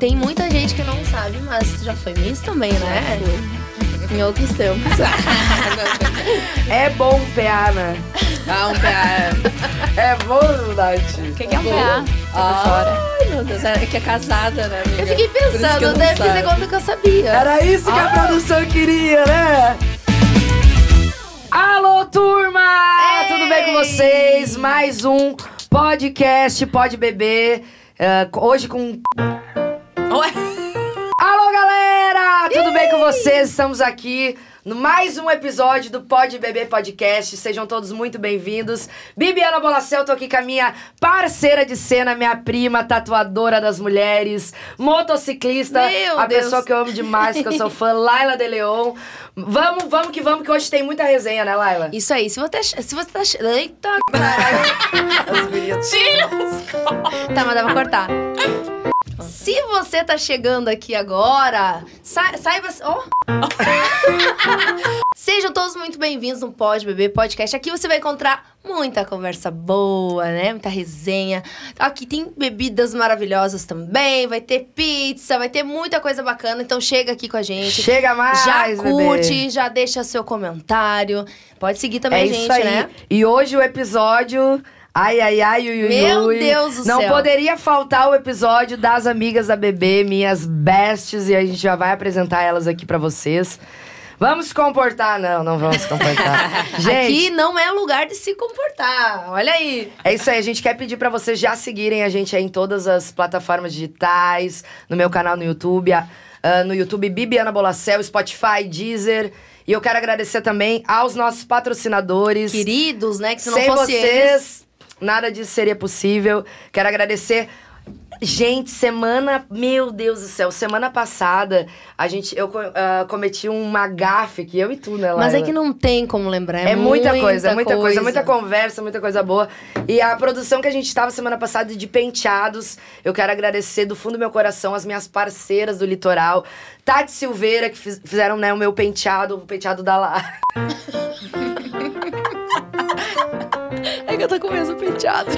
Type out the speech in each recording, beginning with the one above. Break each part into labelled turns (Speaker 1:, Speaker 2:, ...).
Speaker 1: Tem muita gente que não sabe, mas já foi Miss também, né? Em outros tempos.
Speaker 2: É bom PA, né?
Speaker 3: Ah, um PA.
Speaker 2: É bom, Nath.
Speaker 3: O que, que é um PA?
Speaker 1: Ah,
Speaker 3: Ai, meu Deus, é que é casada, né? Amiga?
Speaker 1: eu fiquei
Speaker 3: Por isso que eu
Speaker 1: pensando,
Speaker 3: não
Speaker 1: deve
Speaker 3: sabe.
Speaker 1: fazer conta que eu sabia.
Speaker 2: Era isso que a
Speaker 1: Ah.
Speaker 2: produção queria, né? Alô, turma!
Speaker 1: Ei!
Speaker 2: Tudo bem com vocês? Mais um podcast Pode Beber. eh, co- hoje com...
Speaker 3: Ué?
Speaker 2: Alô, galera! Tudo bem com vocês? Estamos aqui no mais um episódio do Pode Beber Podcast. Sejam todos muito bem-vindos. Bibiana Bolacel, tô aqui com a minha parceira de cena, minha prima, tatuadora das mulheres, motociclista,
Speaker 1: Meu
Speaker 2: a
Speaker 1: Deus.
Speaker 2: pessoa que eu amo demais, que eu sou fã, Laila De Leon. Vamos, vamos que vamos, que hoje tem muita resenha, né, Laila?
Speaker 1: Isso aí, se você, se você tá. ach- Eita, Tá, mas dá
Speaker 2: Ah.
Speaker 1: pra cortar. Se você tá chegando aqui agora, sa- saiba. ó. Sejam todos muito bem-vindos no Pode Beber Podcast. Aqui você vai encontrar muita conversa boa, né? Muita resenha. Aqui tem bebidas maravilhosas também, vai ter pizza, vai ter muita coisa bacana. Então chega aqui com a gente.
Speaker 2: Chega mais,
Speaker 1: já
Speaker 2: bebê.
Speaker 1: curte, já deixa seu comentário. Pode seguir também
Speaker 2: É
Speaker 1: a gente,
Speaker 2: isso aí.
Speaker 1: né?
Speaker 2: E hoje o episódio. Ai, ai, ai, ui, ui,
Speaker 1: Meu
Speaker 2: ui.
Speaker 1: Deus do
Speaker 2: Não
Speaker 1: céu.
Speaker 2: poderia faltar o episódio das amigas da bebê, minhas bestes, e a gente já vai apresentar elas aqui pra vocês. Vamos se comportar? Não, não vamos se comportar. gente,
Speaker 1: Aqui não é lugar de se comportar. Olha aí.
Speaker 2: é isso aí. A gente quer pedir pra vocês já seguirem a gente aí em todas as plataformas digitais, no meu canal no YouTube, a- ah, no YouTube Bibiana Bolacel, Spotify, Deezer. E eu quero agradecer também aos nossos patrocinadores.
Speaker 1: Queridos, né? Que se não
Speaker 2: Sem
Speaker 1: fosse
Speaker 2: vocês,
Speaker 1: eles.
Speaker 2: nada disso seria possível. Quero agradecer. Gente, semana, meu Deus do céu, semana passada a gente eu co- ah, cometi uma gafe que eu e tu, né, Laila?
Speaker 1: Mas é que não tem como lembrar.
Speaker 2: É muita, coisa, é muita coisa, muita conversa, muita coisa boa. E a produção que a gente tava semana passada de penteados, eu quero agradecer do fundo do meu coração as minhas parceiras do litoral. Tati Silveira, que fiz- fizeram né, o meu penteado, o penteado da Lara.
Speaker 3: É que eu tô com o mesmo penteado.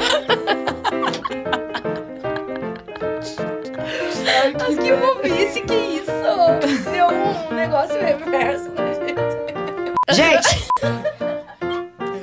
Speaker 3: Mas que bobice, que isso? Deu um negócio reverso, né, gente?
Speaker 2: Gente,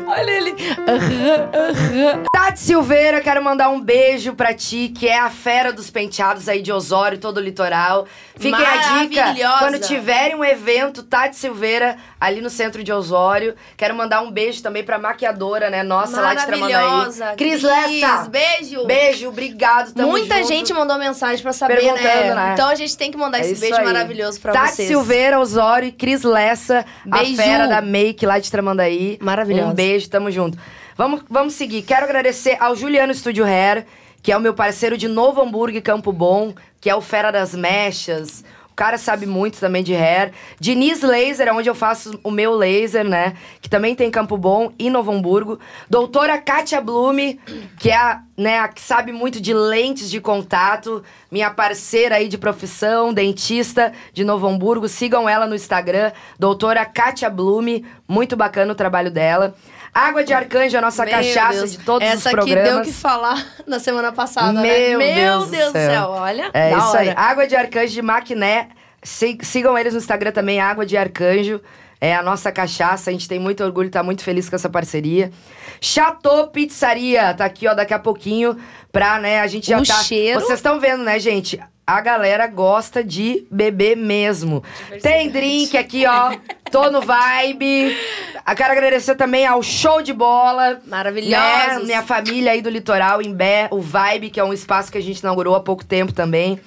Speaker 3: Olha ele.
Speaker 2: Tati Silveira, quero mandar um beijo pra ti, que é a fera dos penteados aí de Osório, todo o litoral. Fiquem a dica,
Speaker 1: Maravilhosa.
Speaker 2: quando tiverem um evento, Tati Silveira, ali no centro de Osório. Quero mandar um beijo também pra maquiadora, né, nossa, lá de
Speaker 1: Maravilhosa.
Speaker 2: Tramandaí. Cris Lessa,
Speaker 1: beijo.
Speaker 2: beijo, obrigado, tamo
Speaker 1: Muita
Speaker 2: junto.
Speaker 1: gente mandou mensagem pra saber,
Speaker 2: Perguntando, né?
Speaker 1: Então a gente tem que mandar
Speaker 2: É
Speaker 1: esse
Speaker 2: isso
Speaker 1: beijo
Speaker 2: aí.
Speaker 1: maravilhoso pra
Speaker 2: Tati
Speaker 1: vocês.
Speaker 2: Silveira, Osório e Cris Lessa,
Speaker 1: Beijo.
Speaker 2: a fera da make lá de Tramandaí.
Speaker 1: Maravilhosa.
Speaker 2: Um beijo, tamo junto. Vamos, vamos seguir. Quero agradecer ao Juliano Studio Hair, que é o meu parceiro de Novo Hamburgo e Campo Bom, que é o fera das mechas. O cara sabe muito também de hair. Diniz Laser, é onde eu faço o meu laser, né? Que também tem em Campo Bom e Novo Hamburgo. Doutora Kátia Blume, que é a, né, a que sabe muito de lentes de contato. Minha parceira aí de profissão, dentista de Novo Hamburgo. Sigam ela no Instagram, doutora Kátia Blume. Muito bacana o trabalho dela. Água de Arcanjo, a nossa
Speaker 1: Meu
Speaker 2: cachaça
Speaker 1: Deus.
Speaker 2: de todos
Speaker 1: Essa
Speaker 2: os
Speaker 1: aqui deu o
Speaker 2: programas.
Speaker 1: que falar na semana passada, né?
Speaker 2: Meu Deus do
Speaker 1: Deus do céu.
Speaker 2: céu.
Speaker 1: Olha,
Speaker 2: É
Speaker 1: da
Speaker 2: isso
Speaker 1: hora.
Speaker 2: aí. Água de Arcanjo de Maquiné. Si- Sigam eles no Instagram também, Água de Arcanjo. É a nossa cachaça, a gente tem muito orgulho, tá muito feliz com essa parceria. Chateau Pizzaria, tá aqui, ó, daqui a pouquinho, pra, né, a gente já
Speaker 1: O
Speaker 2: tá...
Speaker 1: cheiro.
Speaker 2: Vocês estão vendo, né, gente? A galera gosta de beber mesmo. Tem drink aqui, ó, tô no vibe. Ah, Quero agradecer também ao Show de Bola. Né?
Speaker 1: Maravilhosos.
Speaker 2: Minha família aí do litoral, em Bé, o Vibe, que é um espaço que a gente inaugurou há pouco tempo também.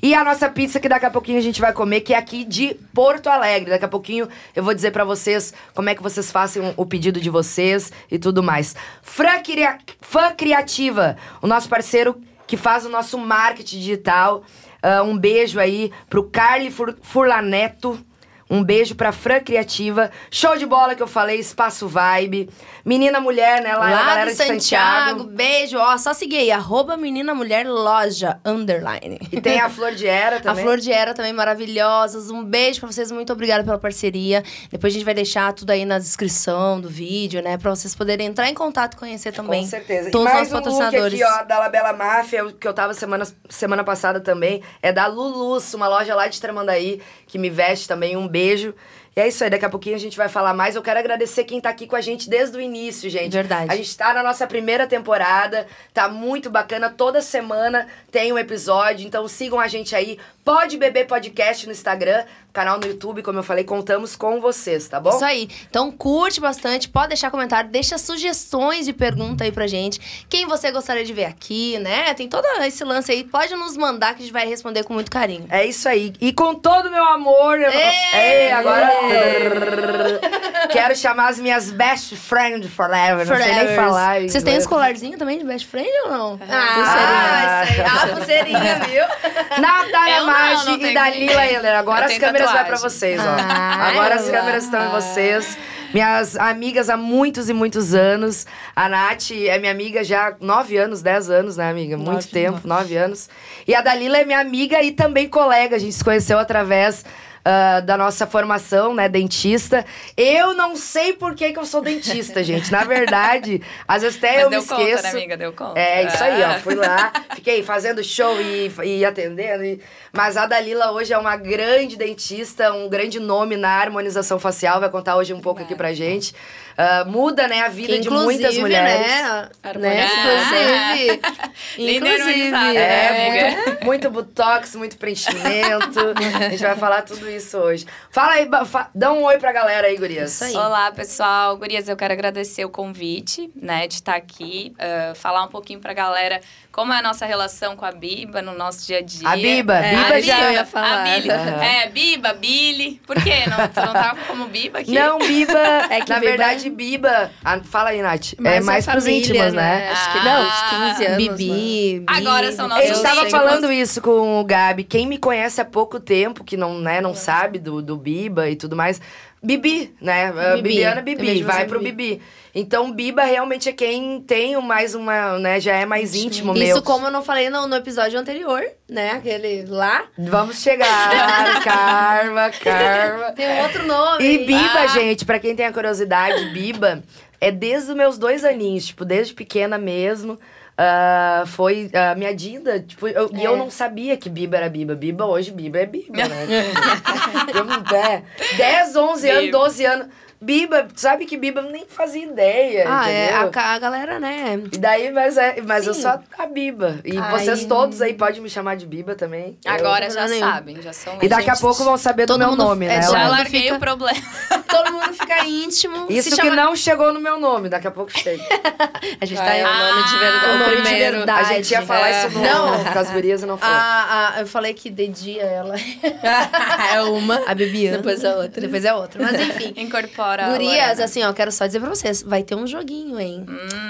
Speaker 2: E a nossa pizza que daqui a pouquinho a gente vai comer, que é aqui de Porto Alegre. Daqui a pouquinho eu vou dizer pra vocês como é que vocês façam o pedido de vocês e tudo mais. Fran, Cria- Fã Criativa, o nosso parceiro que faz o nosso marketing digital. Ah, um beijo aí pro Carly Fur- Furlaneto. Um beijo pra Fran Criativa. Show de bola que eu falei, Espaço Vibe. Menina Mulher, né? Lá, é a
Speaker 1: Lá
Speaker 2: galera
Speaker 1: do
Speaker 2: de Santiago.
Speaker 1: Santiago, beijo. Ó, só seguir aí, arroba menina mulher loja, underline.
Speaker 2: E tem a Flor de Era
Speaker 1: A
Speaker 2: também.
Speaker 1: Flor de Era também maravilhosas. Um beijo pra vocês, muito obrigada pela parceria. Depois a gente vai deixar tudo aí na descrição do vídeo, né? Pra vocês poderem entrar em contato e conhecer também.
Speaker 2: Com certeza.
Speaker 1: Todos
Speaker 2: e
Speaker 1: os
Speaker 2: mais
Speaker 1: nossos
Speaker 2: um look
Speaker 1: patrocinadores.
Speaker 2: aqui, ó, da Labela Máfia, o que eu tava semana, semana passada também, é da Lulus, uma loja lá de Tramandaí, que me veste também. Um beijo. E é isso aí, daqui a pouquinho a gente vai falar mais. Eu quero agradecer quem tá aqui com a gente desde o início, gente.
Speaker 1: É Verdade.
Speaker 2: A gente tá na nossa primeira temporada, tá muito bacana. Toda semana tem um episódio, então sigam a gente aí. Pode Beber Podcast no Instagram, canal no YouTube, como eu falei, contamos com vocês, tá bom?
Speaker 1: Isso aí. Então curte bastante, pode deixar comentário, deixa sugestões de pergunta aí pra gente. Quem você gostaria de ver aqui, né? Tem todo esse lance aí. Pode nos mandar que a gente vai responder com muito carinho.
Speaker 2: É isso aí. E com todo o meu amor. Eu...
Speaker 1: Ei!
Speaker 2: Ei, agora.
Speaker 1: É.
Speaker 2: Quero chamar as minhas best friend forever. Não sei nem
Speaker 1: Forever's.
Speaker 2: falar. em
Speaker 1: Vocês têm
Speaker 2: inglês.
Speaker 1: os colarzinhos também de best friend ou não?
Speaker 2: Ah,
Speaker 1: isso aí. Ah, pulseirinha, viu?
Speaker 2: Natália
Speaker 3: Eu não, não
Speaker 2: Maggi e
Speaker 3: tenho
Speaker 2: Dalila
Speaker 3: ninguém.
Speaker 2: Heller. Agora
Speaker 3: Eu
Speaker 2: as
Speaker 3: tenho
Speaker 2: câmeras vão pra
Speaker 3: tatuagem.
Speaker 2: vocês, ó.
Speaker 1: Ai,
Speaker 2: Agora as
Speaker 1: olá.
Speaker 2: câmeras estão em vocês. Minhas amigas há muitos e muitos anos. A Nath é minha amiga já há 9 anos, 10 anos, né, amiga? Muito
Speaker 1: Nove,
Speaker 2: tempo, 9 anos. E a Dalila é minha amiga e também colega. A gente se conheceu através. ah, da nossa formação, né, dentista. Eu não sei por que, que eu sou dentista, gente. Na verdade, às vezes até
Speaker 3: Mas
Speaker 2: É, eu
Speaker 3: deu
Speaker 2: me
Speaker 3: conta,
Speaker 2: esqueço.
Speaker 3: né, amiga? Deu conta.
Speaker 2: É, isso aí, ó.
Speaker 3: Ah.
Speaker 2: Fui lá, fiquei fazendo show e, e atendendo. e- Mas a Dalila hoje é uma grande dentista, um grande nome na harmonização facial. Vai contar hoje um pouco aqui pra gente. Ah, muda, né, a vida de muitas mulheres.
Speaker 1: Né, né,
Speaker 3: Harmonizar.
Speaker 1: inclusive.
Speaker 3: Linda
Speaker 1: inclusive.
Speaker 3: harmonizada, né,
Speaker 1: É,
Speaker 3: amiga?
Speaker 2: É, muito, muito botox, muito preenchimento. a gente vai falar tudo isso hoje. Fala aí, ba- fa- dá um oi pra galera aí, gurias.
Speaker 1: Isso aí.
Speaker 3: Ah, Olá, pessoal. Gurias, eu quero agradecer o convite, né, de estar aqui, ah, falar um pouquinho pra galera como é a nossa relação com a Biba no nosso dia a dia.
Speaker 2: A Biba,
Speaker 3: É,
Speaker 2: Biba
Speaker 3: a
Speaker 1: já-
Speaker 3: Biba,
Speaker 1: Eu ia falar.
Speaker 3: A Billy.
Speaker 2: Aham.
Speaker 3: É, Biba, Billy. Por quê? Não, tu não tava como Biba aqui?
Speaker 2: Não, Biba.
Speaker 1: É que
Speaker 2: na
Speaker 1: Biba-
Speaker 2: verdade, Biba. Ah, fala aí, Nath. é
Speaker 4: Mais
Speaker 2: mais
Speaker 4: a
Speaker 2: pros
Speaker 4: família,
Speaker 2: íntimos, né?
Speaker 4: né? Acho que não, uns 15 anos. né?
Speaker 1: Ah. Bibi, Bi.
Speaker 3: Agora são
Speaker 2: A
Speaker 3: nossos
Speaker 2: gente
Speaker 3: Eu
Speaker 2: estava
Speaker 3: sei.
Speaker 2: falando isso com o Gabi. Quem me conhece há pouco tempo, que não, né,
Speaker 1: É.
Speaker 2: não sabe do, do Biba e tudo mais, Bibi, né?
Speaker 1: Bibi.
Speaker 2: Bibiana
Speaker 1: Eu vejo
Speaker 2: Bibi,
Speaker 1: você
Speaker 2: vai
Speaker 1: no
Speaker 2: pro
Speaker 1: Bibi.
Speaker 2: Bibi. Então, Biba realmente é quem tem o mais uma, né? Já é mais íntimo
Speaker 1: Isso,
Speaker 2: meu.
Speaker 1: como eu não falei no, no episódio anterior, né? Aquele lá.
Speaker 2: Vamos chegar, Karma, Karma.
Speaker 1: Tem um outro nome.
Speaker 2: E Biba,
Speaker 3: Ah.
Speaker 2: gente, pra quem tem a curiosidade, Biba é desde os meus dois aninhos, tipo, desde pequena mesmo. Ah, foi a minha Dinda, tipo, eu-
Speaker 1: É.
Speaker 2: e eu não sabia que Biba era Biba. Biba hoje, Biba é Biba, né? eu não é, 10, 11 anos,
Speaker 3: Biba.
Speaker 2: 12 anos. Biba, sabe que Biba eu nem fazia ideia,
Speaker 1: Ah, é.
Speaker 2: entendeu?
Speaker 1: A, ca- a galera, né?
Speaker 2: E daí, mas, é, mas eu
Speaker 1: Sim.
Speaker 2: sou a Biba. E
Speaker 1: Ai.
Speaker 2: vocês todos aí podem me chamar de Biba também. Eu-
Speaker 3: Agora já
Speaker 1: Nenhum.
Speaker 3: sabem, já são
Speaker 2: E daqui a
Speaker 3: gente,
Speaker 2: pouco vão saber
Speaker 1: todo
Speaker 2: do meu
Speaker 1: mundo-
Speaker 2: nome,
Speaker 1: é,
Speaker 2: né?
Speaker 1: todo
Speaker 3: Já
Speaker 1: mundo
Speaker 2: Laura?
Speaker 3: larguei
Speaker 1: fica-
Speaker 3: o problema.
Speaker 1: Todo mundo fica íntimo.
Speaker 2: Isso
Speaker 1: se
Speaker 2: que
Speaker 1: chama...
Speaker 2: não chegou no meu nome, daqui a pouco chega.
Speaker 1: A gente tá aí.
Speaker 4: Vai, é o nome de verdade. É.
Speaker 1: o nome de
Speaker 4: primeiro.
Speaker 1: verdade.
Speaker 2: A gente ia falar isso no,
Speaker 1: Não.
Speaker 2: com as gurias e não falou.
Speaker 1: Ah, ah, eu falei que dedia ela.
Speaker 4: é uma.
Speaker 1: A Bibiana.
Speaker 4: Depois a outra.
Speaker 1: Depois é outra. Mas enfim.
Speaker 3: Incorpora. a
Speaker 1: Gurias,
Speaker 3: Lorena. Hum.
Speaker 1: assim, ó, quero só dizer pra vocês, vai ter um joguinho, hein?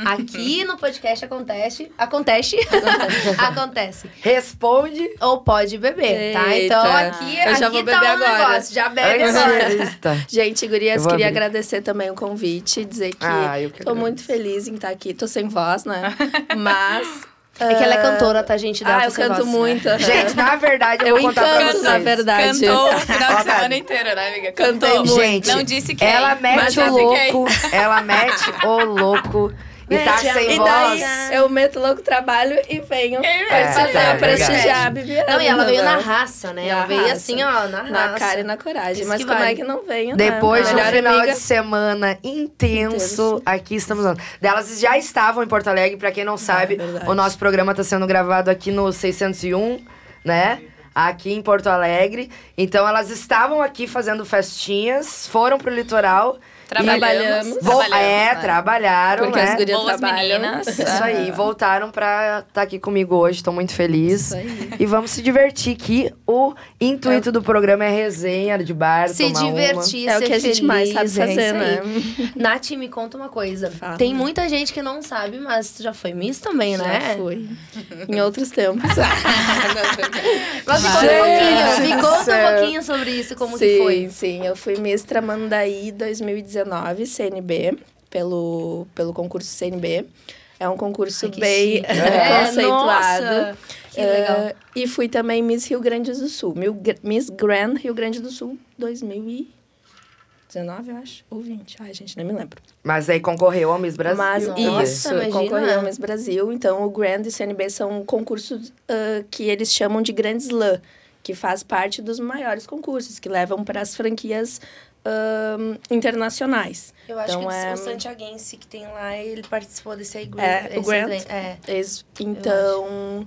Speaker 1: Aqui no podcast acontece. Acontece. acontece.
Speaker 2: Responde.
Speaker 1: Ou pode beber, tá?
Speaker 4: Eita.
Speaker 1: Então aqui,
Speaker 4: Eu já
Speaker 1: aqui
Speaker 4: vou
Speaker 1: tá
Speaker 4: beber
Speaker 1: um
Speaker 4: agora.
Speaker 1: negócio. Já bebe agora.
Speaker 2: Eita.
Speaker 4: Gente,
Speaker 2: Eu
Speaker 4: gurias,
Speaker 2: vou
Speaker 4: queria
Speaker 2: abrir.
Speaker 4: agradecer também o convite, dizer que
Speaker 2: Ah, eu que
Speaker 4: tô
Speaker 2: agradeço.
Speaker 4: muito feliz em estar aqui. Tô sem voz, né? Mas.
Speaker 1: É que ela é cantora, tá, gente? Dá
Speaker 4: ah,
Speaker 1: pra
Speaker 4: eu
Speaker 1: você
Speaker 4: canto
Speaker 1: gostar.
Speaker 4: muito.
Speaker 2: Gente, na verdade, eu,
Speaker 4: eu
Speaker 2: vou
Speaker 1: tá
Speaker 2: contar pra
Speaker 4: encanto,
Speaker 2: vocês.
Speaker 4: na verdade.
Speaker 3: Cantou o final
Speaker 2: Ó,
Speaker 3: de semana
Speaker 2: Gabi.
Speaker 3: inteira, né, amiga?
Speaker 4: Cantei
Speaker 3: Cantou.
Speaker 4: muito.
Speaker 2: Gente,
Speaker 3: não disse quem.
Speaker 2: Ela
Speaker 3: mas
Speaker 2: mete o
Speaker 3: disse
Speaker 4: é
Speaker 3: quem.
Speaker 2: louco. Ela mete o louco. E tá
Speaker 1: Mete a
Speaker 2: sem
Speaker 4: E
Speaker 2: voz.
Speaker 4: daí eu meto louco trabalho e venho
Speaker 3: É,
Speaker 4: participar,
Speaker 2: tá, é
Speaker 4: prestigiar a
Speaker 1: verdade.
Speaker 4: Bibiana.
Speaker 1: Não, e ela veio na
Speaker 4: né?
Speaker 1: raça, né?
Speaker 4: Na
Speaker 1: ela veio
Speaker 4: raça.
Speaker 1: assim, ó, na raça.
Speaker 4: Na cara e na coragem.
Speaker 1: Isso
Speaker 4: Mas
Speaker 1: que
Speaker 4: como
Speaker 1: vale.
Speaker 4: é que não venho? né?
Speaker 2: Depois de um
Speaker 4: Melhor
Speaker 2: final
Speaker 4: amiga.
Speaker 2: de semana intenso,
Speaker 4: Intenso. Ah,
Speaker 2: aqui estamos. nós. Delas já estavam em Porto Alegre, pra quem não sabe,
Speaker 4: verdade.
Speaker 2: o nosso programa tá sendo gravado aqui no 601, né? Aqui em Porto Alegre. Então elas estavam aqui fazendo festinhas, foram pro litoral
Speaker 3: Trabalhamos.
Speaker 4: Trabalhamos.
Speaker 2: Vou-
Speaker 3: trabalhamos,
Speaker 2: é,
Speaker 3: né?
Speaker 2: trabalharam,
Speaker 4: Porque as
Speaker 2: né?
Speaker 4: gurias né?
Speaker 3: Boas
Speaker 4: trabalham.
Speaker 3: meninas.
Speaker 2: Isso aí, voltaram pra estar aqui comigo hoje, tô muito feliz.
Speaker 4: Isso aí.
Speaker 2: E vamos se divertir, que o intuito do programa é resenha de bar,
Speaker 1: Se
Speaker 2: tomar uma.
Speaker 1: divertir,
Speaker 4: É o
Speaker 1: ser
Speaker 4: que a gente mais sabe
Speaker 1: feliz, é
Speaker 4: fazer,
Speaker 1: isso aí.
Speaker 4: né?
Speaker 1: Nath, me conta uma coisa.
Speaker 4: Fala.
Speaker 1: Tem muita gente que não sabe, mas tu já foi Miss também, né?
Speaker 4: Já fui. Em outros tempos.
Speaker 1: Mas me conta
Speaker 2: Gente
Speaker 1: um pouquinho, me
Speaker 2: do
Speaker 1: conta um
Speaker 2: céu.
Speaker 1: pouquinho sobre isso, como
Speaker 4: sim,
Speaker 1: que foi.
Speaker 4: Sim, eu fui Miss Tramandaí 2019, CNB, pelo, pelo concurso CNB. É um concurso
Speaker 1: Ai, que
Speaker 4: bem
Speaker 1: chique. É,
Speaker 4: conceituado.
Speaker 1: nossa, que legal.
Speaker 4: Eh, e fui também Miss Rio Grande do Sul. Mil- Miss Grand Rio Grande do Sul 2019, eu acho. Ou 20. Ai, gente, nem me lembro.
Speaker 2: Mas aí concorreu ao Miss Brasil.
Speaker 4: Mas
Speaker 1: Nossa,
Speaker 4: isso,
Speaker 1: imagina.
Speaker 4: concorreu ao Miss Brasil. Então, o Grand e o CNB são concursos ah, que eles chamam de Grand Slam, que faz parte dos maiores concursos, que levam para as franquias ah, internacionais.
Speaker 1: Eu acho
Speaker 4: Então,
Speaker 1: que
Speaker 4: é-
Speaker 1: o Santiaguense que tem lá, ele participou desse aí.
Speaker 4: É, o
Speaker 1: esse
Speaker 4: Grant.
Speaker 1: gran- É.
Speaker 4: Es- Então,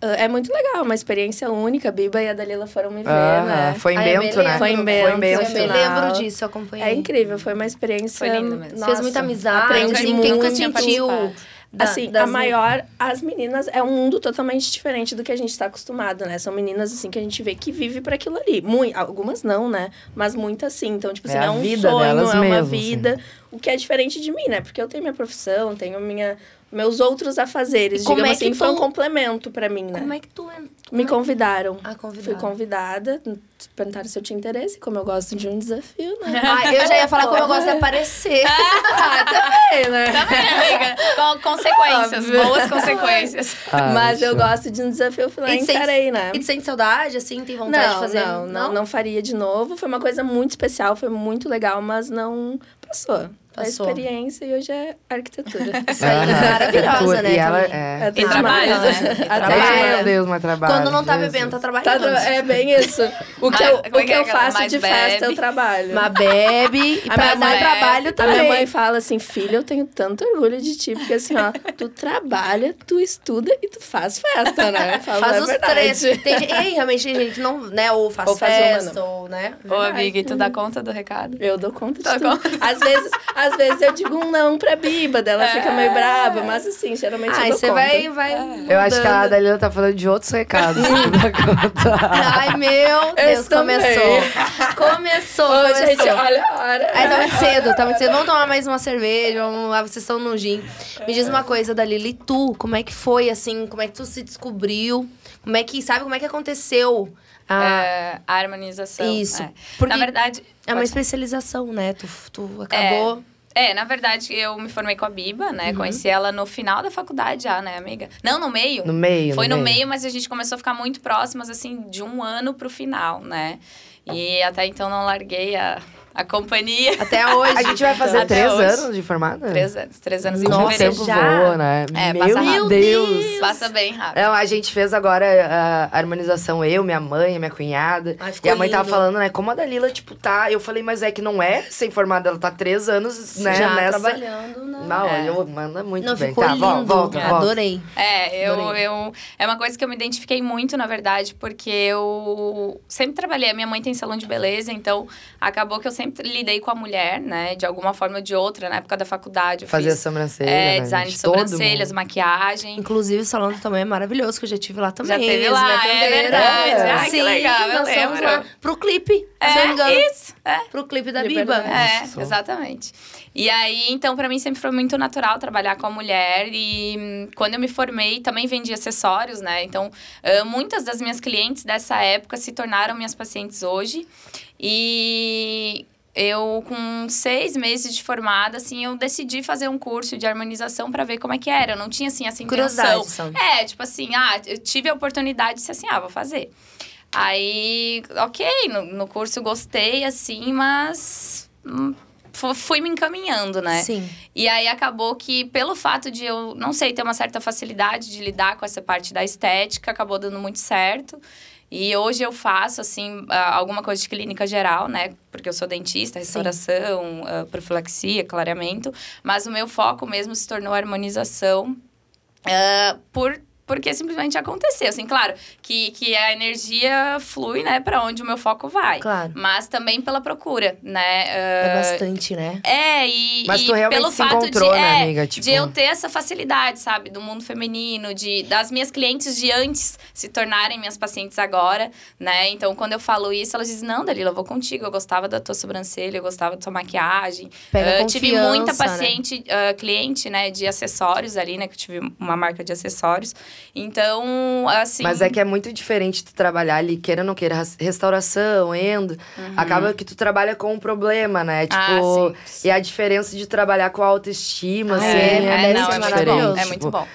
Speaker 4: ah, é muito legal, uma experiência única. A Biba e a Dalila foram me ver,
Speaker 2: Aham,
Speaker 4: né?
Speaker 2: Foi em
Speaker 1: Ah, eu me
Speaker 2: Bento, né?
Speaker 1: lembro.
Speaker 4: Foi em Bento,
Speaker 1: Eu
Speaker 4: Bento.
Speaker 1: me lembro disso, eu acompanhei.
Speaker 4: É incrível, foi uma experiência...
Speaker 3: Foi lindo mesmo.
Speaker 1: Fez muita
Speaker 4: nossa.
Speaker 1: amizade.
Speaker 4: aprendi
Speaker 1: quem quem
Speaker 4: muito.
Speaker 1: que sentiu? da-
Speaker 4: assim,
Speaker 1: das
Speaker 4: a maior, as meninas, é um mundo totalmente diferente do que a gente está acostumado, né? São meninas, assim, que a gente vê que vive para aquilo ali. Mui, algumas não, né? Mas muitas sim. Então, tipo
Speaker 2: É
Speaker 4: assim, é,
Speaker 2: a
Speaker 4: um
Speaker 2: vida
Speaker 4: sonho,
Speaker 2: delas
Speaker 4: é uma
Speaker 1: assim.
Speaker 2: mesmo,
Speaker 4: vida. O que é diferente de mim, né? Porque eu tenho minha profissão, tenho minha, meus outros afazeres.
Speaker 1: E como é
Speaker 4: digamos
Speaker 1: que
Speaker 4: assim, foi um
Speaker 1: tu-
Speaker 4: complemento para mim, né?
Speaker 1: Como é que tu entrou?
Speaker 4: Me convidaram.
Speaker 1: Ah,
Speaker 4: Fui
Speaker 1: convidada.
Speaker 4: convidada, perguntaram se eu tinha interesse, como eu gosto de um desafio, né?
Speaker 1: Ah, eu já ia falar como eu gosto de aparecer.
Speaker 4: ah, também, né?
Speaker 3: Também, Tá amiga. Com consequências,
Speaker 4: Óbvio.
Speaker 3: boas consequências.
Speaker 2: Ah,
Speaker 4: Mas eu
Speaker 2: show.
Speaker 4: gosto de um desafio, eu fui lá
Speaker 1: E
Speaker 4: e
Speaker 1: sem-
Speaker 4: encarei, né?
Speaker 1: E tu sente saudade, assim? Tem vontade
Speaker 4: Não,
Speaker 1: de fazer?
Speaker 4: não, não, não faria de novo. Foi uma coisa muito especial, foi muito legal, mas não passou.
Speaker 1: Passou.
Speaker 4: A experiência e hoje é arquitetura.
Speaker 1: Isso aí, é
Speaker 2: Aham.
Speaker 1: maravilhosa, né,
Speaker 2: E ela
Speaker 1: também.
Speaker 2: é.
Speaker 4: Até
Speaker 3: E trabalho,
Speaker 4: mais.
Speaker 3: né? E
Speaker 4: Até
Speaker 1: trabalho.
Speaker 4: mais.
Speaker 2: Meu Deus, mas trabalho.
Speaker 1: Quando não tá
Speaker 2: Jesus.
Speaker 1: bebendo, tá
Speaker 4: Tá
Speaker 1: trabalhando.
Speaker 4: tra- é bem isso. O que
Speaker 3: Ah,
Speaker 4: eu,
Speaker 3: como é que
Speaker 4: o que
Speaker 3: é
Speaker 4: eu
Speaker 3: aquela?
Speaker 4: faço
Speaker 3: Mais
Speaker 4: de festa, eu
Speaker 3: bebe.
Speaker 4: trabalho.
Speaker 1: Mas bebe e
Speaker 4: A
Speaker 1: pra
Speaker 4: minha é-
Speaker 1: dar
Speaker 3: mãe-
Speaker 1: trabalho
Speaker 4: A
Speaker 1: também.
Speaker 4: minha mãe fala assim, filha, eu tenho tanto orgulho de ti, porque assim, ó, tu trabalha, tu estuda e tu faz festa, né? Eu falo,
Speaker 1: Faz
Speaker 4: "É
Speaker 1: os
Speaker 4: verdade."
Speaker 1: três. Tem, gente- ei, realmente tem gente que não, né? Ou faz
Speaker 4: Ou faz uma,
Speaker 1: festa, ou, né?
Speaker 3: Ô, amiga, e tu dá conta do recado?
Speaker 4: Eu dou conta de
Speaker 3: Dá
Speaker 4: tudo. Às, vezes, às vezes eu digo um não pra Biba, dela fica
Speaker 3: É.
Speaker 4: meio brava, mas assim, geralmente
Speaker 1: Ai, Ah,
Speaker 4: eu dou
Speaker 1: você
Speaker 4: conta.
Speaker 1: vai,
Speaker 4: É.
Speaker 1: vai.
Speaker 2: Eu acho que a
Speaker 1: mudando.
Speaker 2: Dalila tá falando de outros recados. Não
Speaker 1: Ai, meu Deus,
Speaker 4: Esse também.
Speaker 1: começou. Começou,
Speaker 4: Ô,
Speaker 1: começou.
Speaker 4: gente, olha a hora.
Speaker 1: Ai, tá muito cedo, tá muito cedo. Vamos tomar mais uma cerveja, vamos lá, vocês estão no gin. Me diz uma coisa, Dalila, e tu? Como é que foi, assim? Como é que tu se descobriu? Como é que, sabe, como é que aconteceu? Ah,
Speaker 3: É, a harmonização.
Speaker 1: Isso.
Speaker 3: é.
Speaker 1: Porque
Speaker 3: Na verdade,
Speaker 1: é uma
Speaker 3: pode-
Speaker 1: especialização, né? Tu, tu acabou...
Speaker 3: É, na verdade, eu me formei com a Biba, né?
Speaker 2: Uhum.
Speaker 3: Conheci ela no final da faculdade já, né, amiga? Não, no meio.
Speaker 2: No meio.
Speaker 3: Foi no meio. mas a gente começou a ficar muito próximas, assim, de um ano pro final, né? E até então não larguei a, a companhia.
Speaker 2: Ah.
Speaker 1: Até hoje.
Speaker 2: A gente vai fazer
Speaker 3: Até
Speaker 2: três
Speaker 3: hoje.
Speaker 2: anos de formada?
Speaker 3: Três anos, três anos
Speaker 1: Nossa,
Speaker 2: Nossa, o
Speaker 3: em fevereiro.
Speaker 2: tempo
Speaker 1: já.
Speaker 2: voa, né?
Speaker 3: É,
Speaker 2: Meu
Speaker 3: passa rápido.
Speaker 2: Deus!
Speaker 3: Passa bem rápido.
Speaker 2: Não, a gente fez agora ah, a harmonização, eu, minha mãe, minha cunhada.
Speaker 1: Ai, ficou
Speaker 2: e a mãe tava
Speaker 1: lindo.
Speaker 2: falando, né? Como a Dalila, tipo, tá. Eu falei, mas é que não é sem formada, ela tá três anos, né?
Speaker 1: já
Speaker 2: nessa.
Speaker 1: trabalhando, né?
Speaker 2: Não,
Speaker 3: É.
Speaker 2: eu manda muito
Speaker 1: Não,
Speaker 2: bem.
Speaker 1: ficou
Speaker 2: tá, vol-
Speaker 1: lindo.
Speaker 2: volta, volta.
Speaker 1: Adorei.
Speaker 3: É, eu,
Speaker 1: Adorei.
Speaker 3: eu. É uma coisa que eu me identifiquei muito, na verdade, porque eu sempre trabalhei. A minha mãe tem salão de beleza, então acabou que eu sempre lidei com a mulher, né? De alguma forma ou de outra, na época da faculdade. Eu
Speaker 2: Fazer a
Speaker 3: fiz,
Speaker 2: sobrancelha.
Speaker 3: é,
Speaker 2: né,
Speaker 3: design de
Speaker 2: gente? Todo mundo.
Speaker 3: sobrancelhas, maquiagem.
Speaker 1: Inclusive, o salão do tamanho é maravilhoso, que eu já tive lá também.
Speaker 3: Já teve
Speaker 1: Eles
Speaker 3: lá,
Speaker 1: me
Speaker 3: é
Speaker 1: atenderam.
Speaker 3: verdade.
Speaker 2: Ah,
Speaker 3: que
Speaker 1: Sim,
Speaker 3: legal, eu
Speaker 1: nós fomos
Speaker 3: lembro.
Speaker 1: lá pro clipe, se eu não me engano.
Speaker 3: É, isso. É.
Speaker 1: Pro clipe da
Speaker 4: De
Speaker 1: Biba.
Speaker 4: verdade.
Speaker 3: É,
Speaker 2: Nossa.
Speaker 3: exatamente. E aí, então, pra mim sempre foi muito natural trabalhar com a mulher. E hum, quando eu me formei, também vendi acessórios, né? Então, ah, muitas das minhas clientes dessa época se tornaram minhas pacientes hoje. E eu, com seis meses de formada, assim, eu decidi fazer um curso de harmonização pra ver como é que era. Eu não tinha, assim, essa intenção.
Speaker 1: Curiosidade, só.
Speaker 3: É, tipo assim, ah, eu tive a oportunidade de ser assim, ah, vou fazer. Aí, ok, no, no curso gostei, assim, mas hum, fu- fui me encaminhando, né?
Speaker 1: Sim.
Speaker 3: E aí acabou que, pelo fato de eu, não sei, ter uma certa facilidade de lidar com essa parte da estética, acabou dando muito certo. E hoje eu faço, assim, ah, alguma coisa de clínica geral, né? Porque eu sou dentista, restauração, ah, profilaxia, clareamento. Mas o meu foco mesmo se tornou a harmonização ah, por porque simplesmente aconteceu. Assim, claro, que, que a energia flui, né, para onde o meu foco vai.
Speaker 1: Claro.
Speaker 3: Mas também pela procura, né?
Speaker 1: É
Speaker 3: ah,
Speaker 1: bastante, né?
Speaker 3: é, e,
Speaker 2: Mas
Speaker 3: e
Speaker 2: tu realmente
Speaker 3: pelo
Speaker 2: se
Speaker 3: fato
Speaker 2: encontrou,
Speaker 3: de,
Speaker 2: né,
Speaker 3: é,
Speaker 2: amiga? Tipo-
Speaker 3: de eu ter essa facilidade, sabe, do mundo feminino, de das minhas clientes de antes se tornarem minhas pacientes agora, né? Então, quando eu falo isso, elas dizem: "Não, Dalila, eu vou contigo, eu gostava da tua sobrancelha, eu gostava da tua maquiagem".
Speaker 1: Pega
Speaker 3: Ah, tive muita
Speaker 1: confiança, né?
Speaker 3: paciente, ah, cliente, né, de acessórios ali, né, que eu tive uma marca de acessórios. Então, assim,
Speaker 2: Mas é que é muito diferente tu trabalhar ali, queira ou não queira, ras- restauração, endo. Acaba que tu trabalha com um problema, né? Tipo,
Speaker 3: Uhum. Ah,
Speaker 2: e a diferença de trabalhar com a autoestima,
Speaker 1: Ah,
Speaker 2: assim,
Speaker 1: é,
Speaker 2: é,
Speaker 1: né?
Speaker 3: é,
Speaker 2: deve
Speaker 3: não,
Speaker 2: ser
Speaker 3: é muito bom,
Speaker 2: diferente.
Speaker 3: é muito
Speaker 2: tipo,
Speaker 3: bom.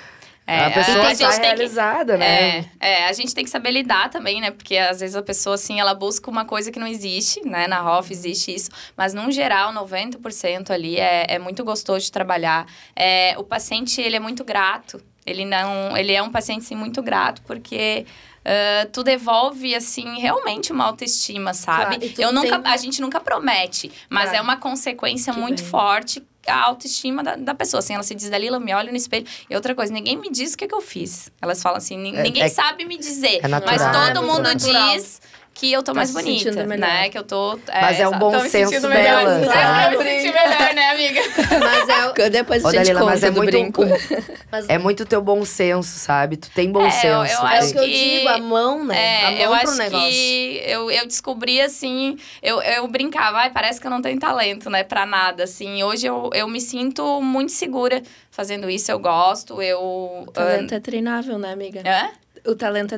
Speaker 2: a pessoa
Speaker 3: a
Speaker 2: sai
Speaker 3: gente tem que
Speaker 2: realizada, né?
Speaker 3: É, é, a gente tem que saber lidar também, né? Porque às vezes a pessoa, assim, ela busca uma coisa que não existe, né? Na ROF
Speaker 1: Uhum.
Speaker 3: existe isso. Mas, num geral, 90% ali é, é muito gostoso de trabalhar. É, o paciente, ele é muito grato. Ele não... Ele é um paciente, assim, muito grato, porque... ah, tu devolve, assim, realmente uma autoestima, sabe?
Speaker 1: Claro, e tu
Speaker 3: Eu nunca,
Speaker 1: tem-
Speaker 3: A gente nunca promete, mas
Speaker 1: Claro.
Speaker 3: é uma consequência
Speaker 4: Que
Speaker 3: muito
Speaker 4: bem.
Speaker 3: forte a autoestima da, da pessoa. Assim, ela se diz, Dalila, eu me olho no espelho. E outra coisa, ninguém me diz o que, é que eu fiz. Elas falam assim, "Nin-
Speaker 2: É-
Speaker 3: ninguém
Speaker 2: é-
Speaker 3: sabe me dizer.
Speaker 2: é natural.
Speaker 3: mas
Speaker 2: Ah, é
Speaker 3: todo
Speaker 2: muito
Speaker 3: mundo
Speaker 4: natural.
Speaker 3: diz que eu tô
Speaker 4: Tá
Speaker 3: mais
Speaker 4: se
Speaker 3: bonita,
Speaker 4: sentindo melhor.
Speaker 3: né? Que eu tô...
Speaker 2: Mas é um
Speaker 3: exato.
Speaker 2: bom
Speaker 3: Tô me
Speaker 2: senso
Speaker 3: sentindo melhor.
Speaker 2: dela,
Speaker 3: Eu
Speaker 4: sabe?
Speaker 3: quero me sentir melhor, né, amiga?
Speaker 1: Mas é, o-
Speaker 4: Depois a
Speaker 2: Ô,
Speaker 4: gente
Speaker 2: Dalila,
Speaker 4: conta
Speaker 2: mas é
Speaker 4: do
Speaker 2: muito
Speaker 4: brinco.
Speaker 2: um-
Speaker 1: mas
Speaker 2: É muito teu bom senso, sabe? Tu tem bom
Speaker 3: É, eu-
Speaker 2: senso. né?
Speaker 3: eu
Speaker 2: tu
Speaker 1: é
Speaker 3: acho
Speaker 1: o
Speaker 2: tem.
Speaker 1: que eu
Speaker 3: que-
Speaker 1: digo, a mão, né?
Speaker 3: É,
Speaker 2: tá
Speaker 1: a mão
Speaker 3: eu
Speaker 1: pro
Speaker 3: acho
Speaker 1: negócio.
Speaker 3: que eu, eu descobri assim, eu, eu brincava, ai, parece que eu não tenho talento, né, pra nada, assim. Hoje eu, eu me sinto muito segura fazendo isso, eu gosto, eu...
Speaker 4: O talento é treinável, né, amiga?
Speaker 3: Hã?
Speaker 4: O talento é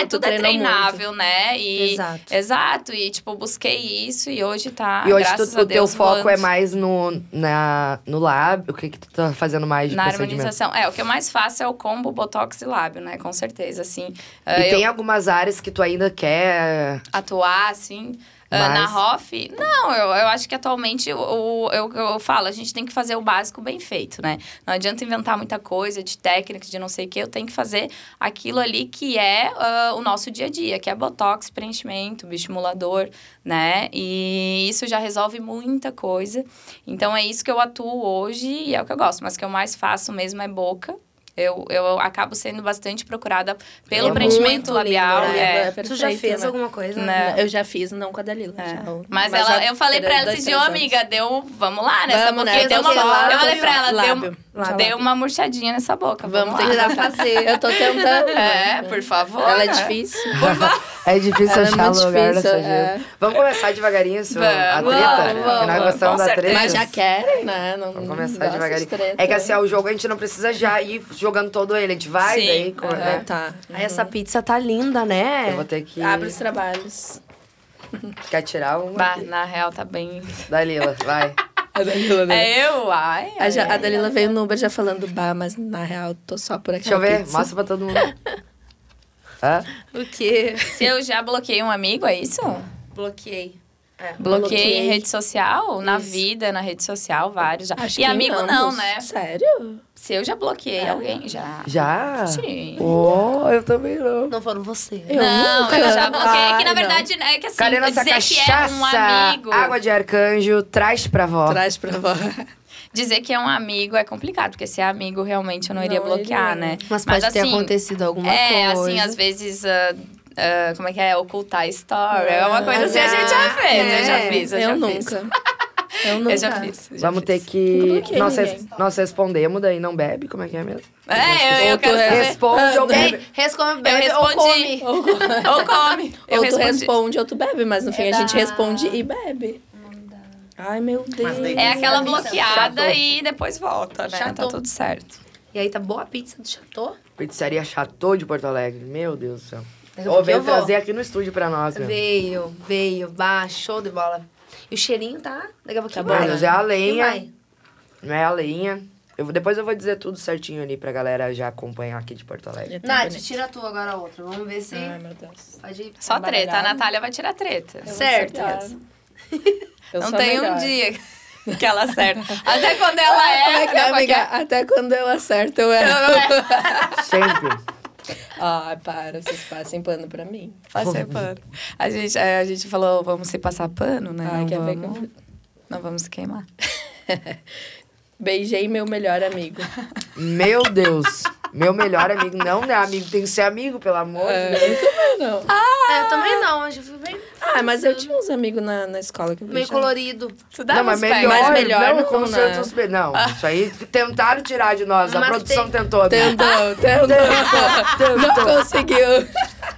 Speaker 3: É,
Speaker 4: tu
Speaker 3: tudo é
Speaker 4: treina muito.
Speaker 3: treinável, né? E,
Speaker 1: Exato.
Speaker 3: Exato, e tipo, busquei isso e hoje tá.
Speaker 2: E hoje tu-
Speaker 3: graças a
Speaker 2: o teu
Speaker 3: Deus,
Speaker 2: foco é
Speaker 3: voando.
Speaker 2: mais no, na, no lábio. O que, que tu tá fazendo mais de
Speaker 3: Na
Speaker 2: procedimento?
Speaker 3: harmonização. É, o que eu mais faço é o combo botox e lábio, né? Com certeza, assim.
Speaker 2: E
Speaker 3: eh, eu
Speaker 2: tem algumas áreas que tu ainda quer.
Speaker 3: atuar, assim. ah,
Speaker 2: Mas-
Speaker 3: Na ROF, não, eu, eu acho que atualmente o, o- eu, eu falo, a gente tem que fazer o básico bem feito, né? Não adianta inventar muita coisa de técnica, de não sei o que, eu tenho que fazer aquilo ali que é ah, o nosso dia a dia, que é botox, preenchimento, bioestimulador, né? E isso já resolve muita coisa. Então é isso que eu atuo hoje e é o que eu gosto, mas o que eu mais faço mesmo é boca. Eu, eu acabo sendo bastante procurada pelo
Speaker 2: É
Speaker 3: preenchimento
Speaker 1: muito
Speaker 3: labial.
Speaker 1: lindo, né?
Speaker 3: é.
Speaker 4: É
Speaker 1: Tu já
Speaker 4: perfeito,
Speaker 1: fez
Speaker 4: né?
Speaker 1: alguma coisa?
Speaker 3: Né?
Speaker 4: Eu já fiz, não com a Dalila.
Speaker 3: É.
Speaker 4: já.
Speaker 3: Mas, ela,
Speaker 4: já
Speaker 3: eu falei pra
Speaker 4: dois,
Speaker 3: ela esses
Speaker 4: três
Speaker 3: dias, "Ô,
Speaker 4: anos.
Speaker 3: amiga, deu. Vamos lá, né?
Speaker 4: Vamos,
Speaker 3: porque
Speaker 4: né?
Speaker 3: deu uma,
Speaker 1: Vamos lá,
Speaker 3: eu falei pra ela, um-
Speaker 4: lábio,
Speaker 3: deu,
Speaker 4: lábio.
Speaker 3: deu uma murchadinha nessa boca. Vamos,
Speaker 4: Vamos ter que
Speaker 3: lá.
Speaker 1: Tentar
Speaker 4: tentar.
Speaker 1: fazer.
Speaker 4: Eu tô tentando.
Speaker 3: É, por favor.
Speaker 4: Ela é
Speaker 3: né?
Speaker 4: difícil.
Speaker 2: É difícil
Speaker 4: Ela é
Speaker 2: achar
Speaker 4: muito
Speaker 2: lugar
Speaker 4: difícil,
Speaker 2: nessa
Speaker 4: é.
Speaker 2: vida. Vamos começar devagarinho, seu, a
Speaker 3: Vamos,
Speaker 2: treta?
Speaker 1: vamos,
Speaker 2: que nós
Speaker 3: vamos,
Speaker 2: gostamos
Speaker 3: com
Speaker 2: da treta.
Speaker 3: certeza.
Speaker 4: Mas já quer, né? Não,
Speaker 2: Vamos começar
Speaker 4: gosta de
Speaker 2: devagarinho.
Speaker 4: treta. né?
Speaker 2: É que assim, ó, o jogo a gente não precisa já ir jogando todo ele. A gente vai,
Speaker 3: Sim,
Speaker 2: daí. co-
Speaker 3: aham.
Speaker 2: né?
Speaker 4: Tá.
Speaker 1: Ai, essa pizza tá linda, né?
Speaker 2: Eu vou ter que,
Speaker 4: Abre os trabalhos.
Speaker 2: quer tirar uma.
Speaker 3: Bah, na real, tá bem.
Speaker 2: Dalila, vai.
Speaker 4: A Dalila,
Speaker 3: É eu? Ai.
Speaker 4: A, ja-
Speaker 3: ai,
Speaker 4: a Dalila veio no Uber já falando, bah, mas na real tô só por aqui.
Speaker 2: Deixa eu ver, mostra pra todo mundo. Hã?
Speaker 1: O quê?
Speaker 3: ai. Se eu já bloqueei um amigo, é isso?
Speaker 1: Bloqueei. É.
Speaker 3: Bloqueei
Speaker 4: Bloqueei.
Speaker 3: em rede social? Na
Speaker 1: Isso.
Speaker 3: vida, na rede social, vários já. e
Speaker 4: Acho que em
Speaker 3: amigo
Speaker 4: ambos.
Speaker 3: não, né?
Speaker 4: Sério?
Speaker 3: Se eu já bloqueei alguém, já.
Speaker 2: Já?
Speaker 3: Sim.
Speaker 2: Oh, eu também Ah. não.
Speaker 1: Não foram você.
Speaker 4: Eu
Speaker 3: Não,
Speaker 4: nunca.
Speaker 3: eu já bloqueei. Que na
Speaker 4: Ai, não.
Speaker 3: verdade, é que assim,
Speaker 2: Cadê nossa
Speaker 3: dizer
Speaker 2: cachaça?
Speaker 3: que é um amigo.
Speaker 2: Água de arcanjo, traz pra vó.
Speaker 4: Traz pra vó.
Speaker 3: Dizer que é um amigo é complicado, porque se é amigo, realmente eu não,
Speaker 4: Não é.
Speaker 3: iria bloquear,
Speaker 4: iria.
Speaker 3: né?
Speaker 1: Mas pode ter
Speaker 3: assim,
Speaker 1: acontecido alguma
Speaker 3: É,
Speaker 1: coisa.
Speaker 3: assim, às vezes. ah, ah, como é que é? Ocultar a história. É uma coisa assim,
Speaker 1: Ah,
Speaker 3: a gente já fez. Eu já
Speaker 1: é.
Speaker 3: fiz, eu,
Speaker 4: Eu
Speaker 3: já fiz.
Speaker 4: nunca. Eu nunca.
Speaker 3: Eu já fiz. eu já
Speaker 2: Vamos ter
Speaker 3: fiz.
Speaker 2: que.
Speaker 4: bloqueei
Speaker 2: Nós,
Speaker 4: ninguém.
Speaker 2: res- nós respondemos, daí não bebe? Como é que é mesmo?
Speaker 3: É, eu, eu
Speaker 4: Ou tu
Speaker 3: quero saber.
Speaker 2: Responde ou
Speaker 1: Bem,
Speaker 2: bebe?
Speaker 1: responde
Speaker 3: Eu
Speaker 1: É, bebe ou
Speaker 3: respondi.
Speaker 1: come.
Speaker 3: Ou come. Ou Eu
Speaker 4: Ou tu
Speaker 3: respondi.
Speaker 4: responde ou tu bebe, mas no fim a
Speaker 1: da-
Speaker 4: gente responde e bebe. Ai, meu Deus.
Speaker 2: daí- né?
Speaker 3: É aquela
Speaker 1: Chatou.
Speaker 3: bloqueada e depois volta, né?
Speaker 1: Chatou.
Speaker 3: Tá tudo certo.
Speaker 1: E aí, tá boa a pizza do Chateau?
Speaker 2: Pizzaria Chateau de Porto Alegre. Meu Deus do céu.
Speaker 1: Daqui a pouquinho
Speaker 2: Ou
Speaker 1: eu
Speaker 2: veio
Speaker 1: vou.
Speaker 2: trazer aqui no estúdio pra nós, meu.
Speaker 1: Veio, veio, bah, show de bola. E o cheirinho tá? Daqui a pouquinho
Speaker 2: bom,
Speaker 1: vai.
Speaker 2: mas é a
Speaker 1: Quem
Speaker 2: lenha.
Speaker 1: vai?
Speaker 2: Não é a leinha. Eu vou- depois eu vou dizer tudo certinho ali pra galera já acompanhar aqui de Porto Alegre.
Speaker 4: Tá
Speaker 1: Nath,
Speaker 4: bonito.
Speaker 1: tira tu agora a outra. Vamos ver se
Speaker 4: Ai, meu Deus.
Speaker 1: pode ir.
Speaker 3: Só treta. A
Speaker 4: baralhada.
Speaker 3: Natália vai tirar treta.
Speaker 4: né? Eu vou
Speaker 1: Certo.
Speaker 4: acertar. Eu
Speaker 3: Não
Speaker 4: sou a
Speaker 3: tem um
Speaker 4: melhor.
Speaker 3: dia que ela acerta. Até quando ela
Speaker 4: Como
Speaker 3: é.
Speaker 4: é que é, amiga? Até quando eu acerto, eu erro.
Speaker 2: Sempre.
Speaker 4: Ai, para, vocês passem pano pra mim.
Speaker 3: Passei é pano. A gente, é, a gente falou, vamos se passar pano, né?
Speaker 4: Ai,
Speaker 3: não,
Speaker 4: quer ver
Speaker 3: vamos,
Speaker 4: que
Speaker 3: não vamos se queimar.
Speaker 4: Beijei meu melhor amigo.
Speaker 2: Meu Deus. Meu melhor amigo não é amigo, tem que ser amigo, pelo amor de Deus.
Speaker 4: Não.
Speaker 1: É, eu também não, hoje eu fui bem
Speaker 4: Ah, mas eu tinha uns amigos na, na escola que
Speaker 1: meio
Speaker 4: brincava.
Speaker 1: colorido.
Speaker 3: Tu dá
Speaker 2: Não, mas
Speaker 3: uns pés.
Speaker 2: melhor,
Speaker 4: mas melhor
Speaker 2: não,
Speaker 4: não,
Speaker 2: como se eu
Speaker 4: não.
Speaker 2: fosse... Não, isso aí tentaram tirar de nós, a
Speaker 1: Mas
Speaker 2: produção
Speaker 1: tem-
Speaker 2: tentou. né?
Speaker 4: Tentou, tentou. Não conseguiu.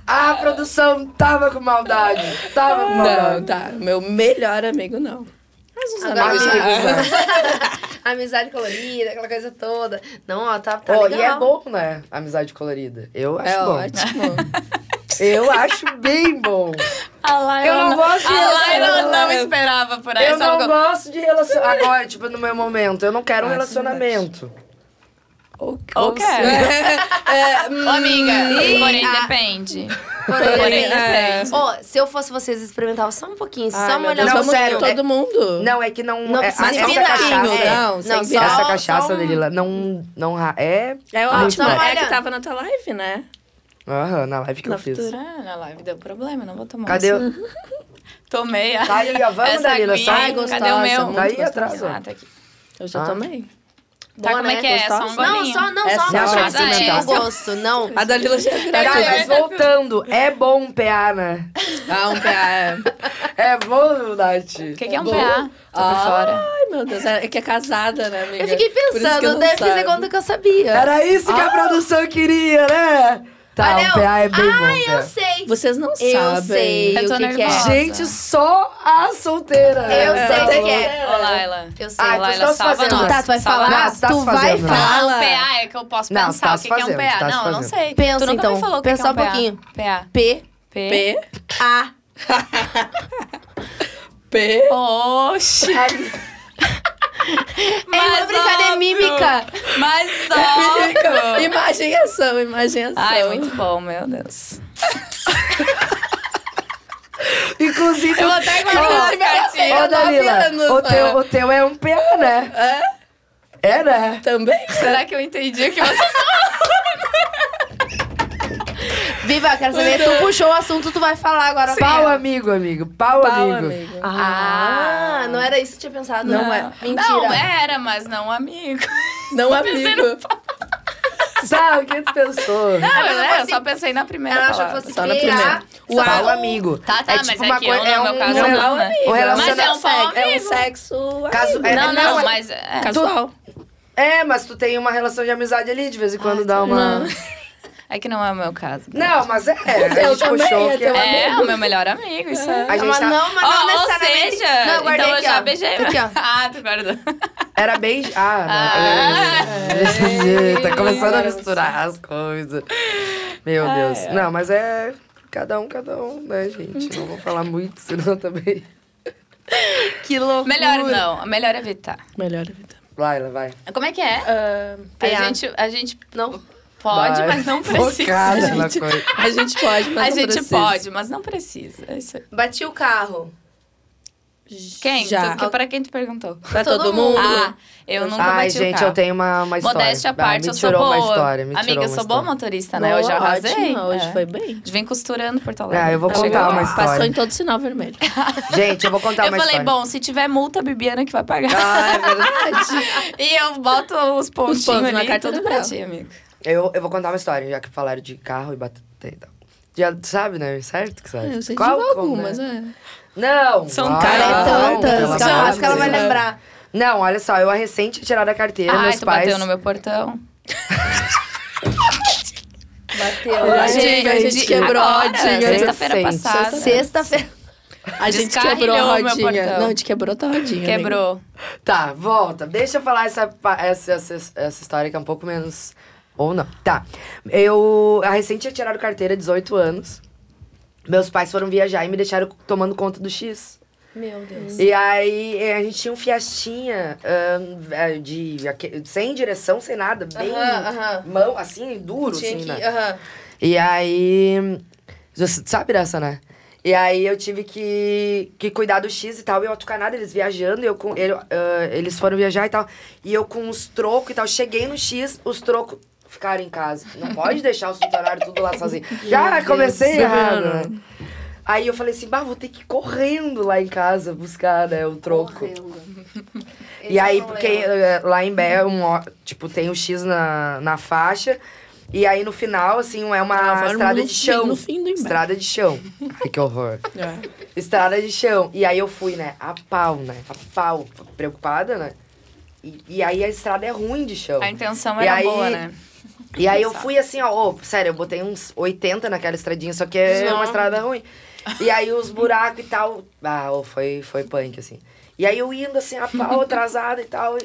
Speaker 2: Ah, a produção tava com maldade, tava com maldade.
Speaker 4: Não, tá. Meu melhor amigo, não. Mas uns
Speaker 1: Agora
Speaker 4: amigos.
Speaker 2: Amigos, né?
Speaker 1: Amizade colorida, aquela coisa toda. Não, ó, tá, tá
Speaker 2: Ó,
Speaker 1: legal.
Speaker 2: e é bom, né? Amizade colorida. Eu acho
Speaker 4: É
Speaker 2: bom.
Speaker 4: ótimo.
Speaker 2: Eu acho bem bom.
Speaker 3: A Laila,
Speaker 2: Eu não gosto
Speaker 3: A
Speaker 2: disso,
Speaker 3: Laila não
Speaker 4: Laila.
Speaker 3: esperava por
Speaker 2: Eu
Speaker 3: essa.
Speaker 2: não gosto de relacionamento. Agora, tipo, no meu momento. Eu não quero um
Speaker 4: Ah, isso é
Speaker 2: relacionamento.
Speaker 4: Ou,
Speaker 3: Ou
Speaker 4: ou
Speaker 3: quer.
Speaker 4: se- É,
Speaker 3: Ô, amiga,
Speaker 1: Ih,
Speaker 3: porém
Speaker 1: ah.
Speaker 3: depende.
Speaker 1: Porém,
Speaker 3: Porém
Speaker 4: é.
Speaker 3: depende.
Speaker 1: Ó, se eu fosse vocês, experimentava só um pouquinho,
Speaker 4: Ai,
Speaker 1: só uma
Speaker 4: meu
Speaker 1: olhada.
Speaker 4: Deus,
Speaker 2: Não,
Speaker 1: um
Speaker 4: vamos
Speaker 2: sério,
Speaker 1: pouquinho.
Speaker 4: todo mundo.
Speaker 2: Não, é que não.
Speaker 1: Não
Speaker 2: é,
Speaker 1: precisa
Speaker 2: essa
Speaker 1: empinar.
Speaker 2: cachaça, é,
Speaker 4: Não, sem
Speaker 1: né? não,
Speaker 4: virar.
Speaker 2: essa
Speaker 1: só-
Speaker 2: cachaça é
Speaker 1: só um-
Speaker 2: da Lila não. Não. ra- É.
Speaker 4: É
Speaker 1: Ah,
Speaker 4: ótimo.
Speaker 1: tá.
Speaker 4: é a que tava na tua live, né?
Speaker 2: Aham, na live que
Speaker 4: Na
Speaker 2: eu fiz.
Speaker 4: futura.
Speaker 3: Ah, na live deu problema, não vou tomar.
Speaker 2: Cadê?
Speaker 3: isso. Tomei a.
Speaker 2: Tá aí, ó, vamos,
Speaker 3: essa
Speaker 2: Dalila,
Speaker 3: aguinha.
Speaker 2: só- Ai,
Speaker 3: Cadê
Speaker 4: gostosa,
Speaker 3: o meu?
Speaker 4: muito
Speaker 2: Tá aí
Speaker 4: gostosa.
Speaker 2: atrás, ó.
Speaker 3: Ah, tá aqui.
Speaker 4: Eu já
Speaker 2: Ah.
Speaker 4: tomei.
Speaker 3: Tá,
Speaker 1: Boa,
Speaker 3: como é
Speaker 1: né?
Speaker 3: que é? Só
Speaker 4: Gostosa?
Speaker 3: um
Speaker 1: Não,
Speaker 3: golinho?
Speaker 1: só, não,
Speaker 4: É
Speaker 1: só
Speaker 4: só
Speaker 1: uma
Speaker 4: pra
Speaker 1: olhada. Sentir
Speaker 3: experimentar.
Speaker 1: o gosto, não.
Speaker 4: A Dalila já virou.
Speaker 2: Tá, mas
Speaker 3: Cadê?
Speaker 2: voltando, é bom um PA, né?
Speaker 4: Ah, um PA.
Speaker 2: É bom, Nath.
Speaker 3: O que, que é um
Speaker 4: Boa.
Speaker 3: PA? Tô por
Speaker 2: Ah,
Speaker 3: fora.
Speaker 4: Ai, meu Deus. É que é casada, né, amiga?
Speaker 1: Eu fiquei
Speaker 4: Por isso que eu
Speaker 1: pensando,
Speaker 4: não
Speaker 1: deve fazer
Speaker 4: sabe.
Speaker 1: conta que eu sabia.
Speaker 2: Era isso que
Speaker 1: Ah!
Speaker 2: a produção queria, né? Tá,
Speaker 1: Olha,
Speaker 2: um PA é bem bom.
Speaker 1: Ai,
Speaker 2: PA.
Speaker 1: Ah, eu sei.
Speaker 4: Vocês não
Speaker 1: Eu
Speaker 4: sabem.
Speaker 1: sei
Speaker 3: Eu
Speaker 1: o
Speaker 3: tô
Speaker 1: que, que
Speaker 3: nervosa.
Speaker 1: é.
Speaker 2: Gente, só a solteira. né?
Speaker 1: Eu sei o que que é.
Speaker 3: Ô, Laila.
Speaker 1: Eu sei.
Speaker 2: Ah,
Speaker 3: Ô,
Speaker 2: então
Speaker 3: Laila,
Speaker 2: estamos
Speaker 3: salva
Speaker 2: fazendo.
Speaker 3: nós.
Speaker 1: Tá, tu vai
Speaker 3: Salva
Speaker 1: falar?
Speaker 3: nós.
Speaker 2: tá
Speaker 1: tu
Speaker 2: se
Speaker 1: vai
Speaker 2: fazendo, né?
Speaker 1: falar.
Speaker 3: Ah,
Speaker 4: Fala.
Speaker 3: um PA é que eu posso
Speaker 2: Não,
Speaker 3: pensar
Speaker 2: tá
Speaker 3: o
Speaker 2: se
Speaker 3: que, que é um
Speaker 2: fazendo, tá
Speaker 3: PA.
Speaker 2: se
Speaker 3: não, eu não
Speaker 2: fazendo.
Speaker 3: sei.
Speaker 1: Pensa,
Speaker 3: tu nunca
Speaker 1: então.
Speaker 3: me falou o
Speaker 1: Pensar um
Speaker 3: que que é um
Speaker 1: pouquinho.
Speaker 3: PA.
Speaker 1: P,
Speaker 3: P.
Speaker 4: É P.
Speaker 1: A.
Speaker 4: P.
Speaker 3: Oxi.
Speaker 1: É uma brincadeira mímica.
Speaker 3: Mas só.
Speaker 4: Imagem e ação, imagem e ação.
Speaker 3: Ai, é muito bom, meu Deus.
Speaker 2: Inclusive,
Speaker 3: Eu vou até
Speaker 2: Ó, Ô,
Speaker 3: guardar as
Speaker 4: eu tenho
Speaker 3: cartinhas.
Speaker 2: Dalila,
Speaker 4: nove anos,
Speaker 2: o, teu,
Speaker 4: né?
Speaker 2: o teu é um PA, né?
Speaker 4: É?
Speaker 2: É, né?
Speaker 4: Também?
Speaker 3: Será que eu entendi o que você
Speaker 1: Viva, quero saber. Tu puxou o assunto, tu vai falar agora.
Speaker 2: Pau
Speaker 1: Vai.
Speaker 2: amigo, amigo. Pau,
Speaker 4: Pau,
Speaker 2: amigo.
Speaker 4: amigo.
Speaker 1: Ah, não era isso que eu tinha pensado. Não, é. Mentira.
Speaker 3: Não, era, mas não amigo.
Speaker 4: Não é
Speaker 3: Tá
Speaker 4: amigo.
Speaker 2: Sabe o que tu pensou?
Speaker 3: Não,
Speaker 1: mas
Speaker 3: eu,
Speaker 1: eu
Speaker 3: é, eu
Speaker 1: fosse-
Speaker 3: só pensei na primeira
Speaker 1: Ela achou que
Speaker 3: palavra.
Speaker 1: fosse
Speaker 4: Só na
Speaker 1: PA.
Speaker 4: primeira.
Speaker 2: O pau amigo.
Speaker 3: Tá, tá,
Speaker 2: é
Speaker 3: mas
Speaker 2: tipo
Speaker 3: é
Speaker 2: uma
Speaker 3: que
Speaker 2: coisa.
Speaker 3: eu,
Speaker 2: É
Speaker 3: no
Speaker 2: um,
Speaker 3: meu caso,
Speaker 2: é um-
Speaker 3: não, né?
Speaker 2: O
Speaker 3: Mas é um
Speaker 2: relacionamento.
Speaker 3: pau
Speaker 4: É um
Speaker 3: amigo.
Speaker 4: sexo.
Speaker 2: Caso-
Speaker 4: amigo.
Speaker 2: é,
Speaker 3: Não, não,
Speaker 2: não, é-
Speaker 3: mas... é.
Speaker 4: Casual.
Speaker 2: É, mas tu tem uma relação de amizade ali, de vez em
Speaker 3: Ah,
Speaker 2: quando dá uma. Não,
Speaker 3: É que não é o meu caso.
Speaker 2: mas é. A
Speaker 4: teu
Speaker 2: gente
Speaker 4: também,
Speaker 2: puxou
Speaker 4: é
Speaker 2: que
Speaker 4: teu
Speaker 3: É, o meu melhor amigo, isso aí.
Speaker 2: A gente
Speaker 1: mas
Speaker 2: tá-
Speaker 1: não, mas não
Speaker 3: Ó, ou
Speaker 1: necessariamente.
Speaker 3: seja,
Speaker 1: não, eu guardei
Speaker 3: então eu
Speaker 1: aqui,
Speaker 3: já
Speaker 1: ó. Tá
Speaker 3: beijei.
Speaker 1: Aqui, ó.
Speaker 3: Ah, tu guardou.
Speaker 2: Era bem. Ah,
Speaker 3: É.
Speaker 2: não. tá começando a misturar as coisas. Meu Deus. Não, mas é. Cada um, cada um, né, gente? Não vou falar muito, senão também.
Speaker 1: Que loucura.
Speaker 3: Melhor não, melhor é evitar.
Speaker 4: Melhor vida.
Speaker 2: Laila, vai.
Speaker 3: Como é que é?
Speaker 1: PA.
Speaker 3: A gente, a gente
Speaker 1: Não.
Speaker 3: pode,
Speaker 2: Vai.
Speaker 3: mas não precisa.
Speaker 2: Focada na coisa.
Speaker 4: A gente pode, mas
Speaker 3: A
Speaker 4: não
Speaker 3: gente
Speaker 4: precisa.
Speaker 3: pode, mas não precisa. É isso aí.
Speaker 1: Bati o carro.
Speaker 3: Quem?
Speaker 4: Já.
Speaker 3: Tu, que, pra quem tu perguntou?
Speaker 4: Pra todo,
Speaker 1: Todo
Speaker 4: mundo.
Speaker 1: mundo.
Speaker 3: Ah, eu nunca
Speaker 2: Ai,
Speaker 3: bati o
Speaker 2: gente,
Speaker 3: carro.
Speaker 2: eu tenho uma, uma história.
Speaker 3: Modéstia à
Speaker 2: Ah,
Speaker 3: parte,
Speaker 2: me
Speaker 3: eu sou
Speaker 2: tirou
Speaker 3: boa.
Speaker 2: uma história. Me
Speaker 3: Amiga,
Speaker 2: tirou
Speaker 3: eu
Speaker 2: uma
Speaker 3: sou boa
Speaker 2: história.
Speaker 3: motorista, né? Eu já
Speaker 4: Boa,
Speaker 3: arrasei.
Speaker 4: ótima, Hoje
Speaker 3: É.
Speaker 4: foi bem.
Speaker 3: Vim costurando Porto Alegre.
Speaker 2: Ah, eu vou
Speaker 3: pra
Speaker 2: contar
Speaker 3: chegar
Speaker 2: uma
Speaker 3: lá.
Speaker 2: história.
Speaker 4: Passou em todo sinal vermelho.
Speaker 2: Gente, eu vou contar
Speaker 3: Eu
Speaker 2: uma
Speaker 3: falei,
Speaker 2: história.
Speaker 3: bom, se tiver multa, a Bibiana que vai pagar.
Speaker 4: Ah, é verdade.
Speaker 3: E eu boto os pontinhos
Speaker 4: pontos na
Speaker 3: ali,
Speaker 4: carta
Speaker 3: tudo
Speaker 4: da
Speaker 3: pra
Speaker 4: Bela.
Speaker 3: ti, amigo.
Speaker 2: Eu, eu vou contar uma história, já que falaram de carro e batata e tal. Já sabe, né? Certo que sabe.
Speaker 4: Ah, Eu sei
Speaker 2: Qual-
Speaker 4: de
Speaker 2: como,
Speaker 4: algumas,
Speaker 2: né?
Speaker 4: é.
Speaker 2: Não!
Speaker 3: São
Speaker 2: Ah,
Speaker 1: Cara, é
Speaker 3: Ah,
Speaker 2: não, pelo
Speaker 1: tantas.
Speaker 2: amor
Speaker 1: Calma,
Speaker 2: de
Speaker 1: acho que ela vai
Speaker 2: Deus.
Speaker 1: lembrar.
Speaker 2: Não, olha só, eu a recente tirar da carteira,
Speaker 3: Ai,
Speaker 2: meus
Speaker 3: tu
Speaker 2: pais.
Speaker 3: bateu no meu portão.
Speaker 1: Bateu.
Speaker 4: A gente- a gente quebrou a
Speaker 3: agora,
Speaker 4: rodinha.
Speaker 3: Sexta-feira
Speaker 2: Recente.
Speaker 3: passada.
Speaker 1: Sexta-feira.
Speaker 4: A gente
Speaker 3: Descarrilhou
Speaker 4: quebrou a
Speaker 3: meu
Speaker 4: rodinha.
Speaker 3: portão.
Speaker 4: Não, a gente quebrou tua rodinha. amiga.
Speaker 3: Quebrou.
Speaker 2: Tá, volta. Deixa eu falar essa, pa- essa, essa, essa história que é um pouco menos. Ou não. Tá. Eu. A recente tinha tirado carteira, 18 anos. Meus pais foram viajar e me deixaram tomando conta do X.
Speaker 1: Meu Deus.
Speaker 2: E aí eh, a gente tinha um fiastinha ahn, eh, de, aque- sem direção, sem nada, bem
Speaker 1: Aham, aham.
Speaker 2: mão, assim, duro,
Speaker 1: Tinha
Speaker 2: assim,
Speaker 1: que.
Speaker 2: né?
Speaker 1: Aham.
Speaker 2: E aí. Você sabe dessa, né? E aí eu tive que, que cuidar do X e tal. E eu nada eles viajando, e eu com. ele- ah, eles foram viajar e tal. E eu com os trocos e tal. Cheguei no X, os trocos ficaram em casa. Não pode deixar os funcionários tudo lá sozinho. Já comecei
Speaker 4: Deus.
Speaker 2: errado, né? Aí eu falei assim, bah, vou ter que ir correndo lá em casa buscar, né, o troco.
Speaker 1: Correndo.
Speaker 2: E aí,
Speaker 1: não
Speaker 2: porque
Speaker 1: lembro.
Speaker 2: eh, lá em Bé, é um, ó- tipo, tem o X na, na faixa. E aí, no final, assim, é uma
Speaker 4: Ah, agora
Speaker 2: estrada
Speaker 4: mudou
Speaker 2: de
Speaker 4: o fim-
Speaker 2: chão.
Speaker 4: no fim do Imbé.
Speaker 2: Estrada de chão. Ai, que horror.
Speaker 4: É.
Speaker 2: Estrada de chão. E aí eu fui, né? A pau, né? A pau. Preocupada, né? E, e aí a estrada é ruim de chão.
Speaker 3: A intenção
Speaker 2: E
Speaker 3: era
Speaker 2: aí-
Speaker 3: boa, né?
Speaker 2: E aí eu fui assim, ó, ô, sério, eu botei uns 80 naquela estradinha, só que é
Speaker 1: Não.
Speaker 2: uma estrada ruim. E aí os buracos e tal. Ah, ô, foi, foi punk, assim. E aí eu indo assim, a pau atrasada e tal. E,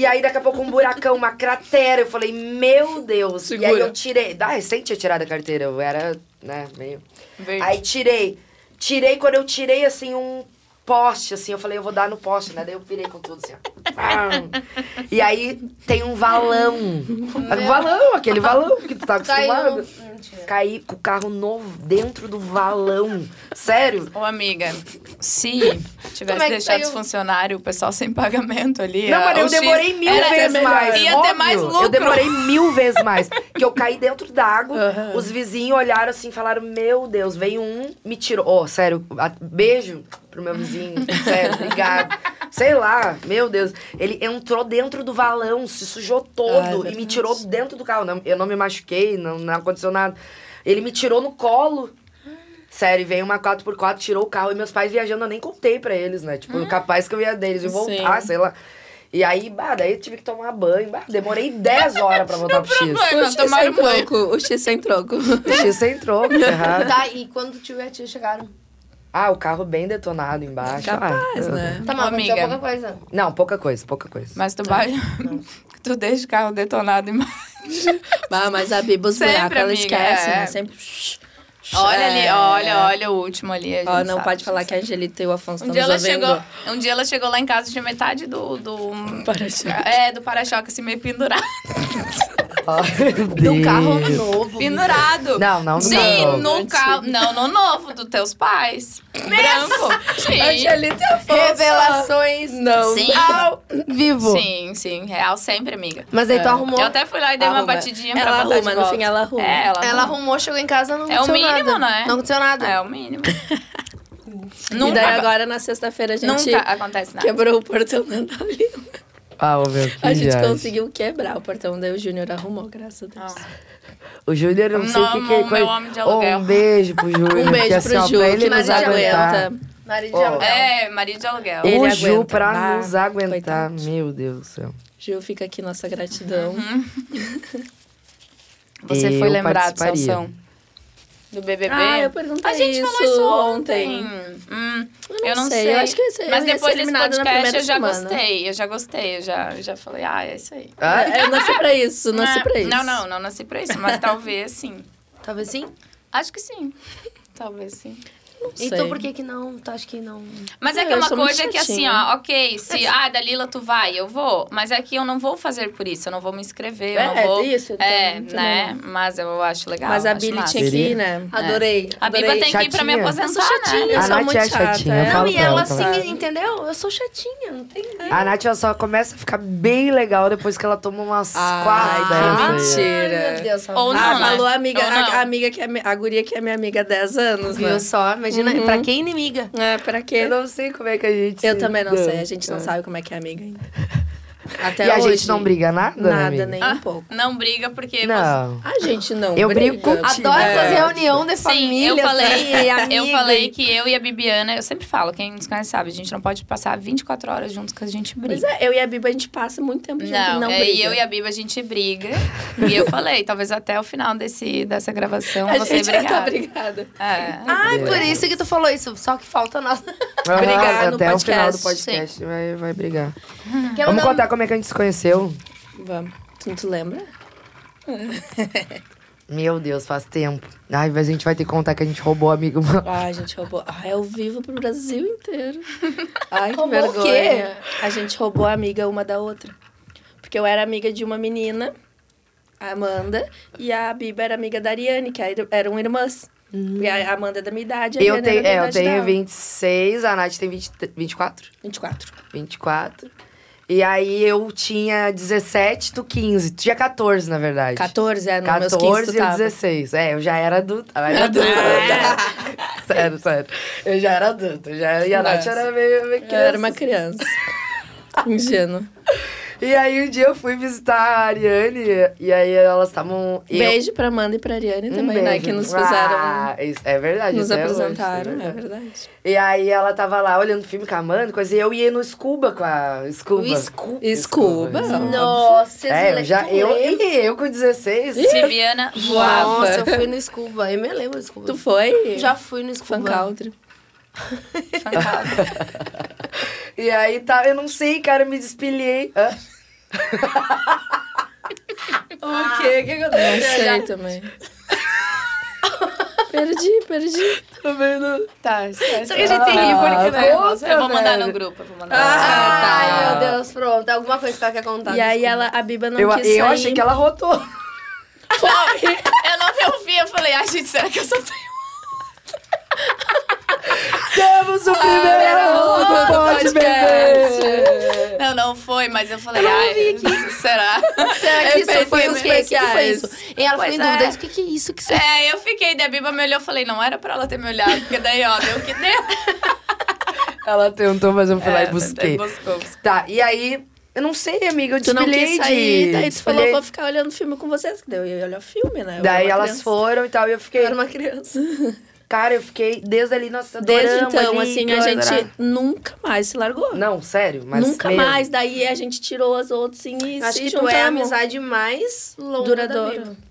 Speaker 2: e aí daqui a pouco um buracão, uma cratera. Eu falei, meu Deus. E aí
Speaker 4: Segura.
Speaker 2: eu tirei. Ah, recente tinha tirado a carteira, eu era, né, meio.
Speaker 3: Verde.
Speaker 2: Aí tirei. Tirei, quando eu tirei, assim, um poste, assim, eu falei, eu vou dar no poste, né? Daí eu pirei com tudo, assim, ó. Pam. E aí tem um valão. Um valão, aquele valão que tu tá
Speaker 1: Caiu.
Speaker 2: acostumado.
Speaker 1: Mentira.
Speaker 2: Caí com o carro novo dentro do valão. Sério?
Speaker 3: Ô, amiga, se
Speaker 1: Como
Speaker 3: tivesse
Speaker 1: é que
Speaker 3: deixado
Speaker 1: saiu?
Speaker 3: os funcionários, o pessoal sem pagamento ali.
Speaker 2: Não,
Speaker 3: a-
Speaker 2: mas eu
Speaker 3: o X-
Speaker 2: demorei mil
Speaker 3: era-
Speaker 2: vezes mais.
Speaker 3: Ia ter
Speaker 2: óbvio.
Speaker 3: mais lucro.
Speaker 2: Eu demorei mil vezes mais. Porque eu caí dentro da água,
Speaker 4: Aham.
Speaker 2: os vizinhos olharam assim, falaram, meu Deus, veio um, me tirou. Ó, sério, a- beijo pro meu vizinho, sério, obrigado. Sei lá, meu Deus. Ele entrou dentro do valão, se sujou
Speaker 4: Ai,
Speaker 2: todo
Speaker 4: meu
Speaker 2: e me tirou dentro do carro. Não- eu não me machuquei, não, não aconteceu nada. Ele me tirou no colo. Sério, e veio uma 4x4, tirou o carro. E meus pais viajando, eu nem contei pra eles, né?
Speaker 3: Hum.
Speaker 2: Tipo, capaz que eu ia deles e voltar,
Speaker 4: Sim.
Speaker 2: sei lá. E aí, bah, daí eu tive que tomar banho. Bah, demorei 10 horas pra voltar pro X.
Speaker 3: problema.
Speaker 4: O
Speaker 3: É, Não, um
Speaker 4: X
Speaker 3: tomaram
Speaker 4: sem troco. O X sem troco.
Speaker 2: O X você entrou, que errado.
Speaker 1: Tá, e quando tiver tia chegaram?
Speaker 2: Ah, o carro bem detonado embaixo.
Speaker 4: Capaz,
Speaker 2: ah,
Speaker 4: né?
Speaker 1: Tá, mas
Speaker 3: Amiga.
Speaker 1: aconteceu pouca coisa.
Speaker 2: Não, pouca coisa, pouca coisa.
Speaker 3: Mas tu, vai... tu deixa o carro detonado embaixo.
Speaker 4: Ah, mas a Biba, os
Speaker 3: Sempre,
Speaker 4: buracos, ela
Speaker 3: amiga,
Speaker 4: esquece,
Speaker 3: é.
Speaker 4: né? Sempre...
Speaker 3: Olha ali,
Speaker 4: É.
Speaker 3: olha, olha o último ali. a gente
Speaker 4: Ó, não
Speaker 3: sabe,
Speaker 4: pode falar
Speaker 3: gente
Speaker 4: que a Angelita e o Afonso
Speaker 3: sabe. Um
Speaker 4: estão
Speaker 3: dia,
Speaker 4: nos
Speaker 3: ela
Speaker 4: ouvindo.
Speaker 3: chegou, um dia ela chegou lá em casa de metade do. do
Speaker 4: Para
Speaker 3: é, do para-choque, assim, meio pendurado.
Speaker 2: Ai, meu
Speaker 1: Do um carro
Speaker 2: Deus.
Speaker 1: novo.
Speaker 3: Pendurado.
Speaker 2: Não, não, não.
Speaker 3: Sim,
Speaker 2: não.
Speaker 3: no carro. Não, no novo, dos teus pais. Branco. Sim.
Speaker 4: Angelita e Afonso.
Speaker 1: Revelações
Speaker 4: Não.
Speaker 3: Sim.
Speaker 1: ao vivo. É.
Speaker 3: Sim, sim. Real sempre, amiga.
Speaker 1: Mas aí tu arrumou.
Speaker 3: Eu até fui lá e dei uma
Speaker 4: Arruma.
Speaker 3: batidinha pra
Speaker 4: Ela
Speaker 3: botar de
Speaker 4: arruma, no
Speaker 3: volta.
Speaker 4: fim ela arruma.
Speaker 3: É, ela,
Speaker 1: Ela
Speaker 3: arruma.
Speaker 1: arrumou, chegou em casa, não
Speaker 3: É o
Speaker 1: aconteceu
Speaker 3: mínimo,
Speaker 1: nada.
Speaker 3: né?
Speaker 1: Não aconteceu nada.
Speaker 3: É o mínimo.
Speaker 4: E daí
Speaker 3: nunca,
Speaker 4: agora, na sexta-feira, a gente é
Speaker 3: nunca acontece nada.
Speaker 4: quebrou o portão da Natalina.
Speaker 2: Ah, ô, meu, que
Speaker 4: A gente
Speaker 2: viagem.
Speaker 4: conseguiu quebrar o portão, daí o Júnior arrumou, graças a
Speaker 3: Ah.
Speaker 4: Deus.
Speaker 2: O Júnior, eu não sei o que
Speaker 3: Não,
Speaker 2: que ele...
Speaker 3: meu
Speaker 2: coisa-
Speaker 3: homem de
Speaker 2: Ô,
Speaker 3: aluguel.
Speaker 2: Um beijo pro Júnior.
Speaker 4: Um
Speaker 2: que,
Speaker 4: beijo
Speaker 2: assim, ó,
Speaker 4: pro Ju,
Speaker 2: pra ele
Speaker 4: que
Speaker 2: nos
Speaker 4: Maria
Speaker 2: aguentar.
Speaker 4: aguenta.
Speaker 1: Marido
Speaker 2: Ó.
Speaker 1: de aluguel.
Speaker 3: É, marido de aluguel.
Speaker 4: Ele
Speaker 2: o Ju
Speaker 4: aguenta, Ah,
Speaker 2: pra
Speaker 4: bah,
Speaker 2: nos aguentar.
Speaker 4: coitado.
Speaker 2: Meu Deus do céu.
Speaker 4: Ju, fica aqui nossa gratidão.
Speaker 3: Uhum. Você foi
Speaker 2: eu
Speaker 3: lembrado,
Speaker 2: participaria.
Speaker 3: Salsão. Do BBB?
Speaker 4: Ah, eu perguntei
Speaker 3: A gente
Speaker 4: isso
Speaker 3: falou É isso
Speaker 4: ontem.
Speaker 3: ontem. Hum,
Speaker 4: não sei, eu acho que eu ia ser-
Speaker 3: Mas
Speaker 4: eu ia
Speaker 3: depois
Speaker 4: ser
Speaker 3: desse
Speaker 4: eliminada na
Speaker 3: podcast
Speaker 4: primeira
Speaker 3: eu já
Speaker 4: semana.
Speaker 3: gostei. Eu já gostei. Eu já, eu já falei, ah, é isso aí.
Speaker 2: Ah,
Speaker 4: Eu nasci pra isso, nasci
Speaker 3: Ah,
Speaker 4: pra isso.
Speaker 3: Não, não, não nasci pra isso. Mas talvez sim.
Speaker 1: Talvez sim.
Speaker 3: Acho que sim. Talvez sim.
Speaker 4: Não sei.
Speaker 1: Então por que que não? Tu acha que não...
Speaker 3: Mas é
Speaker 4: Ah,
Speaker 3: que
Speaker 4: eu
Speaker 3: uma
Speaker 4: sou muito
Speaker 3: coisa é que assim,
Speaker 4: chatinha.
Speaker 3: ó, ok, se, ah, Dalila, tu vai, eu vou. Mas é que eu não vou fazer por isso, eu não vou me inscrever, eu
Speaker 4: É,
Speaker 3: não vou.
Speaker 4: isso, eu
Speaker 3: É,
Speaker 4: também.
Speaker 3: né? Mas eu acho legal.
Speaker 4: Mas a
Speaker 3: acho
Speaker 4: Billy
Speaker 3: massa.
Speaker 4: tinha que
Speaker 2: Seria?
Speaker 4: ir, né?
Speaker 1: Adorei.
Speaker 3: A Biba
Speaker 4: Adorei.
Speaker 3: tem que ir pra me
Speaker 2: Chatinha.
Speaker 3: aposentar, né?
Speaker 1: Eu sou chatinha.
Speaker 4: Eu
Speaker 2: A
Speaker 4: sou
Speaker 2: Nath
Speaker 4: muito
Speaker 2: é
Speaker 4: chata,
Speaker 2: chatinha.
Speaker 4: é.
Speaker 2: eu
Speaker 1: Não,
Speaker 2: falo
Speaker 1: e
Speaker 2: pra
Speaker 1: ela
Speaker 2: também.
Speaker 1: assim, entendeu? Eu sou chatinha, não tem...
Speaker 2: A Nath ela só começa a ficar bem legal depois que ela toma umas
Speaker 4: Ai,
Speaker 2: quatro
Speaker 4: que
Speaker 2: dessas aí.
Speaker 4: mentira.
Speaker 1: Ai, meu Deus.
Speaker 3: Ou
Speaker 4: Ah,
Speaker 3: não, né?
Speaker 4: falou a amiga,
Speaker 3: Ou
Speaker 4: a-
Speaker 3: não.
Speaker 4: A, amiga que é, mi- a guria que é minha amiga há 10 anos, né?
Speaker 1: Viu só? Imagina,
Speaker 2: Uhum.
Speaker 1: pra que inimiga?
Speaker 4: É, pra quê?
Speaker 2: Eu não sei como é que a gente.
Speaker 4: Eu
Speaker 2: se
Speaker 4: também não
Speaker 2: dá.
Speaker 4: sei, a gente não sabe como é que é amiga ainda. Até
Speaker 2: E a
Speaker 4: hoje,
Speaker 2: gente não briga nada? né,
Speaker 4: Nada,
Speaker 2: amiga?
Speaker 4: nem
Speaker 3: Ah,
Speaker 4: um pouco.
Speaker 3: Não briga porque você.
Speaker 2: Não.
Speaker 4: A gente não
Speaker 2: Eu
Speaker 4: briga.
Speaker 2: brigo contigo.
Speaker 1: Adoro
Speaker 2: É.
Speaker 1: essas reuniões de
Speaker 3: Sim,
Speaker 1: família.
Speaker 3: eu falei,
Speaker 1: assim, e
Speaker 3: eu
Speaker 1: amiga.
Speaker 3: falei que eu e a Bibiana, eu sempre falo, quem nos conhece sabe, a gente não pode passar 24 horas juntos que a gente
Speaker 4: Pois
Speaker 3: briga.
Speaker 4: é, eu e a Biba, a gente passa muito tempo junto
Speaker 3: Não,
Speaker 4: e não
Speaker 3: é,
Speaker 4: briga.
Speaker 3: e eu e a Biba a gente briga. e eu falei, talvez até o final desse, dessa gravação
Speaker 4: a
Speaker 3: você
Speaker 4: gente já tá
Speaker 3: brigar.
Speaker 4: brigada.
Speaker 3: É.
Speaker 1: Ai, por isso que tu falou isso. Só que falta nós.
Speaker 2: Aham,
Speaker 4: Brigar no
Speaker 2: Até o
Speaker 4: podcast,
Speaker 2: final do podcast vai, vai brigar.
Speaker 1: Quer mandar
Speaker 2: Vamos
Speaker 1: um-
Speaker 2: contar como é que a gente se conheceu?
Speaker 4: Vamos. Tu não te lembra?
Speaker 2: Meu Deus, faz tempo. Ai, mas a gente vai ter que contar que a gente roubou amigo.
Speaker 4: Ah, a gente roubou. Ah, é ao vivo pro Brasil inteiro. Ai, que
Speaker 1: Roubou o
Speaker 4: vergonha.
Speaker 1: quê?
Speaker 4: A gente roubou a amiga uma da outra. Porque eu era amiga de uma menina, a Amanda, e a Biba era amiga da Ariane, que era- eram irmãs. E a Amanda é da minha idade, a
Speaker 2: Eu
Speaker 4: Ariane
Speaker 2: tenho,
Speaker 4: era da
Speaker 2: é, eu
Speaker 4: idade
Speaker 2: tenho
Speaker 4: dela.
Speaker 2: 26, a Nath tem 20, 24?
Speaker 4: 24.
Speaker 2: 24. E aí eu tinha 17, tu 15. Tu tinha 14, na verdade.
Speaker 4: 14, é, no meus 15
Speaker 2: 14
Speaker 4: tu
Speaker 2: e eu
Speaker 4: tava.
Speaker 2: 16. É, eu já era adulta. Eu era adulta. sério, sério. Eu já era adulta. eu Já, e a Nath
Speaker 4: Nossa.
Speaker 2: era meio, meio
Speaker 4: Eu era uma
Speaker 2: criança.
Speaker 4: criança. Ingênuo.
Speaker 2: E aí um dia eu fui visitar a Ariane e aí elas estavam. e eu-
Speaker 4: Beijo pra Amanda e pra Ariane
Speaker 2: Um
Speaker 4: também, né?
Speaker 2: beijo.
Speaker 4: Que nos fizeram.
Speaker 2: Ah, isso- é verdade.
Speaker 4: nos
Speaker 2: até hoje, é
Speaker 4: apresentaram, é
Speaker 2: verdade.
Speaker 4: verdade.
Speaker 2: E aí ela tava lá olhando filme com a Amanda, coisa, e eu ia no Scuba com a Scuba.
Speaker 1: O Scuba.
Speaker 4: Scuba.
Speaker 1: Nossa, vocês
Speaker 2: É,
Speaker 1: le-
Speaker 2: eu já,
Speaker 1: tu
Speaker 2: eu,
Speaker 1: lembra?
Speaker 2: Ih, eu com 16.
Speaker 3: É. Liviana voava.
Speaker 1: Nossa, eu fui no Scuba. Eu me lembro do Scuba.
Speaker 4: Tu foi?
Speaker 1: Já fui no
Speaker 4: Fan
Speaker 1: Scuba.
Speaker 4: Country.
Speaker 3: Fantástico.
Speaker 2: E aí tá, eu não sei, cara, eu me despilhei. Hã?
Speaker 1: É,
Speaker 2: o quê? O que
Speaker 4: Eu
Speaker 2: aconteceu?
Speaker 4: sei também. perdi, perdi.
Speaker 2: Tá vendo?
Speaker 3: Tá, esquece.
Speaker 1: Só que a gente tem que ir, porque, né?
Speaker 2: Nossa,
Speaker 3: Eu vou mandar no
Speaker 2: velho.
Speaker 3: grupo, eu vou mandar
Speaker 1: Ah, Ai,
Speaker 3: no grupo.
Speaker 1: meu Deus, pronto. Alguma coisa que ela quer contar.
Speaker 4: e aí
Speaker 1: desculpa.
Speaker 4: ela, a Biba não
Speaker 2: Eu,
Speaker 4: quis
Speaker 2: eu
Speaker 4: sair.
Speaker 2: achei que ela rotou.
Speaker 3: Eu não ouvi, eu falei, ai, gente, será que eu só tenho...
Speaker 2: Temos o primeiro do
Speaker 4: um
Speaker 2: Pode Beber.
Speaker 3: Não, não foi, mas eu falei, ai, será?
Speaker 1: Será que isso foi o quê? O que que foi
Speaker 4: especiais.
Speaker 1: isso? E ela foi
Speaker 3: Pois
Speaker 1: em dúvida.
Speaker 3: é.
Speaker 1: O que que é isso que você...
Speaker 3: É, eu fiquei, daí a Biba me olhou, eu falei, não era pra ela ter me olhado, porque daí, ó, deu o que deu.
Speaker 2: Ela tentou, mas eu fui lá
Speaker 3: É,
Speaker 2: e busquei.
Speaker 3: Buscou, buscou.
Speaker 2: Tá, e aí, eu não sei, amiga, eu
Speaker 4: Tu não
Speaker 2: desfilei
Speaker 4: quis sair,
Speaker 2: de...
Speaker 4: daí tu falou,
Speaker 2: desfilei-
Speaker 4: vou ficar olhando filme com vocês. Daí eu ia olhar filme, né? Eu
Speaker 2: Daí
Speaker 4: era
Speaker 2: elas
Speaker 4: uma criança.
Speaker 2: foram e tal, e eu fiquei...
Speaker 4: Eu era uma criança.
Speaker 2: Cara, eu fiquei desde ali, nossa,
Speaker 4: Desde
Speaker 2: adoramos
Speaker 4: então,
Speaker 2: ali,
Speaker 4: assim,
Speaker 2: que
Speaker 4: a
Speaker 2: eu
Speaker 4: gente
Speaker 2: adorava.
Speaker 4: nunca mais se largou.
Speaker 2: Não, sério, mas...
Speaker 4: nunca
Speaker 2: mesmo.
Speaker 4: mais. Daí a gente tirou as outras sim, e
Speaker 1: Acho
Speaker 4: se
Speaker 1: que tu
Speaker 4: juntamos.
Speaker 1: é a amizade mais longa
Speaker 4: Duradoura.
Speaker 1: da Bíblia.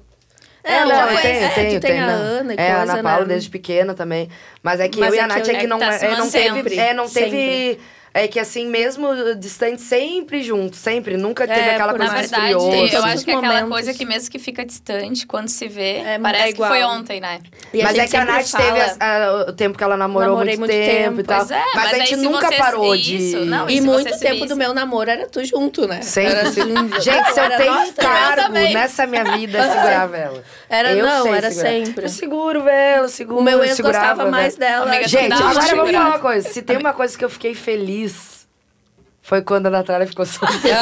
Speaker 4: É,
Speaker 2: É,
Speaker 4: eu
Speaker 2: não,
Speaker 4: já
Speaker 2: eu
Speaker 4: conheci-
Speaker 2: tenho,
Speaker 4: é,
Speaker 2: eu tenho,
Speaker 4: tu tem
Speaker 2: eu
Speaker 4: a
Speaker 2: tenho.
Speaker 4: Ana e
Speaker 2: É, a
Speaker 4: coisa,
Speaker 2: Ana Paula
Speaker 4: né?
Speaker 2: desde pequena também. Mas é que
Speaker 4: Mas
Speaker 2: eu e
Speaker 4: é
Speaker 2: a
Speaker 4: que
Speaker 2: Nath
Speaker 4: eu-
Speaker 2: é
Speaker 4: é
Speaker 2: que
Speaker 4: que
Speaker 2: não,
Speaker 3: tá se
Speaker 2: é, não
Speaker 3: mantendo.
Speaker 2: teve... É, não
Speaker 4: Sempre.
Speaker 2: teve... É que assim, mesmo distante, sempre junto, sempre. Nunca teve
Speaker 4: É,
Speaker 2: aquela
Speaker 4: por-
Speaker 2: coisa
Speaker 3: Na
Speaker 4: Mas
Speaker 2: mais
Speaker 3: verdade,
Speaker 2: friosa.
Speaker 3: eu
Speaker 4: todos
Speaker 3: acho
Speaker 4: os
Speaker 3: que é aquela
Speaker 4: momentos.
Speaker 3: coisa que mesmo que fica distante, quando se vê,
Speaker 4: É,
Speaker 3: parece
Speaker 4: é
Speaker 3: que foi
Speaker 4: igual.
Speaker 3: ontem, né?
Speaker 4: E
Speaker 2: mas é que a
Speaker 4: sempre
Speaker 2: Nath teve
Speaker 4: fala-
Speaker 2: as- a- o tempo que ela namorou
Speaker 4: Namorei
Speaker 2: muito, tempo, e tal.
Speaker 3: Pois é,
Speaker 2: Tá. mas,
Speaker 3: mas
Speaker 2: a
Speaker 3: aí
Speaker 2: gente
Speaker 3: se
Speaker 2: nunca
Speaker 3: vocês-
Speaker 2: parou
Speaker 3: isso,
Speaker 2: de.
Speaker 3: não,
Speaker 4: E
Speaker 3: se
Speaker 4: muito
Speaker 3: você se
Speaker 4: tempo
Speaker 3: visse-
Speaker 4: do meu namoro era tu junto, né?
Speaker 2: Sempre.
Speaker 4: Era assim,
Speaker 2: Gente, se eu
Speaker 4: era
Speaker 2: tenho
Speaker 4: nós três.
Speaker 2: cargo
Speaker 3: também.
Speaker 2: nessa minha vida, é segurar a vela.
Speaker 4: Era
Speaker 2: Eu
Speaker 4: não,
Speaker 2: sei
Speaker 4: era
Speaker 2: segurar.
Speaker 4: sempre.
Speaker 2: Eu seguro, vela, eu seguro.
Speaker 4: O meu ex
Speaker 2: segurava, né?
Speaker 4: gostava
Speaker 2: vela.
Speaker 4: mais dela.
Speaker 3: Amiga, tu
Speaker 2: Gente,
Speaker 3: dá uma
Speaker 2: agora eu vou
Speaker 3: segurada.
Speaker 2: falar uma coisa. Se tem uma coisa que eu fiquei feliz, foi quando a Natália ficou solteira.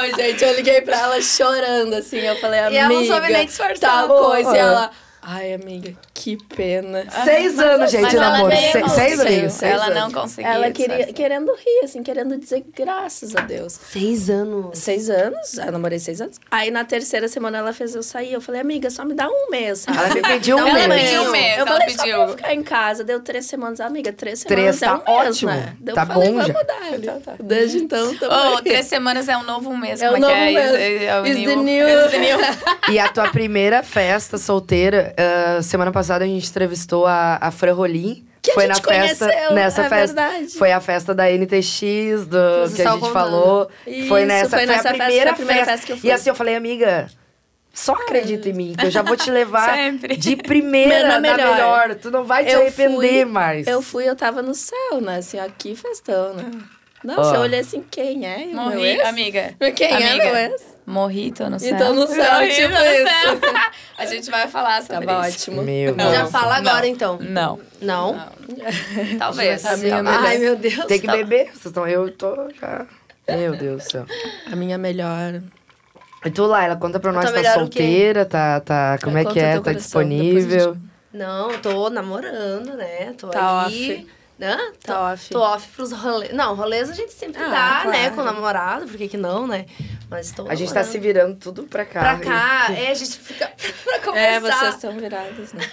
Speaker 4: Oi, gente, eu liguei pra ela chorando, assim. Eu falei,
Speaker 1: E
Speaker 4: amiga,
Speaker 1: ela não soube nem disfarçar.
Speaker 4: tal coisa. E
Speaker 2: Boa.
Speaker 4: ela, ai, amiga, que pena.
Speaker 2: Ah, Seis anos, gente,
Speaker 3: mas
Speaker 2: de
Speaker 3: ela
Speaker 2: namoro.
Speaker 3: nem
Speaker 2: Se- Seis
Speaker 3: conseguiu,
Speaker 2: anos. seis
Speaker 3: Ela não
Speaker 2: anos.
Speaker 3: conseguiu.
Speaker 4: Ela queria,
Speaker 3: disfarçar.
Speaker 4: querendo rir, assim, querendo dizer graças a Deus.
Speaker 1: Seis anos.
Speaker 4: Seis anos, eu namorei seis anos. Aí na terceira semana ela fez eu sair. Eu falei, amiga, só me dá um mês. sabe?
Speaker 2: Ela me pediu um
Speaker 4: Dá
Speaker 2: mês.
Speaker 3: pediu um mês,
Speaker 4: Eu
Speaker 3: ela
Speaker 4: falei, só
Speaker 3: pediu.
Speaker 4: pra eu ficar em casa. Deu três semanas, amiga, três
Speaker 2: Três,
Speaker 4: semanas.
Speaker 2: tá
Speaker 4: é um mês,
Speaker 2: ótimo.
Speaker 4: Né? Daí eu
Speaker 2: Tá
Speaker 4: falei,
Speaker 2: bom
Speaker 4: vamos
Speaker 2: já.
Speaker 4: dar. Desde então, tamo
Speaker 3: Oh,
Speaker 4: aí.
Speaker 3: três semanas é um novo mês,
Speaker 4: É
Speaker 3: como
Speaker 4: o novo
Speaker 3: é que é?
Speaker 4: mês.
Speaker 3: É o
Speaker 4: Is the
Speaker 3: new-
Speaker 4: new.
Speaker 3: Is the new.
Speaker 2: E a tua primeira festa solteira, ah, semana passada a gente entrevistou a, a Fran Rolim.
Speaker 4: Que a
Speaker 2: foi
Speaker 4: gente
Speaker 2: na festa,
Speaker 4: conheceu,
Speaker 2: nessa
Speaker 4: é
Speaker 2: festa.
Speaker 4: verdade.
Speaker 2: Foi a festa da NTX,
Speaker 1: Vocês
Speaker 2: do, que a
Speaker 1: estavam
Speaker 2: gente
Speaker 1: contando.
Speaker 2: falou. foi
Speaker 4: Isso,
Speaker 2: nessa,
Speaker 4: foi nessa
Speaker 2: a
Speaker 4: festa, foi a
Speaker 2: primeira,
Speaker 4: primeira festa que eu fui.
Speaker 2: E assim, eu falei, amiga, só acredita em mim, que eu já vou te levar
Speaker 3: Sempre.
Speaker 2: de primeira
Speaker 4: Na
Speaker 2: na
Speaker 4: é melhor.
Speaker 2: melhor. Tu não vai te arrepender mais.
Speaker 4: Eu fui, eu tava no céu, né? Assim, ó, que festão, né?
Speaker 2: Ó.
Speaker 3: Ah.
Speaker 4: Nossa, eu olhei assim, quem é? o meu
Speaker 3: Morri,
Speaker 4: ex?
Speaker 3: amiga.
Speaker 4: Quem
Speaker 3: amiga.
Speaker 4: é meu ex?
Speaker 3: Morri, tô no céu.
Speaker 4: Então no céu,
Speaker 3: Morri,
Speaker 4: tipo
Speaker 3: tô no
Speaker 4: isso. Tá
Speaker 3: céu. A gente vai falar sobre
Speaker 4: Tava
Speaker 3: isso.
Speaker 4: ótimo.
Speaker 2: Meu
Speaker 3: Não.
Speaker 1: Já
Speaker 2: Deus.
Speaker 1: fala
Speaker 3: Não.
Speaker 1: agora, então.
Speaker 3: Não.
Speaker 1: Não?
Speaker 3: Talvez.
Speaker 4: A minha
Speaker 3: Talvez.
Speaker 4: melhor.
Speaker 1: Ai, meu Deus. Tá.
Speaker 2: Tem que
Speaker 4: tá?
Speaker 2: beber. Vocês estão, eu tô já. Meu Deus do céu.
Speaker 4: A minha melhor.
Speaker 2: E tu, Laila, conta pra nós,
Speaker 1: tô
Speaker 2: tá
Speaker 1: melhor o quê?
Speaker 2: solteira, tá, tá, como é
Speaker 4: Conta
Speaker 2: que é,
Speaker 4: teu
Speaker 2: tá
Speaker 4: coração,
Speaker 2: disponível.
Speaker 1: Não, tô namorando, né? Tô
Speaker 4: Tá
Speaker 1: aí.
Speaker 4: off.
Speaker 1: Né?
Speaker 4: Tá
Speaker 1: Tô-
Speaker 4: off.
Speaker 1: Tô off pros rolês. Não, rolês a gente sempre
Speaker 4: Ah,
Speaker 1: dá, né?
Speaker 4: claro.
Speaker 1: Com o namorado, por que que não, né? Mas tô
Speaker 2: A gente tá
Speaker 1: namorando.
Speaker 2: se Ah, virando tudo pra cá.
Speaker 1: Pra cá, é, a gente fica pra conversar.
Speaker 4: É, vocês estão viradas, né?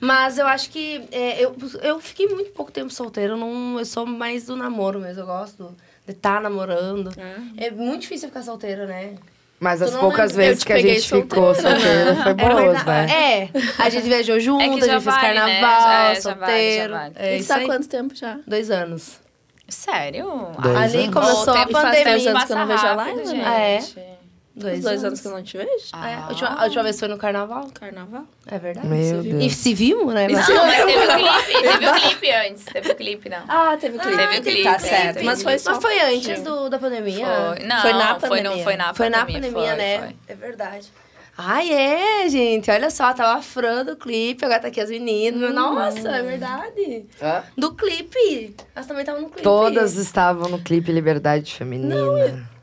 Speaker 1: Mas eu acho que é, eu, eu fiquei muito pouco tempo solteira. Eu, não, eu sou mais do namoro mesmo. Eu gosto de estar namorando.
Speaker 3: Uhum.
Speaker 1: É muito difícil ficar solteira, né?
Speaker 2: Mas
Speaker 1: Tu
Speaker 2: as
Speaker 1: não
Speaker 2: poucas
Speaker 1: lembra-
Speaker 2: vezes
Speaker 4: eu te
Speaker 2: que a
Speaker 4: peguei
Speaker 2: gente ficou solteira foi
Speaker 1: É
Speaker 2: boas,
Speaker 1: verdade.
Speaker 2: né?
Speaker 1: É, a gente viajou junto,
Speaker 3: É que
Speaker 1: a
Speaker 3: já
Speaker 1: gente fez
Speaker 3: vale, né?
Speaker 1: carnaval,
Speaker 3: Já- já
Speaker 1: solteiro.
Speaker 3: vale, já vale.
Speaker 1: É
Speaker 4: Isso
Speaker 1: isso
Speaker 4: há
Speaker 1: aí.
Speaker 4: tá quanto tempo já?
Speaker 1: Dois anos.
Speaker 3: Sério?
Speaker 2: Dois
Speaker 1: Ali
Speaker 2: anos.
Speaker 1: começou
Speaker 3: O
Speaker 1: a
Speaker 3: tempo faz
Speaker 1: pandemia.
Speaker 3: dez anos
Speaker 4: que eu não
Speaker 3: passa
Speaker 4: vejo a
Speaker 3: rápido,
Speaker 4: Laila,
Speaker 1: né?
Speaker 3: gente.
Speaker 1: Dois,
Speaker 4: Os dois anos que eu não te vejo?
Speaker 1: É, a, última, a última vez foi no carnaval.
Speaker 4: Carnaval?
Speaker 1: É verdade.
Speaker 2: Meu
Speaker 1: E
Speaker 2: Deus.
Speaker 1: se vimos, né? Mas-
Speaker 3: Não, mas teve o clipe. Teve o clipe antes. Teve o clipe, não.
Speaker 4: Ah, teve clipe.
Speaker 3: teve clipe, é,
Speaker 4: Tá
Speaker 3: teve
Speaker 4: certo.
Speaker 3: clipe.
Speaker 4: Mas foi só.
Speaker 1: Mas foi
Speaker 4: um
Speaker 1: antes
Speaker 4: pouquinho.
Speaker 1: do, da pandemia.
Speaker 3: Foi. Não,
Speaker 4: Foi na
Speaker 3: foi, não,
Speaker 4: pandemia.
Speaker 3: foi na
Speaker 1: Foi na
Speaker 3: pandemia,
Speaker 1: pandemia,
Speaker 3: foi,
Speaker 1: né?
Speaker 3: foi.
Speaker 1: É verdade. Ai, é, gente. Olha só, tava a Fran do clipe, agora tá aqui as meninas. Nossa, é verdade.
Speaker 2: Hã?
Speaker 1: Do clipe. Elas também estavam no clipe.
Speaker 2: Todas estavam no clipe Liberdade Feminina.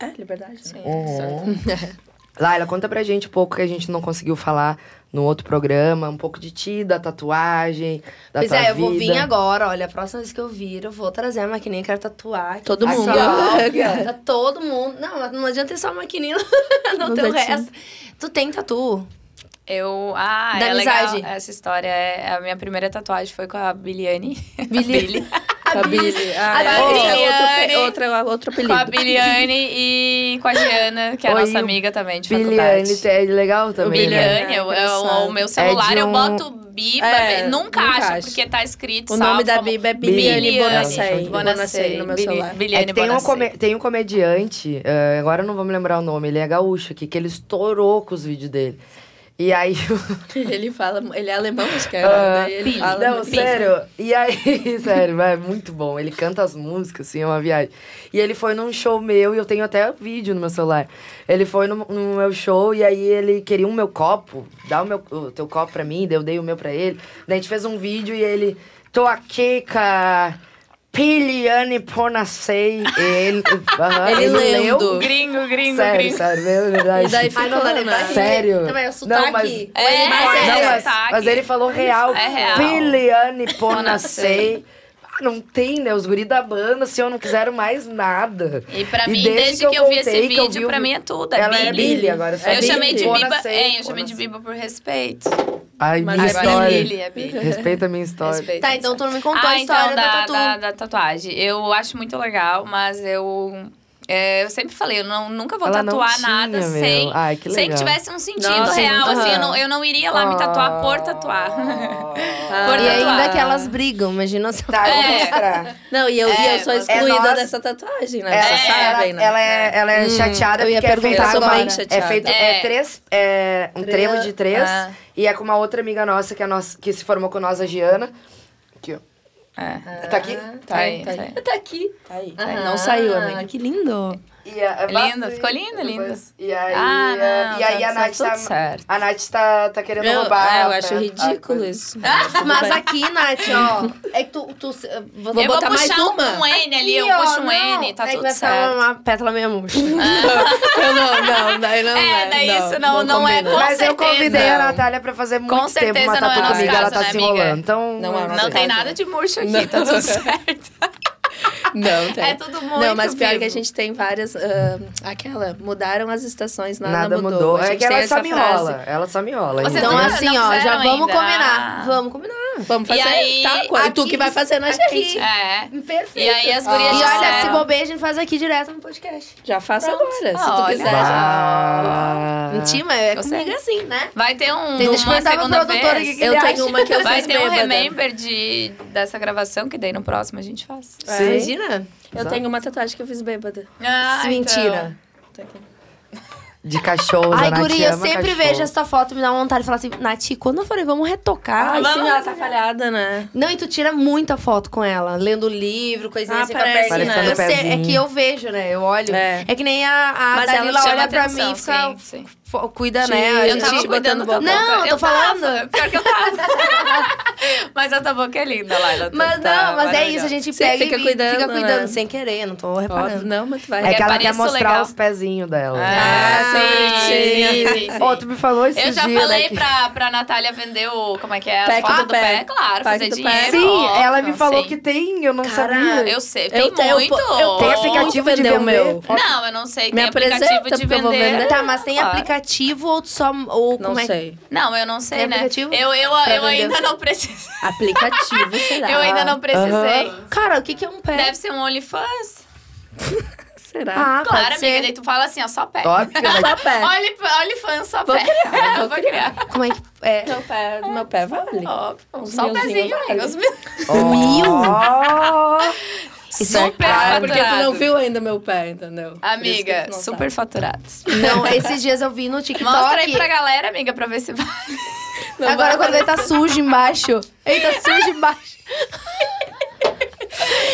Speaker 4: É, liberdade.
Speaker 3: Sim,
Speaker 2: Uhum.
Speaker 3: certo.
Speaker 2: Laila, conta pra gente um pouco que a gente não conseguiu falar no outro programa, um pouco de ti, da tatuagem, da
Speaker 1: Pois
Speaker 2: tua
Speaker 1: é, eu vou
Speaker 2: vida.
Speaker 1: vir agora. Olha, a próxima vez que eu vir, eu vou trazer a maquininha, quero tatuar.
Speaker 4: Todo
Speaker 1: Aqui,
Speaker 4: mundo.
Speaker 1: ó, Tá todo mundo. Não, não adianta ter só a maquininha, não,
Speaker 4: Não
Speaker 1: tem o
Speaker 4: tá te-
Speaker 1: resto. Tu tem tatu?
Speaker 3: Eu. Ah,
Speaker 1: Da
Speaker 3: é
Speaker 1: amizade.
Speaker 3: legal essa história. É, a minha primeira tatuagem foi com a Biliane.
Speaker 1: Billy.
Speaker 4: A Billy. Ah,
Speaker 1: a
Speaker 4: é outro-
Speaker 1: Billy.
Speaker 3: Biliane.
Speaker 4: outro, outro, outro
Speaker 3: com a
Speaker 4: apelido.
Speaker 3: Biliane e com a Diana, que é a
Speaker 2: Oi,
Speaker 3: nossa
Speaker 2: o
Speaker 3: amiga também de faculdade.
Speaker 2: Biliane, é legal também, né?
Speaker 3: Biliane,
Speaker 4: né?
Speaker 3: eu- eu-
Speaker 4: Engraçado.
Speaker 3: o meu celular,
Speaker 2: É de
Speaker 3: eu
Speaker 2: um-
Speaker 3: boto Biba,
Speaker 4: É,
Speaker 3: nunca,
Speaker 4: nunca
Speaker 3: acha,
Speaker 4: acha.
Speaker 3: porque tá escrito
Speaker 4: O nome
Speaker 3: salvo
Speaker 4: da
Speaker 3: como
Speaker 4: Biba é Biliane
Speaker 2: Bonacei.
Speaker 4: Bonacei.
Speaker 3: Bonacei,
Speaker 4: no meu
Speaker 3: Bili-
Speaker 4: celular.
Speaker 2: É
Speaker 3: Biliane
Speaker 2: que tem, um
Speaker 3: Bonacei.
Speaker 2: come- tem um comediante, eh, agora eu não vou me lembrar o nome, ele é gaúcho aqui, que ele estourou com os vídeos dele. E aí.
Speaker 4: Ele fala, ele é alemão, acho que é.
Speaker 2: Ah,
Speaker 4: daí ele fala
Speaker 2: não,
Speaker 4: muito-
Speaker 2: sério. E aí, sério, é muito bom. Ele canta as músicas, assim, é uma viagem. E ele foi num show meu, e eu tenho até vídeo no meu celular. Ele foi no, no meu show, e aí ele queria o meu copo, dá o, meu, o teu copo pra mim, daí eu dei o meu pra ele. Daí a gente fez um vídeo e ele, tô aqui com a Piliane Pornacei. E Ele, aham,
Speaker 4: Ele
Speaker 2: leu.
Speaker 4: lendo.
Speaker 3: Gringo, gringo,
Speaker 2: Sério,
Speaker 3: gringo.
Speaker 2: sério, é verdade.
Speaker 4: E daí
Speaker 1: Ai, não, dá nem pra
Speaker 4: Né?
Speaker 1: rir.
Speaker 2: Sério?
Speaker 1: Também, o
Speaker 2: Não,
Speaker 1: sotaque.
Speaker 2: mas-
Speaker 1: o ele-
Speaker 3: mas
Speaker 1: mas
Speaker 3: é
Speaker 2: não, mas,
Speaker 3: sotaque.
Speaker 2: mas ele falou real.
Speaker 3: É real.
Speaker 2: Piliane Ponacei.
Speaker 3: Ponacei.
Speaker 2: Ah, Não tem, né? Os guri da banda, assim, eu não quiseram mais nada.
Speaker 3: E pra
Speaker 2: E
Speaker 3: mim,
Speaker 2: desde
Speaker 3: desde,
Speaker 2: que
Speaker 3: que,
Speaker 2: eu
Speaker 3: eu vi esse
Speaker 2: contei que eu vi
Speaker 3: vídeo,
Speaker 2: o
Speaker 3: pra
Speaker 2: vi-
Speaker 3: mim é tudo.
Speaker 2: Ela é Billy agora,
Speaker 4: é
Speaker 3: eu
Speaker 4: Billy.
Speaker 3: chamei de
Speaker 2: Bona
Speaker 3: Biba.
Speaker 2: sei,
Speaker 3: É, eu chamei de
Speaker 2: Bona
Speaker 3: Biba por respeito.
Speaker 2: Ai,
Speaker 4: Mas
Speaker 2: minha
Speaker 4: agora é
Speaker 2: história.
Speaker 3: Billy, é Billy.
Speaker 2: Respeita a minha história.
Speaker 3: Respeito.
Speaker 1: Tá, então tu não me contou
Speaker 3: ah,
Speaker 1: a história
Speaker 3: então,
Speaker 1: da,
Speaker 3: da,
Speaker 1: tatu.
Speaker 3: da- da tatuagem. Eu acho muito legal, mas eu. é, eu sempre falei, eu não, nunca vou
Speaker 2: Ela não
Speaker 3: tatuar
Speaker 2: tinha,
Speaker 3: nada
Speaker 2: meu.
Speaker 3: sem,
Speaker 2: Ai, que
Speaker 3: sem que
Speaker 2: legal.
Speaker 3: tivesse um sentido
Speaker 4: Nossa,
Speaker 3: real.
Speaker 4: aham.
Speaker 3: Assim, eu não, eu não iria lá me tatuar por tatuar.
Speaker 4: Ah.
Speaker 3: Por
Speaker 1: E ainda
Speaker 3: tatuar.
Speaker 1: que elas brigam, imagina se
Speaker 2: Tá, eu vou
Speaker 3: É.
Speaker 2: mostrar.
Speaker 4: Não, e eu, e eu sou
Speaker 3: É,
Speaker 4: excluída
Speaker 2: nós-
Speaker 4: dessa tatuagem, né?
Speaker 2: Ela,
Speaker 4: Vocês sabem,
Speaker 2: ela,
Speaker 4: né?
Speaker 2: ela é, ela é chateada
Speaker 1: Hum. eu ia
Speaker 2: porque
Speaker 1: perguntar
Speaker 2: é feito,
Speaker 1: agora.
Speaker 2: uma- É feito é.
Speaker 3: É.
Speaker 2: três, é, um
Speaker 1: Três.
Speaker 2: trevo de três.
Speaker 3: Ah.
Speaker 2: E é com uma outra amiga nossa que, é nossa que se formou com nós, a Giana. Aqui, ó.
Speaker 3: É.
Speaker 2: Tá aqui?
Speaker 4: Tá aí, tá aí.
Speaker 1: Tá aqui.
Speaker 4: Tá aí.
Speaker 1: Ah,
Speaker 4: Não saiu, amiga.
Speaker 1: Que lindo.
Speaker 2: E a- é
Speaker 3: Lindo,
Speaker 2: bastante-
Speaker 3: ficou lindo, lindo.
Speaker 2: E aí,
Speaker 3: Ah,
Speaker 2: é,
Speaker 3: não,
Speaker 2: e aí
Speaker 3: tá-
Speaker 2: a
Speaker 3: tá
Speaker 2: Nath
Speaker 3: tudo
Speaker 2: tá.
Speaker 3: certo.
Speaker 2: A Nath tá, tá querendo
Speaker 4: Meu,
Speaker 2: roubar.
Speaker 4: ah, eu
Speaker 2: a-
Speaker 4: acho
Speaker 2: a-
Speaker 4: ridículo
Speaker 2: a-
Speaker 4: isso.
Speaker 1: Mas aqui, Nath, ó. É que tu. tu eu vou
Speaker 3: eu vou
Speaker 1: botar mais
Speaker 3: puxar um-
Speaker 1: uma.
Speaker 3: um N ali, eu
Speaker 1: Aqui, ó,
Speaker 3: puxo um
Speaker 1: não.
Speaker 3: N, tá
Speaker 1: Daí
Speaker 3: tudo
Speaker 1: vai ficar
Speaker 3: certo.
Speaker 1: Uma, uma pétala meio murcha.
Speaker 4: Eu não, não, daí não
Speaker 3: É, daí isso não- não é
Speaker 4: combina.
Speaker 3: com-
Speaker 2: Mas eu
Speaker 3: certeza.
Speaker 2: convidei a Natália pra fazer muito tempo
Speaker 3: certeza
Speaker 2: uma
Speaker 3: não é
Speaker 2: tatu
Speaker 3: nosso
Speaker 2: comigo, ela
Speaker 3: caso,
Speaker 2: tá
Speaker 3: né,
Speaker 2: se
Speaker 3: amiga?
Speaker 2: enrolando. Então.
Speaker 4: Não é nosso
Speaker 3: Não tem
Speaker 4: Nossa,
Speaker 3: nada de murcho aqui,
Speaker 4: Não.
Speaker 3: tá tudo certo.
Speaker 4: Não, tem.
Speaker 3: É tudo muito
Speaker 4: Não, mas pior
Speaker 3: vivo.
Speaker 4: que a gente tem várias. ah, aquela, mudaram as estações, nada,
Speaker 2: Nada
Speaker 4: mudou.
Speaker 2: mudou.
Speaker 4: A
Speaker 2: É
Speaker 4: gente
Speaker 2: que
Speaker 4: tem
Speaker 2: ela só
Speaker 4: essa
Speaker 2: me
Speaker 4: frase.
Speaker 2: rola. Ela só me rola.
Speaker 3: Vocês
Speaker 2: ainda.
Speaker 1: Então,
Speaker 3: não- é
Speaker 1: assim,
Speaker 3: não
Speaker 1: ó, já
Speaker 3: fizeram
Speaker 1: vamos
Speaker 3: ainda. Ah.
Speaker 1: combinar. Vamos combinar.
Speaker 4: Vamos fazer.
Speaker 3: E aí,
Speaker 4: tá, qual- tu que vai fazer na
Speaker 1: aqui.
Speaker 4: gente.
Speaker 3: É.
Speaker 1: Perfeito.
Speaker 3: E aí as gurias
Speaker 1: E olha,
Speaker 3: disseram-
Speaker 1: se bobeja, a gente faz aqui direto no podcast.
Speaker 4: Já faça agora, se tu
Speaker 3: Olha.
Speaker 4: quiser.
Speaker 2: Bah.
Speaker 1: Intima, é
Speaker 3: Você-
Speaker 1: comigo assim, né?
Speaker 3: Vai ter um
Speaker 1: Tem- deixa eu
Speaker 3: Ah, uma
Speaker 1: perguntar pra
Speaker 3: segunda
Speaker 1: produtora aqui
Speaker 3: vez.
Speaker 1: que
Speaker 4: Eu
Speaker 1: Ele acha-
Speaker 4: tenho uma que eu
Speaker 3: Vai
Speaker 4: fiz
Speaker 3: ter um
Speaker 4: bêbada.
Speaker 3: remember de, dessa gravação, que daí no próximo a gente faz.
Speaker 2: Sim.
Speaker 1: Imagina.
Speaker 4: Eu tenho uma tatuagem que eu fiz bêbada.
Speaker 3: Ah, então.
Speaker 1: Mentira.
Speaker 4: Tá aqui.
Speaker 2: De cachorro,
Speaker 1: Ai,
Speaker 2: a Nath
Speaker 1: guri, eu
Speaker 2: ama
Speaker 1: sempre
Speaker 2: cachorro.
Speaker 1: vejo essa foto, me dá uma vontade de falar assim, Nath, quando eu falei, vamos retocar. Ai,
Speaker 4: Ai, sim,
Speaker 3: vamos
Speaker 4: ela
Speaker 3: fazer.
Speaker 4: tá falhada, né?
Speaker 1: Não, e tu tira muita foto com ela, lendo livro, coisinha
Speaker 4: Ah,
Speaker 1: assim
Speaker 4: parece,
Speaker 1: com a perninha.
Speaker 2: né?
Speaker 1: Eu sei, é
Speaker 2: Pezinho.
Speaker 1: que eu vejo, né? Eu olho. É,
Speaker 4: É.
Speaker 1: que nem a, a
Speaker 4: Mas
Speaker 1: Dalila
Speaker 4: ela chama
Speaker 1: olha pra
Speaker 3: atenção,
Speaker 1: mim e fica.
Speaker 3: sim, sim.
Speaker 1: fo- Cuida, né? A
Speaker 4: Eu
Speaker 3: Eu
Speaker 1: gente
Speaker 3: tava
Speaker 4: botando
Speaker 3: cuidando da
Speaker 4: boca.
Speaker 3: boca.
Speaker 1: Não, eu tô
Speaker 3: tava.
Speaker 1: falando.
Speaker 3: Pior que eu tava. Mas a tua boca é linda, Laila. tu
Speaker 1: Mas
Speaker 3: tá
Speaker 1: não, mas é isso, a
Speaker 3: maravilhosa.
Speaker 1: gente
Speaker 4: Você
Speaker 1: pega
Speaker 4: fica
Speaker 1: e
Speaker 4: cuidando,
Speaker 1: fica cuidando
Speaker 4: né?
Speaker 1: sem querer, não tô
Speaker 4: Óbvio,
Speaker 1: reparando.
Speaker 4: não, mas tu vai.
Speaker 2: É que ela quer
Speaker 3: Parece
Speaker 2: mostrar
Speaker 3: legal.
Speaker 2: os pezinhos dela.
Speaker 3: Ah, sim, sim, sim, sim.
Speaker 2: Ó, tu me falou né, isso
Speaker 3: Eu já falei pra, pra Natália vender o. Como é que é? As
Speaker 4: Pack
Speaker 3: fotos
Speaker 4: do
Speaker 3: do pé,
Speaker 4: pé.
Speaker 3: claro,
Speaker 4: Pack
Speaker 3: fazer
Speaker 4: do pé.
Speaker 3: dinheiro.
Speaker 2: Sim,
Speaker 3: óbvio,
Speaker 2: ela me falou
Speaker 3: é sim.
Speaker 2: que tá tem, eu não
Speaker 1: Cara,
Speaker 2: sabia.
Speaker 3: Eu sei, tem
Speaker 4: Eu tenho,
Speaker 3: muito.
Speaker 4: eu
Speaker 2: Tem
Speaker 4: tenho
Speaker 2: aplicativo de vender.
Speaker 4: vender o meu.
Speaker 3: Não, eu não sei.
Speaker 4: Me
Speaker 3: Tem aplicativo
Speaker 4: apresenta,
Speaker 3: de
Speaker 4: porque eu vou
Speaker 3: vender.
Speaker 4: vender.
Speaker 1: Tá, mas tem
Speaker 3: Claro.
Speaker 1: aplicativo ou tu só. Ou
Speaker 4: Não
Speaker 1: como é-
Speaker 4: sei.
Speaker 3: Não, eu não sei,
Speaker 1: Tem
Speaker 3: né?
Speaker 1: aplicativo?
Speaker 3: Eu, eu,
Speaker 1: Pra
Speaker 3: eu
Speaker 1: vender.
Speaker 3: ainda não preciso.
Speaker 4: Aplicativo, será?
Speaker 3: Eu ainda não precisei.
Speaker 1: Cara, o que, que é um pé?
Speaker 3: Deve ser um OnlyFans.
Speaker 4: Será?
Speaker 1: Ah,
Speaker 3: claro,
Speaker 1: pode
Speaker 3: amiga.
Speaker 1: ser.
Speaker 3: Daí tu fala assim, ó, só pé. É.
Speaker 2: Óbvio, né?
Speaker 4: Só pé.
Speaker 3: Only, OnlyFans, só pé. Vou criar.
Speaker 1: Como é que. É.
Speaker 4: Meu pé, meu pé vale.
Speaker 3: Óbvio.
Speaker 4: Uns
Speaker 3: Só o
Speaker 4: milzinho
Speaker 3: pezinho,
Speaker 4: vale.
Speaker 3: amiga. Os mil- Oh!
Speaker 2: Ó.
Speaker 3: Super
Speaker 4: Ah, porque tu não
Speaker 3: faturado.
Speaker 4: viu ainda meu pé, entendeu? Por isso que tu
Speaker 3: Amiga,
Speaker 4: não
Speaker 3: super
Speaker 4: sabe.
Speaker 3: faturados.
Speaker 1: Não, esses dias eu vi no TikTok.
Speaker 3: Mostra aí pra galera, amiga, pra ver se vai.
Speaker 4: Não
Speaker 1: Agora
Speaker 4: vai
Speaker 1: quando ele tá sujo embaixo. Ele tá sujo embaixo.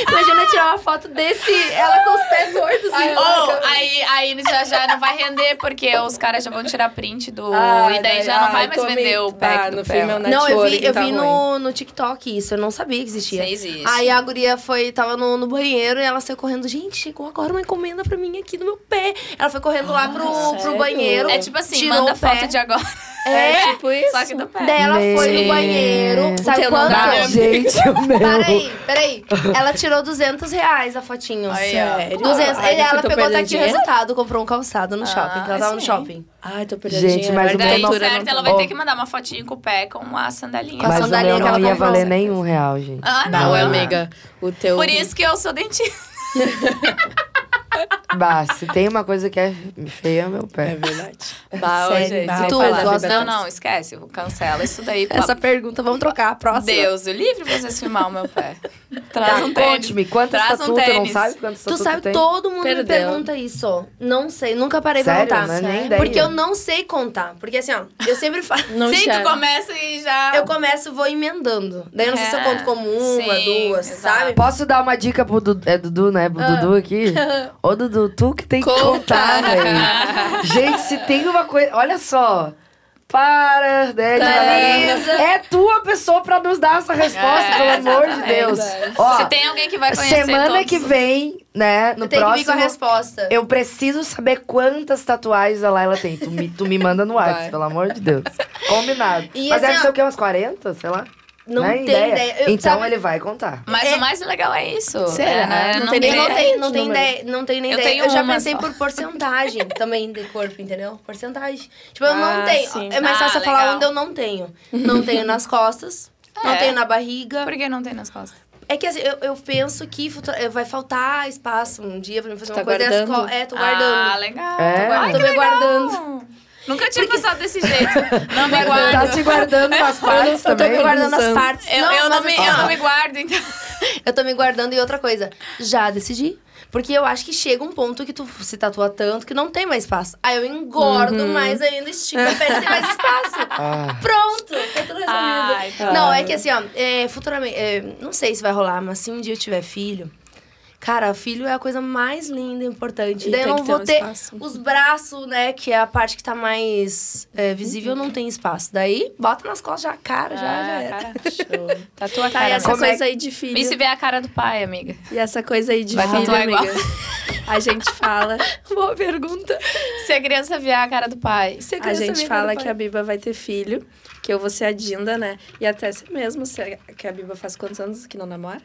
Speaker 1: Imagina tirar uma foto desse, ela com os pés tortos.
Speaker 3: Aí,
Speaker 1: assim,
Speaker 3: ou,
Speaker 1: ó.
Speaker 3: aí, aí já já não vai render, porque os caras já vão tirar print do.
Speaker 4: Ah,
Speaker 3: oh, e daí
Speaker 4: daí-
Speaker 3: já não
Speaker 4: ah,
Speaker 3: vai mais
Speaker 4: tomei-
Speaker 3: vender o pack
Speaker 4: Ah,
Speaker 3: do
Speaker 4: no
Speaker 3: Pela.
Speaker 4: filme eu
Speaker 1: Não, eu vi,
Speaker 4: Networking
Speaker 1: eu
Speaker 4: tá
Speaker 1: vi no, no TikTok isso, eu não sabia que
Speaker 3: Isso
Speaker 1: existia.
Speaker 3: não existe.
Speaker 1: Aí a guria foi, tava no, no banheiro e ela saiu correndo. Gente, chegou agora uma encomenda pra mim aqui no meu pé. Ela foi correndo lá pro,
Speaker 4: sério?
Speaker 1: pro banheiro.
Speaker 3: é tipo assim,
Speaker 1: tirou
Speaker 3: manda
Speaker 1: o pé.
Speaker 3: foto de agora,
Speaker 1: É,
Speaker 4: É, tipo isso.
Speaker 3: só que do pé.
Speaker 1: daí ela foi
Speaker 2: Meu.
Speaker 1: no banheiro. Sabe
Speaker 4: teu não
Speaker 1: quanto?
Speaker 4: dá,
Speaker 2: Ah, gente, o meu.
Speaker 1: Peraí, peraí. Ela tirou 200 reais a fotinho.
Speaker 3: Aí, ó.
Speaker 4: Sério?
Speaker 1: 200.
Speaker 4: Ai,
Speaker 1: e ela pegou
Speaker 4: tô perdendo
Speaker 1: daqui o
Speaker 4: dinheiro?
Speaker 1: resultado, comprou um calçado no
Speaker 3: Ah,
Speaker 1: shopping. que Ela tava no
Speaker 3: sim.
Speaker 1: shopping.
Speaker 4: Ai, tô perdendo
Speaker 2: Gente,
Speaker 4: dinheiro. né?
Speaker 2: mas o
Speaker 3: Daí,
Speaker 2: meu não-
Speaker 3: certo, ela vai
Speaker 2: Ó.
Speaker 3: ter que mandar uma fotinho com o pé com uma sandalinha.
Speaker 1: Com a
Speaker 2: Mas o
Speaker 1: sandalinha
Speaker 2: meu
Speaker 1: que ela
Speaker 2: não ia
Speaker 1: comprou.
Speaker 2: valer nenhum real, gente.
Speaker 3: Ah, não,
Speaker 4: Não, é.
Speaker 3: eu
Speaker 4: amiga. O teu...
Speaker 3: Por isso que eu sou dentista.
Speaker 2: Bah, se tem uma coisa que é feia, é meu
Speaker 4: É
Speaker 2: pé.
Speaker 4: verdade.
Speaker 3: Bah,
Speaker 1: Sério,
Speaker 3: gente,
Speaker 1: bah,
Speaker 3: eu
Speaker 1: tu
Speaker 3: falo-
Speaker 1: gosta-
Speaker 3: Não, não, esquece. Cancela isso daí.
Speaker 1: Essa pergunta, vamos trocar. Próxima.
Speaker 3: Deus, o livre vocês filmar o meu pé. Traz
Speaker 2: Tá,
Speaker 3: um tênis.
Speaker 2: conte-me, quantas
Speaker 3: Traz um
Speaker 2: tatu tu não
Speaker 3: tênis.
Speaker 2: sabe? Quantas
Speaker 1: Tu
Speaker 2: tatu
Speaker 1: sabe,
Speaker 2: tem?
Speaker 1: todo mundo me
Speaker 4: Perdeu.
Speaker 1: pergunta isso. Não sei, nunca parei
Speaker 2: Sério?
Speaker 1: pra
Speaker 2: Mas
Speaker 1: contar.
Speaker 2: nem
Speaker 4: Sério?
Speaker 2: ideia.
Speaker 1: Porque eu não sei contar. Porque assim, ó, eu sempre faço.
Speaker 4: Não
Speaker 3: Sim, tu
Speaker 4: enxerga.
Speaker 3: começa e já...
Speaker 1: Eu começo e vou emendando. Daí eu não sei se eu
Speaker 3: É,
Speaker 1: conto como uma,
Speaker 3: sim,
Speaker 1: duas,
Speaker 3: exato.
Speaker 1: sabe?
Speaker 2: Posso dar uma dica pro Dudu, é Dudu né?
Speaker 3: Ah.
Speaker 2: Pro Dudu aqui? Ô, Dudu, tu que tem que
Speaker 4: Conta.
Speaker 2: contar, né? velho. Gente, se tem uma coisa... Olha só. Para, né?
Speaker 3: Tá
Speaker 2: de-
Speaker 1: Analisa.
Speaker 2: É tua pessoa pra nos dar essa resposta,
Speaker 3: É,
Speaker 2: pelo amor de
Speaker 3: exatamente.
Speaker 2: Deus.
Speaker 4: Verdade.
Speaker 2: Ó,
Speaker 3: Se tem alguém que vai conhecer
Speaker 2: semana
Speaker 3: todos
Speaker 2: que
Speaker 3: os-
Speaker 2: vem, né? No
Speaker 1: Eu tenho que vir com a
Speaker 2: próximo...
Speaker 1: resposta.
Speaker 2: Eu preciso saber quantas tatuagens a Laila tem. Tu me, tu me manda no WhatsApp,
Speaker 4: Vai.
Speaker 2: pelo amor de Deus. Combinado.
Speaker 1: E
Speaker 2: Mas
Speaker 1: assim,
Speaker 2: deve
Speaker 1: ó,
Speaker 2: ser o quê? Umas 40? Sei lá.
Speaker 1: Não
Speaker 2: Nem
Speaker 1: tenho ideia. Eu,
Speaker 2: é então
Speaker 1: sabe,
Speaker 2: ele vai contar.
Speaker 3: Mas
Speaker 1: É.
Speaker 3: o mais legal é isso.
Speaker 4: Será?
Speaker 3: É, né?
Speaker 4: Não
Speaker 3: Não
Speaker 4: tem
Speaker 3: tem
Speaker 1: eu não
Speaker 4: ideia
Speaker 1: tenho,
Speaker 4: de
Speaker 1: não tenho
Speaker 4: número.
Speaker 1: ideia, não tenho nem
Speaker 3: Eu
Speaker 1: ideia.
Speaker 3: tenho
Speaker 1: eu já
Speaker 3: uma
Speaker 1: pensei
Speaker 3: só.
Speaker 1: por porcentagem também de corpo, entendeu? Porcentagem. Tipo, eu não
Speaker 4: Ah,
Speaker 1: tenho.
Speaker 4: sim.
Speaker 1: É mais
Speaker 3: Ah,
Speaker 1: fácil eu falar
Speaker 3: legal.
Speaker 1: onde eu não tenho. Não tenho nas costas, não
Speaker 3: É.
Speaker 1: tenho na barriga.
Speaker 3: Por que não tem nas costas?
Speaker 1: É que assim, eu, eu penso que futura- eh, vai faltar espaço um dia pra mim fazer
Speaker 4: Tá
Speaker 1: uma coisa e as co-
Speaker 4: guardando?
Speaker 1: É, tô guardando.
Speaker 3: Ah, legal.
Speaker 2: É.
Speaker 3: Tô guardando.
Speaker 1: Guarda-
Speaker 3: Ai,
Speaker 1: tô
Speaker 3: que
Speaker 1: me
Speaker 3: legal.
Speaker 1: guardando.
Speaker 3: Nunca tinha pensado desse jeito. Não me
Speaker 2: Tá
Speaker 3: guardo.
Speaker 2: te guardando umas partes
Speaker 1: Eu tô
Speaker 2: também.
Speaker 1: me guardando as
Speaker 4: Pensando.
Speaker 1: partes.
Speaker 3: Eu,
Speaker 1: não,
Speaker 3: eu não
Speaker 1: mas
Speaker 3: me,
Speaker 1: assim,
Speaker 3: eu não me guardo, então.
Speaker 1: eu tô me guardando e outra coisa. Já decidi. Porque eu acho que chega um ponto que tu se tatua tanto que não tem mais espaço. Aí eu engordo
Speaker 4: Uhum.
Speaker 1: mais ainda, estico a pele e tem mais espaço.
Speaker 2: Ah,
Speaker 1: Pronto, tá tudo resolvido.
Speaker 3: Ai, tá.
Speaker 1: Não, é que assim, ó, é, futuramente. é, não sei se vai rolar, mas se um dia eu tiver filho. Cara, filho é a coisa mais linda e importante.
Speaker 4: E
Speaker 1: Daí eu
Speaker 4: tem
Speaker 1: não
Speaker 4: que ter
Speaker 1: vou
Speaker 4: um
Speaker 1: ter.
Speaker 4: espaço.
Speaker 1: Os braços, né? Que é a parte que tá mais é, visível, não tem espaço. Daí bota nas costas já a cara, já,
Speaker 4: É,
Speaker 1: já era.
Speaker 3: Ah, cara.
Speaker 4: Show.
Speaker 3: Tá tua
Speaker 4: Tá, e
Speaker 3: cara.
Speaker 4: essa
Speaker 3: Como é-
Speaker 4: coisa aí de filho.
Speaker 3: E se vê a cara do pai, amiga?
Speaker 4: E essa coisa aí de
Speaker 3: Vai
Speaker 4: filho,
Speaker 3: tatuar
Speaker 4: amiga.
Speaker 3: igual.
Speaker 4: A gente fala,
Speaker 3: Boa pergunta. Se a criança vier a cara do pai. Se
Speaker 4: a
Speaker 3: criança
Speaker 4: gente
Speaker 3: vê cara
Speaker 4: fala
Speaker 3: do
Speaker 4: que
Speaker 3: pai.
Speaker 4: a Biba vai ter filho, que eu vou ser a Dinda, né? E até se mesmo, se a- que a Biba faz quantos anos que não namora?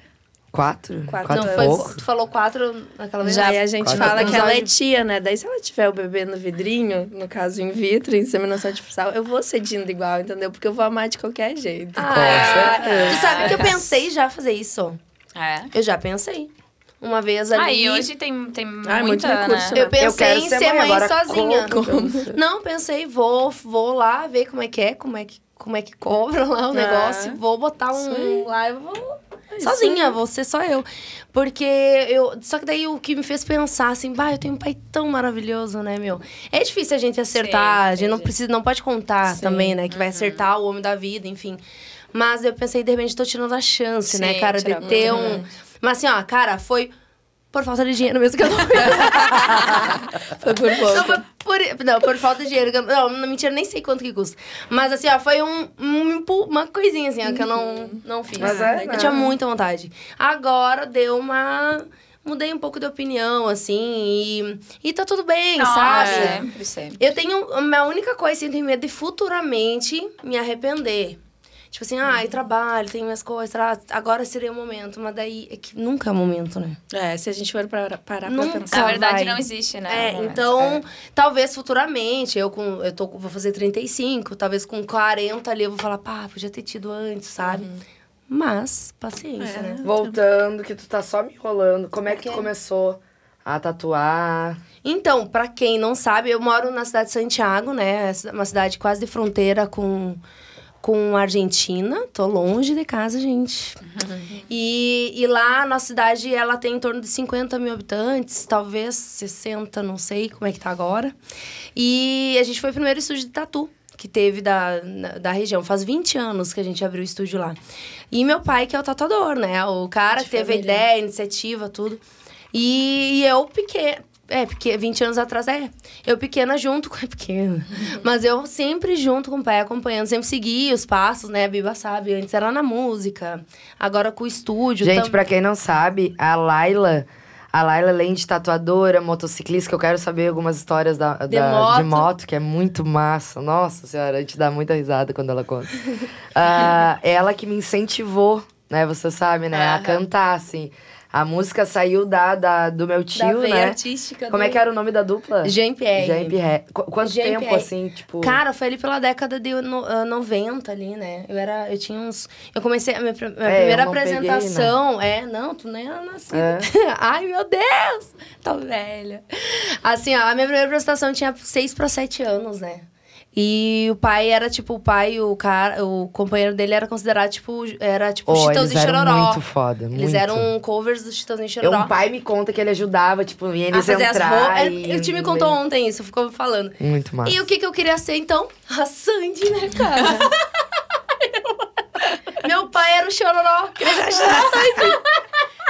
Speaker 2: quatro?
Speaker 4: Quatro
Speaker 1: Não,
Speaker 2: Quatro e
Speaker 4: anos.
Speaker 1: foi,
Speaker 2: pouco?
Speaker 1: tu falou quatro naquela vez?
Speaker 3: Já.
Speaker 4: Aí a gente
Speaker 2: Quase
Speaker 4: fala
Speaker 1: todos.
Speaker 4: que ela é tia, né? Daí se ela tiver o bebê no vidrinho, no caso in vitro, inseminação artificial, eu vou ser Dinda igual, entendeu? Porque eu vou amar de qualquer jeito.
Speaker 1: Ah,
Speaker 2: certeza.
Speaker 1: tu sabe que eu pensei já fazer isso?
Speaker 3: É.
Speaker 1: Eu já pensei. Uma vez ali.
Speaker 3: Aí hoje tem, tem
Speaker 4: Ah, é muito
Speaker 3: muita,
Speaker 4: recurso,
Speaker 3: né?
Speaker 1: Eu pensei
Speaker 2: eu quero
Speaker 1: em
Speaker 2: ser
Speaker 1: ser
Speaker 2: mãe,
Speaker 1: mãe,
Speaker 2: agora
Speaker 1: sozinha.
Speaker 2: como que eu vou ser?
Speaker 1: Não, pensei, vou, vou lá ver como é que é, como é que, como é que cobra lá o negócio. Vou botar um lá e vou.
Speaker 3: É
Speaker 1: Sozinha, vou ser só eu. Porque eu. Só que daí o que me fez pensar assim, bah, eu tenho um pai tão maravilhoso, né, meu? É difícil a gente acertar, a gente não
Speaker 3: entendi. Uhum.
Speaker 1: precisa, não pode contar
Speaker 4: Sim.
Speaker 1: também, né? Que vai acertar o homem da vida, enfim. Mas eu pensei, de repente, tô tirando a chance, né,
Speaker 3: Sim,
Speaker 1: cara, de
Speaker 3: tirar
Speaker 1: ter
Speaker 3: muito, né.
Speaker 1: um. Mas assim, ó, cara, foi por falta de dinheiro mesmo que eu não fiz.
Speaker 4: Foi por
Speaker 1: Não,
Speaker 4: pouco.
Speaker 1: foi por, não, por falta de dinheiro. que eu- Não, não, mentira, nem sei quanto que custa. Mas assim, ó, foi um, um impu- uma coisinha assim, ó, que eu não, não fiz.
Speaker 2: Mas é,
Speaker 1: eu
Speaker 2: né?
Speaker 1: tinha muita vontade. Agora deu uma. Mudei um pouco de opinião, assim, e, e tá tudo bem,
Speaker 3: Nossa, É.
Speaker 1: sabe?
Speaker 3: Sempre, sempre.
Speaker 1: Eu tenho. A minha única coisa assim, eu tenho medo de futuramente me arrepender. Tipo assim, ai, trabalho, tenho minhas coisas, tra- agora seria o momento. Mas daí é que nunca é o momento, né?
Speaker 4: É, se a gente for pra, parar
Speaker 1: Nunca.
Speaker 4: pra pensar.
Speaker 3: Na verdade,
Speaker 1: vai.
Speaker 3: não existe, né?
Speaker 1: É,
Speaker 3: Mas-
Speaker 1: então, talvez futuramente, eu com eu tô, com- vou fazer 35, talvez com 40 ali eu vou falar, pá, podia ter tido antes, sabe? Mas, paciência,
Speaker 4: É.
Speaker 1: né?
Speaker 2: Voltando, que tu tá só me enrolando. Como é que tu começou a tatuar?
Speaker 1: Então, pra quem não sabe, eu moro na cidade de Santiago, né? É Uma cidade quase de fronteira com, com a Argentina. Tô longe de casa, gente.
Speaker 4: Uhum.
Speaker 1: E, e lá, a nossa cidade, ela tem em torno de 50 mil habitantes, talvez 60, não sei como é que tá agora. E a gente foi o primeiro estúdio de tatu. que teve da, na- da região. Faz 20 anos que a gente abriu o estúdio lá. E meu pai, que é o tatuador, né? O cara
Speaker 4: De
Speaker 1: que teve a
Speaker 4: família.
Speaker 1: ideia, a É, iniciativa, tudo. E, e eu pequena. É, porque 20 anos atrás é. Eu pequena junto com. É pequena. Mas eu sempre junto com o pai, acompanhando, sempre segui os passos, né? A Biba sabe, antes era na música, agora com o estúdio.
Speaker 2: Gente,
Speaker 1: tam-
Speaker 2: pra quem não sabe, a Laila, a Laila além de tatuadora, motociclista, que eu quero saber algumas histórias da, da-
Speaker 1: De
Speaker 2: de,
Speaker 1: moto.
Speaker 2: moto. que é muito massa. Nossa senhora, a gente dá muita risada quando ela conta. Ah, ela que me incentivou, né? Você sabe, né? A
Speaker 3: Aham.
Speaker 2: cantar, assim. A música saiu da, da- do meu
Speaker 3: Da
Speaker 2: tio,
Speaker 3: veia
Speaker 2: né?
Speaker 3: artística
Speaker 2: Como
Speaker 3: do-
Speaker 2: é que era o nome da dupla?
Speaker 1: Jean-Pierre.
Speaker 2: Jean-Pierre. Qu- Quanto
Speaker 1: Jean-Pierre.
Speaker 2: tempo, assim, tipo...
Speaker 1: Cara, foi ali pela década de no, ah, 90 ali, né? Eu era, eu tinha uns, eu comecei a minha, pr- minha
Speaker 2: É, eu
Speaker 1: primeira
Speaker 2: não peguei, É.
Speaker 1: apresentação, é, não, tu nem era nascida. Ai, meu Deus, tô velha. Assim, ó, a minha primeira apresentação eu tinha 6 para 7 anos, né? E o pai era tipo o pai, o cara, o companheiro dele era considerado tipo era tipo
Speaker 2: Oh,
Speaker 1: Chitãozinho
Speaker 2: eles eram
Speaker 1: Chororó.
Speaker 2: muito foda,
Speaker 1: eles
Speaker 2: muito.
Speaker 1: eram covers do Chitãozinho e
Speaker 2: Eu-
Speaker 1: Chororó.
Speaker 2: Um pai me conta que ele ajudava, tipo, em
Speaker 1: a
Speaker 2: eles
Speaker 1: fazer as
Speaker 2: entrar
Speaker 1: roupas. É,
Speaker 2: e-
Speaker 1: O time contou ontem isso, ficou falando.
Speaker 2: Muito massa.
Speaker 1: E o que, que eu queria ser, então? A Sandy, né, cara? Meu pai era o chororó. Queria ser a Sandy.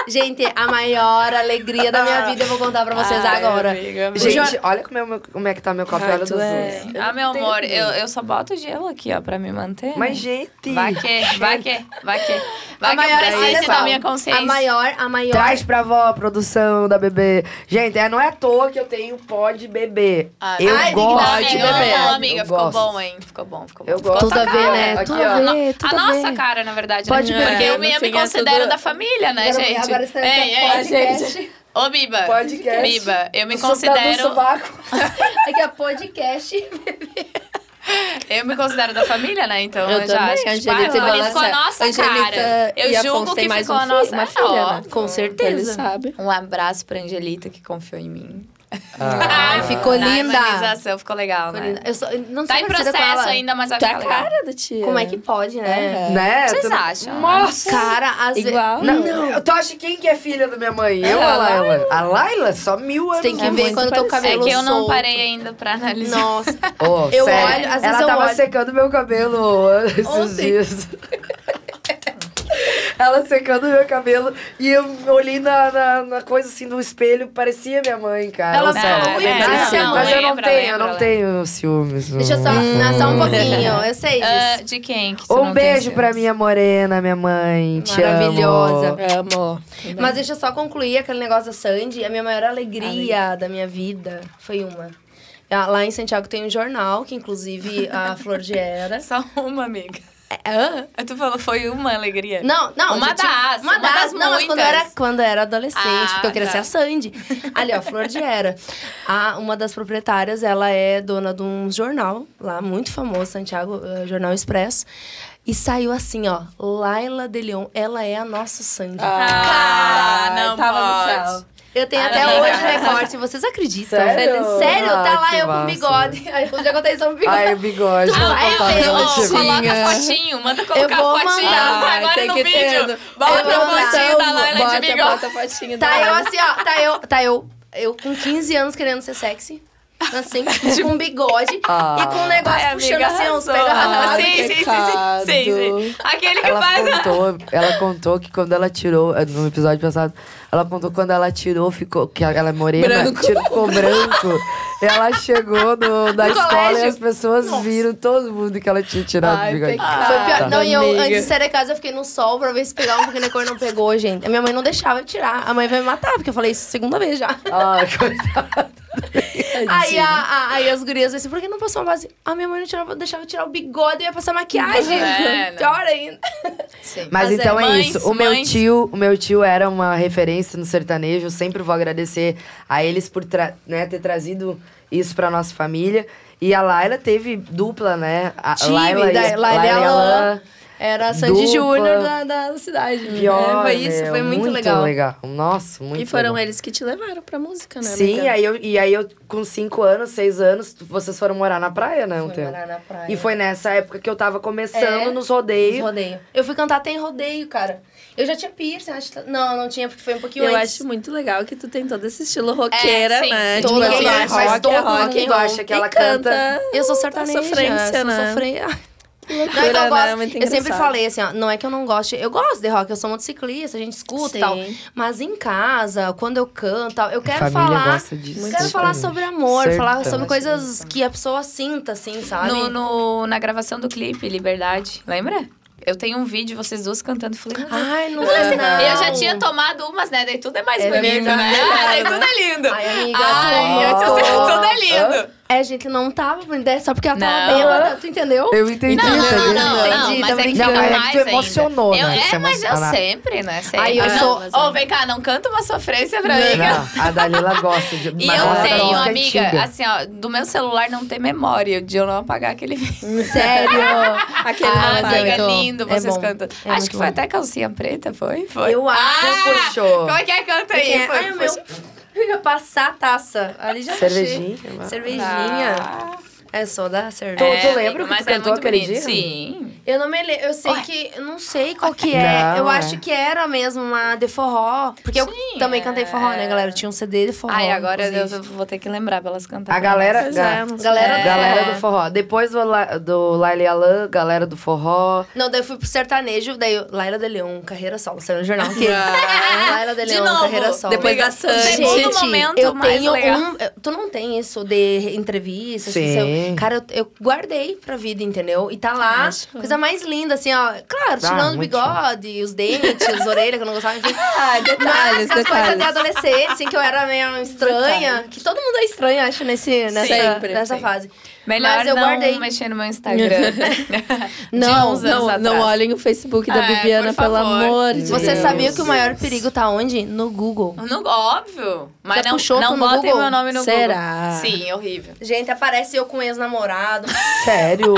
Speaker 1: Gente, a maior alegria da minha vida eu vou contar pra vocês
Speaker 3: Ai,
Speaker 1: agora.
Speaker 3: amiga, amiga.
Speaker 1: O
Speaker 2: Gente,
Speaker 1: Jo-
Speaker 2: olha como é, o meu- como é que tá meu copo,
Speaker 4: Ai,
Speaker 2: olha
Speaker 4: tu
Speaker 2: dos
Speaker 4: é-
Speaker 2: outros.
Speaker 3: Ah, meu amor, eu, eu só boto gelo aqui, ó, pra me manter.
Speaker 2: Mas,
Speaker 3: né?
Speaker 2: gente,
Speaker 3: Vai que, vai que, vai que. Vai
Speaker 1: a
Speaker 3: que eu
Speaker 1: maior,
Speaker 3: preciso
Speaker 1: só,
Speaker 3: da minha consciência.
Speaker 1: A maior, a maior.
Speaker 2: traz pra vó a produção da bebê. Gente, é, não é à toa que eu tenho pó de bebê.
Speaker 3: Ah,
Speaker 2: eu
Speaker 1: ai, tem que
Speaker 2: gosto
Speaker 1: dar,
Speaker 2: de
Speaker 1: né?
Speaker 2: bebê.
Speaker 3: Não, amiga,
Speaker 2: Eu
Speaker 3: ficou
Speaker 2: gosto.
Speaker 3: bom, hein? Ficou bom, ficou bom.
Speaker 2: Eu
Speaker 3: Ficou
Speaker 2: gosto.
Speaker 3: outra
Speaker 1: Tudo a ver,
Speaker 3: cara,
Speaker 1: né?
Speaker 3: Aqui,
Speaker 1: Tudo
Speaker 3: ó.
Speaker 1: a ver,
Speaker 3: a
Speaker 1: tudo a
Speaker 3: nossa
Speaker 1: ver.
Speaker 3: cara, na verdade,
Speaker 1: Pode Assim,
Speaker 3: né? Porque
Speaker 4: beber.
Speaker 3: eu
Speaker 4: No
Speaker 3: me, eu me
Speaker 4: fim, é
Speaker 3: considero
Speaker 4: tudo-
Speaker 3: da família, né,
Speaker 1: Agora-
Speaker 3: gente?
Speaker 1: agora você vai
Speaker 3: ei,
Speaker 1: ter
Speaker 3: ei,
Speaker 1: podcast.
Speaker 3: gente. Ô, Biba.
Speaker 2: Podcast.
Speaker 3: Biba, eu me
Speaker 2: O sotaque do
Speaker 3: considero.
Speaker 2: sovaco.
Speaker 1: Aqui é podcast.
Speaker 3: Eu me considero da família, né? Então
Speaker 4: Eu
Speaker 3: eu, já
Speaker 4: também,
Speaker 3: acho que tipo,
Speaker 4: Angélica
Speaker 3: ah,
Speaker 4: igual
Speaker 3: ele ficou a
Speaker 4: essa.
Speaker 3: nossa
Speaker 4: Angélica
Speaker 3: cara.
Speaker 4: e
Speaker 3: Eu
Speaker 4: Afonso
Speaker 3: julgo que
Speaker 4: têm mais
Speaker 3: ficou
Speaker 4: um
Speaker 3: a
Speaker 4: fi-
Speaker 3: nossa
Speaker 4: uma filha, né?
Speaker 3: Ó,
Speaker 1: Com
Speaker 4: Ele
Speaker 1: certeza.
Speaker 4: sabe.
Speaker 3: Um abraço pra Angelita que confiou em mim.
Speaker 2: Ah.
Speaker 1: Ai, ficou
Speaker 3: Na
Speaker 1: linda.
Speaker 3: harmonização ficou legal, né?
Speaker 1: Eu só, eu não
Speaker 3: Tá
Speaker 1: sou
Speaker 3: em
Speaker 1: parecida com ela.
Speaker 3: processo ainda, mas vai
Speaker 4: Tu é
Speaker 3: ficar
Speaker 4: a
Speaker 3: legal.
Speaker 4: cara da tia.
Speaker 1: Como é que pode, né?
Speaker 4: É.
Speaker 2: Né?
Speaker 3: Vocês
Speaker 2: Tu-
Speaker 3: acham?
Speaker 2: Nossa!
Speaker 1: Cara, às vezes...
Speaker 4: Igual?
Speaker 2: Não, Tu acha quem que é filha da minha mãe? Eu ou a
Speaker 4: a
Speaker 2: Laila? A Laila? Só mil anos.
Speaker 1: Tem que
Speaker 4: É
Speaker 1: ver
Speaker 4: muito
Speaker 1: quando teu
Speaker 4: parecido.
Speaker 3: É
Speaker 1: cabelo
Speaker 3: que eu não
Speaker 1: solto.
Speaker 3: parei ainda pra analisar.
Speaker 1: Nossa,
Speaker 2: Ô,
Speaker 1: Eu
Speaker 2: sério,
Speaker 1: olho, às vezes
Speaker 2: ela
Speaker 1: eu
Speaker 2: tava
Speaker 1: olho.
Speaker 2: secando meu cabelo esses
Speaker 1: Ontem.
Speaker 2: dias. ela secando meu cabelo e eu olhei na, na, na coisa assim do espelho, parecia minha mãe, cara.
Speaker 1: Ela tá
Speaker 2: Ô, sério.
Speaker 1: ficou muito
Speaker 2: Ah,
Speaker 1: parecida a
Speaker 2: Mas
Speaker 1: mãe.
Speaker 2: eu não
Speaker 3: Lembra,
Speaker 2: tenho, eu
Speaker 3: lembra,
Speaker 2: não
Speaker 3: lembra.
Speaker 2: tenho ciúmes.
Speaker 1: deixa eu só,
Speaker 2: Hum.
Speaker 1: não, só um pouquinho. Eu sei disso.
Speaker 3: Ah, de quem? Que tu
Speaker 2: Um
Speaker 3: não tem
Speaker 2: beijo pra
Speaker 3: ciúmes?
Speaker 2: minha morena, minha mãe. Te
Speaker 1: Maravilhosa.
Speaker 2: amo.
Speaker 4: Amor.
Speaker 1: Mas deixa eu só concluir aquele negócio da Sandy. A minha maior alegria da minha vida foi uma. Ah, Lá em Santiago tem um jornal, que inclusive a Flor de Era.
Speaker 3: Só uma, amiga.
Speaker 4: É,
Speaker 3: Tu falou, foi uma alegria.
Speaker 1: Não, não.
Speaker 3: Uma
Speaker 1: já tinha-
Speaker 3: das,
Speaker 1: Uma
Speaker 3: uma
Speaker 1: das,
Speaker 3: das
Speaker 1: não, mas quando eu
Speaker 3: muitas.
Speaker 1: era, quando eu era adolescente,
Speaker 3: Ah,
Speaker 1: porque eu queria
Speaker 3: tá.
Speaker 1: ser a Sandy. Ali, ó, Flor de Era. A, uma das proprietárias, ela é dona de um jornal lá, muito famoso, Santiago, eh, Jornal Expresso. E saiu assim, ó, Laila de Leon, ela é a nossa Sandy.
Speaker 3: Ah, não
Speaker 4: tava no
Speaker 3: pode.
Speaker 4: céu.
Speaker 1: Eu tenho até
Speaker 3: Amiga.
Speaker 1: hoje recorte, vocês acreditam?
Speaker 2: Sério?
Speaker 1: Sério, tá
Speaker 2: Ah,
Speaker 1: lá
Speaker 2: que
Speaker 1: eu com
Speaker 2: massa.
Speaker 1: bigode. Ai, eu já contei sobre o bigode.
Speaker 2: Ai, o bigode.
Speaker 1: Tu vai
Speaker 2: Tá
Speaker 1: ver,
Speaker 3: Ô,
Speaker 2: relativo.
Speaker 3: coloca fotinho, manda colocar
Speaker 1: vou
Speaker 3: fotinho
Speaker 1: mandar.
Speaker 3: agora
Speaker 4: Ah, tem
Speaker 3: no
Speaker 4: que
Speaker 3: vídeo.
Speaker 4: ter. né?
Speaker 3: Bota
Speaker 1: Eu vou
Speaker 3: a fotinho
Speaker 1: mandar.
Speaker 3: da Laila de
Speaker 4: bota,
Speaker 3: bigode.
Speaker 4: bota a fotinho da
Speaker 1: Tá eu
Speaker 4: Laila.
Speaker 1: assim, ó, tá eu, tá eu, eu com 15 anos querendo ser sexy. Assim, com bigode
Speaker 2: Ah.
Speaker 1: e com um negócio
Speaker 3: Ai,
Speaker 1: puxando
Speaker 3: amiga,
Speaker 1: assim, uns
Speaker 3: arrasou. Ah,
Speaker 1: pegarrados.
Speaker 3: Sim, sim, sim, sim, sim, sim. Aquele que
Speaker 2: ela
Speaker 3: faz a-
Speaker 2: contou, ela contou que quando ela tirou, eh, no episódio passado, ela contou que quando ela tirou, ficou, que ela é morena,
Speaker 4: Branco.
Speaker 2: tirou, ficou branco. ela chegou no, da
Speaker 1: No
Speaker 2: escola
Speaker 1: colégio.
Speaker 2: e as pessoas viram todo mundo que ela tinha tirado
Speaker 4: Ai,
Speaker 2: o bigode.
Speaker 4: pecado.
Speaker 1: Foi pior.
Speaker 4: Tá.
Speaker 1: Não, e eu,
Speaker 4: Amiga.
Speaker 1: antes de sair de casa, eu fiquei no sol pra ver se pegava, porque a cor não pegou, gente. A minha mãe não deixava eu tirar. A mãe vai me matar, porque eu falei isso segunda vez já.
Speaker 2: Ah, coitada.
Speaker 1: Aí, a, a- aí as gurias assim, por que não passou uma base? Ah, minha mãe não tirava, deixava eu tirar o bigode e ia passar maquiagem.
Speaker 3: É, não.
Speaker 1: Pior ainda.
Speaker 2: Mas,
Speaker 1: Mas é,
Speaker 2: então é,
Speaker 3: mães,
Speaker 2: isso. O meu
Speaker 3: mães.
Speaker 2: tio, o meu tio era uma referência no sertanejo. Eu sempre vou agradecer a eles por tra- né, ter trazido isso pra nossa família. E a Laila teve dupla, né? A
Speaker 1: Tive,
Speaker 2: Laila, e-
Speaker 1: da- Laila e
Speaker 2: Laila e
Speaker 1: Alan.
Speaker 2: Alan.
Speaker 1: Era a Sandy
Speaker 2: Dupla.
Speaker 1: Júnior da, da cidade.
Speaker 2: Pior,
Speaker 1: É, foi isso,
Speaker 2: meu,
Speaker 1: foi muito, legal.
Speaker 2: Nossa, muito
Speaker 4: E foram
Speaker 2: legal.
Speaker 4: eles que te levaram pra música, né?
Speaker 2: Sim,
Speaker 4: amiga?
Speaker 2: aí eu, e aí eu com 5 anos, 6 anos, vocês foram morar na praia, né? Um
Speaker 1: Fui
Speaker 2: tempo.
Speaker 1: morar na praia.
Speaker 2: E foi nessa época que eu tava começando
Speaker 1: É,
Speaker 2: nos
Speaker 1: Nos
Speaker 2: rodeios.
Speaker 1: rodeio. Eu fui cantar até em rodeio, cara. Eu já tinha piercing, acho que- Não, não tinha, porque foi um pouquinho
Speaker 4: Eu
Speaker 1: antes.
Speaker 4: acho muito legal que tu tem todo esse estilo roqueira,
Speaker 3: sim,
Speaker 4: né?
Speaker 3: sim.
Speaker 4: Tipo,
Speaker 1: Todo
Speaker 4: assim,
Speaker 1: mundo acha,
Speaker 4: rock,
Speaker 1: mas todo
Speaker 4: é rock,
Speaker 1: mundo
Speaker 4: é rock.
Speaker 2: acha que ela
Speaker 4: E canta.
Speaker 2: canta.
Speaker 1: Eu sou sertaneja.
Speaker 4: sofrência,
Speaker 1: sou
Speaker 4: né?
Speaker 1: sofrência.
Speaker 4: Que
Speaker 1: Não, é que
Speaker 4: loucura,
Speaker 1: eu,
Speaker 4: né?
Speaker 1: gosto,
Speaker 4: Muito
Speaker 1: eu sempre
Speaker 4: engraçado.
Speaker 1: falei assim, ó, não é que eu não goste, eu gosto de rock, eu sou motociclista, a gente escuta e tal.
Speaker 4: Sim.
Speaker 1: Mas em casa, quando eu canto, tal, eu quero
Speaker 2: Família
Speaker 1: falar.
Speaker 2: gosta disso,
Speaker 1: Eu
Speaker 4: Muito
Speaker 1: quero falar
Speaker 2: exatamente.
Speaker 1: sobre amor, falar
Speaker 2: Sertão.
Speaker 1: sobre coisas que a pessoa sinta, assim, sabe?
Speaker 3: No, no- na gravação do clipe, Liberdade, lembra? Eu tenho um vídeo, vocês duas cantando. Eu Falei, "Ah,
Speaker 1: Ai, não,
Speaker 3: eu,
Speaker 1: sei não.
Speaker 3: eu já tinha tomado umas, né? Daí tudo é mais
Speaker 1: É
Speaker 3: bonito, né?
Speaker 1: verdade.
Speaker 3: Ah, daí tudo é lindo.
Speaker 1: Ai, amiga,
Speaker 3: Ai,
Speaker 1: tu-
Speaker 3: tudo tudo é lindo.
Speaker 1: É, gente, não tava bonita, é só porque ela tava
Speaker 3: Não.
Speaker 1: bêbada, tu entendeu?
Speaker 2: Eu entendi,
Speaker 3: Não,
Speaker 2: tá
Speaker 3: não, não,
Speaker 2: ligado?
Speaker 3: não, não,
Speaker 1: Entendi,
Speaker 3: mas
Speaker 1: tá
Speaker 3: é que
Speaker 1: brincando. Não,
Speaker 3: não,
Speaker 1: é que
Speaker 3: mais
Speaker 2: tu
Speaker 3: ainda.
Speaker 2: emocionou, né?
Speaker 3: Eu-
Speaker 2: Você
Speaker 3: É, mas eu
Speaker 2: emocionou.
Speaker 3: sempre, né? Sempre.
Speaker 1: Ai, eu
Speaker 3: Não,
Speaker 1: sou-
Speaker 3: Ô, vem cá, não canta uma sofrência pra mim.
Speaker 2: Não, a Dalila gosta de.
Speaker 3: E
Speaker 2: mas
Speaker 3: eu
Speaker 2: ela
Speaker 3: tenho,
Speaker 2: gosta
Speaker 3: amiga,
Speaker 2: antiga.
Speaker 3: assim, ó, do meu celular não tem memória de eu não apagar aquele vídeo.
Speaker 1: Sério.
Speaker 4: Aquele
Speaker 1: Ah,
Speaker 4: lá,
Speaker 1: mas
Speaker 3: Hum, Ah,
Speaker 1: é
Speaker 3: amiga,
Speaker 1: muito-
Speaker 3: lindo,
Speaker 1: é
Speaker 3: vocês
Speaker 1: bom.
Speaker 3: cantando.
Speaker 1: É
Speaker 3: Acho
Speaker 1: muito
Speaker 3: que foi
Speaker 1: bom.
Speaker 3: até calcinha preta, foi? Foi.
Speaker 1: Eu acho.
Speaker 3: Ah!
Speaker 2: puxou.
Speaker 3: Como é que é? Canta aí.
Speaker 1: É,
Speaker 3: foi,
Speaker 1: ai, o
Speaker 3: foi.
Speaker 1: meu. Eu ia passar a taça. Ali já
Speaker 2: Cervejinha, né?
Speaker 1: achei.
Speaker 2: vai.
Speaker 1: Cervejinha.
Speaker 3: Ah.
Speaker 1: É só da
Speaker 2: Tu,
Speaker 1: cerveja.
Speaker 2: tu
Speaker 3: É,
Speaker 2: lembra o que tu
Speaker 3: mas
Speaker 2: cantou
Speaker 3: é muito
Speaker 2: aquele
Speaker 3: bonito.
Speaker 2: dia?
Speaker 3: Sim.
Speaker 1: Eu não me lembro. Eu sei que. Eu não sei qual que é.
Speaker 2: Não,
Speaker 1: eu
Speaker 2: é.
Speaker 1: acho que era mesmo uma de forró. Porque eu
Speaker 3: Sim,
Speaker 1: também
Speaker 3: é.
Speaker 1: cantei forró, né, galera? Eu tinha um CD de forró.
Speaker 3: Ai, agora eu,
Speaker 1: inclusive.
Speaker 3: eu vou ter que lembrar pra elas cantarem.
Speaker 2: A galera.
Speaker 4: Pois
Speaker 2: ga-
Speaker 4: é, não sei.
Speaker 1: Galera
Speaker 3: É.
Speaker 2: Galera do forró. Depois do, La- do Laila e Alan, galera do forró.
Speaker 1: Não, daí eu fui pro sertanejo, daí eu- Laila de Leon, carreira solo, saiu no jornal. Que... Laila de
Speaker 3: De
Speaker 1: Leon,
Speaker 3: novo,
Speaker 1: carreira solo.
Speaker 4: Ah. Depois da
Speaker 3: O
Speaker 4: Sandy.
Speaker 3: segundo
Speaker 1: Gente,
Speaker 3: momento
Speaker 1: eu
Speaker 3: mais
Speaker 1: tenho
Speaker 3: legal.
Speaker 1: um. eu- Tu não tem isso de entrevista, assim,
Speaker 2: Sim.
Speaker 1: seu- cara, eu, eu guardei pra vida, entendeu? E tá lá,
Speaker 4: Acho.
Speaker 1: coisa mais linda, assim, ó. Claro,
Speaker 2: Ah,
Speaker 1: tirando o
Speaker 2: muito
Speaker 1: bigode, os dentes, as orelhas que eu não gostava, enfim.
Speaker 4: Ah, detalhes,
Speaker 1: Mas as coisas de
Speaker 4: detalhes.
Speaker 1: adolescente, assim, que eu era meio estranha. Que todo mundo é estranho, acho, nesse, nessa,
Speaker 4: Sempre,
Speaker 1: nessa
Speaker 4: sim.
Speaker 1: fase.
Speaker 3: Melhor
Speaker 1: Mas eu
Speaker 3: não
Speaker 1: guardei.
Speaker 3: mexer no meu Instagram.
Speaker 1: Não,
Speaker 3: uns anos
Speaker 4: Não, não
Speaker 3: atrás.
Speaker 4: olhem o Facebook da
Speaker 3: É,
Speaker 4: Bibiana,
Speaker 3: por
Speaker 4: pelo
Speaker 3: favor.
Speaker 4: amor de
Speaker 1: Você
Speaker 4: Deus.
Speaker 1: sabia que o maior perigo tá onde? No Google.
Speaker 3: No, óbvio. Mas
Speaker 1: Já
Speaker 3: não,
Speaker 1: puxou tu no
Speaker 3: não botem
Speaker 1: Google?
Speaker 3: meu nome no
Speaker 4: Será?
Speaker 3: Google. Sim, horrível.
Speaker 1: Gente, aparece eu com ex-namorado. Um
Speaker 2: Sério?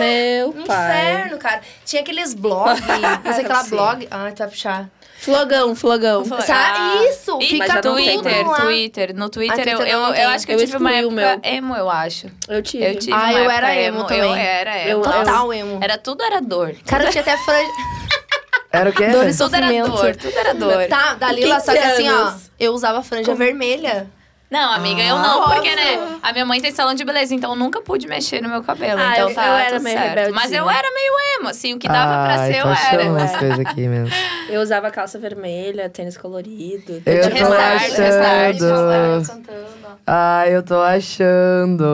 Speaker 4: Meu pai.
Speaker 1: Inferno, cara. Tinha aqueles blogs, não sei
Speaker 2: assim.
Speaker 1: aquela
Speaker 4: Sim.
Speaker 1: blog. Ah, tu vai puxar.
Speaker 4: Flogão, flogão.
Speaker 3: Flogão.
Speaker 1: Sa-
Speaker 3: Ah,
Speaker 1: isso,
Speaker 3: Ih,
Speaker 1: fica
Speaker 4: mas já
Speaker 1: tudo
Speaker 4: não tem
Speaker 3: Twitter,
Speaker 1: lá.
Speaker 3: Twitter. No Twitter,
Speaker 1: Ah, Twitter
Speaker 3: eu,
Speaker 1: não
Speaker 3: eu,
Speaker 1: tem.
Speaker 3: eu acho que eu,
Speaker 4: Eu
Speaker 3: tive uma
Speaker 4: excluí o
Speaker 3: época
Speaker 4: meu.
Speaker 3: emo, eu acho.
Speaker 4: Eu tive.
Speaker 3: Eu tive
Speaker 1: Ah,
Speaker 3: uma
Speaker 1: eu
Speaker 3: época
Speaker 1: era emo
Speaker 3: Eu
Speaker 1: também.
Speaker 3: era
Speaker 4: Eu-
Speaker 3: emo.
Speaker 4: eu-
Speaker 1: Total emo.
Speaker 3: Era tudo era dor.
Speaker 1: Cara, eu tinha até franja.
Speaker 2: Era o quê?
Speaker 1: Dores-
Speaker 3: Tudo era
Speaker 1: Sofrimento.
Speaker 3: dor, tudo era dor.
Speaker 1: Tá, Dalila, só que
Speaker 4: 15
Speaker 1: assim, ó.
Speaker 4: anos.
Speaker 1: Eu usava franja vermelha.
Speaker 3: Não, amiga, eu não, porque, né? A minha mãe tem salão de beleza, então eu nunca pude mexer no meu cabelo.
Speaker 4: Ah,
Speaker 3: então
Speaker 4: eu-
Speaker 3: tá,
Speaker 4: eu era
Speaker 3: tudo
Speaker 4: meio
Speaker 3: certo.
Speaker 4: rebeldinha.
Speaker 3: Mas eu era meio emo, assim, o que dava pra
Speaker 2: tá
Speaker 3: ser, eu
Speaker 2: achando
Speaker 3: era.
Speaker 2: as coisas aqui mesmo.
Speaker 4: Eu usava calça vermelha, tênis colorido. Tipo,
Speaker 2: Eu tô
Speaker 4: tudo de restart,
Speaker 2: achando.
Speaker 4: restart.
Speaker 1: Restart, cantando, ó.
Speaker 2: Ai, eu tô achando.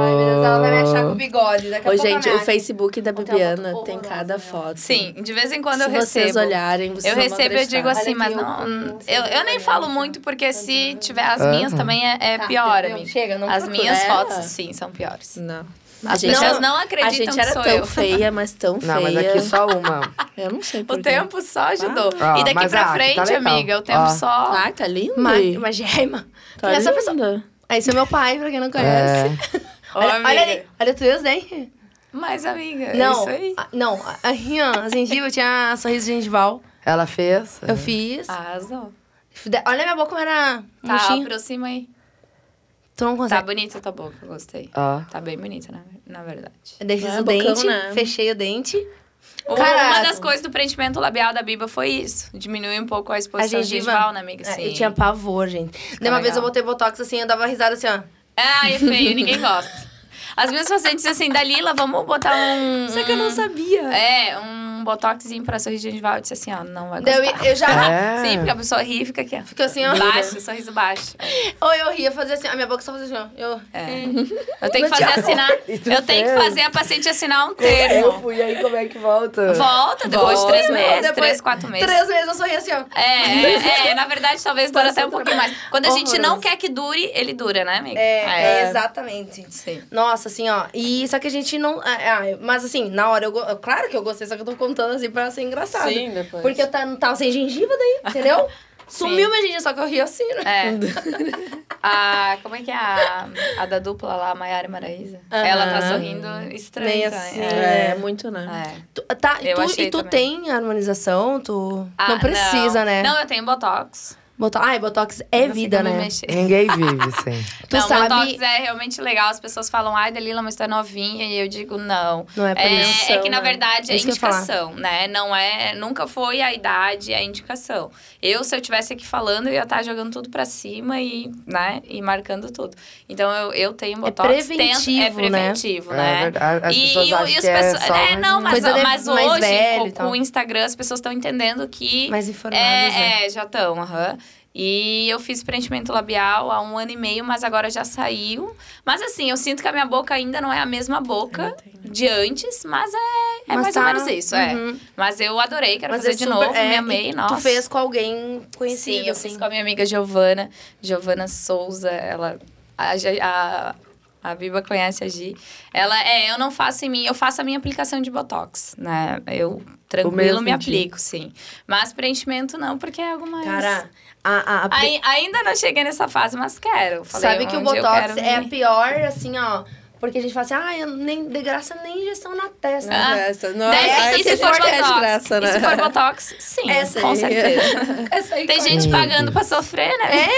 Speaker 1: Ai, meu Deus, ela vai me achar com bigode. Daqui a
Speaker 4: Ô,
Speaker 1: pouco
Speaker 4: gente,
Speaker 1: ela me
Speaker 4: o
Speaker 1: acha.
Speaker 4: Facebook da
Speaker 1: Ontem
Speaker 4: Bibiana
Speaker 1: ela botou
Speaker 4: tem
Speaker 1: horrorosa,
Speaker 4: cada
Speaker 1: né?
Speaker 4: foto.
Speaker 3: Sim, de vez em quando
Speaker 4: Se
Speaker 3: eu
Speaker 4: vocês
Speaker 3: recebo.
Speaker 4: olharem, vocês
Speaker 3: Eu
Speaker 4: não
Speaker 3: recebo, eu digo
Speaker 4: acreditar.
Speaker 3: assim,
Speaker 1: Olha
Speaker 3: mas
Speaker 1: aqui, ó.
Speaker 3: não.
Speaker 1: Não sei
Speaker 3: Eu,
Speaker 1: se
Speaker 3: eu
Speaker 1: vai
Speaker 3: nem
Speaker 1: dar,
Speaker 3: falo
Speaker 1: tá?
Speaker 3: muito, porque se tiver as
Speaker 2: Aham.
Speaker 3: minhas também é, é
Speaker 1: Tá,
Speaker 3: pior,
Speaker 1: entendeu?
Speaker 3: amiga.
Speaker 1: Chega, não
Speaker 3: As
Speaker 1: procura.
Speaker 3: minhas
Speaker 4: É.
Speaker 3: fotos, sim, são piores.
Speaker 4: Não.
Speaker 3: assim, As
Speaker 4: gente-
Speaker 3: pessoas não
Speaker 4: A
Speaker 3: acreditam
Speaker 4: gente
Speaker 3: que
Speaker 4: era
Speaker 3: sou
Speaker 4: tão
Speaker 3: eu.
Speaker 4: feia, mas tão feia.
Speaker 2: Não, mas aqui só uma.
Speaker 4: Eu não sei por
Speaker 3: O tempo só ajudou.
Speaker 2: Ah,
Speaker 3: e daqui
Speaker 2: mas,
Speaker 3: pra
Speaker 2: ah,
Speaker 3: frente,
Speaker 2: tá legal.
Speaker 3: amiga, o tempo
Speaker 2: Ah.
Speaker 3: só.
Speaker 4: Ah, tá lindo.
Speaker 1: Ma-
Speaker 4: Mas,
Speaker 1: Uma gema.
Speaker 4: tá
Speaker 1: Olha essa
Speaker 4: lindo.
Speaker 1: pessoa. Ah, Esse é meu pai, pra quem não conhece.
Speaker 2: É.
Speaker 3: Ô,
Speaker 1: Olha,
Speaker 3: amiga.
Speaker 1: olha ali, olha tu e os dentes.
Speaker 3: Mas, amiga, é
Speaker 1: Não,
Speaker 3: isso aí.
Speaker 1: a- não, a- a rinha, a gengiva, eu tinha sorriso gengival.
Speaker 2: Ela fez.
Speaker 1: Eu fiz.
Speaker 3: Tá. Arrasou.
Speaker 1: Fide- Olha minha boca como era
Speaker 4: Um
Speaker 3: Tá,
Speaker 1: murchinha.
Speaker 3: aproxima aí.
Speaker 1: Tu não
Speaker 3: Tá
Speaker 1: consegue.
Speaker 3: bonita tua boca, gostei.
Speaker 2: Ah.
Speaker 3: Tá bem bonita, na, na verdade.
Speaker 1: Eu Daí fiz
Speaker 4: É,
Speaker 1: o
Speaker 4: bocão,
Speaker 1: dente,
Speaker 4: né?
Speaker 1: fechei o dente. Cara,
Speaker 3: Uma das coisas do preenchimento labial da Biba foi isso. Diminuir um pouco a
Speaker 1: a
Speaker 3: exposição
Speaker 1: gengiva.
Speaker 3: gengival, né, amiga?
Speaker 1: Ah,
Speaker 3: Sim.
Speaker 1: Eu tinha pavor, gente. Daí uma vez eu
Speaker 3: legal.
Speaker 1: botei botox assim, eu dava risada assim, ó.
Speaker 3: Ah, é feio, ninguém gosta. As minhas pacientes assim, Dalila, vamos botar um.
Speaker 1: Só que eu não
Speaker 3: um-
Speaker 4: Hum.
Speaker 1: sabia.
Speaker 3: É, um botoxzinho pra sorriso gengival. Eu disse assim, ó, não vai
Speaker 1: Daí eu,
Speaker 3: gostar.
Speaker 1: eu já.
Speaker 2: É.
Speaker 3: Sim, porque a pessoa ri e fica aqui, ó.
Speaker 1: Fica assim, ó.
Speaker 3: Baixo, sorriso baixo.
Speaker 1: Ou eu ria, fazia assim, a minha boca só fazia assim, ó. Eu.
Speaker 3: É. Eu tenho que fazer assinar.
Speaker 2: E tu
Speaker 3: Eu tenho que
Speaker 2: fez?
Speaker 3: fazer a paciente assinar um termo.
Speaker 2: Tempo, e aí como é que volta?
Speaker 3: Volta depois de três
Speaker 1: Volta.
Speaker 3: meses,
Speaker 1: Depois-
Speaker 3: três, quatro meses.
Speaker 1: Três meses eu sorria assim, ó.
Speaker 3: É, é, é, na verdade, talvez dure até um pouquinho mais. Quando a gente não
Speaker 1: Horroroso.
Speaker 3: quer que dure, ele dura, né, amiga?
Speaker 1: É, é, exatamente.
Speaker 3: Sim.
Speaker 1: Nossa, assim, ó. E só que a gente não. ah, ah, eu- mas assim, na hora eu. go- eu- Claro que eu gostei, só que eu tô contando assim pra ser engraçado.
Speaker 4: Sim, depois.
Speaker 1: Porque eu tá- não tava sem gengiva daí, entendeu? Sumiu minha gente, só que eu ri assim, né?
Speaker 3: É. a, como é que é a, a da dupla lá, a Maiara e Maraísa?
Speaker 1: Aham.
Speaker 3: Ela tá sorrindo estranho.
Speaker 1: Bem
Speaker 3: estranho.
Speaker 1: assim.
Speaker 4: É, muito, né?
Speaker 3: É. É.
Speaker 1: Tu- tá, e
Speaker 3: Eu
Speaker 1: tu,
Speaker 3: achei
Speaker 1: e tu
Speaker 3: também.
Speaker 1: tem harmonização? Tu
Speaker 3: Ah,
Speaker 1: não precisa, né?
Speaker 3: Não, eu tenho Botox.
Speaker 1: Boto... Ai, Botox é
Speaker 3: Não sei
Speaker 1: vida,
Speaker 3: como
Speaker 1: né?
Speaker 3: mexer.
Speaker 2: Ninguém vive sem.
Speaker 1: Tu
Speaker 3: não,
Speaker 1: sabe-
Speaker 3: Botox é realmente legal. As pessoas falam, ai, Dalila, mas tu é novinha. E eu digo, não.
Speaker 1: Não é por isso.
Speaker 3: É, é que, na
Speaker 4: né?
Speaker 3: verdade,
Speaker 1: É
Speaker 3: é,
Speaker 1: isso que eu ia falar.
Speaker 3: indicação, né? Não é... Nunca foi a idade, é a indicação. Eu, se eu estivesse aqui falando, eu ia estar jogando tudo pra cima e, né? E marcando tudo. Então, eu, eu tenho Botox. tento,
Speaker 1: É preventivo,
Speaker 3: é
Speaker 1: né?
Speaker 3: preventivo, né?
Speaker 2: É verdade. As pessoas
Speaker 3: o-
Speaker 2: acham
Speaker 3: as
Speaker 2: que é
Speaker 3: pessoas-
Speaker 2: só
Speaker 3: é,
Speaker 2: mais
Speaker 3: não,
Speaker 2: um-
Speaker 3: mas,
Speaker 1: Coisa de-
Speaker 3: mas
Speaker 1: mais
Speaker 3: hoje,
Speaker 1: velho e
Speaker 3: com- com,
Speaker 1: tal.
Speaker 3: o Instagram, as pessoas estão entendendo que...
Speaker 1: Mais informadas, né?
Speaker 3: É, é, já estão, aham. E eu fiz preenchimento labial há um ano e meio, mas agora já saiu. Mas assim, eu sinto que a minha boca ainda não é a mesma boca de antes, mas é, é
Speaker 1: Mas
Speaker 3: mais
Speaker 1: tá-
Speaker 3: ou menos isso, é.
Speaker 1: Uhum.
Speaker 3: Mas eu adorei, quero
Speaker 1: Mas
Speaker 3: fazer
Speaker 1: é
Speaker 3: de
Speaker 1: super-
Speaker 3: novo,
Speaker 1: é,
Speaker 3: me
Speaker 1: e
Speaker 3: amei, nossa.
Speaker 1: Tu fez com alguém conhecido,
Speaker 3: Sim, eu
Speaker 1: assim.
Speaker 3: fiz com a minha amiga Giovana, Giovana Souza, ela a, Gi- a, a Biba conhece a Gi. Ela é, eu não faço em mim, eu faço a minha aplicação de botox, né? Eu tranquilo
Speaker 2: mesmo
Speaker 3: me
Speaker 2: dia.
Speaker 3: aplico, sim. Mas preenchimento não, porque é algo mais
Speaker 1: Cara, a- a- a-
Speaker 3: Ai- ainda não cheguei nessa fase, mas quero. Falei,
Speaker 1: sabe que o
Speaker 3: um dia eu
Speaker 1: Botox
Speaker 3: quero
Speaker 1: é a
Speaker 3: me-
Speaker 1: pior, assim, ó. Porque a gente fala assim, ah, eu nem, de graça nem injeção na testa.
Speaker 3: Ah.
Speaker 4: Essa, não,
Speaker 3: Dez-
Speaker 4: essa,
Speaker 3: e se for
Speaker 4: é de
Speaker 3: botox?
Speaker 4: graça,
Speaker 3: E
Speaker 4: né?
Speaker 3: se for botox, sim,
Speaker 1: Essa
Speaker 3: com
Speaker 1: aí.
Speaker 3: certeza.
Speaker 1: Essa aí
Speaker 3: Tem
Speaker 1: corre.
Speaker 3: gente
Speaker 2: Meu
Speaker 3: pagando
Speaker 2: Deus.
Speaker 3: pra sofrer, né?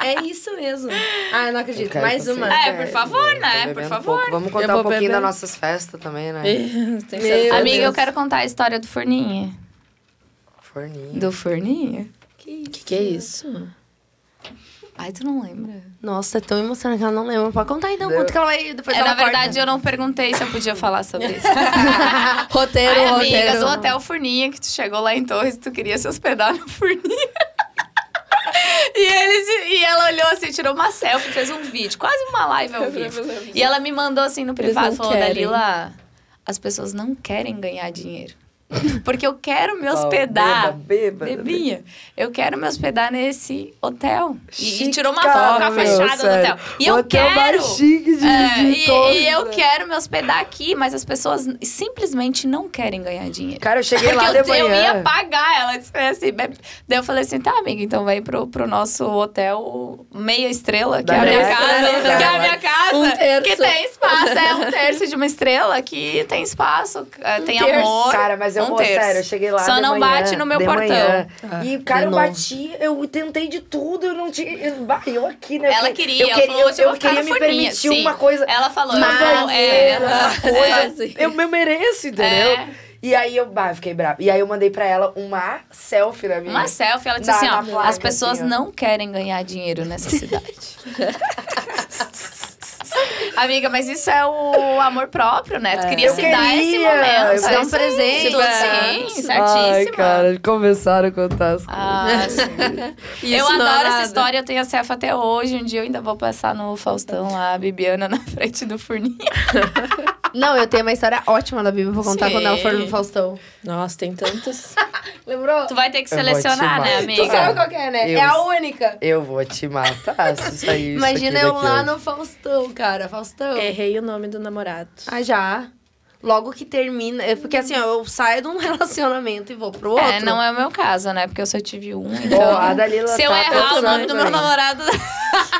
Speaker 1: É isso mesmo. Ah, eu não
Speaker 2: Eu
Speaker 1: acredito.
Speaker 2: quero
Speaker 1: Mais
Speaker 2: fazer.
Speaker 1: uma.
Speaker 3: É, por favor, né?
Speaker 2: Tô
Speaker 3: Por
Speaker 2: bebendo
Speaker 3: favor.
Speaker 2: pouco. Vamos
Speaker 4: Eu
Speaker 2: contar
Speaker 4: vou
Speaker 2: um pouquinho
Speaker 4: beber.
Speaker 2: das nossas festas também, né?
Speaker 4: Tem
Speaker 1: Meu
Speaker 4: certeza.
Speaker 3: Amiga, eu
Speaker 1: Deus.
Speaker 3: quero contar a história do Forninha.
Speaker 2: Forninho.
Speaker 3: Do Forninha?
Speaker 4: O que, que é isso?
Speaker 3: Ai, tu não lembra?
Speaker 1: Nossa, é tão emocionante que ela não lembra. Pode contar então
Speaker 2: Deu.
Speaker 1: quanto que ela vai. Depois
Speaker 3: É,
Speaker 1: ela
Speaker 3: na verdade,
Speaker 1: corta.
Speaker 3: eu não perguntei se eu podia falar sobre isso.
Speaker 4: Roteiro,
Speaker 3: Ah, Ai,
Speaker 4: roteiro.
Speaker 3: amigas, o Hotel Furninha, que tu chegou lá em Torres, tu queria se hospedar no Furninha. E, eles, e ela olhou assim, tirou uma selfie, fez um vídeo, quase uma live ao vivo. E ela me mandou assim no
Speaker 4: Eles
Speaker 3: privado,
Speaker 4: não
Speaker 3: falou,
Speaker 4: querem.
Speaker 3: Dalila, as pessoas não querem ganhar dinheiro. Porque eu quero me hospedar.
Speaker 2: Beba,
Speaker 3: Bebinha, eu quero me hospedar nesse hotel. E, e tirou uma
Speaker 2: Chique,
Speaker 3: foto com a
Speaker 2: cara,
Speaker 3: fachada
Speaker 2: meu,
Speaker 3: do hotel.
Speaker 2: sério.
Speaker 3: E eu
Speaker 2: o hotel
Speaker 3: quero.
Speaker 2: mais chique de,
Speaker 3: É,
Speaker 2: de
Speaker 3: e,
Speaker 2: todos,
Speaker 3: e eu
Speaker 2: né?
Speaker 3: quero me hospedar aqui, mas as pessoas simplesmente não querem ganhar dinheiro.
Speaker 2: Cara, eu cheguei
Speaker 3: Porque
Speaker 2: lá
Speaker 3: eu,
Speaker 2: de manhã.
Speaker 3: eu ia pagar, ela disse assim. bebe. Daí eu falei assim, tá, amiga, então vem pro, pro nosso hotel meia estrela, que
Speaker 2: Da
Speaker 3: é a minha
Speaker 2: Meia
Speaker 3: casa.
Speaker 2: Estrela,
Speaker 3: Que é a
Speaker 2: cara.
Speaker 3: minha casa.
Speaker 4: Um terço.
Speaker 3: Que tem espaço. É um terço de uma estrela que tem espaço, é,
Speaker 1: Um
Speaker 3: tem amor.
Speaker 2: Um Cara, mas eu
Speaker 3: um
Speaker 2: vou,
Speaker 3: terço.
Speaker 2: sério, eu cheguei lá
Speaker 3: Só
Speaker 2: de
Speaker 3: não
Speaker 2: manhã,
Speaker 3: bate no meu
Speaker 2: de
Speaker 3: portão.
Speaker 2: manhã. e, cara,
Speaker 1: Ah, de
Speaker 2: eu
Speaker 1: novo.
Speaker 2: bati, eu tentei de tudo, eu não tinha... Eu, bah, eu aqui, né?
Speaker 3: Ela
Speaker 2: eu,
Speaker 3: queria,
Speaker 2: eu
Speaker 3: ela
Speaker 2: queria,
Speaker 3: falou, hoje eu
Speaker 2: eu,
Speaker 3: vou ficar
Speaker 2: queria
Speaker 3: no
Speaker 2: me
Speaker 3: forninho,
Speaker 2: permitir
Speaker 3: sim.
Speaker 2: uma coisa...
Speaker 3: Ela falou,
Speaker 2: uma
Speaker 3: não, é.
Speaker 2: banheira, uma coisa, eu me mereço, entendeu?
Speaker 3: É.
Speaker 2: E aí eu, bah, eu fiquei brava. E aí eu mandei pra ela uma selfie da minha.
Speaker 3: Uma selfie, ela disse
Speaker 2: Na-
Speaker 3: assim,
Speaker 2: na
Speaker 3: ó,
Speaker 2: placa,
Speaker 3: as pessoas
Speaker 2: assim, ó.
Speaker 3: não querem ganhar dinheiro nessa cidade. Amiga, mas isso é o amor próprio, né? Tu queria
Speaker 2: Eu
Speaker 3: se dar esse
Speaker 2: queria, eu queria
Speaker 3: momento. um
Speaker 1: se dar um
Speaker 3: presente.
Speaker 1: presente.
Speaker 3: Sim, certíssima.
Speaker 2: começaram a contar as
Speaker 3: Ah, sim.
Speaker 4: Isso
Speaker 3: eu
Speaker 4: não é
Speaker 3: adoro essa
Speaker 4: nada.
Speaker 3: história, eu tenho a cefa até hoje. Um dia eu ainda vou passar no Faustão lá, a Bibiana na frente do forninho.
Speaker 1: Não, eu tenho uma história ótima da Bíblia pra contar
Speaker 3: Sim.
Speaker 1: quando ela for no Faustão.
Speaker 4: Nossa, tem tantos.
Speaker 1: Lembrou?
Speaker 3: Tu vai ter que
Speaker 2: Eu vou te
Speaker 3: selecionar, né,
Speaker 2: matar.
Speaker 1: Tu sabe
Speaker 3: amiga?
Speaker 1: qual que é, né?
Speaker 2: Eu-
Speaker 1: É a única.
Speaker 2: Eu vou te matar se sair isso
Speaker 1: Imagina
Speaker 2: aqui
Speaker 1: eu
Speaker 2: daqui
Speaker 1: lá
Speaker 2: hoje.
Speaker 1: no Faustão, cara. Faustão.
Speaker 3: É.
Speaker 4: Errei o nome do namorado.
Speaker 1: Ah, já. Logo que termina. é Porque assim, ó, eu saio de um relacionamento e vou pro outro.
Speaker 3: É, não é o meu caso, né? Porque eu só tive um, então.
Speaker 2: Ó, a Dalila
Speaker 3: Se eu
Speaker 2: tá
Speaker 3: errar o
Speaker 2: pensando
Speaker 3: nome do meu
Speaker 2: também.
Speaker 3: namorado.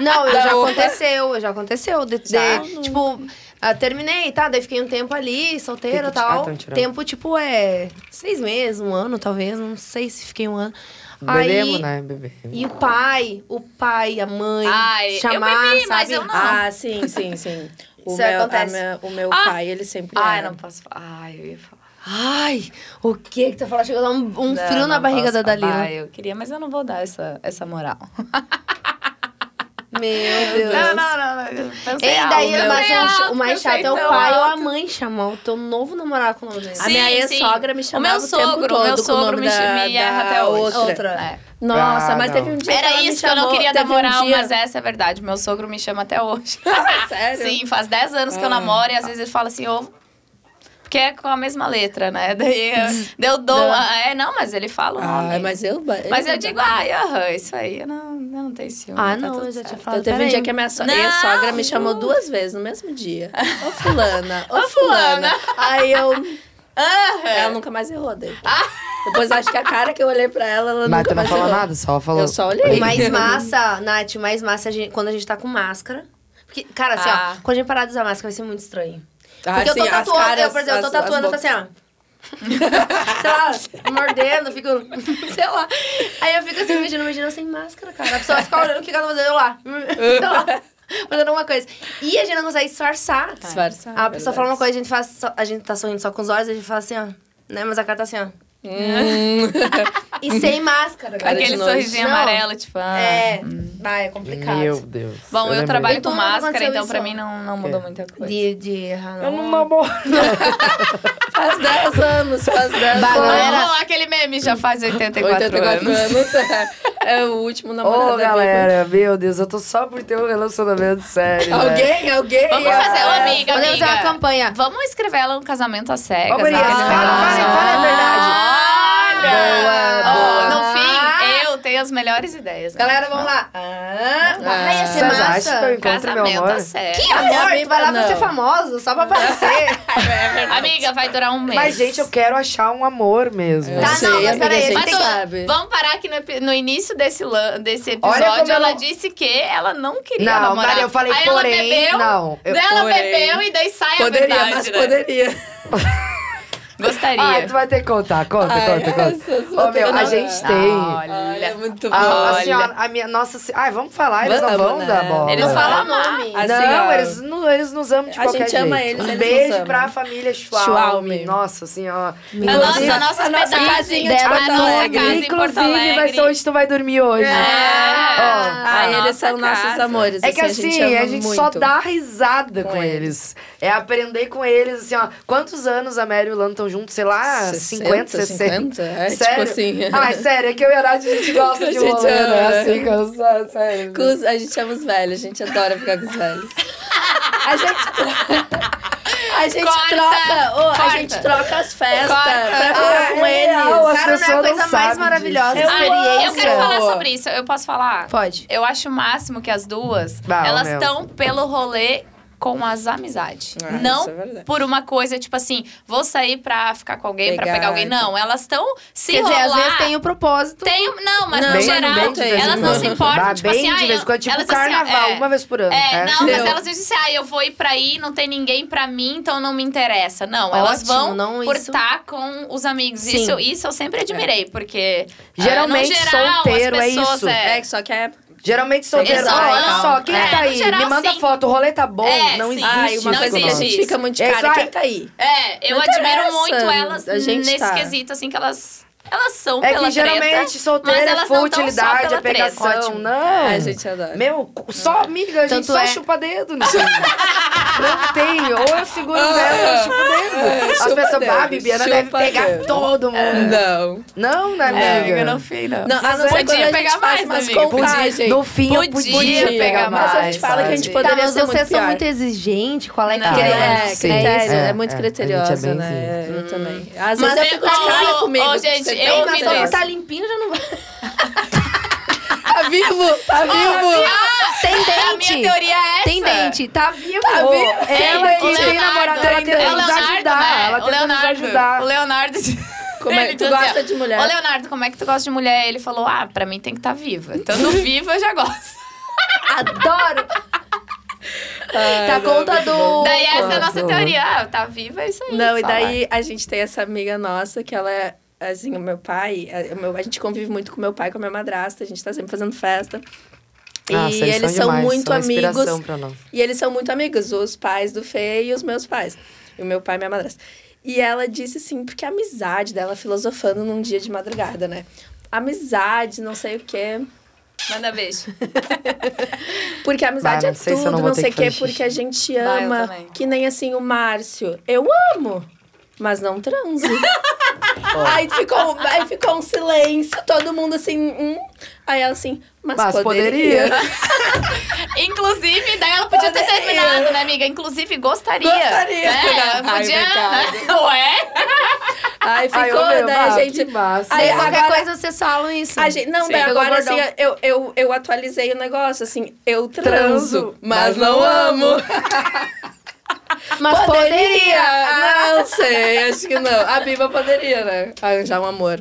Speaker 1: Não, eu já aconteceu, eu já aconteceu. De, de-
Speaker 3: Já?
Speaker 1: tipo, ah, terminei, tá? Daí fiquei um tempo ali, solteira e
Speaker 2: Que que- ah,
Speaker 1: tal.
Speaker 2: tão tirando.
Speaker 1: tempo, tipo, é seis meses, um ano, talvez. Não sei se fiquei um ano.
Speaker 2: Bebemos,
Speaker 1: Aí-
Speaker 2: né? Bebemos.
Speaker 1: E o pai, o pai, a mãe,
Speaker 3: Ai, eu
Speaker 1: chamar,
Speaker 3: bebi,
Speaker 1: sabe?
Speaker 3: mas eu não.
Speaker 4: Ah, sim, sim, sim. O
Speaker 1: Isso
Speaker 4: meu, a
Speaker 1: acontece.
Speaker 4: minha- o meu
Speaker 3: Ah.
Speaker 4: pai, ele sempre.
Speaker 3: Ai,
Speaker 4: era.
Speaker 3: não posso falar. Ai, eu ia falar.
Speaker 1: Ai, o que que tu falou? Chegou a dar um, um
Speaker 3: Não,
Speaker 1: frio na
Speaker 3: não
Speaker 1: barriga
Speaker 3: posso
Speaker 1: da
Speaker 3: falar.
Speaker 1: Dalila.
Speaker 3: Ai, eu queria, mas eu não vou dar essa, essa moral.
Speaker 1: Meu Deus.
Speaker 3: Não, não, não. não. Pensei
Speaker 1: E
Speaker 3: alto,
Speaker 1: daí,
Speaker 3: pensei
Speaker 1: mas o-
Speaker 3: alto,
Speaker 1: o mais
Speaker 3: pensei
Speaker 1: chato é o
Speaker 3: tão
Speaker 1: pai ou a
Speaker 3: alto.
Speaker 1: mãe chamar o teu novo namorado com o nome dele.
Speaker 4: A
Speaker 3: Sim,
Speaker 4: minha
Speaker 3: sim.
Speaker 4: ex-sogra me
Speaker 3: O meu
Speaker 4: chamava o tempo
Speaker 3: sogro, o meu
Speaker 4: todo com o
Speaker 3: sogro
Speaker 4: nome
Speaker 3: me,
Speaker 4: da-
Speaker 3: me erra
Speaker 4: da
Speaker 3: até hoje.
Speaker 1: outra.
Speaker 3: É.
Speaker 4: Nossa,
Speaker 2: Ah,
Speaker 4: mas
Speaker 2: não.
Speaker 4: teve um dia que
Speaker 3: Era
Speaker 4: ela me
Speaker 3: isso que eu não
Speaker 4: chamou,
Speaker 3: queria dar
Speaker 4: teve um
Speaker 3: moral,
Speaker 4: dia-
Speaker 3: mas essa é a verdade. Meu sogro me chama até hoje.
Speaker 4: Sério?
Speaker 3: Sim, faz 10 anos que eu namoro e às vezes ele fala assim, ô. Porque é com a mesma letra, né? Daí eu, daí eu dou. ah, É, não, mas ele fala o nome.
Speaker 4: Ah, mas eu.
Speaker 3: Mas eu digo, ai, aham, isso aí, eu não, eu não tenho ciúme.
Speaker 1: Ah,
Speaker 3: tá
Speaker 1: não,
Speaker 3: tudo
Speaker 1: eu já tinha
Speaker 3: certo.
Speaker 1: falado.
Speaker 4: Então teve um
Speaker 1: peraí.
Speaker 4: dia que a minha so-
Speaker 3: Não!
Speaker 4: ex-sogra me chamou duas vezes no mesmo dia. Ô fulana, ô
Speaker 3: Ô, fulana. É.
Speaker 4: fulana. Aí eu...
Speaker 3: Aham.
Speaker 4: Ela nunca mais errou, daí.
Speaker 3: Ah!
Speaker 4: Depois acho que a cara que eu olhei pra ela, ela
Speaker 2: Mas
Speaker 4: nunca
Speaker 2: tu não
Speaker 4: mais
Speaker 2: falou
Speaker 4: olhou.
Speaker 2: nada, só falou.
Speaker 4: Eu só
Speaker 1: O
Speaker 4: olhei.
Speaker 1: mais massa, Nath, o mais massa é a gente- quando a gente tá com máscara. Porque, cara, assim,
Speaker 3: Ah.
Speaker 1: ó, quando a gente parar de usar máscara vai ser muito estranho.
Speaker 4: Ah,
Speaker 1: Porque eu
Speaker 4: sim,
Speaker 1: tô
Speaker 4: as
Speaker 1: tatuando, eu,
Speaker 4: caras,
Speaker 1: por exemplo, eu tô
Speaker 4: as- as
Speaker 1: tatuando, eu tô
Speaker 4: bocas.
Speaker 1: assim, ó. sei lá, mordendo, fico. sei lá. Aí eu fico assim, imaginando, imaginando sem máscara, cara. A pessoa vai ficar olhando o que que ela tá fazendo eu lá. sei lá. Fazendo alguma coisa. E a gente não consegue disfarçar.
Speaker 3: "Ah,
Speaker 4: Disfarçar,
Speaker 1: A pessoa
Speaker 4: Tá. verdade.
Speaker 1: fala uma coisa, a gente, faz só- a gente tá sorrindo só com os olhos, a gente fala assim, ó. Né? Mas a cara tá assim, ó.
Speaker 4: Hum.
Speaker 1: E sem máscara, cara.
Speaker 3: Aquele
Speaker 4: de noite.
Speaker 3: sorrisinho
Speaker 1: Não.
Speaker 3: amarelo, tipo... ah.
Speaker 1: É. Ah, é complicado.
Speaker 2: Meu Deus.
Speaker 3: Bom, eu,
Speaker 2: lembrei.
Speaker 3: trabalho
Speaker 1: Então,
Speaker 3: com
Speaker 1: não aconteceu
Speaker 3: máscara, então
Speaker 1: isso.
Speaker 3: pra mim não, não mudou muita coisa.
Speaker 1: De, de errar,
Speaker 2: Eu não namoro.
Speaker 4: Faz 10 anos, faz 10
Speaker 1: Bah,
Speaker 3: Como
Speaker 4: anos.
Speaker 1: galera-
Speaker 3: aquele meme já faz 84,
Speaker 4: 84
Speaker 3: anos.
Speaker 4: anos. É o último
Speaker 2: Ô,
Speaker 4: namorado. da vida.
Speaker 2: galera, meu Deus, eu tô só por ter um relacionamento sério. né?
Speaker 4: Alguém, alguém.
Speaker 3: Vamos fazer, ô amiga,
Speaker 1: Podemos fazer uma
Speaker 3: amiga.
Speaker 1: campanha.
Speaker 3: Vamos escrever ela um casamento a cegas.
Speaker 2: Ô, Muriel,
Speaker 3: aquele
Speaker 2: fala,
Speaker 3: negócio.
Speaker 2: fala, fala a verdade. Boa,
Speaker 3: Olha!
Speaker 1: boa.
Speaker 3: Ó, no fim, eu tenho as melhores ideias. né?
Speaker 1: Galera, vamos lá. Ah, vai ia ser
Speaker 2: Vocês acham que eu
Speaker 1: massa.
Speaker 2: encontro meu
Speaker 3: Casamento
Speaker 2: amor?
Speaker 3: a cegas.
Speaker 1: Que amor, tu vai lá pra
Speaker 4: Não.
Speaker 1: ser famoso, só pra aparecer.
Speaker 4: Tá,
Speaker 3: Amiga, vai durar um mês.
Speaker 2: Mas, gente, eu quero achar um amor mesmo.
Speaker 1: Tá,
Speaker 4: sei,
Speaker 1: não, mas
Speaker 4: amiga,
Speaker 1: peraí,
Speaker 4: a gente
Speaker 1: mas
Speaker 3: Mas,
Speaker 1: tem
Speaker 3: ó,
Speaker 1: que-
Speaker 4: sabe.
Speaker 3: vamos parar aqui no, epi- no início desse, lan- desse
Speaker 2: como
Speaker 3: episódio.
Speaker 2: eu
Speaker 3: Ela
Speaker 2: não-
Speaker 3: disse que ela não queria
Speaker 2: Não,
Speaker 3: namorar.
Speaker 2: Maria, eu falei,
Speaker 3: Aí
Speaker 2: porém,
Speaker 3: ela bebeu,
Speaker 2: não. Eu-
Speaker 3: daí ela
Speaker 4: Porém.
Speaker 3: bebeu e daí sai
Speaker 4: Poderia,
Speaker 3: a verdade,
Speaker 4: mas
Speaker 3: né?
Speaker 4: poderia.
Speaker 3: Gostaria.
Speaker 2: Ah, tu vai ter que contar. Conta,
Speaker 4: Ai,
Speaker 2: conta, conta.
Speaker 4: essas
Speaker 2: Ô, meu, a
Speaker 4: maternidades.
Speaker 2: gente tem.
Speaker 4: Ai, é
Speaker 3: Ah, Olha.
Speaker 4: muito bom.
Speaker 2: A, a
Speaker 3: Olha.
Speaker 2: senhora, a minha, nossa se- Ai, vamos falar, eles não
Speaker 4: Vamos,
Speaker 2: vão
Speaker 4: né?
Speaker 2: dar bola.
Speaker 3: Eles
Speaker 1: Não
Speaker 3: falam
Speaker 1: fala
Speaker 3: amar.
Speaker 1: nome.
Speaker 4: Assim,
Speaker 2: não,
Speaker 4: ó,
Speaker 2: eles, não, eles nos amam de
Speaker 4: A
Speaker 2: qualquer
Speaker 4: gente ama
Speaker 2: jeito.
Speaker 4: eles,
Speaker 2: um
Speaker 4: eles nos
Speaker 2: beijo
Speaker 4: amam.
Speaker 2: pra família Schwalme.
Speaker 4: Schwalme.
Speaker 2: Nossa senhora.
Speaker 3: A
Speaker 2: Inclusive-
Speaker 3: nossa, a nossa,
Speaker 4: a nossa
Speaker 3: hospedagem,
Speaker 4: casinha
Speaker 3: a
Speaker 4: de Porto
Speaker 3: nossa
Speaker 4: Alegre.
Speaker 3: casa em Porto
Speaker 2: tá Inclusive, vai
Speaker 3: Alegre. É.
Speaker 2: ser onde tu vai dormir hoje. Ó,
Speaker 3: Ah,
Speaker 4: Ah, eles são nossos
Speaker 3: casa.
Speaker 4: amores.
Speaker 2: É que assim, a gente,
Speaker 4: ama
Speaker 2: só
Speaker 4: muito.
Speaker 2: dá risada com,
Speaker 4: Com
Speaker 2: eles. É aprender com eles, assim, ó. Quantos anos a Mary e o Lano estão juntos? Sei lá,
Speaker 4: Ah,
Speaker 2: 50, 60.
Speaker 4: 50? É,
Speaker 2: sério?
Speaker 4: tipo assim.
Speaker 2: Ai, sério, é que eu e a Nath, a gente gosta
Speaker 4: A
Speaker 2: de
Speaker 4: gente
Speaker 2: rolê, né?
Speaker 3: é.
Speaker 4: ama.
Speaker 2: Assim, cansado, sério.
Speaker 4: Com os- a gente ama os velhos, a gente adora ficar com os velhos. A gente troca. A gente
Speaker 3: Corta,
Speaker 4: troca. ô, a
Speaker 3: corta.
Speaker 4: gente troca as festas
Speaker 3: Corta.
Speaker 4: pra
Speaker 2: Ah,
Speaker 4: ficar com
Speaker 2: é
Speaker 4: eles.
Speaker 2: real,
Speaker 1: Cara,
Speaker 2: as
Speaker 1: não é a
Speaker 2: pessoas
Speaker 1: coisa
Speaker 2: sabem
Speaker 1: mais
Speaker 2: disso.
Speaker 1: maravilhosa.
Speaker 4: Eu
Speaker 3: Ah,
Speaker 1: experiência.
Speaker 3: eu quero falar sobre isso. Eu posso falar?
Speaker 1: Pode.
Speaker 3: Eu acho o máximo que as duas,
Speaker 2: Bah,
Speaker 3: elas
Speaker 2: meu.
Speaker 3: estão pelo rolê com as amizades.
Speaker 4: Ah,
Speaker 3: não
Speaker 4: isso é verdade.
Speaker 3: por uma coisa, tipo assim, vou sair pra ficar com alguém, pra
Speaker 4: Pegar,
Speaker 3: pegar alguém.
Speaker 4: tá.
Speaker 3: Não, elas estão se
Speaker 1: Quer
Speaker 3: rolar.
Speaker 1: dizer, às vezes tem o propósito.
Speaker 3: Tem- um, não, mas
Speaker 4: Não,
Speaker 3: no
Speaker 4: mas
Speaker 3: geral,
Speaker 4: bem de vez em
Speaker 3: elas não
Speaker 4: quando.
Speaker 3: se importam,
Speaker 2: Bah,
Speaker 3: tipo
Speaker 2: bem
Speaker 3: assim, ah,
Speaker 2: de vez em
Speaker 3: eu-
Speaker 2: quando, tipo
Speaker 3: elas assim, ah,
Speaker 2: carnaval,
Speaker 3: é.
Speaker 2: uma né?" vez por ano.
Speaker 3: É, não, mas
Speaker 4: Entendeu?
Speaker 3: elas dizem assim, ah, eu vou ir pra ir, não tem ninguém pra mim, então não me interessa. Não, elas
Speaker 1: Ótimo,
Speaker 3: vão
Speaker 1: não,
Speaker 3: por
Speaker 1: isso-
Speaker 3: estar com os amigos.
Speaker 1: Sim.
Speaker 3: Isso, isso eu sempre admirei, porque... ah,
Speaker 2: Geralmente,
Speaker 3: no geral,
Speaker 2: solteiro, é
Speaker 3: as pessoas,
Speaker 2: isso.
Speaker 4: É, que só que é.
Speaker 2: Geralmente solteiro.
Speaker 3: Eles só
Speaker 2: Ai,
Speaker 3: amam.
Speaker 2: olha só, quem
Speaker 3: É.
Speaker 2: tá aí?
Speaker 3: No geral,
Speaker 2: Me manda
Speaker 3: sim.
Speaker 2: foto, o rolê tá bom.
Speaker 3: É,
Speaker 2: não
Speaker 3: sim.
Speaker 2: existe. assim.
Speaker 4: Ai, uma
Speaker 3: Não
Speaker 4: coisa que a
Speaker 3: existe
Speaker 4: gente
Speaker 3: isso.
Speaker 4: fica muito de cara.
Speaker 2: Exato.
Speaker 4: Quem tá aí?
Speaker 3: É, eu
Speaker 4: Não
Speaker 3: admiro
Speaker 4: interessa,
Speaker 3: muito elas
Speaker 4: a gente
Speaker 3: nesse
Speaker 4: tá.
Speaker 3: quesito, assim, que elas, elas são
Speaker 2: É
Speaker 3: um pela
Speaker 2: que geralmente
Speaker 3: treta,
Speaker 2: solteiro
Speaker 3: mas
Speaker 2: é
Speaker 3: elas não tão só
Speaker 2: futilidade,
Speaker 3: pela
Speaker 2: é pegação.
Speaker 3: treta.
Speaker 2: Não.
Speaker 4: Ai, a gente adora.
Speaker 2: Meu, cu- só amiga, a gente
Speaker 1: Tanto
Speaker 2: só
Speaker 1: é-
Speaker 2: chupa dedo nisso. aí. Não tem. Ou eu seguro
Speaker 3: Ah,
Speaker 2: dela ou eu chupo dedo. As
Speaker 4: chupa
Speaker 2: pessoas,
Speaker 4: dedo,
Speaker 2: ah, Bibiana
Speaker 4: chupa
Speaker 2: deve pegar
Speaker 4: dedo."
Speaker 2: todo mundo.
Speaker 4: Não.
Speaker 2: Não, né,
Speaker 3: É,
Speaker 2: amiga?
Speaker 3: eu não fiz, não.
Speaker 4: Não, a
Speaker 3: Podia
Speaker 4: não ser quando a gente
Speaker 3: pegar
Speaker 4: faz
Speaker 3: mais,
Speaker 4: umas
Speaker 3: amiga, podia.
Speaker 4: contagens.
Speaker 2: No fim, eu podia,
Speaker 3: Podia
Speaker 2: pegar mais.
Speaker 3: pegar mais,
Speaker 4: Tá, mas a gente fala que a gente
Speaker 2: sabe?
Speaker 4: pode- poderia
Speaker 1: mas
Speaker 4: ser muito
Speaker 1: vocês são
Speaker 4: pior.
Speaker 1: muito exigentes. Qual é que
Speaker 3: Não.
Speaker 1: é?
Speaker 4: É,
Speaker 2: Sim,
Speaker 4: critério,
Speaker 2: é,
Speaker 4: é,
Speaker 2: é,
Speaker 4: muito
Speaker 2: a gente é
Speaker 4: criteriosa,
Speaker 2: bem
Speaker 4: né? Eu também. Às
Speaker 1: Mas
Speaker 4: vezes eu
Speaker 1: eu-
Speaker 4: fico de cara
Speaker 3: ô,
Speaker 4: comigo.
Speaker 3: ô, gente,
Speaker 4: Você
Speaker 3: eu
Speaker 4: tem
Speaker 1: Ei,
Speaker 3: ouvi
Speaker 1: mas
Speaker 4: razão.
Speaker 1: só por
Speaker 3: desse.
Speaker 1: tá limpinho já não vai.
Speaker 4: Tá vivo, tá vivo.
Speaker 1: Tem
Speaker 3: A
Speaker 1: dente.
Speaker 3: minha teoria é essa. É,
Speaker 1: Tem dente. Tá vivo.
Speaker 4: Tá
Speaker 2: Pô,
Speaker 4: vivo.
Speaker 2: Ela que tem
Speaker 3: Leonardo,
Speaker 2: namorado, ela
Speaker 4: entendeu?
Speaker 2: tenta
Speaker 3: É o
Speaker 2: nos
Speaker 3: Leonardo,
Speaker 2: ajudar.
Speaker 3: né?
Speaker 2: Ela tenta
Speaker 3: o
Speaker 2: nos
Speaker 3: Leonardo,
Speaker 2: ajudar.
Speaker 3: o Leonardo...
Speaker 4: Como é
Speaker 3: Ele
Speaker 4: que tu
Speaker 3: dizia,
Speaker 4: gosta de mulher?
Speaker 3: Ô, Leonardo, como é que tu gosta de mulher? Ele falou, ah, pra mim tem que estar viva. Estando viva, eu já gosto.
Speaker 1: Adoro.
Speaker 4: Ai,
Speaker 1: Tá
Speaker 4: não,
Speaker 1: conta
Speaker 4: muito
Speaker 1: do.
Speaker 3: Daí essa é a nossa
Speaker 2: Uhum.
Speaker 3: teoria. Ah, tá viva, é isso aí.
Speaker 4: Não, e
Speaker 3: só vai.
Speaker 4: daí a gente tem essa amiga nossa que ela é. Assim, o meu pai, a, o meu- a gente convive muito com meu pai e com a minha madrasta, a gente tá sempre fazendo festa. E
Speaker 2: Nossa,
Speaker 4: eles, são,
Speaker 2: demais,
Speaker 4: muito
Speaker 2: Ah, são
Speaker 4: amigos.
Speaker 2: inspiração pra nós.
Speaker 4: E eles são muito amigos, os pais do Fê e os meus pais. E o meu pai e minha madrasta. E ela disse assim, porque a amizade dela filosofando num dia de madrugada, né? Amizade, não sei o quê.
Speaker 3: Manda beijo.
Speaker 4: Porque a amizade
Speaker 2: Bah,
Speaker 4: é
Speaker 2: não sei se eu
Speaker 4: tudo,
Speaker 2: não
Speaker 4: não,
Speaker 2: vou ter
Speaker 4: sei o
Speaker 2: que fazer
Speaker 4: quê,
Speaker 2: xixi.
Speaker 4: porque a gente
Speaker 3: Bah, eu
Speaker 4: ama.
Speaker 3: também.
Speaker 4: que nem assim o Márcio. Eu amo, mas não transo. aí, ficou, aí ficou um silêncio, todo mundo assim. Hum. Aí ela assim, mas,
Speaker 2: Mas poderia.
Speaker 4: poderia.
Speaker 3: Inclusive, daí ela podia ter terminado, né, amiga? Inclusive, gostaria.
Speaker 4: Gostaria.
Speaker 3: Né?
Speaker 4: um
Speaker 3: Ela
Speaker 4: Ai,
Speaker 3: Podia, né?
Speaker 4: pecado.
Speaker 3: Ué?
Speaker 4: Aí ficou,
Speaker 2: Ai, ô, meu,
Speaker 3: né,
Speaker 4: daí
Speaker 2: bah,
Speaker 4: a gente.
Speaker 2: que massa.
Speaker 4: Aí
Speaker 1: Daí
Speaker 4: agora-
Speaker 1: qualquer coisa vocês falam isso.
Speaker 4: A gente, não,
Speaker 1: Sim.
Speaker 4: daí
Speaker 1: Pegou o
Speaker 4: agora assim,
Speaker 1: bordão.
Speaker 4: eu, eu, eu atualizei o negócio, assim, eu transo,
Speaker 2: Transo, mas
Speaker 4: mas, não
Speaker 2: não
Speaker 4: amo.
Speaker 1: Mas poderia!
Speaker 4: Não sei, acho que não. A Biba poderia, né? Arranjar um amor.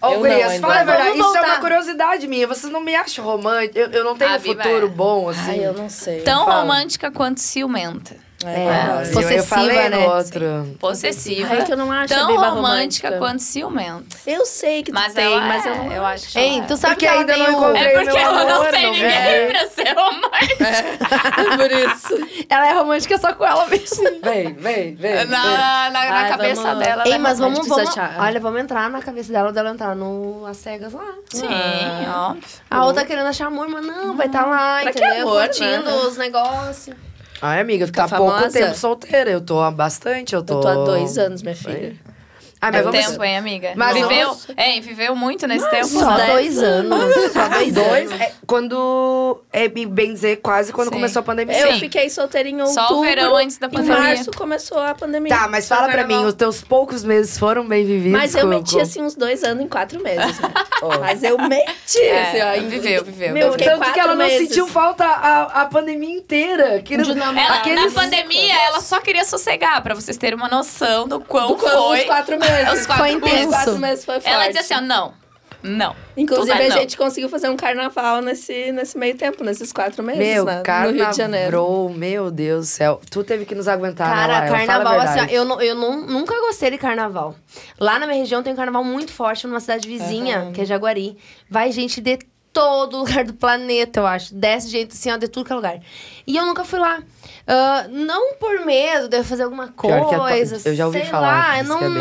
Speaker 2: Ô,
Speaker 4: Eu não
Speaker 2: Gurias,
Speaker 4: ainda.
Speaker 2: fala a verdade.
Speaker 1: Vamos
Speaker 2: Isso é uma
Speaker 1: voltar.
Speaker 2: curiosidade minha. Vocês não me acham romântica. Eu, eu não tenho
Speaker 3: Ah,
Speaker 2: um
Speaker 3: Biba,
Speaker 2: futuro
Speaker 3: é.
Speaker 2: bom, assim.
Speaker 4: Ai, eu não sei.
Speaker 3: Tão
Speaker 2: Fala.
Speaker 3: romântica quanto ciumenta.
Speaker 4: É,
Speaker 2: Ah,
Speaker 4: não.
Speaker 2: eu- eu
Speaker 1: possessiva,
Speaker 2: falei no
Speaker 1: né?
Speaker 2: outro.
Speaker 3: Possessiva.
Speaker 4: Ai, que eu não acho a
Speaker 3: tão
Speaker 4: Biba
Speaker 3: romântica,
Speaker 4: romântica.
Speaker 3: quanto ciumenta.
Speaker 4: Eu sei que tu
Speaker 3: Mas
Speaker 4: tem,
Speaker 3: ela
Speaker 4: mas
Speaker 3: é,
Speaker 4: eu não
Speaker 3: eu acho que
Speaker 1: Ei,
Speaker 3: ela
Speaker 1: tu sabe
Speaker 2: Porque
Speaker 1: que ela
Speaker 2: ainda
Speaker 1: tem
Speaker 2: não
Speaker 1: o-
Speaker 2: encontrei.
Speaker 3: É porque
Speaker 2: meu
Speaker 3: ela não
Speaker 2: amor,
Speaker 3: tem
Speaker 2: não
Speaker 3: ninguém
Speaker 2: é?
Speaker 3: pra ser romântica.
Speaker 4: por isso.
Speaker 1: Ela é romântica só com ela mesmo.
Speaker 2: Vem, vem,
Speaker 3: Na,
Speaker 2: vem.
Speaker 3: na, na
Speaker 4: Ai,
Speaker 3: cabeça
Speaker 4: vamos-
Speaker 3: dela. ela
Speaker 1: Ei,
Speaker 3: é
Speaker 1: mas vamos,
Speaker 4: romântica,
Speaker 1: vamos...
Speaker 4: precisa achar.
Speaker 1: Olha, vamos entrar na cabeça dela, dela entrar no As Cegas lá.
Speaker 3: Sim, óbvio.
Speaker 1: A outra querendo achar amor, mas não, vai estar tá lá,
Speaker 4: Pra que
Speaker 1: entendeu?
Speaker 4: amor,
Speaker 1: Curtindo
Speaker 4: né?
Speaker 1: os negócios.
Speaker 2: Ai, amiga, tu
Speaker 4: Fica
Speaker 2: tá há pouco
Speaker 4: famosa?
Speaker 2: tempo solteira. Eu tô há bastante, eu tô...
Speaker 4: Eu tô há dois anos, minha filha.
Speaker 2: Ai, mas
Speaker 3: É o
Speaker 2: vamos...
Speaker 3: tempo, hein, amiga?
Speaker 2: Mas
Speaker 3: viveu,
Speaker 2: vamos-
Speaker 3: hein, viveu muito nesse tempo.
Speaker 1: Só
Speaker 3: né?
Speaker 1: dois anos. Só dois,
Speaker 2: Dois,
Speaker 1: anos.
Speaker 2: é, quando... É bem dizer, quase quando
Speaker 3: Sim.
Speaker 2: começou a pandemia.
Speaker 4: Eu
Speaker 3: Sim.
Speaker 4: fiquei solteira em outubro.
Speaker 3: Só o verão antes da pandemia.
Speaker 4: Em março começou a pandemia.
Speaker 2: Tá, mas fala pra mim, os teus poucos meses foram bem vividos?
Speaker 4: Mas eu
Speaker 2: com-
Speaker 4: meti,
Speaker 2: com-
Speaker 4: assim, uns dois anos em quatro meses. né?
Speaker 2: Oh.
Speaker 4: Mas eu menti, assim, ó.
Speaker 3: É,
Speaker 4: em-
Speaker 3: viveu, viveu.
Speaker 4: Meu,
Speaker 3: viveu.
Speaker 4: eu fiquei
Speaker 2: Tanto que
Speaker 4: quatro
Speaker 2: ela não
Speaker 4: meses.
Speaker 2: sentiu falta a, a pandemia inteira. Que não-
Speaker 3: Ela,
Speaker 2: aqueles-
Speaker 3: Na pandemia, ela só queria sossegar, pra vocês terem uma noção do quão
Speaker 4: Do quanto
Speaker 3: Então foi.
Speaker 4: Os quatro meses.
Speaker 3: Os quatro
Speaker 4: Foi
Speaker 1: meses.
Speaker 4: Os quatro meses foi forte.
Speaker 3: Ela dizia assim, ó, não, não.
Speaker 4: Inclusive,
Speaker 3: tudo é
Speaker 4: a
Speaker 3: não.
Speaker 4: gente conseguiu fazer um carnaval nesse, nesse meio tempo, nesses quatro meses,
Speaker 2: Meu,
Speaker 4: né? No Rio de Janeiro.
Speaker 2: carnaval, meu Deus do céu. Tu teve que nos aguentar, né,
Speaker 1: Cara,
Speaker 2: Laila? Fala a
Speaker 1: carnaval, assim, ó,
Speaker 2: verdade.
Speaker 1: eu, não, eu não, nunca gostei de carnaval. Lá na minha região tem um carnaval muito forte, numa cidade vizinha, que é Jaguari. Vai gente de todo lugar do planeta, eu acho. Desce gente assim, ó, de tudo que é lugar. E eu nunca fui lá. Ah, não por medo de eu fazer alguma
Speaker 2: Pior que é to-
Speaker 1: coisa.
Speaker 2: eu já ouvi
Speaker 1: sei
Speaker 2: falar
Speaker 1: Lá,
Speaker 2: disso,
Speaker 1: não,
Speaker 2: que é bem-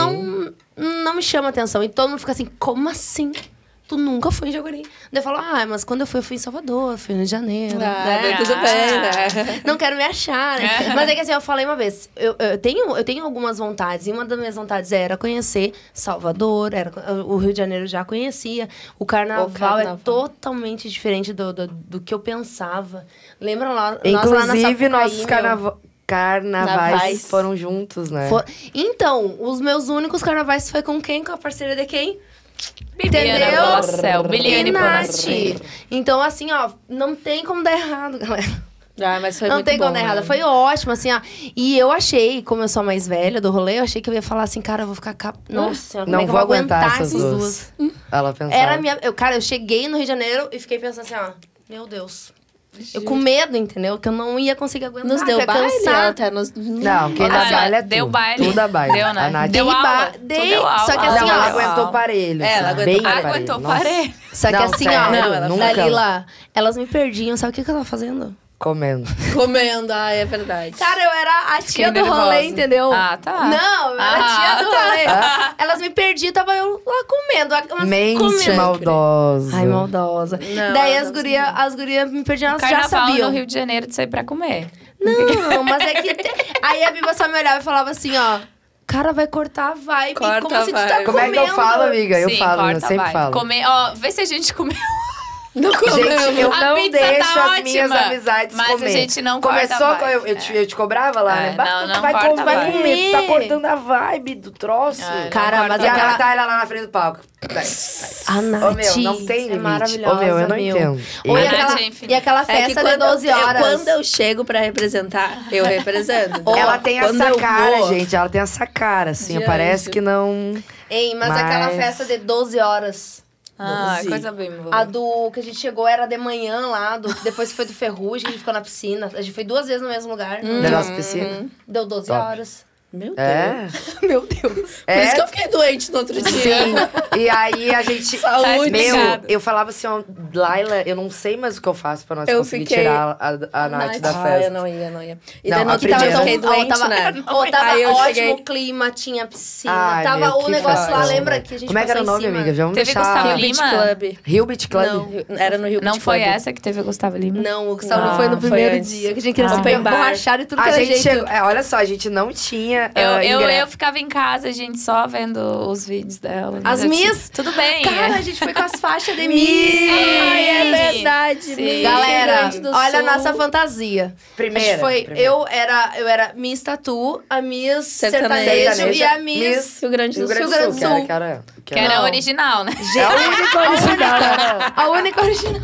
Speaker 1: não, não me chama atenção. E todo mundo fica assim, como assim? Tu nunca foi em Jaguari. Daí eu falo, ah, mas quando eu fui, eu fui em Salvador, fui no Rio de Janeiro. né?
Speaker 4: Ah, tudo bem, né?
Speaker 1: Não quero me achar, né? Mas é que assim, eu falei uma vez, eu, eu tenho, eu tenho algumas vontades, e uma das minhas vontades era conhecer Salvador, era, o Rio de Janeiro eu já conhecia. O carnaval,
Speaker 4: O carnaval.
Speaker 1: é totalmente diferente do, do, do que eu pensava. Lembra lá? nós lá na
Speaker 2: Inclusive,
Speaker 1: Sapucaí,
Speaker 2: nossos
Speaker 1: meu?
Speaker 2: carnava- carnavais
Speaker 4: Navais.
Speaker 2: foram juntos, né?
Speaker 1: For- Então, os meus únicos carnavais foi com quem? Com a parceira de quem?
Speaker 3: Bibiana
Speaker 1: Entendeu?
Speaker 3: Bonassel, Biliane
Speaker 1: E
Speaker 3: Bonassel.
Speaker 1: Nath. Então, assim, ó, não tem como dar errado, galera.
Speaker 4: Ah, mas foi
Speaker 1: não
Speaker 4: muito
Speaker 1: tem
Speaker 4: bom,
Speaker 1: como dar errado.
Speaker 4: né?
Speaker 1: Foi ótimo, assim, ó. E eu achei, como eu sou a mais velha do rolê, eu achei que eu ia falar assim, cara, eu vou ficar. Cap... Nossa, como
Speaker 2: Não
Speaker 1: é que eu
Speaker 2: vou aguentar,
Speaker 1: aguentar
Speaker 2: essas duas. Ela pensava.
Speaker 1: Era a minha. Eu, cara, eu cheguei no Rio de Janeiro e fiquei pensando assim, ó, meu Deus. Eu com medo, entendeu? Que eu não ia conseguir aguentar.
Speaker 4: Nos
Speaker 1: que
Speaker 4: deu
Speaker 1: ia
Speaker 4: baile,
Speaker 1: cansar.
Speaker 4: ela até nos...
Speaker 2: Não, quem dá
Speaker 3: Olha,
Speaker 2: baile é tu.
Speaker 3: Assim, deu baile.
Speaker 2: Tu dá baile.
Speaker 3: Deu, né?
Speaker 2: A Nath...
Speaker 3: Deu
Speaker 1: Dei
Speaker 3: aula.
Speaker 1: ba-
Speaker 3: Tu
Speaker 1: dei-
Speaker 3: deu aula.
Speaker 1: só que
Speaker 2: Não,
Speaker 1: assim,
Speaker 2: ela
Speaker 1: ó,
Speaker 2: aguentou parelho.
Speaker 4: É, ela
Speaker 2: assim,
Speaker 4: aguentou-
Speaker 2: bem
Speaker 3: Aguentou
Speaker 2: Nossa.
Speaker 3: parelho.
Speaker 1: Só que
Speaker 2: Não,
Speaker 1: assim,
Speaker 2: sério,
Speaker 1: ó,
Speaker 4: Não, ela-
Speaker 1: Dalila, elas me perdiam, sabe o que, que eu tava fazendo?
Speaker 2: Comendo.
Speaker 4: Comendo, ai, é verdade.
Speaker 3: Tá,
Speaker 1: Cara, eu era a tia
Speaker 3: Fiquei
Speaker 1: do rolê,
Speaker 3: nervosa.
Speaker 1: entendeu?
Speaker 3: Ah, tá.
Speaker 1: Não, eu era
Speaker 3: Ah,
Speaker 1: a tia do
Speaker 3: tá.
Speaker 1: rolê. Elas me perdiam, tava eu lá comendo. Umas
Speaker 2: Mente
Speaker 1: comendo.
Speaker 2: maldosa.
Speaker 1: Ai, maldosa.
Speaker 4: Não,
Speaker 1: Daí as
Speaker 4: elas não
Speaker 1: gurias as guria me perdiam, elas já
Speaker 3: Carnaval
Speaker 1: sabiam.
Speaker 3: no Rio de Janeiro de sair pra comer.
Speaker 1: Não, mas é que... te- Aí a Biba só me olhava e falava assim, ó... Cara, vai cortar a vibe,
Speaker 4: Corta
Speaker 1: como
Speaker 4: a
Speaker 1: se tu tá
Speaker 4: vibe.
Speaker 2: Como é que eu
Speaker 1: comendo.
Speaker 2: falo, amiga? Eu
Speaker 3: Sim,
Speaker 2: falo,
Speaker 3: corta,
Speaker 2: eu sempre
Speaker 3: vai.
Speaker 2: falo.
Speaker 3: Comer, ó, vê se a gente comeu.
Speaker 4: Não comemos.
Speaker 2: Gente, eu
Speaker 3: A
Speaker 2: não
Speaker 3: pizza
Speaker 2: deixo
Speaker 3: tá
Speaker 2: as
Speaker 3: ótima,
Speaker 2: minhas amizades
Speaker 3: mas a
Speaker 2: comer.
Speaker 3: gente não
Speaker 2: Começou,
Speaker 3: corta a
Speaker 2: com- eu,
Speaker 3: vibe.
Speaker 2: eu te, eu te cobrava lá,
Speaker 3: É,
Speaker 2: né? Bah,
Speaker 3: não,
Speaker 2: tu
Speaker 3: não
Speaker 2: vai,
Speaker 3: corta
Speaker 2: com- vai
Speaker 3: a vibe.
Speaker 2: comer, tu tá cortando a vibe do troço.
Speaker 3: Ah, não
Speaker 1: Cara,
Speaker 3: corta
Speaker 1: mas
Speaker 2: e
Speaker 3: a
Speaker 2: a
Speaker 1: aquela-
Speaker 3: vibe.
Speaker 2: Natália lá na frente do palco.
Speaker 1: A Nath,
Speaker 2: Ô, meu, não tem
Speaker 1: é
Speaker 2: limite.
Speaker 1: maravilhosa,
Speaker 2: Ô, meu, eu não
Speaker 1: meu.
Speaker 2: entendo.
Speaker 1: Ou e,
Speaker 3: A Nath
Speaker 1: aquela,
Speaker 3: é infinita.
Speaker 1: e aquela
Speaker 4: É que
Speaker 1: festa de
Speaker 4: quando eu-
Speaker 1: 12
Speaker 4: eu-
Speaker 1: horas.
Speaker 4: quando eu chego pra representar, eu represento.
Speaker 2: Ela tem
Speaker 4: Quando
Speaker 2: essa
Speaker 4: eu
Speaker 2: cara,
Speaker 4: vou-
Speaker 2: gente. Ela tem essa cara, assim.
Speaker 4: De
Speaker 2: parece
Speaker 4: anjo.
Speaker 2: que não.
Speaker 1: Ei, mas, aquela
Speaker 2: Mas-
Speaker 1: festa de 12 horas.
Speaker 3: Ah,
Speaker 4: Doze.
Speaker 3: coisa bem boa.
Speaker 1: A do que a gente chegou era de manhã lá, do, depois que foi do Ferrugem, a gente ficou na piscina. A gente foi duas vezes no mesmo lugar.
Speaker 4: Hum.
Speaker 3: Hum.
Speaker 2: Da nossa piscina.
Speaker 1: Deu 12
Speaker 2: Top.
Speaker 1: horas.
Speaker 4: Meu Deus.
Speaker 2: É.
Speaker 1: Meu Deus.
Speaker 4: Por
Speaker 2: É.
Speaker 4: isso que eu fiquei doente no outro dia.
Speaker 2: Sim. E aí a gente.
Speaker 4: Saúde.
Speaker 2: Meu,
Speaker 3: Obrigada.
Speaker 2: eu falava assim, ó, Laila, eu não sei mais o que eu faço pra nós
Speaker 4: Eu
Speaker 2: conseguir
Speaker 4: fiquei-
Speaker 2: tirar a, a Nath da
Speaker 4: Ah,
Speaker 2: festa.
Speaker 4: eu não ia, não ia. E
Speaker 2: Não,
Speaker 4: daí no
Speaker 2: a
Speaker 4: outro
Speaker 1: tava
Speaker 2: primeira-
Speaker 4: dia eu
Speaker 1: tão-
Speaker 4: fiquei
Speaker 1: ó,
Speaker 4: doente,
Speaker 1: tava,
Speaker 4: né?
Speaker 1: ó, tava
Speaker 4: Aí eu
Speaker 1: ótimo
Speaker 4: cheguei-
Speaker 1: o clima, tinha piscina.
Speaker 2: Ai,
Speaker 1: né? tava
Speaker 2: meu,
Speaker 1: o
Speaker 2: que
Speaker 1: negócio lá,
Speaker 2: festa.
Speaker 1: lembra que a gente
Speaker 2: Como é que era o
Speaker 1: passou em
Speaker 2: nome,
Speaker 1: cima?
Speaker 2: amiga? Vamos
Speaker 3: Teve
Speaker 2: deixar.
Speaker 3: Gustavo
Speaker 4: Rio Beach
Speaker 3: Lima?
Speaker 4: Club.
Speaker 2: Rio Beach Club?
Speaker 4: Não, era no Rio Beach
Speaker 3: Não foi
Speaker 4: Club.
Speaker 3: essa que teve Gustavo Lima?
Speaker 4: Não, o
Speaker 1: Só
Speaker 4: Gustavo
Speaker 1: não
Speaker 3: Ah,
Speaker 1: foi no
Speaker 4: foi
Speaker 1: primeiro
Speaker 4: antes.
Speaker 1: dia, que a gente queria se
Speaker 4: Open bar.
Speaker 1: borrachar e tudo que
Speaker 2: A
Speaker 1: era
Speaker 2: gente
Speaker 1: jeito.
Speaker 2: chegou. É, olha só, a gente não tinha.
Speaker 3: Eu,
Speaker 2: ah,
Speaker 3: eu,
Speaker 2: ingresso.
Speaker 3: eu ficava em casa, gente, só vendo os vídeos dela.
Speaker 1: As
Speaker 3: Eu disse,
Speaker 1: Miss?
Speaker 3: Tudo bem.
Speaker 1: Cara,
Speaker 3: é.
Speaker 1: a gente foi com as faixas de
Speaker 2: Miss.
Speaker 1: Miss.
Speaker 4: Ai, é verdade.
Speaker 3: Sim.
Speaker 4: Miss
Speaker 1: Galera,
Speaker 4: Rio Grande do
Speaker 1: olha a
Speaker 4: Sul.
Speaker 1: nossa fantasia.
Speaker 2: Primeira,
Speaker 1: A gente foi,
Speaker 2: primeira.
Speaker 1: eu era, eu era Miss Tatu, a Miss
Speaker 4: Sertanejo.
Speaker 1: Sertanejo, e a
Speaker 2: Miss
Speaker 1: Miss...
Speaker 4: Rio Grande do
Speaker 2: Rio Grande
Speaker 4: Sul.
Speaker 2: do Sul, que era. Que era,
Speaker 3: que era
Speaker 1: Não.
Speaker 3: original, né?
Speaker 2: É o único original, né?
Speaker 1: A única original.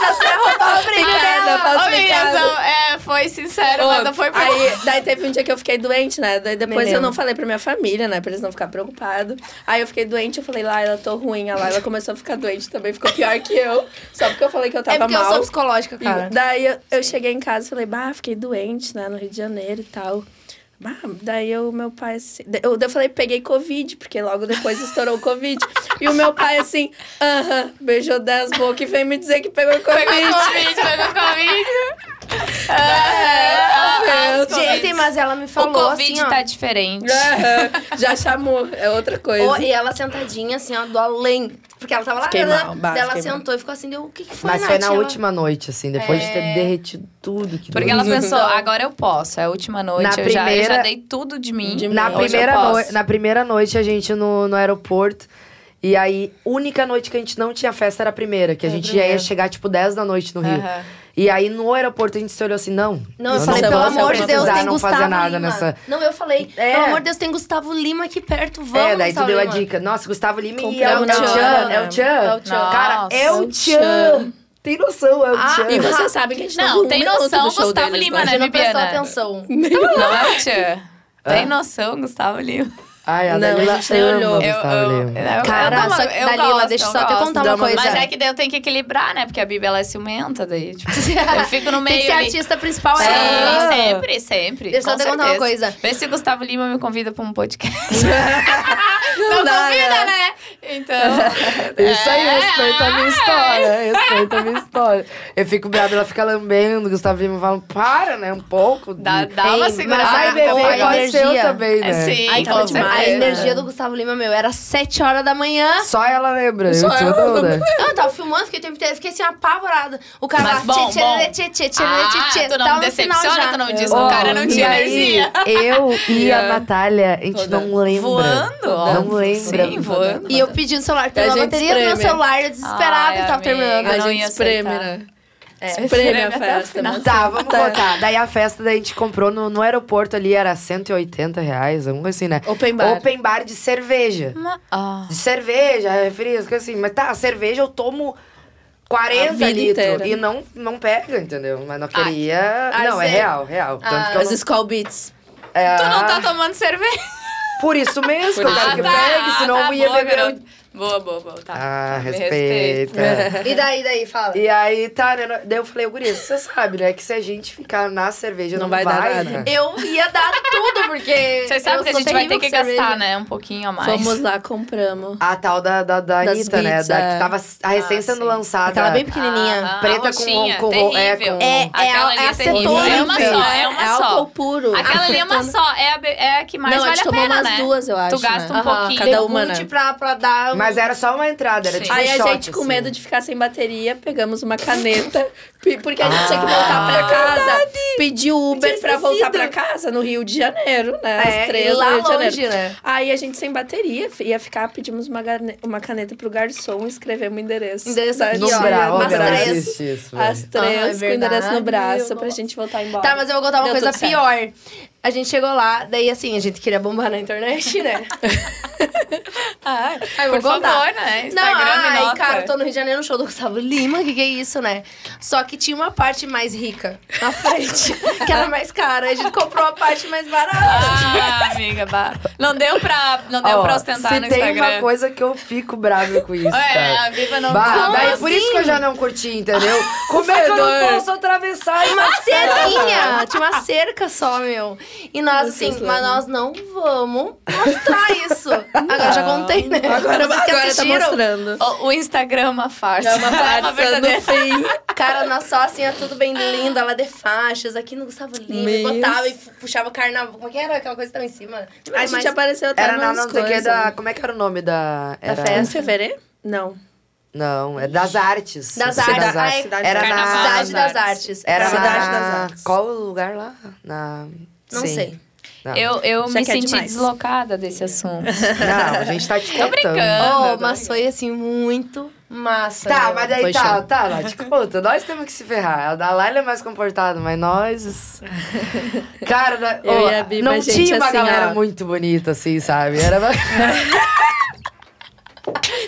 Speaker 4: Você roubou a brincadeira, falsificada.
Speaker 3: é, foi sincero, mas não foi por
Speaker 4: Aí, daí teve um dia que eu fiquei doente, né? Daí depois
Speaker 1: Me
Speaker 4: eu não
Speaker 1: lembro.
Speaker 4: falei pra minha família, né? Pra eles não ficarem preocupados. Aí eu fiquei doente, eu falei, Laila, tô ruim. A Laila começou a ficar doente também, ficou pior que eu. Só porque eu falei que eu tava
Speaker 1: é porque
Speaker 4: mal.
Speaker 1: eu sou psicológica, cara.
Speaker 4: E daí eu, eu cheguei em casa e falei, bah, fiquei doente, né, no Rio de Janeiro e tal. Bah, daí o meu pai assim. da- Eu, daí eu falei, peguei Covid, porque logo depois estourou o Covid. E o meu pai assim, aham, beijou 10 bocas e veio me dizer que pegou Covid.
Speaker 3: Pegou Covid, pegou Covid. É,
Speaker 4: meu
Speaker 3: Ah,
Speaker 4: Deus.
Speaker 1: Gente, mas ela me
Speaker 3: O
Speaker 1: falou
Speaker 3: Covid
Speaker 1: assim, ó.
Speaker 3: tá diferente.
Speaker 4: É. Aham, Já chamou, é outra coisa.
Speaker 1: Ó, e ela sentadinha, assim, ó, do além. Porque ela tava lá,
Speaker 4: Fiquei
Speaker 1: né?
Speaker 4: mal, bah,
Speaker 1: Daí ela
Speaker 4: fiquei mal.
Speaker 1: sentou e ficou assim, deu, o que, que foi,
Speaker 2: Mas foi
Speaker 1: Nath?"
Speaker 2: na
Speaker 1: Ela-
Speaker 2: última noite, assim, depois de ter derretido tudo que
Speaker 3: É. Porque
Speaker 2: deu.
Speaker 3: ela pensou, agora eu posso, é a última noite,
Speaker 2: Na
Speaker 3: eu, já, eu já
Speaker 2: primeira-
Speaker 3: dei tudo de mim.
Speaker 4: De mim.
Speaker 2: Na
Speaker 3: hoje eu
Speaker 2: primeira,
Speaker 3: posso.
Speaker 2: noi- na primeira noite, a gente no, no aeroporto. E aí, única noite que a gente não tinha festa era a primeira, que a
Speaker 1: Era É a
Speaker 2: gente já ia
Speaker 1: primeira.
Speaker 2: chegar, tipo, 10 da noite no Rio.
Speaker 3: Aham.
Speaker 2: E aí, no aeroporto, a gente se olhou assim, não.
Speaker 1: Não, eu
Speaker 4: Eu
Speaker 1: falei,
Speaker 4: não
Speaker 1: pelo
Speaker 4: vou,
Speaker 1: amor de
Speaker 4: eu
Speaker 1: Deus,
Speaker 4: precisar
Speaker 1: tem
Speaker 2: não
Speaker 1: Gustavo
Speaker 2: fazer nada
Speaker 1: Lima.
Speaker 2: nessa.
Speaker 1: Não, eu falei,
Speaker 2: É.
Speaker 1: pelo amor de Deus, tem Gustavo Lima aqui perto, vamos,
Speaker 2: é, daí tu
Speaker 1: Gustavo
Speaker 2: deu a
Speaker 1: Lima.
Speaker 2: dica. Nossa, Gustavo Lima e é o
Speaker 4: Compramos
Speaker 2: Tchan.
Speaker 4: na hora.
Speaker 2: É o Tchan.
Speaker 1: É o Tchan.
Speaker 2: Cara, é
Speaker 3: Nossa,
Speaker 2: o
Speaker 3: o
Speaker 2: Tchan. Tem noção, é o
Speaker 1: Ah,
Speaker 2: Tchan.
Speaker 4: E vocês sabem que a gente não,
Speaker 3: Não,
Speaker 4: viu um
Speaker 3: tem
Speaker 4: minuto
Speaker 3: noção,
Speaker 4: do show
Speaker 3: Gustavo
Speaker 4: deles,
Speaker 3: Lima,
Speaker 4: né?
Speaker 1: Você não prestou
Speaker 3: Bibiana?
Speaker 1: atenção.
Speaker 3: Não é o Tchan? Tem noção, Gustavo Lima?
Speaker 2: Ai, a
Speaker 4: Não,
Speaker 2: Dalila
Speaker 4: a gente nem
Speaker 2: ama
Speaker 4: olhou.
Speaker 2: o
Speaker 4: Eu-
Speaker 2: Gustavo Lima.
Speaker 1: Cara, só que, Dalila, deixa eu só te contar uma
Speaker 3: Dá
Speaker 1: coisa.
Speaker 3: Mas é que daí eu tenho que equilibrar, né? Porque a Bibi, ela é ciumenta daí. Tipo, eu fico
Speaker 1: Tem
Speaker 3: no meio
Speaker 1: que ser
Speaker 3: ali.
Speaker 1: artista principal,
Speaker 3: Sim,
Speaker 1: é.
Speaker 2: Ah.
Speaker 3: sempre, sempre.
Speaker 1: Deixa eu
Speaker 3: com
Speaker 1: só te contar uma
Speaker 3: certeza.
Speaker 1: coisa.
Speaker 3: Vê se o Gustavo Lima me convida pra um podcast.
Speaker 4: Não
Speaker 3: Não
Speaker 4: dá,
Speaker 3: convida,
Speaker 1: Tá.
Speaker 4: né?
Speaker 3: né? Então.
Speaker 2: Isso aí, respeita a minha história. Respeita a minha história. Eu fico brava, ela fica lambendo, o Gustavo Lima fala, para, né? Um pouco. de-
Speaker 3: Dá, Ah, dá uma
Speaker 1: Ei,
Speaker 3: segurada.
Speaker 1: mas
Speaker 2: Ai,
Speaker 1: a-
Speaker 2: bebê,
Speaker 1: a
Speaker 2: pode ser eu
Speaker 1: energia.
Speaker 2: também, né?
Speaker 3: É, sim,
Speaker 1: Ai, então,
Speaker 4: tava
Speaker 3: com
Speaker 4: demais,
Speaker 1: a
Speaker 3: certeza.
Speaker 1: energia do Gustavo Lima, meu, era 7 horas da manhã.
Speaker 2: Só ela lembra,
Speaker 4: Só
Speaker 2: eu te
Speaker 4: ela
Speaker 2: dou, né?
Speaker 1: Não, eu tava filmando, fiquei o tempo inteiro, fiquei assim, apavorada. O cara
Speaker 3: Mas
Speaker 1: lá,
Speaker 3: bom,
Speaker 1: tchê, tchê,
Speaker 3: bom.
Speaker 1: tchê, tchê, tchê,
Speaker 3: Ah,
Speaker 1: tchê, tchê,
Speaker 3: tu não
Speaker 1: tava
Speaker 3: me
Speaker 1: no final
Speaker 3: decepciona,
Speaker 1: já.
Speaker 3: tu não diz.
Speaker 2: Ó,
Speaker 3: O cara não
Speaker 2: e
Speaker 3: tinha
Speaker 2: aí,
Speaker 3: energia.
Speaker 2: Eu e a
Speaker 3: É.
Speaker 2: Natália, a gente não lembra.
Speaker 3: Voando, ó.
Speaker 2: Não lembra.
Speaker 3: Sim, voando.
Speaker 1: E eu pedi no celular,
Speaker 4: A
Speaker 1: pegou a
Speaker 4: gente
Speaker 1: bateria do meu
Speaker 4: espreme.
Speaker 1: celular, eu desesperada
Speaker 3: Ai,
Speaker 1: que tava
Speaker 3: amiga.
Speaker 1: terminando.
Speaker 3: Eu
Speaker 4: A
Speaker 3: não
Speaker 4: gente
Speaker 3: ia
Speaker 4: espreme,
Speaker 3: aceitar.
Speaker 4: né?
Speaker 1: É.
Speaker 4: Espreme a
Speaker 3: Espreme até o
Speaker 4: festa.
Speaker 3: final.
Speaker 4: mas-
Speaker 2: Tá, vamos
Speaker 4: Tá.
Speaker 2: contar. Daí a festa daí a gente comprou no, no aeroporto ali, era 180 reais, alguma coisa assim, né?
Speaker 4: Open bar.
Speaker 2: Open bar de cerveja.
Speaker 3: Uma- ah.
Speaker 2: De cerveja, refrias, coisa assim. Mas tá, a cerveja eu tomo
Speaker 4: A
Speaker 2: 40
Speaker 4: vida
Speaker 2: litros.
Speaker 4: inteira.
Speaker 2: E não, não pega, entendeu? Mas não queria.
Speaker 1: ai,
Speaker 2: não, é
Speaker 1: sério?
Speaker 2: real, real. Tanto que eu
Speaker 4: As
Speaker 2: não-
Speaker 4: Skull Beats.
Speaker 2: é,
Speaker 3: Tu não tá
Speaker 2: ah,
Speaker 3: tomando cerveja?
Speaker 2: É, Por isso mesmo, que eu quero que pegue, senão
Speaker 3: Ah, tá,
Speaker 2: eu ia
Speaker 3: boa,
Speaker 2: beber. um-
Speaker 3: garota. Boa, boa, boa. Tá.
Speaker 2: Ah,
Speaker 3: Me
Speaker 2: respeita.
Speaker 1: E daí, daí, fala.
Speaker 2: E aí, tá, né? Daí eu falei, Guri, você sabe, né? Que se a gente ficar na cerveja, não,
Speaker 4: Não vai dar nada.
Speaker 2: né?
Speaker 1: Eu ia dar tudo, porque.
Speaker 3: Vocês sabem
Speaker 1: eu
Speaker 3: que a
Speaker 1: sou
Speaker 3: gente vai ter
Speaker 1: terrível
Speaker 3: que
Speaker 1: com cerveja.
Speaker 3: gastar, né? Um pouquinho a mais.
Speaker 4: Fomos lá, compramos.
Speaker 2: A tal da, da, da
Speaker 4: Das
Speaker 2: Anitta, né?
Speaker 4: beats,
Speaker 2: Da, que
Speaker 4: é.
Speaker 2: tava a recém sendo
Speaker 3: sim.
Speaker 2: lançada.
Speaker 1: Aquela bem pequenininha.
Speaker 3: Ah,
Speaker 2: preta
Speaker 3: a roxinha,
Speaker 2: com- com- é,
Speaker 3: terrível.
Speaker 2: com- É, é
Speaker 3: Aquela
Speaker 1: a-
Speaker 3: ali
Speaker 1: é
Speaker 3: é terrível.
Speaker 1: acetona,
Speaker 3: É uma só,
Speaker 1: gente.
Speaker 3: é uma
Speaker 4: é
Speaker 3: só.
Speaker 4: álcool puro. Ah,
Speaker 3: Aquela ali é uma só, é a, be- é a que mais
Speaker 4: Não, a
Speaker 3: vale
Speaker 4: gente
Speaker 3: a
Speaker 4: tomou
Speaker 3: pena,
Speaker 4: umas
Speaker 3: né?
Speaker 4: duas, eu acho.
Speaker 3: Tu gasta um
Speaker 4: né? Aham,
Speaker 3: pouquinho.
Speaker 4: Cada uma, né?
Speaker 1: Iogurte pra, pra dar. um-
Speaker 2: Mas era só uma entrada, era
Speaker 3: Sim.
Speaker 2: tipo
Speaker 4: Aí
Speaker 2: um
Speaker 4: a
Speaker 2: shot,
Speaker 4: gente, com
Speaker 2: assim.
Speaker 4: medo de ficar sem bateria, pegamos uma caneta, pe- porque a gente tinha que
Speaker 3: Ah.
Speaker 4: voltar pra casa. Pediu Uber pra voltar pra casa no Rio de Janeiro,
Speaker 1: É,
Speaker 4: né? Às
Speaker 1: e
Speaker 4: três
Speaker 1: lá
Speaker 4: no Rio de
Speaker 1: longe,
Speaker 4: Janeiro.
Speaker 1: né?
Speaker 4: Aí a gente sem bateria f- ia ficar, pedimos uma, garne- uma caneta pro garçom e escrevemos o endereço.
Speaker 1: Endereço
Speaker 4: da
Speaker 1: aqui,
Speaker 2: No
Speaker 1: ó,
Speaker 4: tia,
Speaker 2: brau,
Speaker 1: às
Speaker 4: do
Speaker 2: no brau,
Speaker 1: três.
Speaker 2: existe isso, velho.
Speaker 4: Às três,
Speaker 1: Ah, é
Speaker 4: com o endereço
Speaker 1: verdade,
Speaker 4: no braço,
Speaker 1: meu
Speaker 4: pra
Speaker 1: nossa.
Speaker 4: gente voltar embora.
Speaker 1: Tá, mas eu vou contar uma
Speaker 4: Deu
Speaker 1: coisa
Speaker 4: tudo certo.
Speaker 1: pior. A gente chegou lá, daí assim, a gente queria bombar na internet, né?
Speaker 3: Ah,
Speaker 1: Ai,
Speaker 3: por
Speaker 1: vou contar.
Speaker 3: favor, né? Instagram
Speaker 1: não,
Speaker 3: me
Speaker 1: ai,
Speaker 3: nota.
Speaker 1: cara, eu tô no Rio de Janeiro no show do Gustavo Lima, que que é isso, né? Só que tinha uma parte mais rica na frente, que era mais cara. A gente comprou a parte mais barata.
Speaker 3: Ah, amiga, bah. Não deu pra, não deu
Speaker 2: É, Ó,
Speaker 3: pra ostentar
Speaker 2: se
Speaker 3: no
Speaker 2: tem
Speaker 3: Instagram.
Speaker 2: uma coisa que eu fico brava com isso,
Speaker 3: É,
Speaker 2: cara.
Speaker 3: a Viva não
Speaker 2: Bah,
Speaker 1: Como
Speaker 2: daí por isso que eu já não curti, entendeu? Como é que eu não
Speaker 4: Fedor.
Speaker 2: posso atravessar
Speaker 1: Tinha uma cerquinha, tinha uma cerca só, meu. E nós, assim,
Speaker 4: Vocês
Speaker 1: mas
Speaker 4: lembram?
Speaker 1: nós não vamos mostrar isso. Agora já contei, né?
Speaker 4: Agora,
Speaker 1: Vocês que
Speaker 4: agora tá
Speaker 1: assistiram.
Speaker 4: mostrando.
Speaker 3: O, o Instagram é uma farsa.
Speaker 4: É uma farsa
Speaker 3: verdadeira-
Speaker 4: no fim.
Speaker 1: Cara, nós só assim, ó, tudo bem linda, lá de faixas, aqui no Gustavo Lima, e
Speaker 4: Meu.
Speaker 1: botava e fu- puxava carnaval. Como é que era aquela coisa que tava em cima? Tipo,
Speaker 4: A gente apareceu até
Speaker 2: Era na
Speaker 4: nas
Speaker 2: não sei o que
Speaker 4: coisas.
Speaker 2: da. Como é que era o nome da. Era,
Speaker 4: Em
Speaker 1: festa?
Speaker 4: fevereiro? Não.
Speaker 2: Não, é das artes.
Speaker 1: Das
Speaker 2: Não sei,
Speaker 1: artes.
Speaker 4: Cidade-
Speaker 1: ai,
Speaker 4: Cidade-
Speaker 2: Era na.
Speaker 3: Carnaval.
Speaker 1: Cidade das
Speaker 3: das
Speaker 1: Artes.
Speaker 2: Era
Speaker 4: Cidade
Speaker 2: na...
Speaker 4: das Artes.
Speaker 2: Qual o lugar lá? Na.
Speaker 1: Não
Speaker 2: Sim.
Speaker 1: sei.
Speaker 2: Não.
Speaker 3: Eu, eu
Speaker 4: Já
Speaker 3: me
Speaker 4: quer
Speaker 3: senti
Speaker 4: demais.
Speaker 3: deslocada desse assunto.
Speaker 2: Não, a gente tá te contando.
Speaker 3: brincando.
Speaker 1: Oh,
Speaker 3: Anda,
Speaker 1: mas foi assim, muito massa.
Speaker 2: Tá,
Speaker 1: meu.
Speaker 2: mas daí
Speaker 4: Foi
Speaker 2: tá,
Speaker 4: show.
Speaker 2: tá, Nath, conta. Nós temos que se ferrar. A Laila é mais comportada, mas nós. Cara, na-
Speaker 4: Eu
Speaker 2: ó,
Speaker 4: e a Biba,
Speaker 2: não
Speaker 4: a gente
Speaker 2: tinha uma
Speaker 4: assim,
Speaker 2: galera
Speaker 4: ó.
Speaker 2: muito bonita, assim, sabe? Era.
Speaker 1: Tu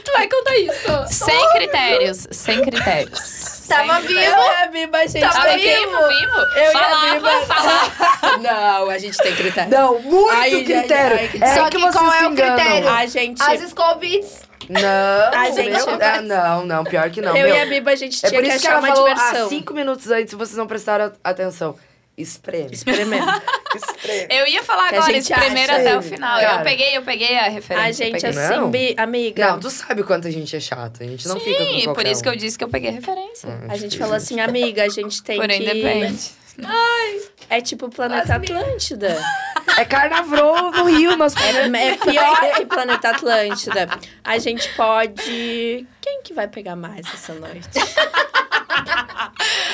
Speaker 3: tu vai contar isso? Sem critérios, sem critérios.
Speaker 1: Tava
Speaker 3: Sem-
Speaker 1: vivo.
Speaker 4: Eu ia vivo, a gente
Speaker 3: Tava
Speaker 4: tem
Speaker 1: vivo.
Speaker 4: que-
Speaker 3: vivo, vivo.
Speaker 4: Eu
Speaker 3: falava,
Speaker 4: ia viva.
Speaker 3: falava.
Speaker 4: Não, a gente tem critério.
Speaker 2: Não, muito
Speaker 4: Ai, ai,
Speaker 2: critério.
Speaker 4: ai, que-
Speaker 2: é
Speaker 1: Só que
Speaker 2: vocês
Speaker 1: qual
Speaker 2: se
Speaker 1: é o
Speaker 2: enganam.
Speaker 1: critério?
Speaker 4: A gente.
Speaker 1: As Skull Beats.
Speaker 2: Não,
Speaker 4: Ai, gente,
Speaker 2: meu-
Speaker 4: eu-
Speaker 2: ah, não, não, pior que não.
Speaker 4: eu
Speaker 2: meu.
Speaker 4: e a Biba, a gente
Speaker 2: É
Speaker 4: tinha
Speaker 2: por
Speaker 4: que
Speaker 2: isso que
Speaker 4: achar
Speaker 2: ela
Speaker 4: uma
Speaker 2: falou há
Speaker 4: diversão.
Speaker 2: cinco minutos antes, vocês não prestaram a- atenção. Espreme.
Speaker 4: Espremendo.
Speaker 2: Espreme.
Speaker 3: Eu ia falar
Speaker 4: Que a
Speaker 3: agora,
Speaker 4: gente
Speaker 3: esse primeiro
Speaker 4: acha,
Speaker 3: até o final.
Speaker 2: cara.
Speaker 3: Eu peguei, eu peguei a referência.
Speaker 4: A
Speaker 3: eu
Speaker 4: gente,
Speaker 3: peguei.
Speaker 2: ass-
Speaker 4: assim,
Speaker 2: Não.
Speaker 4: bi- amiga.
Speaker 2: Não, tu sabe quanto a gente é chato. A gente não fica com
Speaker 3: Sim,
Speaker 2: qualquer
Speaker 3: por isso que eu
Speaker 2: um. É
Speaker 3: disse que eu peguei a referência.
Speaker 4: A gente falou assim, amiga, a gente tem
Speaker 3: Porém,
Speaker 4: que.
Speaker 3: depende.
Speaker 4: É tipo o Planeta Atlântida.
Speaker 2: É carnaval no Rio, nós...
Speaker 4: É, é pior que Planeta Atlântida. A gente pode. Quem que vai pegar mais essa noite?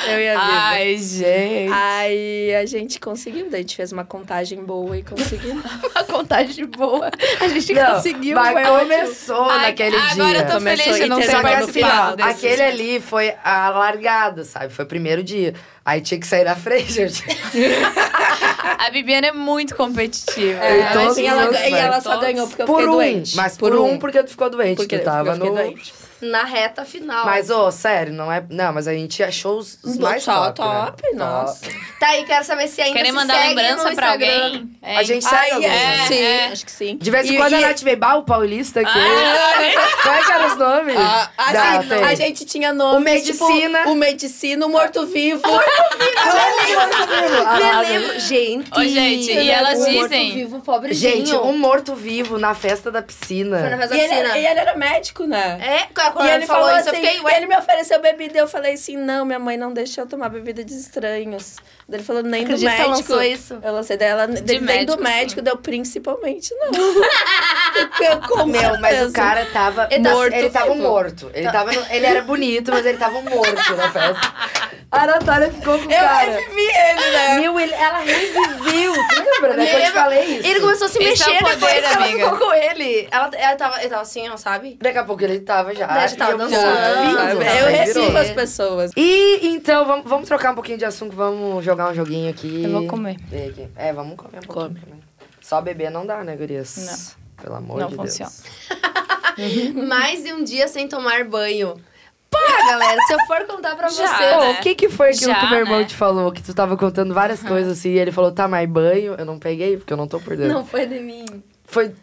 Speaker 4: Eu e a Biba.
Speaker 3: Ai, gente.
Speaker 4: Aí a gente conseguiu, daí a gente fez uma contagem boa e conseguiu.
Speaker 1: Uma contagem boa. A gente
Speaker 2: Não,
Speaker 1: conseguiu.
Speaker 2: mas
Speaker 1: foi ótimo.
Speaker 2: começou
Speaker 3: Ai,
Speaker 2: naquele
Speaker 3: agora
Speaker 2: dia.
Speaker 3: eu tô
Speaker 4: Começou
Speaker 3: feliz de não
Speaker 4: a
Speaker 3: ter
Speaker 2: Só que
Speaker 4: internet.
Speaker 2: assim,
Speaker 3: participado
Speaker 2: ó,
Speaker 3: desse
Speaker 2: aquele ali foi a largada, sabe? Foi o primeiro dia. Aí tinha que sair na frente. eu tinha-
Speaker 3: A Bibiana é muito competitiva.
Speaker 2: É,
Speaker 4: Ela
Speaker 2: todos
Speaker 4: tinha- ela-
Speaker 2: os
Speaker 4: e ela só
Speaker 3: todos.
Speaker 4: ganhou porque eu
Speaker 2: Por
Speaker 4: fiquei
Speaker 2: um,
Speaker 4: doente.
Speaker 2: mas por, um, porque tu ficou doente.
Speaker 4: Porque
Speaker 2: Porque
Speaker 4: eu
Speaker 2: tu tava
Speaker 4: fiquei
Speaker 2: no...
Speaker 4: doente.
Speaker 1: Na reta final.
Speaker 3: Ah,
Speaker 2: Mas, ô, sério, não é... Não, mas a gente achou os, os mais
Speaker 4: só
Speaker 2: top,
Speaker 4: top,
Speaker 2: né?
Speaker 4: nossa.
Speaker 1: Tá aí, quero saber se ainda
Speaker 3: Querem
Speaker 1: se
Speaker 3: mandar
Speaker 1: segue
Speaker 3: lembrança
Speaker 1: no
Speaker 3: pra
Speaker 1: Instagram.
Speaker 3: alguém?
Speaker 2: A gente
Speaker 4: Ai,
Speaker 2: segue alguém.
Speaker 3: é.
Speaker 2: né?
Speaker 4: sim, acho que sim.
Speaker 2: De vez em
Speaker 4: E-
Speaker 2: quando
Speaker 4: e-
Speaker 2: a Nath veio, bah, o paulista aqui.
Speaker 3: Ah,
Speaker 2: Quais eram os nomes?
Speaker 4: Ah, a,
Speaker 2: Dá,
Speaker 4: gente,
Speaker 2: tem.
Speaker 4: a gente tinha nome.
Speaker 2: O Medicina.
Speaker 4: Tipo, o Medicina, o Morto-Vivo.
Speaker 2: é Ah,
Speaker 1: Me
Speaker 2: lá,
Speaker 1: lembro. Gente.
Speaker 3: Ô, gente, e
Speaker 1: eu lembro
Speaker 3: elas
Speaker 1: um
Speaker 3: dizem-
Speaker 1: morto-vivo, pobrezinho.
Speaker 2: Gente, um morto-vivo na festa da
Speaker 1: Foi na
Speaker 2: piscina.
Speaker 1: festa
Speaker 4: e,
Speaker 1: da
Speaker 4: ele era,
Speaker 1: piscina.
Speaker 4: e ele era médico, né?
Speaker 1: assim, É, quando
Speaker 4: E
Speaker 1: ele,
Speaker 4: ele
Speaker 1: falou,
Speaker 4: falou
Speaker 1: isso,
Speaker 4: assim,
Speaker 1: eu fiquei, ué,
Speaker 4: ele me ofereceu bebida e eu falei assim, não, minha mãe não deixa eu tomar bebida de estranhos. Daí ele falou, nem do
Speaker 1: acredito que ela
Speaker 4: médico.
Speaker 1: lançou isso.
Speaker 4: Eu lancei dela, de nem
Speaker 3: médico,
Speaker 4: do médico,
Speaker 3: sim.
Speaker 4: deu principalmente não. Eu, com
Speaker 2: Meu, mas o
Speaker 4: certeza.
Speaker 2: cara tava
Speaker 1: Ele tá-
Speaker 2: morto. Ele Tá. tava
Speaker 1: vivo.
Speaker 2: morto. Ele, tava no- ele era bonito, mas ele tava morto na festa. A Natália ficou com o
Speaker 4: Eu
Speaker 2: cara.
Speaker 4: revivi ele, né?
Speaker 2: Meu, ele, ela reviveu. Tu lembra, né? Quando eu te
Speaker 1: Lembra?
Speaker 2: falei isso.
Speaker 1: Ele começou a se
Speaker 3: Esse é o
Speaker 1: mexer
Speaker 3: poder,
Speaker 1: depois que ela
Speaker 3: amiga.
Speaker 1: ficou com ele. Ela, ela tava, ele tava assim, ó, sabe?
Speaker 2: Daqui a pouco ele tava já.
Speaker 1: Daí já tava
Speaker 2: e eu, pô,
Speaker 1: dançando.
Speaker 2: vindo,
Speaker 1: Não,
Speaker 4: eu
Speaker 2: né?
Speaker 1: mas
Speaker 4: recebo
Speaker 2: Virou.
Speaker 4: as pessoas.
Speaker 2: E então, vamos, vamos trocar um pouquinho de assunto, vamos jogar um joguinho aqui.
Speaker 3: Eu vou comer.
Speaker 2: Vem aqui. É, vamos comer um pouquinho. Come. Só beber não dá, né, gurias? Não. Pelo amor
Speaker 3: Não
Speaker 2: de
Speaker 3: funciona.
Speaker 2: Deus.
Speaker 1: Mais de um dia sem tomar banho. Pá, galera, se eu for contar pra
Speaker 3: Já.
Speaker 1: vocês...
Speaker 2: Ô,
Speaker 3: né?
Speaker 2: o que que foi aquilo
Speaker 3: Já,
Speaker 2: que o meu irmão
Speaker 3: né?
Speaker 2: te falou? Que tu tava contando várias coisas assim, e ele falou, tá, mas banho, eu não peguei, porque eu não tô por dentro.
Speaker 1: Não foi de mim.
Speaker 2: Foi...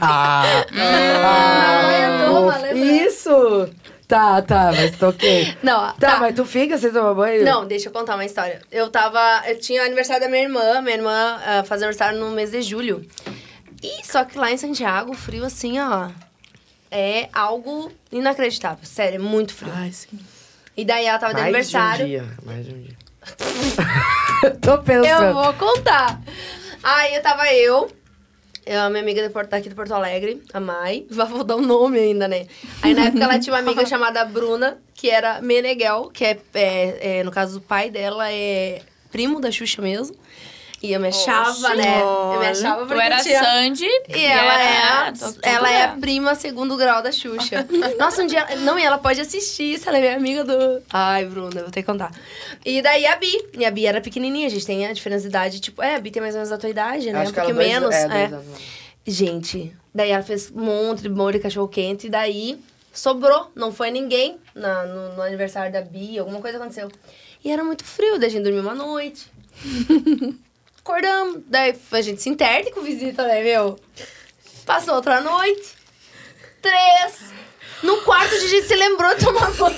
Speaker 2: ah,
Speaker 1: Ah, eu tô,
Speaker 2: uf,
Speaker 1: lembra?
Speaker 2: Isso! Tá, tá, mas tô ok.
Speaker 1: Não, ó,
Speaker 2: Tá,
Speaker 1: tá.
Speaker 2: mas tu fica sem tomar banho?
Speaker 1: Não, deixa eu contar uma história. Eu tava. Eu tinha o aniversário da minha irmã. Minha irmã ah, fazia aniversário no mês de julho. E só que lá em Santiago, o frio assim, ó. É algo inacreditável. Sério, é muito frio.
Speaker 4: Ai, sim.
Speaker 1: E daí ela tava de
Speaker 2: mais
Speaker 1: aniversário.
Speaker 2: De um dia, mais de um dia. tô pensando.
Speaker 1: Eu vou contar. Aí eu tava eu, a minha amiga de Porto- daqui de Porto Alegre, a Mai. Vou dar um nome ainda, né? Aí na época ela tinha uma amiga chamada Bruna, que era Meneghel, que é, é- é, no caso, o pai dela é primo da Xuxa mesmo. E eu me achava, né? Eu me achava
Speaker 3: Tu
Speaker 1: porque eu
Speaker 3: era
Speaker 1: tinha-
Speaker 3: Sandy
Speaker 1: e ela é, a,
Speaker 3: tô- tô
Speaker 1: ela é a
Speaker 3: tudo
Speaker 1: prima segundo grau da Xuxa. Nossa, um dia. Não, e ela pode assistir, se ela é minha amiga do. Ai, Bruna, vou ter que contar. E daí a Bi. E a Bi era pequenininha, a gente tem a diferença de idade. Tipo, é, a Bi tem mais ou menos a tua idade, né?
Speaker 2: Acho
Speaker 1: um
Speaker 2: que ela
Speaker 1: pouquinho menos.
Speaker 2: dois- é, dois
Speaker 1: é.
Speaker 2: anos mais.
Speaker 1: Gente, daí ela fez um monte de molho de cachorro-quente. E daí sobrou, não foi ninguém na- no, no aniversário da Bi, alguma coisa aconteceu. E era muito frio, daí a gente dormiu uma noite. Acordamos, daí a gente se interne com visita, né, meu? Passou outra noite. Três. No quarto, a gente se lembrou de tomar banho.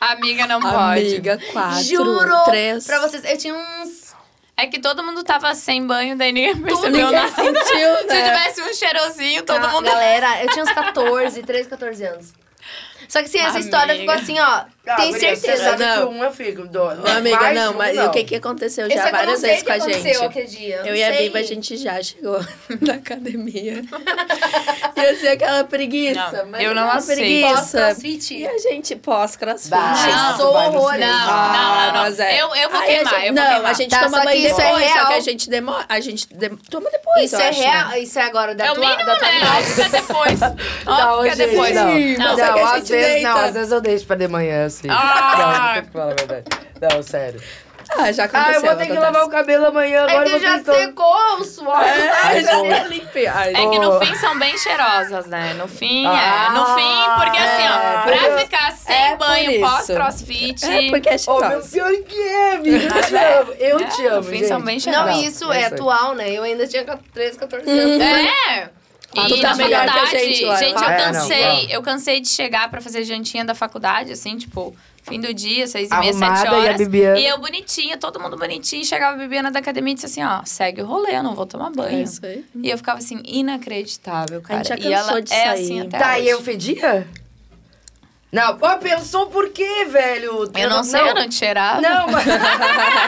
Speaker 3: Amiga, não pode.
Speaker 4: Amiga, quatro,
Speaker 1: Juro.
Speaker 4: três.
Speaker 1: Pra vocês, eu tinha uns...
Speaker 3: É que todo mundo tava sem banho, daí ninguém percebeu
Speaker 4: Ninguém
Speaker 3: nada.
Speaker 4: sentiu,
Speaker 3: Se
Speaker 4: né?
Speaker 3: tivesse um cheirosinho, todo
Speaker 1: Ga-
Speaker 3: mundo...
Speaker 1: Galera, eu tinha uns 14, 13, 14 anos. Só que assim, essa
Speaker 3: Amiga.
Speaker 1: história ficou assim, ó.
Speaker 2: Ah,
Speaker 1: tem
Speaker 2: guria,
Speaker 1: certeza. né?
Speaker 2: Você sabe
Speaker 4: Não.
Speaker 2: que um eu fico. Do,
Speaker 4: Ô, Amiga,
Speaker 2: mais de
Speaker 4: não,
Speaker 2: um,
Speaker 4: mas e
Speaker 2: não.
Speaker 4: o que que aconteceu
Speaker 1: Esse
Speaker 4: já
Speaker 1: é que eu não
Speaker 4: várias
Speaker 1: sei
Speaker 4: vezes
Speaker 1: o
Speaker 4: com
Speaker 1: que
Speaker 4: a gente.
Speaker 1: aconteceu aquele dia,
Speaker 4: Eu
Speaker 1: não
Speaker 4: e a
Speaker 1: sei.
Speaker 4: Biba, a gente já chegou na academia. e eu tinha aquela é preguiça.
Speaker 3: Não,
Speaker 4: mas
Speaker 3: eu não
Speaker 4: aquela
Speaker 3: aceito.
Speaker 4: preguiça.
Speaker 1: Pós-crossfit.
Speaker 4: E a gente pós-crossfit.
Speaker 2: Bah,
Speaker 1: Ai,
Speaker 3: Não,
Speaker 1: sou
Speaker 2: vai no
Speaker 1: horror.
Speaker 2: cinema.
Speaker 3: Não,
Speaker 4: Ah,
Speaker 3: não, não, não.
Speaker 4: mas é.
Speaker 3: Eu, eu vou
Speaker 4: Aí a
Speaker 3: queimar,
Speaker 4: gente-
Speaker 3: eu vou
Speaker 4: Não,
Speaker 3: queimar.
Speaker 4: a gente
Speaker 1: Tá,
Speaker 4: toma
Speaker 1: só
Speaker 4: banho
Speaker 1: que isso é
Speaker 4: depois, só que a
Speaker 1: real.
Speaker 4: gente demora. A gente dem- toma depois.
Speaker 1: Isso
Speaker 4: eu
Speaker 1: é
Speaker 4: acho,
Speaker 1: real.
Speaker 4: né?
Speaker 1: Isso é agora da
Speaker 3: É o
Speaker 1: tua,
Speaker 3: mínimo,
Speaker 1: da tua
Speaker 3: né? Ó, fica depois. Ó,
Speaker 2: Não,
Speaker 3: fica
Speaker 2: gente,
Speaker 3: depois.
Speaker 2: Não,
Speaker 4: Não,
Speaker 2: não,
Speaker 4: só que a gente
Speaker 2: às vezes não,
Speaker 4: deita.
Speaker 2: às vezes eu deixo pra de manhã, assim.
Speaker 3: Ah!
Speaker 2: Não, não tem que falar a verdade. Não, sério.
Speaker 4: Ah, já
Speaker 2: Ah, eu
Speaker 4: aconteceu.
Speaker 2: vou ter que
Speaker 4: acontece.
Speaker 2: lavar o cabelo amanhã,
Speaker 1: É
Speaker 2: agora
Speaker 1: que
Speaker 2: eu vou
Speaker 1: já
Speaker 2: pintar.
Speaker 1: secou o suor.
Speaker 4: É, já tá limpei. Ai,
Speaker 3: É que
Speaker 2: Boa.
Speaker 3: no fim são bem cheirosas, né? No fim,
Speaker 2: Ah,
Speaker 3: é. No fim, porque assim,
Speaker 2: é,
Speaker 3: ó,
Speaker 2: porque-
Speaker 3: pra ficar sem
Speaker 4: é por
Speaker 3: banho
Speaker 4: isso.
Speaker 3: pós-crossfit.
Speaker 4: É porque é
Speaker 2: Ô, meu
Speaker 4: cheirosa.
Speaker 2: pior que é, amigo. Eu te amo. Eu te
Speaker 3: É,
Speaker 2: amo,
Speaker 3: no fim
Speaker 2: gente.
Speaker 3: são bem
Speaker 1: Não,
Speaker 3: cheirosas.
Speaker 1: isso é
Speaker 2: essa aí.
Speaker 1: atual, né? Eu ainda tinha 13, 14
Speaker 4: Uhum.
Speaker 1: anos.
Speaker 3: É!
Speaker 4: Ah, tu
Speaker 3: E
Speaker 4: tá
Speaker 3: na
Speaker 4: melhor que a
Speaker 3: faculdade,
Speaker 4: gente, Laura.
Speaker 3: eu
Speaker 2: É, não,
Speaker 3: cansei,
Speaker 2: não.
Speaker 3: eu cansei de chegar pra fazer jantinha da faculdade, assim, tipo, fim do dia, seis e meia, sete
Speaker 2: Arrumada e a
Speaker 3: horas.
Speaker 2: Bibiana.
Speaker 3: E eu bonitinha, todo mundo bonitinho, chegava a Bibiana da academia e disse assim, ó, segue o rolê, eu não vou tomar
Speaker 4: É
Speaker 3: banho.
Speaker 4: isso aí.
Speaker 3: E eu ficava assim, inacreditável, cara.
Speaker 4: A gente já
Speaker 3: e
Speaker 4: cansou
Speaker 3: ela
Speaker 4: de
Speaker 3: é
Speaker 4: sair.
Speaker 3: assim até
Speaker 2: Tá,
Speaker 3: hoje.
Speaker 2: e eu fedia? Não, pô, pensou por quê, velho?
Speaker 3: Eu não sei, eu não te cheirava.
Speaker 2: Não, mas...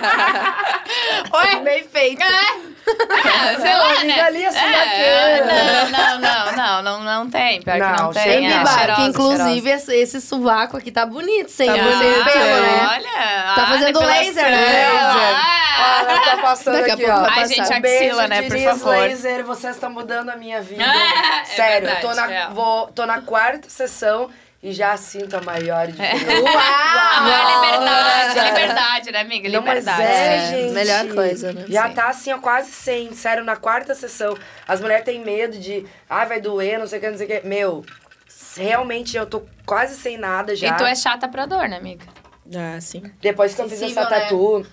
Speaker 3: É,
Speaker 1: Oi, bem feito.
Speaker 3: Ah, sei lá, né?
Speaker 2: Amiga, ali, assim,
Speaker 3: É,
Speaker 2: bacana.
Speaker 3: não, não, não, não, não, não tem. Pior que
Speaker 2: Não,
Speaker 3: não tem.
Speaker 2: cheiro
Speaker 1: Tem
Speaker 2: de
Speaker 3: é,
Speaker 2: barco,
Speaker 3: cheirosa,
Speaker 1: inclusive, esse, esse sovaco aqui tá bonito, sem
Speaker 4: Tá
Speaker 3: cheirosa.
Speaker 4: bonito,
Speaker 1: vocês
Speaker 3: Ah,
Speaker 1: verem, né?
Speaker 3: Olha.
Speaker 1: Tá
Speaker 3: ah,
Speaker 1: fazendo laser, né?
Speaker 3: depilação,
Speaker 2: Laser.
Speaker 3: ah.
Speaker 2: Olha, tá passando
Speaker 4: Daqui a
Speaker 2: aqui,
Speaker 4: pouco
Speaker 2: ó. Um
Speaker 4: vai
Speaker 3: Ai, gente,
Speaker 4: passar.
Speaker 3: axila, né, por
Speaker 2: Diniz
Speaker 3: favor.
Speaker 2: Laser, vocês estão mudando a minha vida.
Speaker 3: É, é
Speaker 2: Sério, eu tô,
Speaker 3: verdade,
Speaker 2: na,
Speaker 3: é.
Speaker 2: vou- tô na quarta sessão e já sinto a maior diferença.
Speaker 1: Uau!
Speaker 3: Ah, mas é
Speaker 2: Nossa.
Speaker 3: liberdade, liberdade, né, amiga?
Speaker 2: Não, mas
Speaker 3: Liberdade.
Speaker 2: é, gente.
Speaker 4: melhor coisa, né?
Speaker 2: Já
Speaker 3: Sim.
Speaker 2: tá assim, ó, quase 100. Sério, na quarta sessão. As mulheres têm medo de. Ai, vai doer, não sei o que, não sei o que. Meu, realmente eu tô quase sem nada já.
Speaker 3: E tu é chata pra dor, né, amiga?
Speaker 4: Ah, sim.
Speaker 2: Depois que eu fiz
Speaker 1: Sensível,
Speaker 2: essa
Speaker 1: né?
Speaker 2: tatu.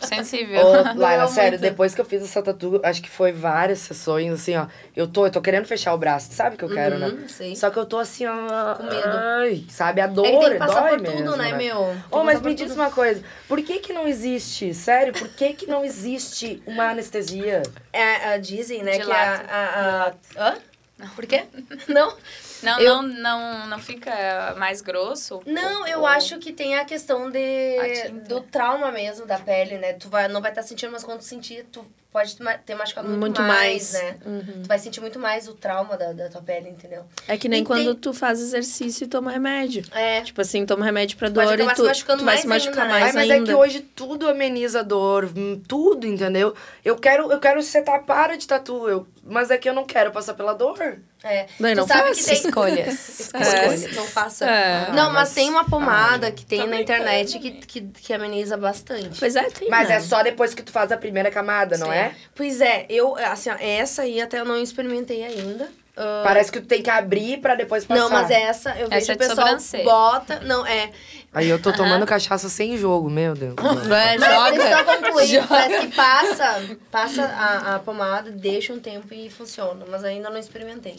Speaker 3: Sensível.
Speaker 2: Ô, Laila,
Speaker 1: Doeu
Speaker 2: sério,
Speaker 1: muito.
Speaker 2: depois que eu fiz essa tatu, acho que foi várias sessões, assim, ó. Eu tô, eu tô querendo fechar o braço, tu sabe que eu quero, né?
Speaker 1: Uhum, sim.
Speaker 2: Só que eu tô assim, ó.
Speaker 1: Com medo.
Speaker 2: Ai, sabe, a dor,
Speaker 1: é que tem que passar
Speaker 2: dói
Speaker 1: por
Speaker 2: mesmo,
Speaker 1: tudo, né, meu? Tem que
Speaker 2: Ô, mas
Speaker 1: passar por
Speaker 2: me diz
Speaker 1: tudo.
Speaker 2: uma coisa, por que que não existe, sério, por que que não existe uma anestesia?
Speaker 1: É, ah, dizem, né, que a,
Speaker 3: Dilata.
Speaker 1: a, a... Hã? Por quê? Não?
Speaker 3: Não,
Speaker 1: eu-
Speaker 3: não, não, não fica mais grosso?
Speaker 1: Não,
Speaker 3: Ou-
Speaker 1: eu acho que tem a questão de,
Speaker 3: A tinta.
Speaker 1: do trauma mesmo da pele, né? Tu vai, não vai estar sentindo, mas quando tu sentir, tu pode ma- ter machucado muito,
Speaker 4: Muito
Speaker 1: mais,
Speaker 4: mais. Uhum.
Speaker 1: né? Tu vai sentir muito mais o trauma da, da tua pele, entendeu?
Speaker 4: É que nem
Speaker 1: E
Speaker 4: quando
Speaker 1: tem-
Speaker 4: tu faz exercício e toma remédio.
Speaker 1: É.
Speaker 4: Tipo assim, toma remédio pra
Speaker 1: Mas
Speaker 4: dor
Speaker 1: acaba
Speaker 4: e
Speaker 1: se
Speaker 4: tu,
Speaker 1: machucando
Speaker 4: tu vai
Speaker 1: mais
Speaker 4: se
Speaker 1: ainda,
Speaker 4: machucar
Speaker 1: né?
Speaker 2: Ai,
Speaker 4: mais
Speaker 2: mas
Speaker 4: ainda.
Speaker 2: é que hoje tudo ameniza a dor, hum, tudo, entendeu? Eu quero, eu quero setar para de tatu, eu, mas é que eu não quero passar pela dor.
Speaker 1: É.
Speaker 4: Não, e
Speaker 1: Tu
Speaker 4: não
Speaker 1: sabe
Speaker 4: faz.
Speaker 1: que tem
Speaker 3: Escolhas.
Speaker 1: É. Escolha, não faça.
Speaker 4: É.
Speaker 1: Não, mas,
Speaker 2: mas
Speaker 1: tem uma pomada
Speaker 2: ai,
Speaker 1: que tem
Speaker 3: tá
Speaker 1: na internet que, que, que ameniza bastante.
Speaker 4: Pois é, tem.
Speaker 2: Mas
Speaker 4: né?
Speaker 2: é só depois que tu faz a primeira camada, não é?
Speaker 1: Pois é, eu, assim, ó, essa aí até eu não experimentei ainda. Ah,
Speaker 2: Parece que tu tem que abrir pra depois passar.
Speaker 1: Não, mas essa, eu vejo
Speaker 3: Essa é
Speaker 1: o
Speaker 3: de
Speaker 1: pessoal
Speaker 3: sobrancelha.
Speaker 1: bota. Não, é.
Speaker 2: Aí eu tô tomando cachaça sem jogo, meu Deus.
Speaker 4: Não é?
Speaker 1: Mas deixa eu
Speaker 4: Joga.
Speaker 1: só concluir.
Speaker 4: Joga.
Speaker 1: Parece que passa, passa a, a pomada, deixa um tempo e funciona. Mas ainda não experimentei.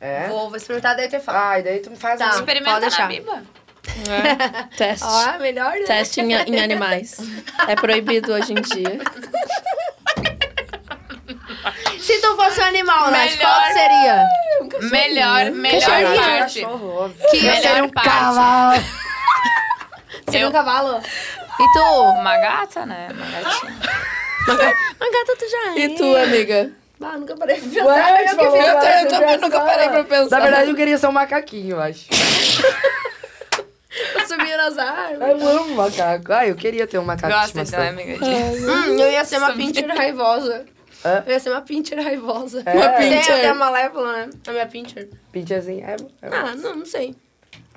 Speaker 2: é? Ah.
Speaker 1: Vou, vou experimentar, daí eu te falo.
Speaker 2: Ai, daí tu me faz
Speaker 1: Tá.
Speaker 2: um...
Speaker 3: Ah, Experimenta
Speaker 1: pode deixar.
Speaker 3: na biba.
Speaker 4: Teste.
Speaker 1: Ó, melhor, né?
Speaker 4: Teste em, em animais. É proibido hoje em dia.
Speaker 1: Se tu fosse um animal, Nath, qual
Speaker 3: Melhor.
Speaker 1: que seria?
Speaker 3: Melhor, melhor
Speaker 2: Cachorro,
Speaker 3: parte.
Speaker 2: cachorro, óbvio.
Speaker 1: Que
Speaker 3: Melhor
Speaker 2: um
Speaker 1: seria
Speaker 3: parte.
Speaker 1: Seria
Speaker 3: Eu-
Speaker 1: um cavalo? E tu?
Speaker 3: Uma gata, né? Uma gatinha.
Speaker 1: Uma gata tu já é.
Speaker 4: E tu, amiga?
Speaker 1: Ah, nunca parei de pensar.
Speaker 2: Ué,
Speaker 1: eu
Speaker 2: tipo,
Speaker 1: que
Speaker 4: Eu,
Speaker 1: fiz.
Speaker 4: também- eu também nunca parei pra
Speaker 2: Na
Speaker 4: pensar.
Speaker 2: verdade, eu queria ser um macaquinho, eu acho.
Speaker 1: Subir nas árvores.
Speaker 2: Eu amo um macaco. Ai, eu queria ter um macaco de
Speaker 3: Gosta, então,
Speaker 2: estimação.
Speaker 3: amiga? de-
Speaker 1: Hum, eu ia ser uma
Speaker 3: Subir.
Speaker 1: pincher raivosa.
Speaker 2: Hã?
Speaker 1: Eu ia ser uma pincher raivosa.
Speaker 2: É. Uma
Speaker 1: Tem
Speaker 4: pincher.
Speaker 1: até a malévola, né? A minha pincher.
Speaker 2: Pincherzinho. É, é.
Speaker 1: Ah, não, não sei.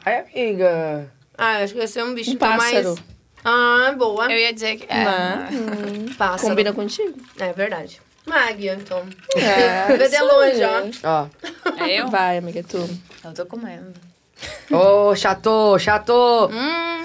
Speaker 2: Ai, amiga.
Speaker 1: Ah, eu acho que ia ser um bicho
Speaker 4: Um
Speaker 1: então
Speaker 4: pássaro.
Speaker 1: mais... Ah, boa.
Speaker 3: Eu ia dizer que... É,
Speaker 1: Pássaro.
Speaker 4: Combina contigo?
Speaker 1: É verdade. Máguia, então.
Speaker 4: É.
Speaker 1: Vê de longe, ó.
Speaker 2: Ó.
Speaker 3: Eu?
Speaker 4: Vai, amiga, tu.
Speaker 3: Eu tô comendo.
Speaker 2: Ô, Chateau, Chateau.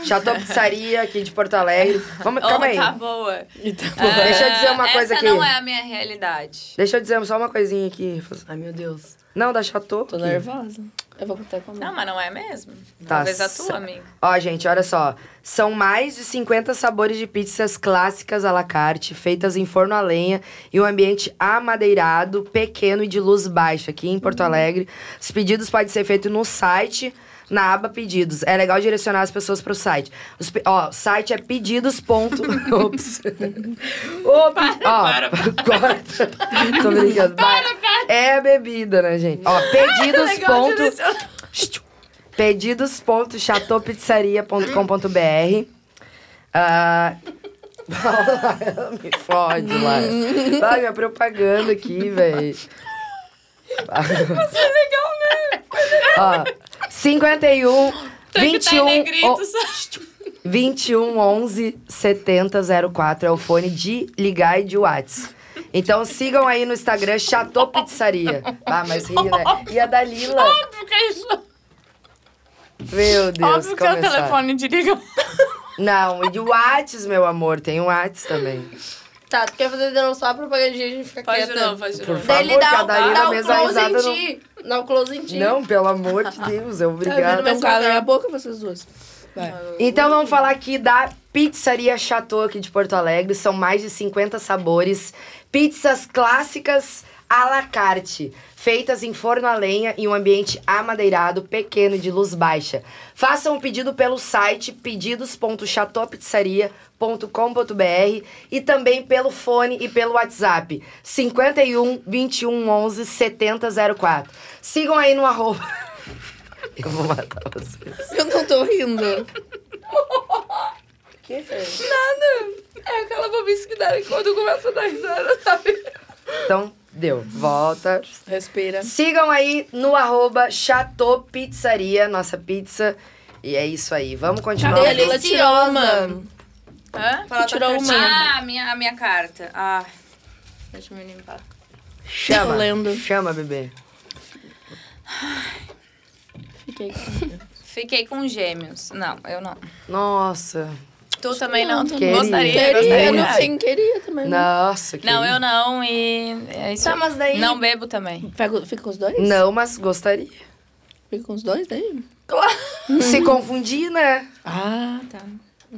Speaker 2: Chateau Pizzaria aqui de Porto Alegre. Vamos, calma aí.
Speaker 3: tá boa.
Speaker 4: Então,
Speaker 2: Deixa eu dizer uma
Speaker 3: Ah,
Speaker 2: coisa
Speaker 3: essa
Speaker 2: aqui.
Speaker 3: não é a minha realidade.
Speaker 2: Deixa eu dizer só uma coisinha aqui.
Speaker 1: Ai, meu Deus.
Speaker 2: Não, da Chateau.
Speaker 4: tô nervosa. Eu vou contar como.
Speaker 3: Não, mas não é mesmo.
Speaker 2: Tá
Speaker 3: Talvez a
Speaker 2: certo.
Speaker 3: tua, amiga.
Speaker 2: Ó, gente, olha só. São mais de 50 sabores de pizzas clássicas à la carte, feitas em forno a lenha e um ambiente amadeirado, pequeno e de luz baixa aqui em Porto Alegre. Os pedidos podem ser feitos no site, na aba pedidos. É legal direcionar as pessoas pro site. Os pe- Ó, o site é pedidos. ponto- Ops. Opa! Ó, corta. Tô brincando. Para, É a bebida, né, gente? Ó, pedidos. ponto... Pedidos.chateaupizzaria.com.br Ah, Me fode, lá. Ai, minha propaganda aqui, velho. Mas é legal, né? Ó, 51,
Speaker 3: Tem que tá em
Speaker 2: 21...
Speaker 3: tá negrito,
Speaker 2: o-
Speaker 3: só.
Speaker 2: 21 11 70 04 é o fone de ligar e de Whats. Então sigam aí no Instagram Chateau Pizzaria. Ah, mas ri, né? E a Dalila?
Speaker 3: Óbvio que é isso.
Speaker 2: Meu Deus,
Speaker 3: Óbvio que é o
Speaker 2: começaram.
Speaker 3: telefone de liga.
Speaker 2: Não, e de Whats, meu amor, tem o Whats também.
Speaker 1: Tá, tu quer fazer de novo só a propagandinha, a gente fica
Speaker 3: Faz de
Speaker 1: quieta.
Speaker 3: novo, faz de
Speaker 2: Por
Speaker 3: novo.
Speaker 2: favor. um
Speaker 1: Daí ele dá,
Speaker 2: que a
Speaker 1: o-
Speaker 2: Dalila
Speaker 1: dá um o
Speaker 2: mesmo a
Speaker 1: close em
Speaker 2: risada não-
Speaker 1: ti. Dá o close em ti.
Speaker 2: Não, pelo amor de Deus, é obrigada.
Speaker 1: Mas
Speaker 4: Então calem
Speaker 1: tá.
Speaker 4: a boca vocês duas.
Speaker 2: Então vamos falar aqui da Pizzaria Chateau aqui de Porto Alegre. São mais de 50 sabores. Pizzas clássicas à la carte. Feitas em forno a lenha em um ambiente amadeirado, pequeno e de luz baixa. Façam o pedido pelo site pedidos.chateaupizzaria.com.br e também pelo fone e pelo WhatsApp 51 21 11 7004. Sigam aí no arroba. Eu vou matar vocês.
Speaker 4: Eu não tô rindo. que
Speaker 3: É aquela bobice que dá quando começa a dar risada, sabe?
Speaker 2: Então, deu. Volta.
Speaker 4: Respira.
Speaker 2: Sigam aí no arroba Chateau Pizzaria, nossa pizza. E é isso aí. Vamos continuar.
Speaker 1: Cadê a
Speaker 4: Dalila
Speaker 1: Deliciosa.
Speaker 4: tirou uma.
Speaker 3: Hã?
Speaker 2: tá
Speaker 4: Fala tua cartinha.
Speaker 3: Ah, a minha, a minha carta. Ah, deixa eu me limpar.
Speaker 2: Chama.
Speaker 4: Tô lendo.
Speaker 2: Chama, bebê.
Speaker 4: Fiquei.
Speaker 3: Fiquei com gêmeos. Não, eu não.
Speaker 2: Nossa.
Speaker 3: Tu também não. Tu
Speaker 2: Queria.
Speaker 3: gostaria.
Speaker 4: Queria, eu
Speaker 3: gostaria.
Speaker 4: não sei, queria também. né?
Speaker 2: Nossa, que...
Speaker 3: é Não, eu não e... É isso
Speaker 1: Tá,
Speaker 3: aí.
Speaker 1: mas daí-
Speaker 3: Não bebo também.
Speaker 4: Pega- Fica com os dois?
Speaker 2: Não, mas gostaria.
Speaker 4: Fica com os dois daí? Hum.
Speaker 2: Se confundir, né?
Speaker 4: Ah, tá.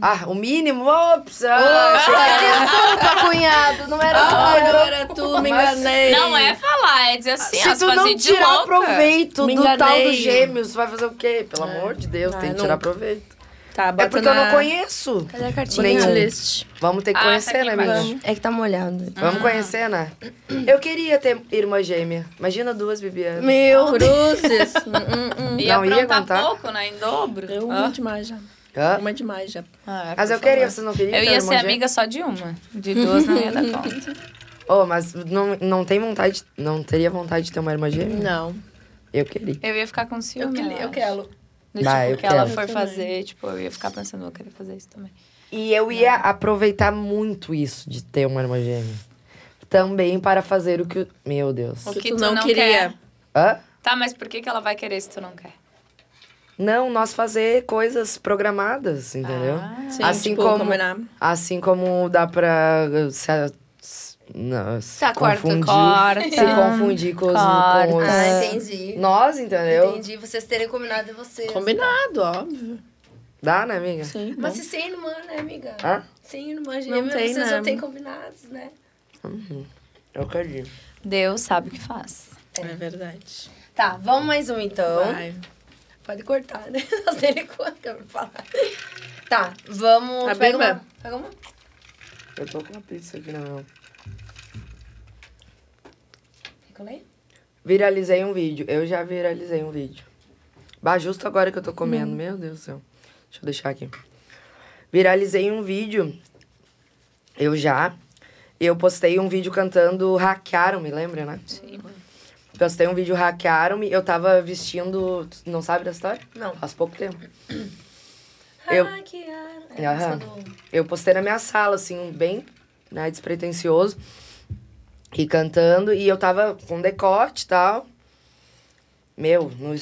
Speaker 2: Ah, o mínimo. Ops! ah, achei que era-
Speaker 1: Desculpa, cunhado. Não era
Speaker 4: Ah,
Speaker 1: tu.
Speaker 4: não era tu, me
Speaker 2: Mas-
Speaker 4: enganei.
Speaker 3: Não é falar, é dizer assim, ó,
Speaker 2: Se tu não
Speaker 3: fazer de
Speaker 2: tirar
Speaker 3: louca.
Speaker 2: proveito
Speaker 4: Me
Speaker 2: do tal
Speaker 4: enganei.
Speaker 2: dos gêmeos, vai fazer o quê? Pelo amor de Deus,
Speaker 4: Ah,
Speaker 2: tem que
Speaker 4: não.
Speaker 2: tirar proveito.
Speaker 4: Tá,
Speaker 2: É
Speaker 4: bota
Speaker 2: porque eu
Speaker 4: na-
Speaker 2: não conheço.
Speaker 1: Cadê a
Speaker 2: Nenhum.
Speaker 1: cartinha?
Speaker 4: Playlist.
Speaker 2: Vamos ter que
Speaker 3: Ah, tá
Speaker 2: conhecer,
Speaker 3: aqui
Speaker 2: né,
Speaker 3: embaixo.
Speaker 2: menina?
Speaker 1: É que tá molhado.
Speaker 2: Vamos conhecer, né? Eu queria ter irmã gêmea. Imagina duas, Bibiana.
Speaker 1: Meu Deus.
Speaker 4: Cruzes. Hum, hum, hum.
Speaker 3: Ia
Speaker 2: Não, ia
Speaker 3: aprontar
Speaker 2: aguentar.
Speaker 3: pouco, né? Em dobro.
Speaker 4: Eu
Speaker 3: Ó.
Speaker 4: uma demais já.
Speaker 2: Hã?
Speaker 4: Uma demais já.
Speaker 3: Ah, é,
Speaker 2: Mas
Speaker 3: por
Speaker 2: eu queria,
Speaker 3: favor.
Speaker 2: vocês não queriam
Speaker 3: Eu
Speaker 2: ter
Speaker 3: ia
Speaker 2: irmã
Speaker 3: ser
Speaker 2: gêmea?
Speaker 3: amiga só de uma. De duas não ia dar conta.
Speaker 2: Oh, mas não, não tem vontade... Não teria vontade de ter uma irmã gêmea?
Speaker 4: Não.
Speaker 2: Eu queria.
Speaker 3: Eu ia ficar com ciúme. acho. Do tipo,
Speaker 2: Bah, eu
Speaker 3: que ela
Speaker 2: quero.
Speaker 3: for
Speaker 4: Eu também.
Speaker 3: fazer, tipo, eu ia ficar pensando, vou querer fazer isso também.
Speaker 2: E eu ia aproveitar muito isso de ter uma irmã gêmea. Também para fazer o que... o- Meu Deus.
Speaker 3: O
Speaker 4: Que
Speaker 3: que
Speaker 4: tu
Speaker 3: tu
Speaker 4: não
Speaker 3: não
Speaker 4: queria.
Speaker 3: quer.
Speaker 2: Hã?
Speaker 3: Tá, mas por que, que ela vai querer se tu não quer?
Speaker 2: Não, nós fazer coisas programadas, entendeu?
Speaker 3: Ah.
Speaker 4: Sim,
Speaker 2: Assim
Speaker 4: tipo,
Speaker 2: como-
Speaker 4: combinar.
Speaker 2: Assim como dá pra... eh, Se, se, não, se
Speaker 1: Tá, corta,
Speaker 2: confundir.
Speaker 3: Corta.
Speaker 2: Se confundir com os... Com os
Speaker 1: Ah, entendi.
Speaker 2: Nós, entendeu?
Speaker 1: Entendi vocês terem combinado de vocês.
Speaker 4: Combinado, óbvio.
Speaker 2: Dá, né, amiga?
Speaker 4: Sim.
Speaker 1: Mas
Speaker 4: bom.
Speaker 1: se sem irmã, né, amiga?
Speaker 2: Hã?
Speaker 1: Sem irmã gêmea,
Speaker 4: tem,
Speaker 1: vocês
Speaker 4: né?
Speaker 1: já têm combinados, né?
Speaker 2: Eu acredito.
Speaker 3: Deus sabe o que faz.
Speaker 4: É verdade.
Speaker 1: Tá, vamos mais um então.
Speaker 4: Vai.
Speaker 1: Pode cortar, né? Nós dele corta pra falar. Tá, vamos.
Speaker 4: Tá
Speaker 1: tu pega
Speaker 4: bem,
Speaker 1: uma.
Speaker 2: né?
Speaker 4: vai.
Speaker 1: Pega uma.
Speaker 2: Eu tô com uma pizza aqui na mão.
Speaker 1: Recolei?
Speaker 2: Viralizei um vídeo. Eu já viralizei um vídeo. Bah, justo agora que eu tô
Speaker 1: Hum.
Speaker 2: comendo. Meu Deus do céu. Deixa eu deixar aqui. Viralizei um vídeo. Eu já. Eu postei um vídeo cantando Hackearam-me, lembra, né?
Speaker 3: Sim.
Speaker 2: Postei um vídeo Hackearam-me. Eu tava vestindo... Tu Não sabe dessa história?
Speaker 1: Não.
Speaker 2: Faz pouco tempo. Eu-
Speaker 1: Ah, que ar. É a
Speaker 2: Aham.
Speaker 1: música do-
Speaker 2: Eu postei na minha sala, assim, um bem né, despretensioso. E cantando. E eu tava com decote e tal. Meu, no,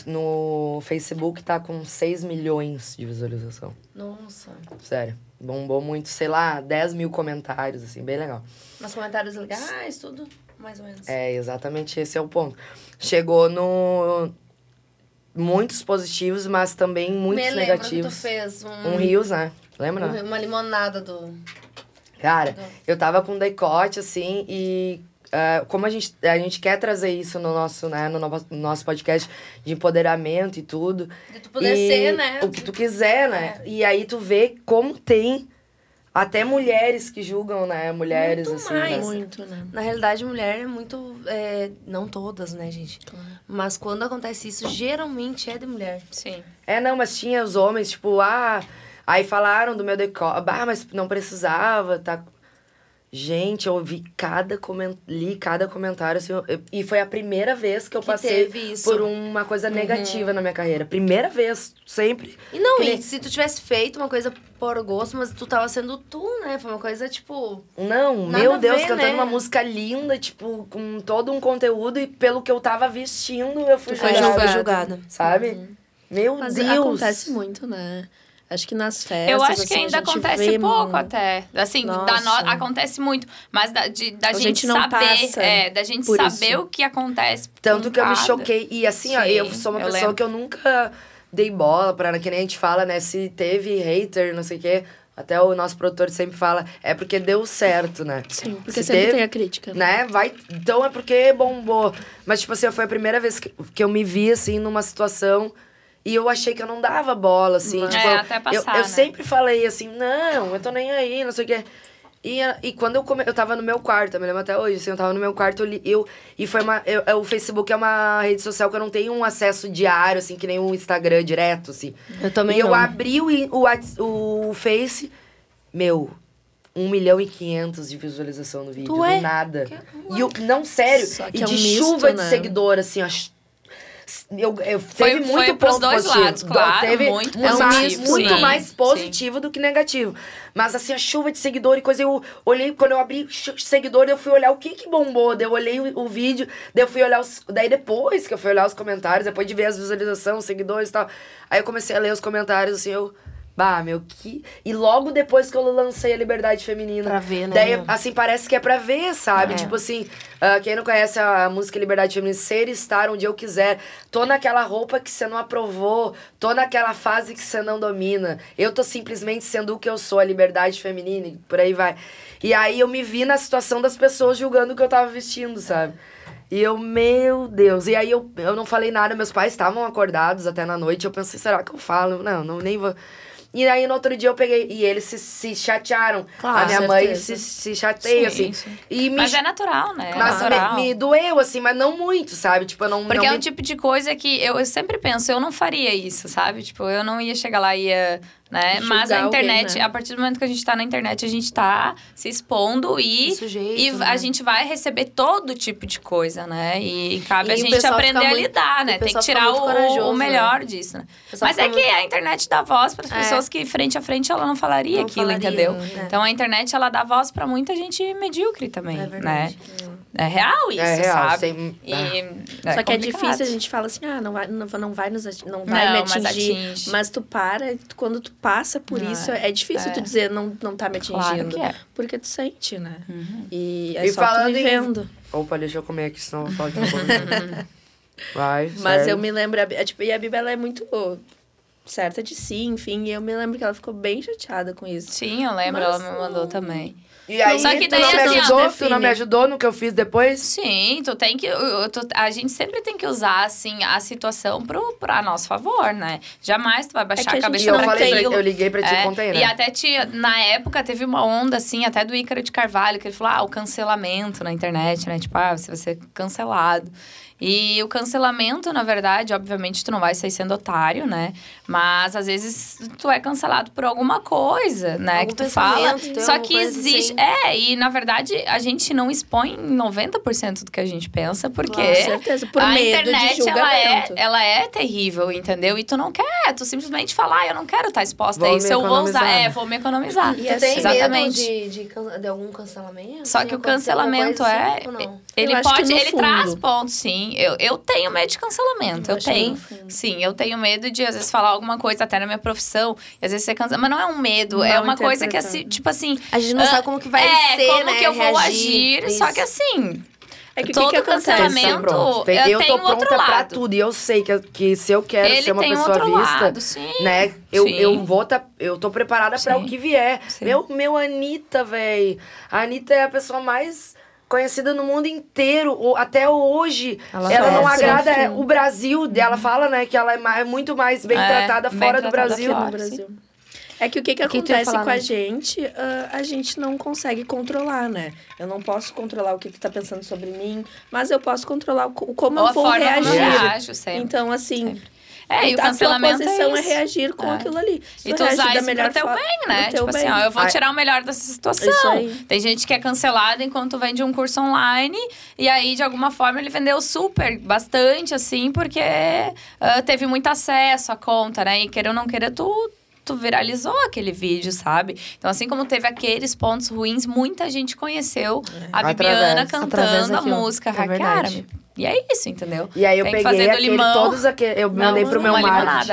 Speaker 2: no Facebook tá com 6 milhões de visualização.
Speaker 1: Nossa.
Speaker 2: Sério. Bombou muito, sei lá, 10 mil comentários, assim, bem legal.
Speaker 1: Mas comentários legais, tudo? Mais ou menos.
Speaker 2: É, exatamente esse é o ponto. Chegou no. Muitos positivos, mas também muitos
Speaker 1: Me lembro que tu
Speaker 2: negativos.
Speaker 1: fez Uhum. um,
Speaker 2: Um rios, né? Lembra? não?
Speaker 1: uma limonada do.
Speaker 2: Cara,
Speaker 1: Legal.
Speaker 2: eu tava com decote, assim, e ah, como a gente, a gente quer trazer isso no nosso, né, no novo- no nosso podcast de empoderamento e tudo.
Speaker 1: De tu poder
Speaker 2: e
Speaker 1: ser, né? É.
Speaker 2: O que tu quiser, né? E aí tu vê como tem até mulheres que julgam, né? Mulheres,
Speaker 1: Muito
Speaker 2: assim.
Speaker 1: mais.
Speaker 2: né?
Speaker 4: Muito, né?
Speaker 1: Na realidade, mulher é muito. é, não todas, né, gente? Mas quando acontece isso, geralmente é de mulher.
Speaker 3: Sim.
Speaker 2: É, não, mas tinha os homens, tipo, ah. Aí falaram do meu decote. Ah, mas não precisava, tá. Gente, eu ouvi cada comen- li cada comentário assim, eu- eu- e foi a primeira vez que eu
Speaker 1: Que
Speaker 2: passei
Speaker 1: teve isso.
Speaker 2: por uma coisa negativa na minha carreira. Primeira vez, sempre.
Speaker 1: E não,
Speaker 2: Que
Speaker 1: e
Speaker 2: nem-
Speaker 1: se tu tivesse feito uma coisa por gosto, mas tu tava sendo tu, né? Foi uma coisa, tipo...
Speaker 2: Não,
Speaker 1: Nada a
Speaker 2: meu Deus,
Speaker 1: ver,
Speaker 2: cantando
Speaker 1: né?
Speaker 2: uma música linda, tipo, com todo um conteúdo e pelo que eu tava vestindo, eu fui
Speaker 4: Tu foi
Speaker 1: é,
Speaker 2: julgada,
Speaker 1: foi
Speaker 4: julgada.
Speaker 1: julgada.
Speaker 2: sabe? Meu
Speaker 4: Mas
Speaker 2: Deus.
Speaker 4: acontece muito, né? Acho que nas festas.
Speaker 3: Eu acho que
Speaker 4: assim, a
Speaker 3: ainda
Speaker 4: gente
Speaker 3: acontece
Speaker 4: vê
Speaker 3: pouco
Speaker 4: mu-
Speaker 3: até. Assim, da
Speaker 4: Nossa.
Speaker 3: no- acontece muito. Mas da, de- da
Speaker 4: A
Speaker 3: gente,
Speaker 4: gente não
Speaker 3: saber.
Speaker 4: passa
Speaker 3: É, da gente
Speaker 4: por
Speaker 3: saber
Speaker 4: isso.
Speaker 3: o que acontece.
Speaker 2: Tanto
Speaker 3: com
Speaker 2: que eu me
Speaker 3: cada.
Speaker 2: choquei. E assim, ó,
Speaker 3: Sim,
Speaker 2: eu sou uma
Speaker 3: eu
Speaker 2: pessoa
Speaker 3: lembro.
Speaker 2: que eu nunca dei bola pra, que nem a gente fala, né? Se teve hater, não sei o quê. Até o nosso produtor sempre fala, é porque deu certo, né?
Speaker 4: Sim, porque
Speaker 2: Se
Speaker 4: sempre
Speaker 2: teve-
Speaker 4: tem a crítica.
Speaker 2: Né? Vai, então é porque bombou. Mas, tipo assim, foi a primeira vez que, que eu me vi, assim, numa situação. E eu achei que eu não dava bola, assim.
Speaker 4: Uhum.
Speaker 2: Tipo,
Speaker 3: É, até passar,
Speaker 2: eu, eu
Speaker 3: né?
Speaker 2: sempre falei assim, não, eu tô nem aí, não sei o quê. E, e quando eu come... eu tava no meu quarto, eu me lembro até hoje, assim, eu tava no meu quarto, eu, li- eu e foi uma. eu- eu- o Facebook é uma rede social que eu não tenho um acesso diário, assim, que nem o Instagram direto, assim.
Speaker 1: Eu também
Speaker 2: E eu
Speaker 1: não.
Speaker 2: abri o, i- o, Whats- o Face, meu, 1 milhão e 500 de visualização no vídeo.
Speaker 1: Tu é?
Speaker 2: Do nada.
Speaker 1: Que-
Speaker 2: E eu- não, sério.
Speaker 4: Só
Speaker 2: E
Speaker 4: que
Speaker 2: de
Speaker 4: é um misto,
Speaker 2: chuva de
Speaker 4: né?
Speaker 2: seguidor, assim, ó. ch- Eu, eu,
Speaker 3: Foi-
Speaker 2: teve
Speaker 3: foi
Speaker 2: muito
Speaker 3: pros
Speaker 2: ponto
Speaker 3: dois
Speaker 2: positivo.
Speaker 3: lados, claro,
Speaker 2: Teve
Speaker 3: muito
Speaker 2: um
Speaker 3: positivo,
Speaker 2: mais-
Speaker 3: sim,
Speaker 2: muito mais
Speaker 3: sim.
Speaker 2: positivo do que negativo. Mas assim, a chuva de seguidor e coisa, eu olhei, quando eu abri ch- seguidor, eu fui olhar o que que bombou. Daí eu olhei o, o vídeo, daí eu fui olhar os. Daí depois que eu fui olhar os comentários, depois de ver as visualizações, os seguidores e tal. Aí eu comecei a ler os comentários, assim, eu. Bah, meu, que. E logo depois que eu lancei a Liberdade Feminina.
Speaker 1: Pra ver, né,
Speaker 2: Daí,
Speaker 1: meu?
Speaker 2: assim, parece que é pra ver, sabe?
Speaker 1: É.
Speaker 2: Tipo assim, ah, quem não conhece a música Liberdade Feminina, ser e estar onde eu quiser. Tô naquela roupa que você não aprovou. Tô naquela fase que você não domina. Eu tô simplesmente sendo o que eu sou, a liberdade feminina e por aí vai. E aí eu me vi na situação das pessoas julgando o que eu tava vestindo, sabe? E eu, meu Deus. E aí eu, eu não falei nada, meus pais estavam acordados até na noite. Eu pensei, será que eu falo? Não, não nem vou. E aí no outro dia eu peguei. E eles se, se chatearam.
Speaker 1: Claro,
Speaker 2: a minha mãe se,
Speaker 4: certeza.
Speaker 2: se chateia,
Speaker 3: Sim,
Speaker 2: assim.
Speaker 3: sim.
Speaker 2: E me
Speaker 3: Mas é natural, né? É
Speaker 2: nossa,
Speaker 3: natural.
Speaker 2: me, me doeu, assim, mas não muito, sabe? Tipo, eu não.
Speaker 3: Porque
Speaker 2: não
Speaker 3: é
Speaker 2: me-
Speaker 3: um tipo de coisa que eu, eu sempre penso, eu não faria isso, sabe? Tipo, eu não ia chegar lá e ia. Né?
Speaker 4: Julgar
Speaker 3: Mas a
Speaker 4: alguém,
Speaker 3: internet,
Speaker 4: né?
Speaker 3: a partir do momento que a gente tá na internet, a gente tá se expondo e.
Speaker 1: sujeito,
Speaker 3: E
Speaker 1: né?
Speaker 3: a gente vai receber todo tipo de coisa, né? E cabe
Speaker 1: E
Speaker 3: a
Speaker 1: o
Speaker 3: gente
Speaker 1: pessoal
Speaker 3: aprender
Speaker 1: fica
Speaker 3: a
Speaker 1: muito-
Speaker 3: lidar,
Speaker 1: o
Speaker 3: né? Tem que
Speaker 1: pessoal fica
Speaker 3: tirar
Speaker 1: muito
Speaker 3: o,
Speaker 1: corajoso,
Speaker 3: o melhor disso, né? Mas é que a internet dá voz para as
Speaker 1: É.
Speaker 3: pessoas que frente a frente ela não falaria
Speaker 1: Não
Speaker 3: aquilo,
Speaker 1: falaria,
Speaker 3: entendeu?
Speaker 1: né?
Speaker 3: Então a internet ela dá voz para muita gente medíocre também,
Speaker 1: É
Speaker 3: né?
Speaker 1: verdade.
Speaker 3: É real isso,
Speaker 2: é real,
Speaker 3: sabe?
Speaker 2: sem-
Speaker 3: E
Speaker 2: Ah.
Speaker 4: Só que é
Speaker 3: complicado.
Speaker 4: difícil, a gente fala assim, ah, não vai, não, vai- não vai, nos, ati- não vai
Speaker 3: Não,
Speaker 4: me
Speaker 3: mas
Speaker 4: atingir. Mas,
Speaker 3: atinge.
Speaker 4: tu para, e tu- quando tu passa por
Speaker 3: Não,
Speaker 4: isso, é difícil
Speaker 3: é.
Speaker 4: tu dizer não, não tá me atingindo.
Speaker 3: Claro que é.
Speaker 4: Porque tu sente, né?
Speaker 3: Uhum.
Speaker 4: E é
Speaker 2: E
Speaker 4: só tu
Speaker 2: falando em-
Speaker 4: vivendo.
Speaker 2: Opa, deixa eu comer aqui, senão eu vou falar de novo. né? Vai.
Speaker 4: Mas
Speaker 2: segue.
Speaker 4: eu me lembro, a Bi- é, tipo, e a Biba ela é muito ô, certa de si, enfim, e eu me lembro que ela ficou bem chateada com isso.
Speaker 3: Sim, eu lembro,
Speaker 4: Mas
Speaker 3: ela me mandou também.
Speaker 2: E aí,
Speaker 3: Só que daí,
Speaker 2: tu não me
Speaker 3: assim, ó,
Speaker 2: ajudou? tu
Speaker 4: define.
Speaker 2: não me ajudou no que eu fiz depois?
Speaker 3: Sim, tu tem que. eu- eu tô- a gente sempre tem que usar, assim, a situação pro, pra nosso favor, né? Jamais tu vai baixar
Speaker 4: É que a
Speaker 3: a
Speaker 4: gente
Speaker 3: cabeça
Speaker 2: E eu
Speaker 4: não né?
Speaker 3: pra
Speaker 2: falei, pra-
Speaker 3: aquilo.
Speaker 2: eu liguei pra ti
Speaker 3: É,
Speaker 2: e contei, né?
Speaker 3: E até te, na época teve uma onda, assim, até do Ícaro de Carvalho, que ele falou: ah, o cancelamento na internet, né? Tipo, ah, você vai ser cancelado. E o cancelamento, na verdade, obviamente, tu não vai sair sendo otário, né? Mas às vezes tu é cancelado por alguma coisa, né?
Speaker 4: É
Speaker 1: Algum
Speaker 3: que tu
Speaker 1: pensamento,
Speaker 3: fala.
Speaker 1: tem
Speaker 3: Só
Speaker 1: alguma
Speaker 3: que
Speaker 1: Então, coisa
Speaker 3: existe.
Speaker 1: assim.
Speaker 3: É, e na verdade a gente não expõe 90% do que a gente pensa, porque
Speaker 4: Com certeza, por
Speaker 3: a
Speaker 4: medo de
Speaker 3: internet, ela é,
Speaker 4: julgamento.
Speaker 3: ela é terrível, entendeu? E tu não quer, tu simplesmente fala, ah, eu não quero estar exposta
Speaker 2: Vou
Speaker 3: a
Speaker 2: me
Speaker 3: isso, eu vou usar,
Speaker 2: economizar.
Speaker 3: é, vou me economizar.
Speaker 4: E
Speaker 1: Tu tem
Speaker 3: Exatamente.
Speaker 1: medo de, de, can- de algum cancelamento?
Speaker 3: Só
Speaker 1: Se
Speaker 3: que o
Speaker 1: acontecer alguma
Speaker 3: cancelamento
Speaker 1: coisa
Speaker 3: é-
Speaker 1: assim, ou não?
Speaker 3: Ele
Speaker 4: Eu acho que
Speaker 3: pode,
Speaker 4: no
Speaker 3: ele
Speaker 4: fundo.
Speaker 3: traz pontos, sim. Eu, eu tenho medo de cancelamento, eu,
Speaker 4: acho que
Speaker 3: tenho.
Speaker 4: no fundo.
Speaker 3: Sim, eu tenho medo de, às vezes, falar alguma coisa até na minha profissão. E às vezes você cansa. Mas não é um medo, é
Speaker 4: Mal
Speaker 3: uma coisa que,
Speaker 4: interpretado.
Speaker 3: assim, tipo assim.
Speaker 1: A gente não
Speaker 3: ah,
Speaker 1: sabe como que vai
Speaker 3: é,
Speaker 1: ser,
Speaker 3: como
Speaker 1: né?
Speaker 3: que eu vou
Speaker 1: reagir,
Speaker 3: agir.
Speaker 1: isso.
Speaker 3: Só que assim,
Speaker 4: É que o
Speaker 3: todo
Speaker 4: que, que acontece?
Speaker 2: Eles
Speaker 3: cancelamento-
Speaker 2: estão prontos. Tem-
Speaker 3: eu
Speaker 2: Eu tô
Speaker 3: tenho outro
Speaker 2: pronta pra
Speaker 3: lado.
Speaker 2: tudo. E eu sei que, que se eu quero
Speaker 3: ele
Speaker 2: ser uma
Speaker 3: tem
Speaker 2: pessoa
Speaker 3: outro
Speaker 2: vista,
Speaker 3: lado, sim.
Speaker 2: né? Eu,
Speaker 3: Sim.
Speaker 2: eu vou tá, eu tô preparada pra
Speaker 3: Sim.
Speaker 2: o que vier.
Speaker 3: Sim.
Speaker 2: Meu, meu Anitta, véi. A Anitta é a pessoa mais conhecida no mundo inteiro, ou até hoje.
Speaker 1: Ela
Speaker 2: Ela,
Speaker 1: fala
Speaker 2: não
Speaker 1: assim,
Speaker 2: agrada é,
Speaker 4: sim.
Speaker 2: o Brasil. Ela fala, né, que ela é ma- é muito mais bem
Speaker 3: Uhum. É,
Speaker 2: tratada
Speaker 3: bem
Speaker 2: fora do
Speaker 3: tratada
Speaker 2: Brasil.
Speaker 3: fora.
Speaker 4: no Brasil. É que o que, que
Speaker 1: O que tu ia
Speaker 4: acontece
Speaker 1: falar,
Speaker 4: com a
Speaker 1: né?
Speaker 4: gente, ah, a gente não consegue controlar, né? Eu não posso controlar o que tu tá pensando sobre mim, mas eu posso controlar o co- como
Speaker 3: Ou
Speaker 4: eu
Speaker 3: a
Speaker 4: vou
Speaker 3: forma como eu
Speaker 4: reagir.
Speaker 3: reajo sempre.
Speaker 4: Então, assim,
Speaker 3: É, e o
Speaker 4: a
Speaker 3: cancelamento
Speaker 4: tua
Speaker 3: é
Speaker 4: posição é,
Speaker 3: isso.
Speaker 4: reagir com
Speaker 3: É.
Speaker 4: aquilo ali. Se
Speaker 3: E tu
Speaker 4: reagir
Speaker 3: usar
Speaker 4: da
Speaker 3: isso pro
Speaker 4: melhor
Speaker 3: teu
Speaker 4: forma-
Speaker 3: bem, né?
Speaker 4: pro teu
Speaker 3: Tipo assim,
Speaker 4: bem.
Speaker 3: ó, eu vou
Speaker 2: Ah, é.
Speaker 3: tirar o melhor dessa situação.
Speaker 4: Isso aí.
Speaker 3: Tem gente que é cancelada enquanto vende um curso online. E aí, de alguma forma, ele vendeu super, bastante, assim, porque ah, teve muito acesso à conta, né? E queira ou não queira, tu, tu viralizou aquele vídeo, sabe? Então, assim como teve aqueles pontos ruins, muita gente conheceu a
Speaker 4: É.
Speaker 3: Bibiana
Speaker 2: Através-
Speaker 1: através
Speaker 3: cantando a
Speaker 1: daquilo.
Speaker 3: música
Speaker 2: É
Speaker 3: Hack
Speaker 2: verdade.
Speaker 3: Army. E é isso, entendeu?
Speaker 2: E aí eu
Speaker 3: Tem que fazer
Speaker 2: peguei
Speaker 3: do
Speaker 2: aquele,
Speaker 3: limão.
Speaker 2: todos aquele, eu
Speaker 3: Não,
Speaker 2: mandei pro meu
Speaker 3: uma limonada,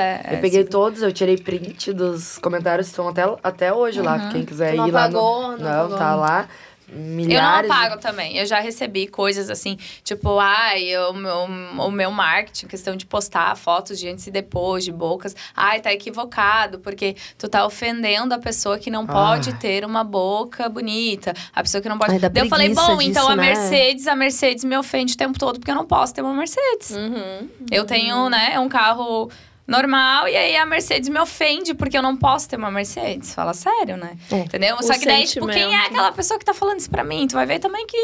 Speaker 2: marketing.
Speaker 3: é,
Speaker 2: eu peguei
Speaker 3: sim.
Speaker 2: todos, eu tirei print dos comentários, estão até, até hoje
Speaker 3: Uhum.
Speaker 2: lá. Quem quiser
Speaker 1: Tu não
Speaker 2: ir lá
Speaker 1: apagou,
Speaker 2: no...
Speaker 1: não apagou.
Speaker 2: tá lá.
Speaker 3: Eu não
Speaker 2: Milhares.
Speaker 3: apago também. Eu já recebi coisas assim, tipo, ai, o meu, o meu marketing, questão de postar fotos de antes e depois, de bocas. Ai, tá equivocado, porque tu tá ofendendo a pessoa que não
Speaker 2: Ah.
Speaker 3: pode ter uma boca bonita. A pessoa que não pode.
Speaker 1: Ai, dá
Speaker 3: Daí eu falei,
Speaker 1: preguiça
Speaker 3: bom, então
Speaker 1: disso,
Speaker 3: a
Speaker 1: né?"
Speaker 3: Mercedes, a Mercedes me ofende o tempo todo, porque eu não posso ter uma Mercedes.
Speaker 4: Uhum.
Speaker 3: Eu tenho, né, um carro normal e aí a Mercedes me ofende porque eu não posso ter uma Mercedes. Fala sério, né?
Speaker 1: É.
Speaker 3: Entendeu?
Speaker 4: O
Speaker 3: Só que daí, tipo, quem é
Speaker 4: sentimento.
Speaker 3: aquela pessoa que tá falando isso pra mim? Tu vai ver também que,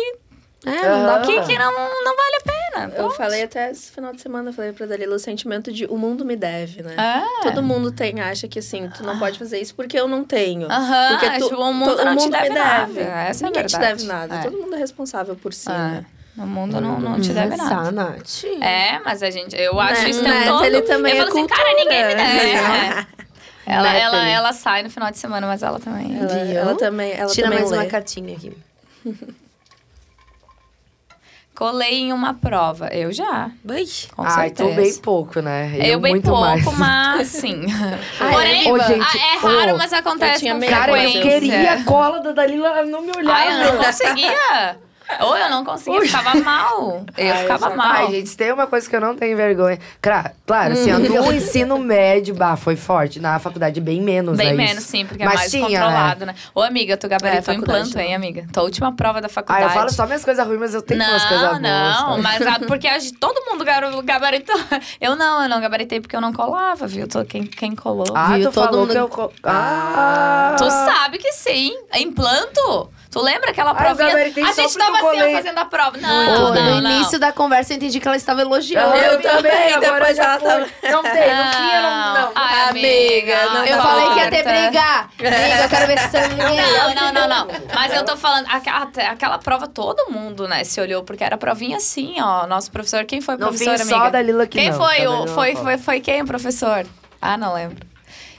Speaker 1: É, não dá
Speaker 2: Ah.
Speaker 3: que,
Speaker 1: pra...
Speaker 3: que não, não vale a pena.
Speaker 4: Eu
Speaker 3: Pô.
Speaker 4: falei até esse final de semana, eu falei pra Dalila o sentimento de o mundo me deve, né?
Speaker 3: É. Ah.
Speaker 4: Todo mundo tem, acha que assim, tu não pode fazer isso porque eu não tenho.
Speaker 3: Aham,
Speaker 4: porque tu-
Speaker 3: tipo, o mundo
Speaker 4: todo
Speaker 3: não te
Speaker 4: mundo
Speaker 3: deve
Speaker 4: me
Speaker 3: nada.
Speaker 4: deve.
Speaker 3: Essa é a
Speaker 4: Ninguém te
Speaker 3: verdade.
Speaker 4: deve nada.
Speaker 3: É.
Speaker 4: Todo mundo é responsável por si, né? Uhum.
Speaker 3: É. O mundo não, não te deve
Speaker 1: Nossa,
Speaker 3: nada.
Speaker 1: Nath.
Speaker 3: É, mas a gente, eu acho
Speaker 4: Né?
Speaker 3: isso o tempo
Speaker 4: Mas
Speaker 3: todo.
Speaker 4: ele também
Speaker 3: eu
Speaker 4: é
Speaker 3: falo assim, cara,
Speaker 4: cultura,
Speaker 3: ninguém me deve.
Speaker 4: né?
Speaker 3: É. Ela,
Speaker 1: Né,
Speaker 3: ela,
Speaker 1: Felipe?
Speaker 3: ela sai no final de semana, mas ela também.
Speaker 4: Ela,
Speaker 1: Viu?
Speaker 4: ela também, ela
Speaker 1: Tira
Speaker 4: também é
Speaker 1: mais
Speaker 4: lê.
Speaker 1: uma cartinha aqui.
Speaker 3: Colei em uma prova. Eu já.
Speaker 1: Vai.
Speaker 3: Com
Speaker 2: Ai,
Speaker 3: certeza.
Speaker 2: tu bem pouco, né?
Speaker 3: É, Eu, bem
Speaker 2: muito
Speaker 3: pouco,
Speaker 2: mais.
Speaker 3: mas sim.
Speaker 1: Ah, é?
Speaker 3: Porém,
Speaker 2: Ô, gente,
Speaker 3: ah, é raro,
Speaker 2: ô,
Speaker 3: mas acontece
Speaker 4: eu tinha
Speaker 3: com
Speaker 4: medo,
Speaker 2: Cara, eu
Speaker 3: frequência.
Speaker 2: queria a cola da Dalila, ela não me
Speaker 3: Ai, eu não
Speaker 2: olhava.
Speaker 3: conseguia. Ou eu não conseguia, eu ficava mal. Eu
Speaker 4: Ai, eu
Speaker 3: ficava
Speaker 4: já-
Speaker 3: mal.
Speaker 2: Ai, gente, tem uma coisa que eu não tenho vergonha. Cra- Claro, assim,
Speaker 3: Hum.
Speaker 2: ó, no ensino médio, bah, foi forte. Na faculdade, bem menos,
Speaker 3: Bem
Speaker 2: né,
Speaker 3: menos,
Speaker 2: isso.
Speaker 3: sim, porque é
Speaker 2: Mas
Speaker 3: mais
Speaker 2: tinha,
Speaker 3: controlado, né? Ô, amiga, tu
Speaker 4: É,
Speaker 3: gabaritou o
Speaker 4: faculdade
Speaker 3: implanto,
Speaker 4: não.
Speaker 3: hein, amiga? Tua última prova da
Speaker 2: Ah,
Speaker 3: faculdade.
Speaker 2: eu falo só minhas coisas ruins, mas eu tenho umas coisas boas.
Speaker 3: Não, não,
Speaker 2: sabe?
Speaker 3: mas ah, porque a gente- todo mundo gar- gabaritou. Eu não, eu não gabaritei porque eu não colava, viu? Tô- Quem, quem colou?
Speaker 2: Ah,
Speaker 1: Viu?
Speaker 2: tu
Speaker 1: Todo
Speaker 2: falou
Speaker 1: mundo-
Speaker 2: que eu... co- Ah!
Speaker 3: Tu sabe que sim. É Implanto? Tu lembra aquela
Speaker 2: Ah, eu
Speaker 3: provinha?
Speaker 2: gabaritei
Speaker 3: a
Speaker 2: só
Speaker 3: gente
Speaker 2: porque eu
Speaker 3: tava assim, ó,
Speaker 2: colei.
Speaker 3: fazendo a prova.
Speaker 1: Pô,
Speaker 3: Não, não,
Speaker 1: no
Speaker 3: não.
Speaker 1: início da conversa eu entendi que ela estava elogiando.
Speaker 4: Eu também, depois ela
Speaker 2: fui. Não tem, no fim eu não... não.
Speaker 3: Ai,
Speaker 4: Amiga, não
Speaker 1: Ah, Eu
Speaker 3: tá
Speaker 4: Não,
Speaker 1: falei que ia ter
Speaker 3: até
Speaker 1: briga. Briga, eu quero ver sangue.
Speaker 3: Não, não, não, não. Mas eu tô falando, aqua- até aquela prova todo mundo, né, se olhou, porque era provinha assim, ó. Nosso professor, quem foi o
Speaker 2: No fim,
Speaker 3: professor,
Speaker 2: só
Speaker 3: amiga?
Speaker 2: a Dalila que
Speaker 3: quem
Speaker 2: não,
Speaker 3: foi?
Speaker 2: a
Speaker 3: O,
Speaker 2: Dalila
Speaker 3: foi,
Speaker 2: não
Speaker 3: foi, foi quem o professor? Ah, não lembro.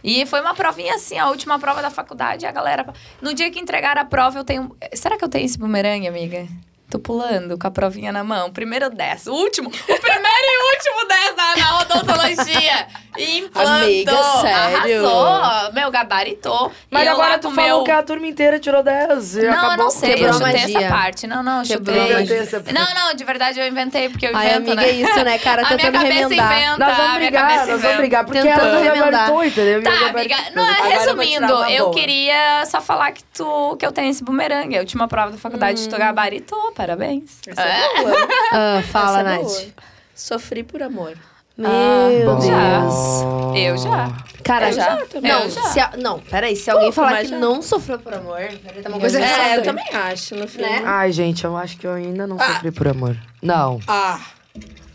Speaker 3: E foi uma provinha assim, a última prova da faculdade, e a galera. No dia que entregaram a prova, eu tenho. Será que eu tenho esse bumerangue, amiga? Tô pulando com a provinha na mão. Primeiro 10. O último. O primeiro e último 10 na, na odontologia. E implantou.
Speaker 4: Amiga, sério?
Speaker 3: Arrasou. Meu, gabaritou.
Speaker 2: Mas
Speaker 3: E eu lá
Speaker 2: agora
Speaker 3: com
Speaker 2: tu
Speaker 3: o
Speaker 2: falou
Speaker 3: meu...
Speaker 2: que a turma inteira tirou 10 e
Speaker 3: Não,
Speaker 2: acabou.
Speaker 3: eu não sei,
Speaker 1: Quebrou
Speaker 3: eu
Speaker 1: a
Speaker 3: chutei essa
Speaker 1: magia.
Speaker 3: parte. Não, não, eu
Speaker 1: Quebrou a
Speaker 3: chutei.
Speaker 1: magia.
Speaker 2: Essa parte.
Speaker 3: Não, não, de verdade eu inventei, porque eu invento,
Speaker 1: Ai, amiga,
Speaker 3: né?
Speaker 1: é isso, né, cara?
Speaker 3: a minha
Speaker 1: Tentando
Speaker 3: cabeça
Speaker 1: remendar.
Speaker 3: inventa,
Speaker 2: Nós
Speaker 3: a
Speaker 2: vamos
Speaker 3: minha
Speaker 2: brigar,
Speaker 3: cabeça
Speaker 2: nós vamos
Speaker 3: inventa.
Speaker 2: brigar, porque
Speaker 1: Tentando
Speaker 2: ela
Speaker 1: remendar.
Speaker 2: gabaritou, entendeu?
Speaker 3: Tá,
Speaker 2: Eu
Speaker 3: amiga.
Speaker 2: gabaritei.
Speaker 3: Não, é,
Speaker 2: Agora eu vou
Speaker 3: resumindo,
Speaker 2: tirar uma
Speaker 3: eu
Speaker 2: boa.
Speaker 3: queria só falar que, tu, que eu tenho esse bumerangue. A última prova da faculdade de tu gabaritou, parabéns.
Speaker 4: Essa é boa.
Speaker 1: Ah, fala,
Speaker 4: Essa é boa.
Speaker 1: Nath.
Speaker 4: Sofri por amor.
Speaker 1: Meu
Speaker 2: Ah, Bom.
Speaker 1: Deus.
Speaker 3: Eu já.
Speaker 1: Cara,
Speaker 4: É,
Speaker 3: Eu já, também.
Speaker 1: Não,
Speaker 3: Eu já.
Speaker 1: se a- não, peraí. Se alguém
Speaker 4: Pouco,
Speaker 1: falar
Speaker 4: mas
Speaker 1: que
Speaker 4: já.
Speaker 1: não sofreu por amor, peraí, tá uma
Speaker 3: Eu
Speaker 1: coisa
Speaker 3: já.
Speaker 1: errada.
Speaker 4: É, eu também acho, no fim.
Speaker 1: Né?
Speaker 2: Ai, gente, eu acho que eu ainda não sofri por amor. Não. Ah.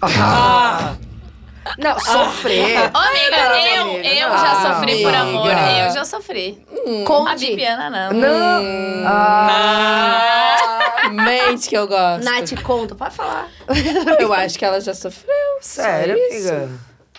Speaker 4: Ah.
Speaker 2: Não, sofrer.
Speaker 4: Ah.
Speaker 3: Ô, amiga,
Speaker 2: Não,
Speaker 3: eu,
Speaker 2: amiga,
Speaker 3: eu
Speaker 2: não,
Speaker 3: já sofri por amor.
Speaker 2: amiga.
Speaker 3: Eu já sofri. A
Speaker 1: Conde.
Speaker 3: Bibiana, não.
Speaker 2: Não.
Speaker 4: Hum.
Speaker 2: Ah.
Speaker 4: Mente que eu gosto.
Speaker 1: Nath, conta, pode falar.
Speaker 4: Eu acho que ela já sofreu.
Speaker 2: Sério, amiga?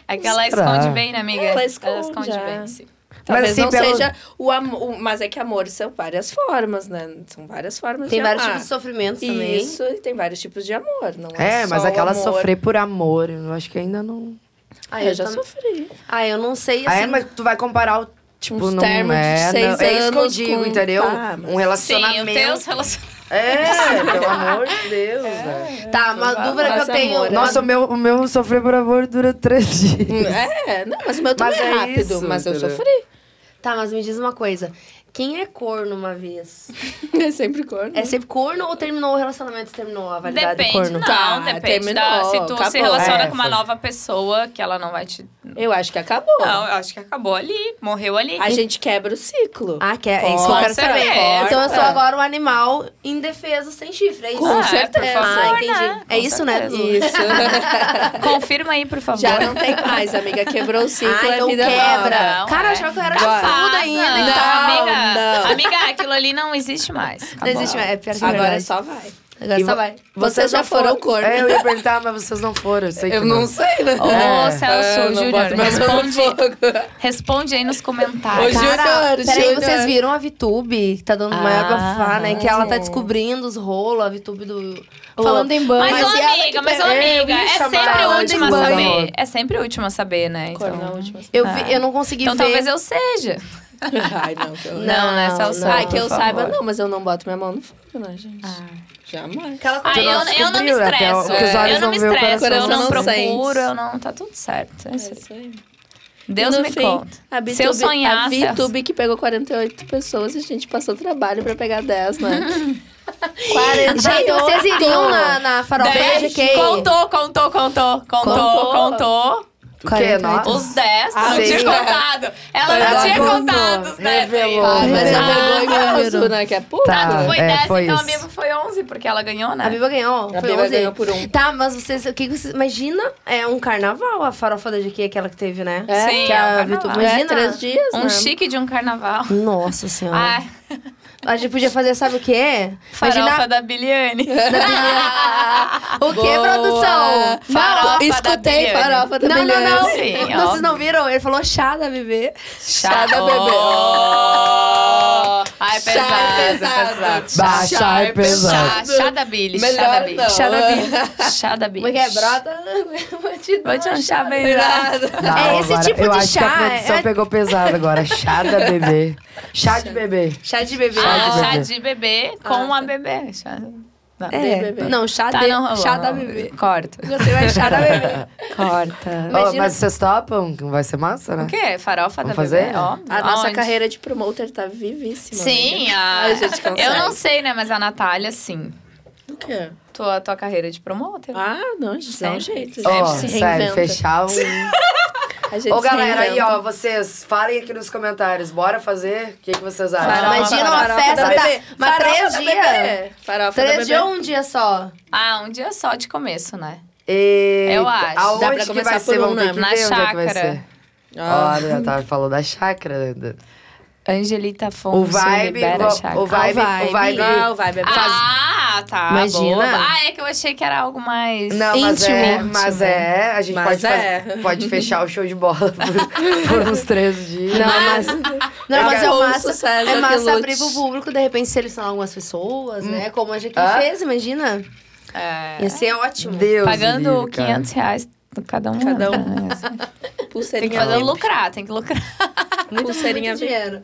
Speaker 3: É que ela
Speaker 2: Será?
Speaker 3: esconde bem, né, amiga?
Speaker 4: Ela esconde, é.
Speaker 3: bem, sim.
Speaker 4: Talvez
Speaker 2: assim,
Speaker 4: não
Speaker 2: pelo-
Speaker 4: seja o amor. Mas é que amor são várias formas, né? São várias formas
Speaker 1: Tem
Speaker 4: de
Speaker 1: vários
Speaker 4: amar.
Speaker 1: tipos de sofrimentos também.
Speaker 4: Ah. Isso, e tem vários tipos de amor, não é?
Speaker 2: É, mas
Speaker 4: só o
Speaker 2: aquela
Speaker 4: amor.
Speaker 2: sofrer por amor, eu acho que ainda não.
Speaker 1: Ah,
Speaker 4: eu, já
Speaker 1: tam-
Speaker 4: sofri.
Speaker 1: Ah, eu não sei,
Speaker 2: Ah,
Speaker 1: assim...
Speaker 2: é, mas tu vai comparar o. Tipo,
Speaker 4: Uns
Speaker 2: não
Speaker 4: termos de
Speaker 2: é,
Speaker 4: seis
Speaker 2: não. É isso que eu
Speaker 4: anos
Speaker 2: digo,
Speaker 4: com-
Speaker 2: entendeu?
Speaker 4: Ah, mas-
Speaker 2: Um relacionamento.
Speaker 3: Sim, o teus relacionamentos.
Speaker 2: É, pelo amor de Deus. né?
Speaker 1: Tá, uma
Speaker 4: Mas
Speaker 1: dúvida que eu
Speaker 4: amor,
Speaker 1: tenho...
Speaker 4: é.
Speaker 2: Nossa, o meu, o meu sofrer por amor dura três dias.
Speaker 4: É, não, mas o meu também
Speaker 2: Mas
Speaker 4: é
Speaker 2: é
Speaker 4: rápido.
Speaker 2: isso,
Speaker 4: mas eu
Speaker 2: entendeu?
Speaker 4: sofri.
Speaker 1: Tá, mas me diz uma coisa. Quem é corno uma vez?
Speaker 4: É sempre corno.
Speaker 1: É sempre corno ou terminou o relacionamento? Terminou a validade do
Speaker 3: Depende,
Speaker 1: corno?
Speaker 3: não,
Speaker 4: Tá,
Speaker 3: depende
Speaker 4: terminou,
Speaker 3: da. Se tu se
Speaker 4: acabou.
Speaker 3: relaciona
Speaker 2: É,
Speaker 3: com uma
Speaker 2: foi-
Speaker 3: nova pessoa que ela não vai te.
Speaker 4: Eu acho que acabou.
Speaker 3: Não, eu acho que acabou ali. Morreu ali.
Speaker 4: A gente quebra o ciclo.
Speaker 1: Ah, que é, é isso que eu
Speaker 3: Com
Speaker 1: quero saber.
Speaker 3: certeza.
Speaker 1: Então eu sou agora um animal indefeso, sem chifre, é isso?
Speaker 3: Com Ah, certeza. por favor,
Speaker 1: Ah, entendi.
Speaker 3: né?
Speaker 1: É
Speaker 3: Com
Speaker 1: isso, né?
Speaker 3: certeza.
Speaker 4: Isso.
Speaker 3: Confirma aí, por favor.
Speaker 4: Já não tem mais, amiga. Quebrou o ciclo,
Speaker 1: Ah,
Speaker 4: é
Speaker 1: então
Speaker 4: vida
Speaker 1: quebra.
Speaker 4: nova.
Speaker 3: não,
Speaker 1: Cara,
Speaker 3: é.
Speaker 1: eu achava que eu era
Speaker 3: Agora.
Speaker 1: chifruda tá ainda e
Speaker 3: não,
Speaker 1: tal.
Speaker 3: amiga.
Speaker 4: não.
Speaker 3: Amiga, aquilo ali não existe mais. Tá
Speaker 1: Não
Speaker 3: Acabou.
Speaker 1: existe mais. É pior que
Speaker 4: Agora
Speaker 1: verdade.
Speaker 4: só vai.
Speaker 1: Agora
Speaker 2: E
Speaker 1: só
Speaker 2: vo-
Speaker 1: vai.
Speaker 4: Vocês já
Speaker 2: não
Speaker 4: foram corno.
Speaker 2: É, eu ia perguntar, mas vocês não foram. Eu sei que
Speaker 4: sei, né?
Speaker 3: Ô,
Speaker 2: É.
Speaker 3: Celso,
Speaker 4: eu não
Speaker 3: Júnior,
Speaker 4: boto meu mão no
Speaker 3: responde,
Speaker 4: fogo.
Speaker 3: responde aí nos
Speaker 4: Ô,
Speaker 3: comentários.
Speaker 4: Ju-
Speaker 1: Cara,
Speaker 4: Júnior,
Speaker 1: peraí,
Speaker 4: Júnior.
Speaker 1: vocês viram a VTube, que tá dando maior
Speaker 3: Ah.
Speaker 1: bafá, né? Que ela tá descobrindo os rolos, a VTube do... Falando em banho.
Speaker 3: Mas,
Speaker 1: Mas
Speaker 3: ô,
Speaker 1: ela tá tipo que
Speaker 3: amiga, mas, ô,
Speaker 1: pegou.
Speaker 3: amiga, é
Speaker 2: chamar
Speaker 3: sempre
Speaker 1: ela
Speaker 3: o
Speaker 1: de
Speaker 3: último a
Speaker 1: banda.
Speaker 3: saber. É sempre o último a saber, né?
Speaker 4: Cor na
Speaker 3: Então,
Speaker 4: última.
Speaker 1: Eu, vi- eu não consegui
Speaker 3: então
Speaker 1: ver.
Speaker 3: talvez eu seja.
Speaker 4: Ai, não. Que eu...
Speaker 1: Não,
Speaker 3: Não, né,
Speaker 1: não.
Speaker 3: Celso?
Speaker 4: Ai, que eu
Speaker 3: por
Speaker 4: saiba,
Speaker 3: favor.
Speaker 4: não, mas eu não boto minha mão no fogo, né, gente? Jamais.
Speaker 1: Aquela
Speaker 3: Ah,
Speaker 1: coisa-
Speaker 2: Tu não
Speaker 3: eu, eu não me
Speaker 2: descobriu, até
Speaker 3: estresso.
Speaker 2: o que os olhos
Speaker 3: eu não me
Speaker 2: não veem, o
Speaker 3: estresso, eu
Speaker 4: coração
Speaker 3: não,
Speaker 4: não
Speaker 3: procuro,
Speaker 4: sente.
Speaker 3: eu não. Tá tudo certo. é
Speaker 4: É
Speaker 3: isso aí.
Speaker 4: isso aí.
Speaker 3: Deus
Speaker 4: E no
Speaker 3: me
Speaker 4: fim,
Speaker 3: conta.
Speaker 4: A VTube,
Speaker 3: Se eu
Speaker 4: A
Speaker 3: sonhasse.
Speaker 4: VTube que pegou 48 pessoas e a gente passou trabalho pra pegar 10, né?
Speaker 1: Gente, vocês iriam na, na farofa da
Speaker 3: Dez,
Speaker 1: GK?
Speaker 3: contou, contou, contou, contou,
Speaker 4: Contou.
Speaker 3: contou.
Speaker 2: O quê?
Speaker 1: 48.
Speaker 2: Nós?
Speaker 3: Os 10,
Speaker 2: Ah,
Speaker 3: não
Speaker 2: sim.
Speaker 3: tinha contado. Ela não
Speaker 2: Ela
Speaker 3: tinha
Speaker 2: contou,
Speaker 3: contado os 10.
Speaker 2: revelou.
Speaker 4: Ah, mas
Speaker 1: Revelou.
Speaker 4: eu pegou
Speaker 1: Ah,
Speaker 4: em azul, né? Que é puta.
Speaker 2: Tá.
Speaker 3: Foi
Speaker 2: É,
Speaker 3: 10,
Speaker 2: foi
Speaker 3: então a
Speaker 2: isso.
Speaker 3: Biba foi 11, porque ela ganhou, né?
Speaker 1: A Biba ganhou.
Speaker 4: A
Speaker 1: foi
Speaker 4: Biba
Speaker 1: 11.
Speaker 4: ganhou por um.
Speaker 1: Tá, mas vocês, o que vocês. Imagina, é um carnaval a farofa da GQ, aquela que teve, né?
Speaker 4: É.
Speaker 3: Sim,
Speaker 1: que
Speaker 3: é um
Speaker 1: a
Speaker 3: carnaval.
Speaker 1: Vitu-
Speaker 3: É,
Speaker 1: Imagina.
Speaker 4: É, três dias,
Speaker 3: Um
Speaker 4: né?
Speaker 3: chique de um carnaval.
Speaker 1: Nossa senhora.
Speaker 3: Ai,
Speaker 1: A gente podia fazer, sabe o quê?
Speaker 3: farofa
Speaker 1: Imagina.
Speaker 3: da Biliane.
Speaker 1: O que,
Speaker 4: Boa.
Speaker 1: produção?
Speaker 3: Farofa da
Speaker 4: Escutei
Speaker 3: Biliane.
Speaker 4: farofa da
Speaker 1: Não, não,
Speaker 4: Biliane.
Speaker 1: não.
Speaker 3: Sim,
Speaker 1: Vocês
Speaker 3: óbvio.
Speaker 1: não viram? Ele falou chá da bebê.
Speaker 3: Chá
Speaker 4: da bebê.
Speaker 3: Oh! Ai,
Speaker 4: Chá
Speaker 3: pesado,
Speaker 4: é pesado.
Speaker 3: pesado.
Speaker 2: Bah, chá é
Speaker 3: Chá,
Speaker 2: pesado.
Speaker 3: chá da Billy, chá da
Speaker 4: Melhor
Speaker 3: Billy.
Speaker 4: não.
Speaker 1: Chá da Biba.
Speaker 3: Chá da Billy.
Speaker 1: Como é que é? Brota? Vou te dar
Speaker 3: Tá Vou te
Speaker 1: uma
Speaker 3: dar um chá
Speaker 1: chá.
Speaker 3: bem irado.
Speaker 2: Não,
Speaker 1: É esse
Speaker 2: agora,
Speaker 1: tipo
Speaker 2: eu
Speaker 1: de
Speaker 2: acho
Speaker 1: chá,
Speaker 2: que a produção
Speaker 1: é-
Speaker 2: pegou pesado agora. Chá da bebê. Chá de bebê.
Speaker 1: Chá de bebê.
Speaker 3: Ah,
Speaker 2: de
Speaker 3: chá
Speaker 2: bebê.
Speaker 3: de bebê com a bebê. Chá... Não.
Speaker 1: É.
Speaker 4: de bebê.
Speaker 1: Não, chá,
Speaker 3: Tá,
Speaker 1: de,
Speaker 3: não,
Speaker 1: chá
Speaker 3: não,
Speaker 1: da
Speaker 3: não.
Speaker 1: bebê.
Speaker 3: Corta.
Speaker 1: Você vai chá da bebê.
Speaker 3: Corta.
Speaker 2: Ó,
Speaker 1: Imagina-
Speaker 2: mas vocês topam? Vai ser massa, né?
Speaker 3: O quê? Farofa
Speaker 2: Vamos
Speaker 3: da bebê?
Speaker 2: fazer?
Speaker 3: Ó,
Speaker 4: A nossa
Speaker 3: aonde?
Speaker 4: carreira de promoter tá vivíssima.
Speaker 3: Sim,
Speaker 4: amiga.
Speaker 3: a...
Speaker 4: Ai, gente, consegue.
Speaker 3: eu não sei, né? Mas a Natália, sim.
Speaker 4: O quê?
Speaker 3: Tua, tua carreira de promoter.
Speaker 4: Ah, não, a gente dá um jeito. A
Speaker 2: Ó,
Speaker 4: gente se
Speaker 2: sério,
Speaker 4: reinventa.
Speaker 2: fechar um...
Speaker 4: A gente
Speaker 2: Ô,
Speaker 4: se
Speaker 2: galera, aí,
Speaker 4: reinventa.
Speaker 2: ó, vocês falem aqui nos comentários. Bora fazer? O que, que vocês acham?
Speaker 3: Farofa,
Speaker 1: Imagina uma
Speaker 4: farofa
Speaker 1: festa,
Speaker 4: da
Speaker 1: tá?
Speaker 4: bebê.
Speaker 1: Mas
Speaker 4: Farofa
Speaker 1: três
Speaker 4: da
Speaker 1: dias.
Speaker 4: bebê. Farofa da
Speaker 1: Três
Speaker 4: bebê.
Speaker 1: de um dia só.
Speaker 3: Ah, um dia só de começo, né?
Speaker 2: Eita,
Speaker 3: Eu acho.
Speaker 2: Aonde
Speaker 4: Dá pra
Speaker 2: que
Speaker 4: começar
Speaker 2: vai
Speaker 4: por
Speaker 2: ser?
Speaker 4: um,
Speaker 2: Vamos ter
Speaker 4: né?
Speaker 2: que
Speaker 3: Na
Speaker 2: ver onde é que vai
Speaker 3: chácara.
Speaker 2: ser.
Speaker 4: Ah.
Speaker 2: Olha, ela tava falando da chácara. do-
Speaker 3: Angelita Afonso
Speaker 2: O vibe,
Speaker 3: libera
Speaker 2: o-
Speaker 3: chácara.
Speaker 2: o vibe,
Speaker 1: Ah, o
Speaker 2: o vibe.
Speaker 4: Ah, o vibe é
Speaker 3: Ah, tá.
Speaker 1: Imagina.
Speaker 3: boba. Ah, é que eu achei que era algo mais
Speaker 2: Não, mas
Speaker 3: íntimo.
Speaker 2: é, mas é, a gente
Speaker 4: Mas
Speaker 2: pode,
Speaker 4: é.
Speaker 2: fazer- pode fechar o show de bola por, por uns três dias.
Speaker 1: Não, mas, não, mas é
Speaker 4: Acabou o
Speaker 1: massa,
Speaker 4: sucesso,
Speaker 1: é
Speaker 4: aquilo.
Speaker 1: massa abrir pro público, de repente selecionar algumas pessoas, né? Como a GQ
Speaker 2: Ah.
Speaker 1: fez, imagina.
Speaker 3: É.
Speaker 1: Ia ser ótimo.
Speaker 2: Deus
Speaker 3: Pagando
Speaker 2: livre, cara.
Speaker 3: 500 reais cada um.
Speaker 4: Cada um.
Speaker 3: né? Tem que
Speaker 4: Pulseirinha
Speaker 3: fazer
Speaker 4: Olímpica.
Speaker 3: lucrar, tem que lucrar.
Speaker 1: Muito,
Speaker 4: Pulseirinha
Speaker 1: muito dinheiro.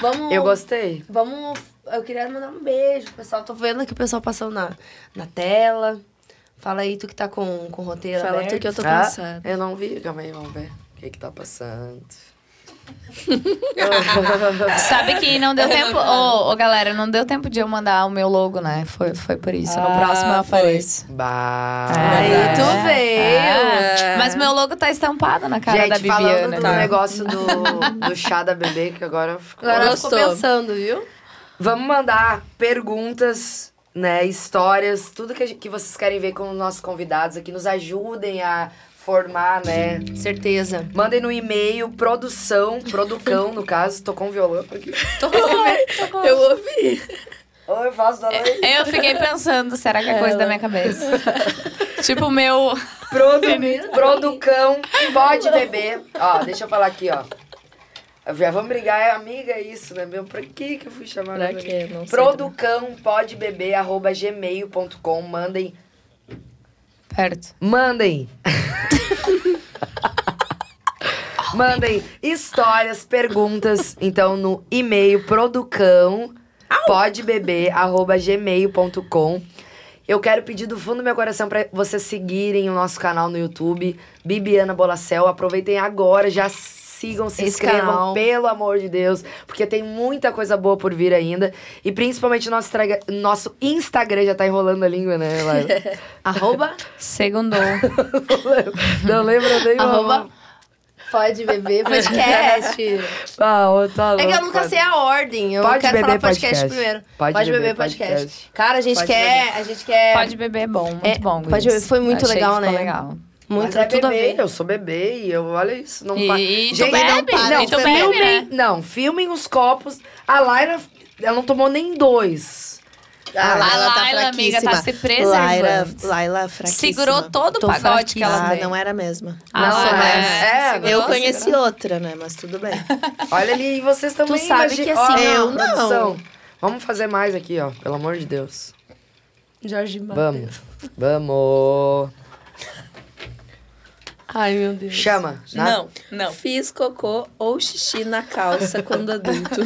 Speaker 1: Vamos,
Speaker 2: Eu gostei.
Speaker 1: vamos... Eu queria mandar um beijo, pro pessoal. Tô vendo aqui o pessoal passando na, na tela. Fala aí, tu que né? tá com, com o roteiro
Speaker 4: Fala
Speaker 1: aberto.
Speaker 4: tu que eu tô
Speaker 2: Ah,
Speaker 4: cansada.
Speaker 2: eu não vi, calma aí, vamos ver. O que que tá passando?
Speaker 3: Sabe que não deu tempo. Ô, ô, galera, não deu tempo de eu mandar o meu logo, né? Foi, foi por isso. No
Speaker 4: Ah,
Speaker 3: próximo eu
Speaker 4: foi.
Speaker 3: apareço.
Speaker 2: bah.
Speaker 1: Aí
Speaker 3: É,
Speaker 1: tu veio.
Speaker 3: é. Mas meu logo tá estampado na cara
Speaker 2: Gente,
Speaker 3: da né?
Speaker 2: falando
Speaker 3: Bibiana. Tá.
Speaker 2: do negócio do, do chá da bebê, que agora eu fico...
Speaker 1: Agora ela ficou
Speaker 4: Gostou.
Speaker 1: pensando, viu?
Speaker 2: Vamos mandar perguntas, né, histórias, tudo que, a gente- que vocês querem ver com os nossos convidados aqui. Nos ajudem a formar, né?
Speaker 1: Certeza.
Speaker 2: Mandem no e-mail, produção, producão, no caso. Tô com um violão aqui.
Speaker 3: Tô com- tô com-
Speaker 4: Eu ouvi.
Speaker 2: Oi, faço da noite.
Speaker 3: Eu fiquei pensando, será que é coisa da minha cabeça? tipo, o meu.
Speaker 2: Produ, producão, pode beber. Ó, deixa eu falar aqui, ó. Já vamos brigar, é amiga é isso, né? Meu, pra que que eu fui chamar?
Speaker 4: Pra
Speaker 2: nada?
Speaker 4: quê? Não sei.
Speaker 2: Producão, pode beber, arroba gmail.com. Mandem,
Speaker 3: Perto.
Speaker 2: mandem. mandem histórias, perguntas, então no e-mail producão, pode beber, arroba gmail.com. Eu quero pedir do fundo do meu coração pra vocês seguirem o nosso canal no YouTube, Bibiana Bolacel. Aproveitem agora, já sigam, se
Speaker 1: Esse
Speaker 2: inscrevam,
Speaker 1: canal.
Speaker 2: pelo amor de Deus, porque tem muita coisa boa por vir ainda. E principalmente o nosso, traga- nosso Instagram já tá enrolando a língua, né, Laila?
Speaker 1: Arroba,
Speaker 3: Segundo.
Speaker 2: Não lembra nem o
Speaker 1: arroba, Pode beber podcast.
Speaker 2: Ah, ô, tá
Speaker 1: É que eu
Speaker 2: louco,
Speaker 1: nunca
Speaker 2: cara.
Speaker 1: sei a ordem. Eu
Speaker 2: Pode
Speaker 1: quero
Speaker 2: beber
Speaker 1: falar podcast,
Speaker 2: podcast.
Speaker 1: primeiro.
Speaker 2: Pode beber
Speaker 1: podcast.
Speaker 2: podcast.
Speaker 1: Cara, a gente
Speaker 2: Pode
Speaker 1: quer. A gente quer.
Speaker 3: Pode beber é bom, muito
Speaker 1: É,
Speaker 3: bom.
Speaker 1: pode
Speaker 3: Guiz.
Speaker 1: beber, foi muito
Speaker 3: Achei
Speaker 1: legal,
Speaker 3: que ficou
Speaker 1: né?
Speaker 3: legal.
Speaker 1: Muito,
Speaker 2: Mas é
Speaker 1: tudo a
Speaker 2: bebê,
Speaker 1: ver.
Speaker 2: Eu sou bebê e eu, olha isso. Não
Speaker 3: E-
Speaker 2: fa-
Speaker 3: e tu
Speaker 2: Gente,
Speaker 3: bebe,
Speaker 2: não, para
Speaker 1: e
Speaker 2: de
Speaker 1: tu
Speaker 3: bebe,
Speaker 2: filmem,
Speaker 3: né?
Speaker 2: Não, filmem os copos. A Laira, ela não tomou nem dois.
Speaker 3: A
Speaker 2: Ela
Speaker 3: Laila, amiga, tá se
Speaker 4: Laila,
Speaker 3: preservando.
Speaker 4: Laila fraquíssima.
Speaker 3: Segurou todo
Speaker 1: Tô
Speaker 3: o pagode que ela
Speaker 4: Ah,
Speaker 3: tem.
Speaker 4: não era a mesma.
Speaker 3: Ah,
Speaker 1: Não,
Speaker 3: Laila,
Speaker 2: é.
Speaker 3: segurou,
Speaker 4: Eu
Speaker 3: segurou.
Speaker 4: conheci outra, né? Mas tudo bem.
Speaker 2: Olha ali, e vocês também.
Speaker 1: sabe
Speaker 2: imagi-
Speaker 1: que assim,
Speaker 2: Olha,
Speaker 4: eu não.
Speaker 2: produção, Vamos fazer mais aqui, ó. Pelo amor de Deus.
Speaker 1: Jorge Mateus.
Speaker 2: Vamos. Vamos.
Speaker 1: Ai, meu Deus.
Speaker 2: Chama. na-
Speaker 3: Não, não.
Speaker 4: Fiz cocô ou xixi na calça quando adulto.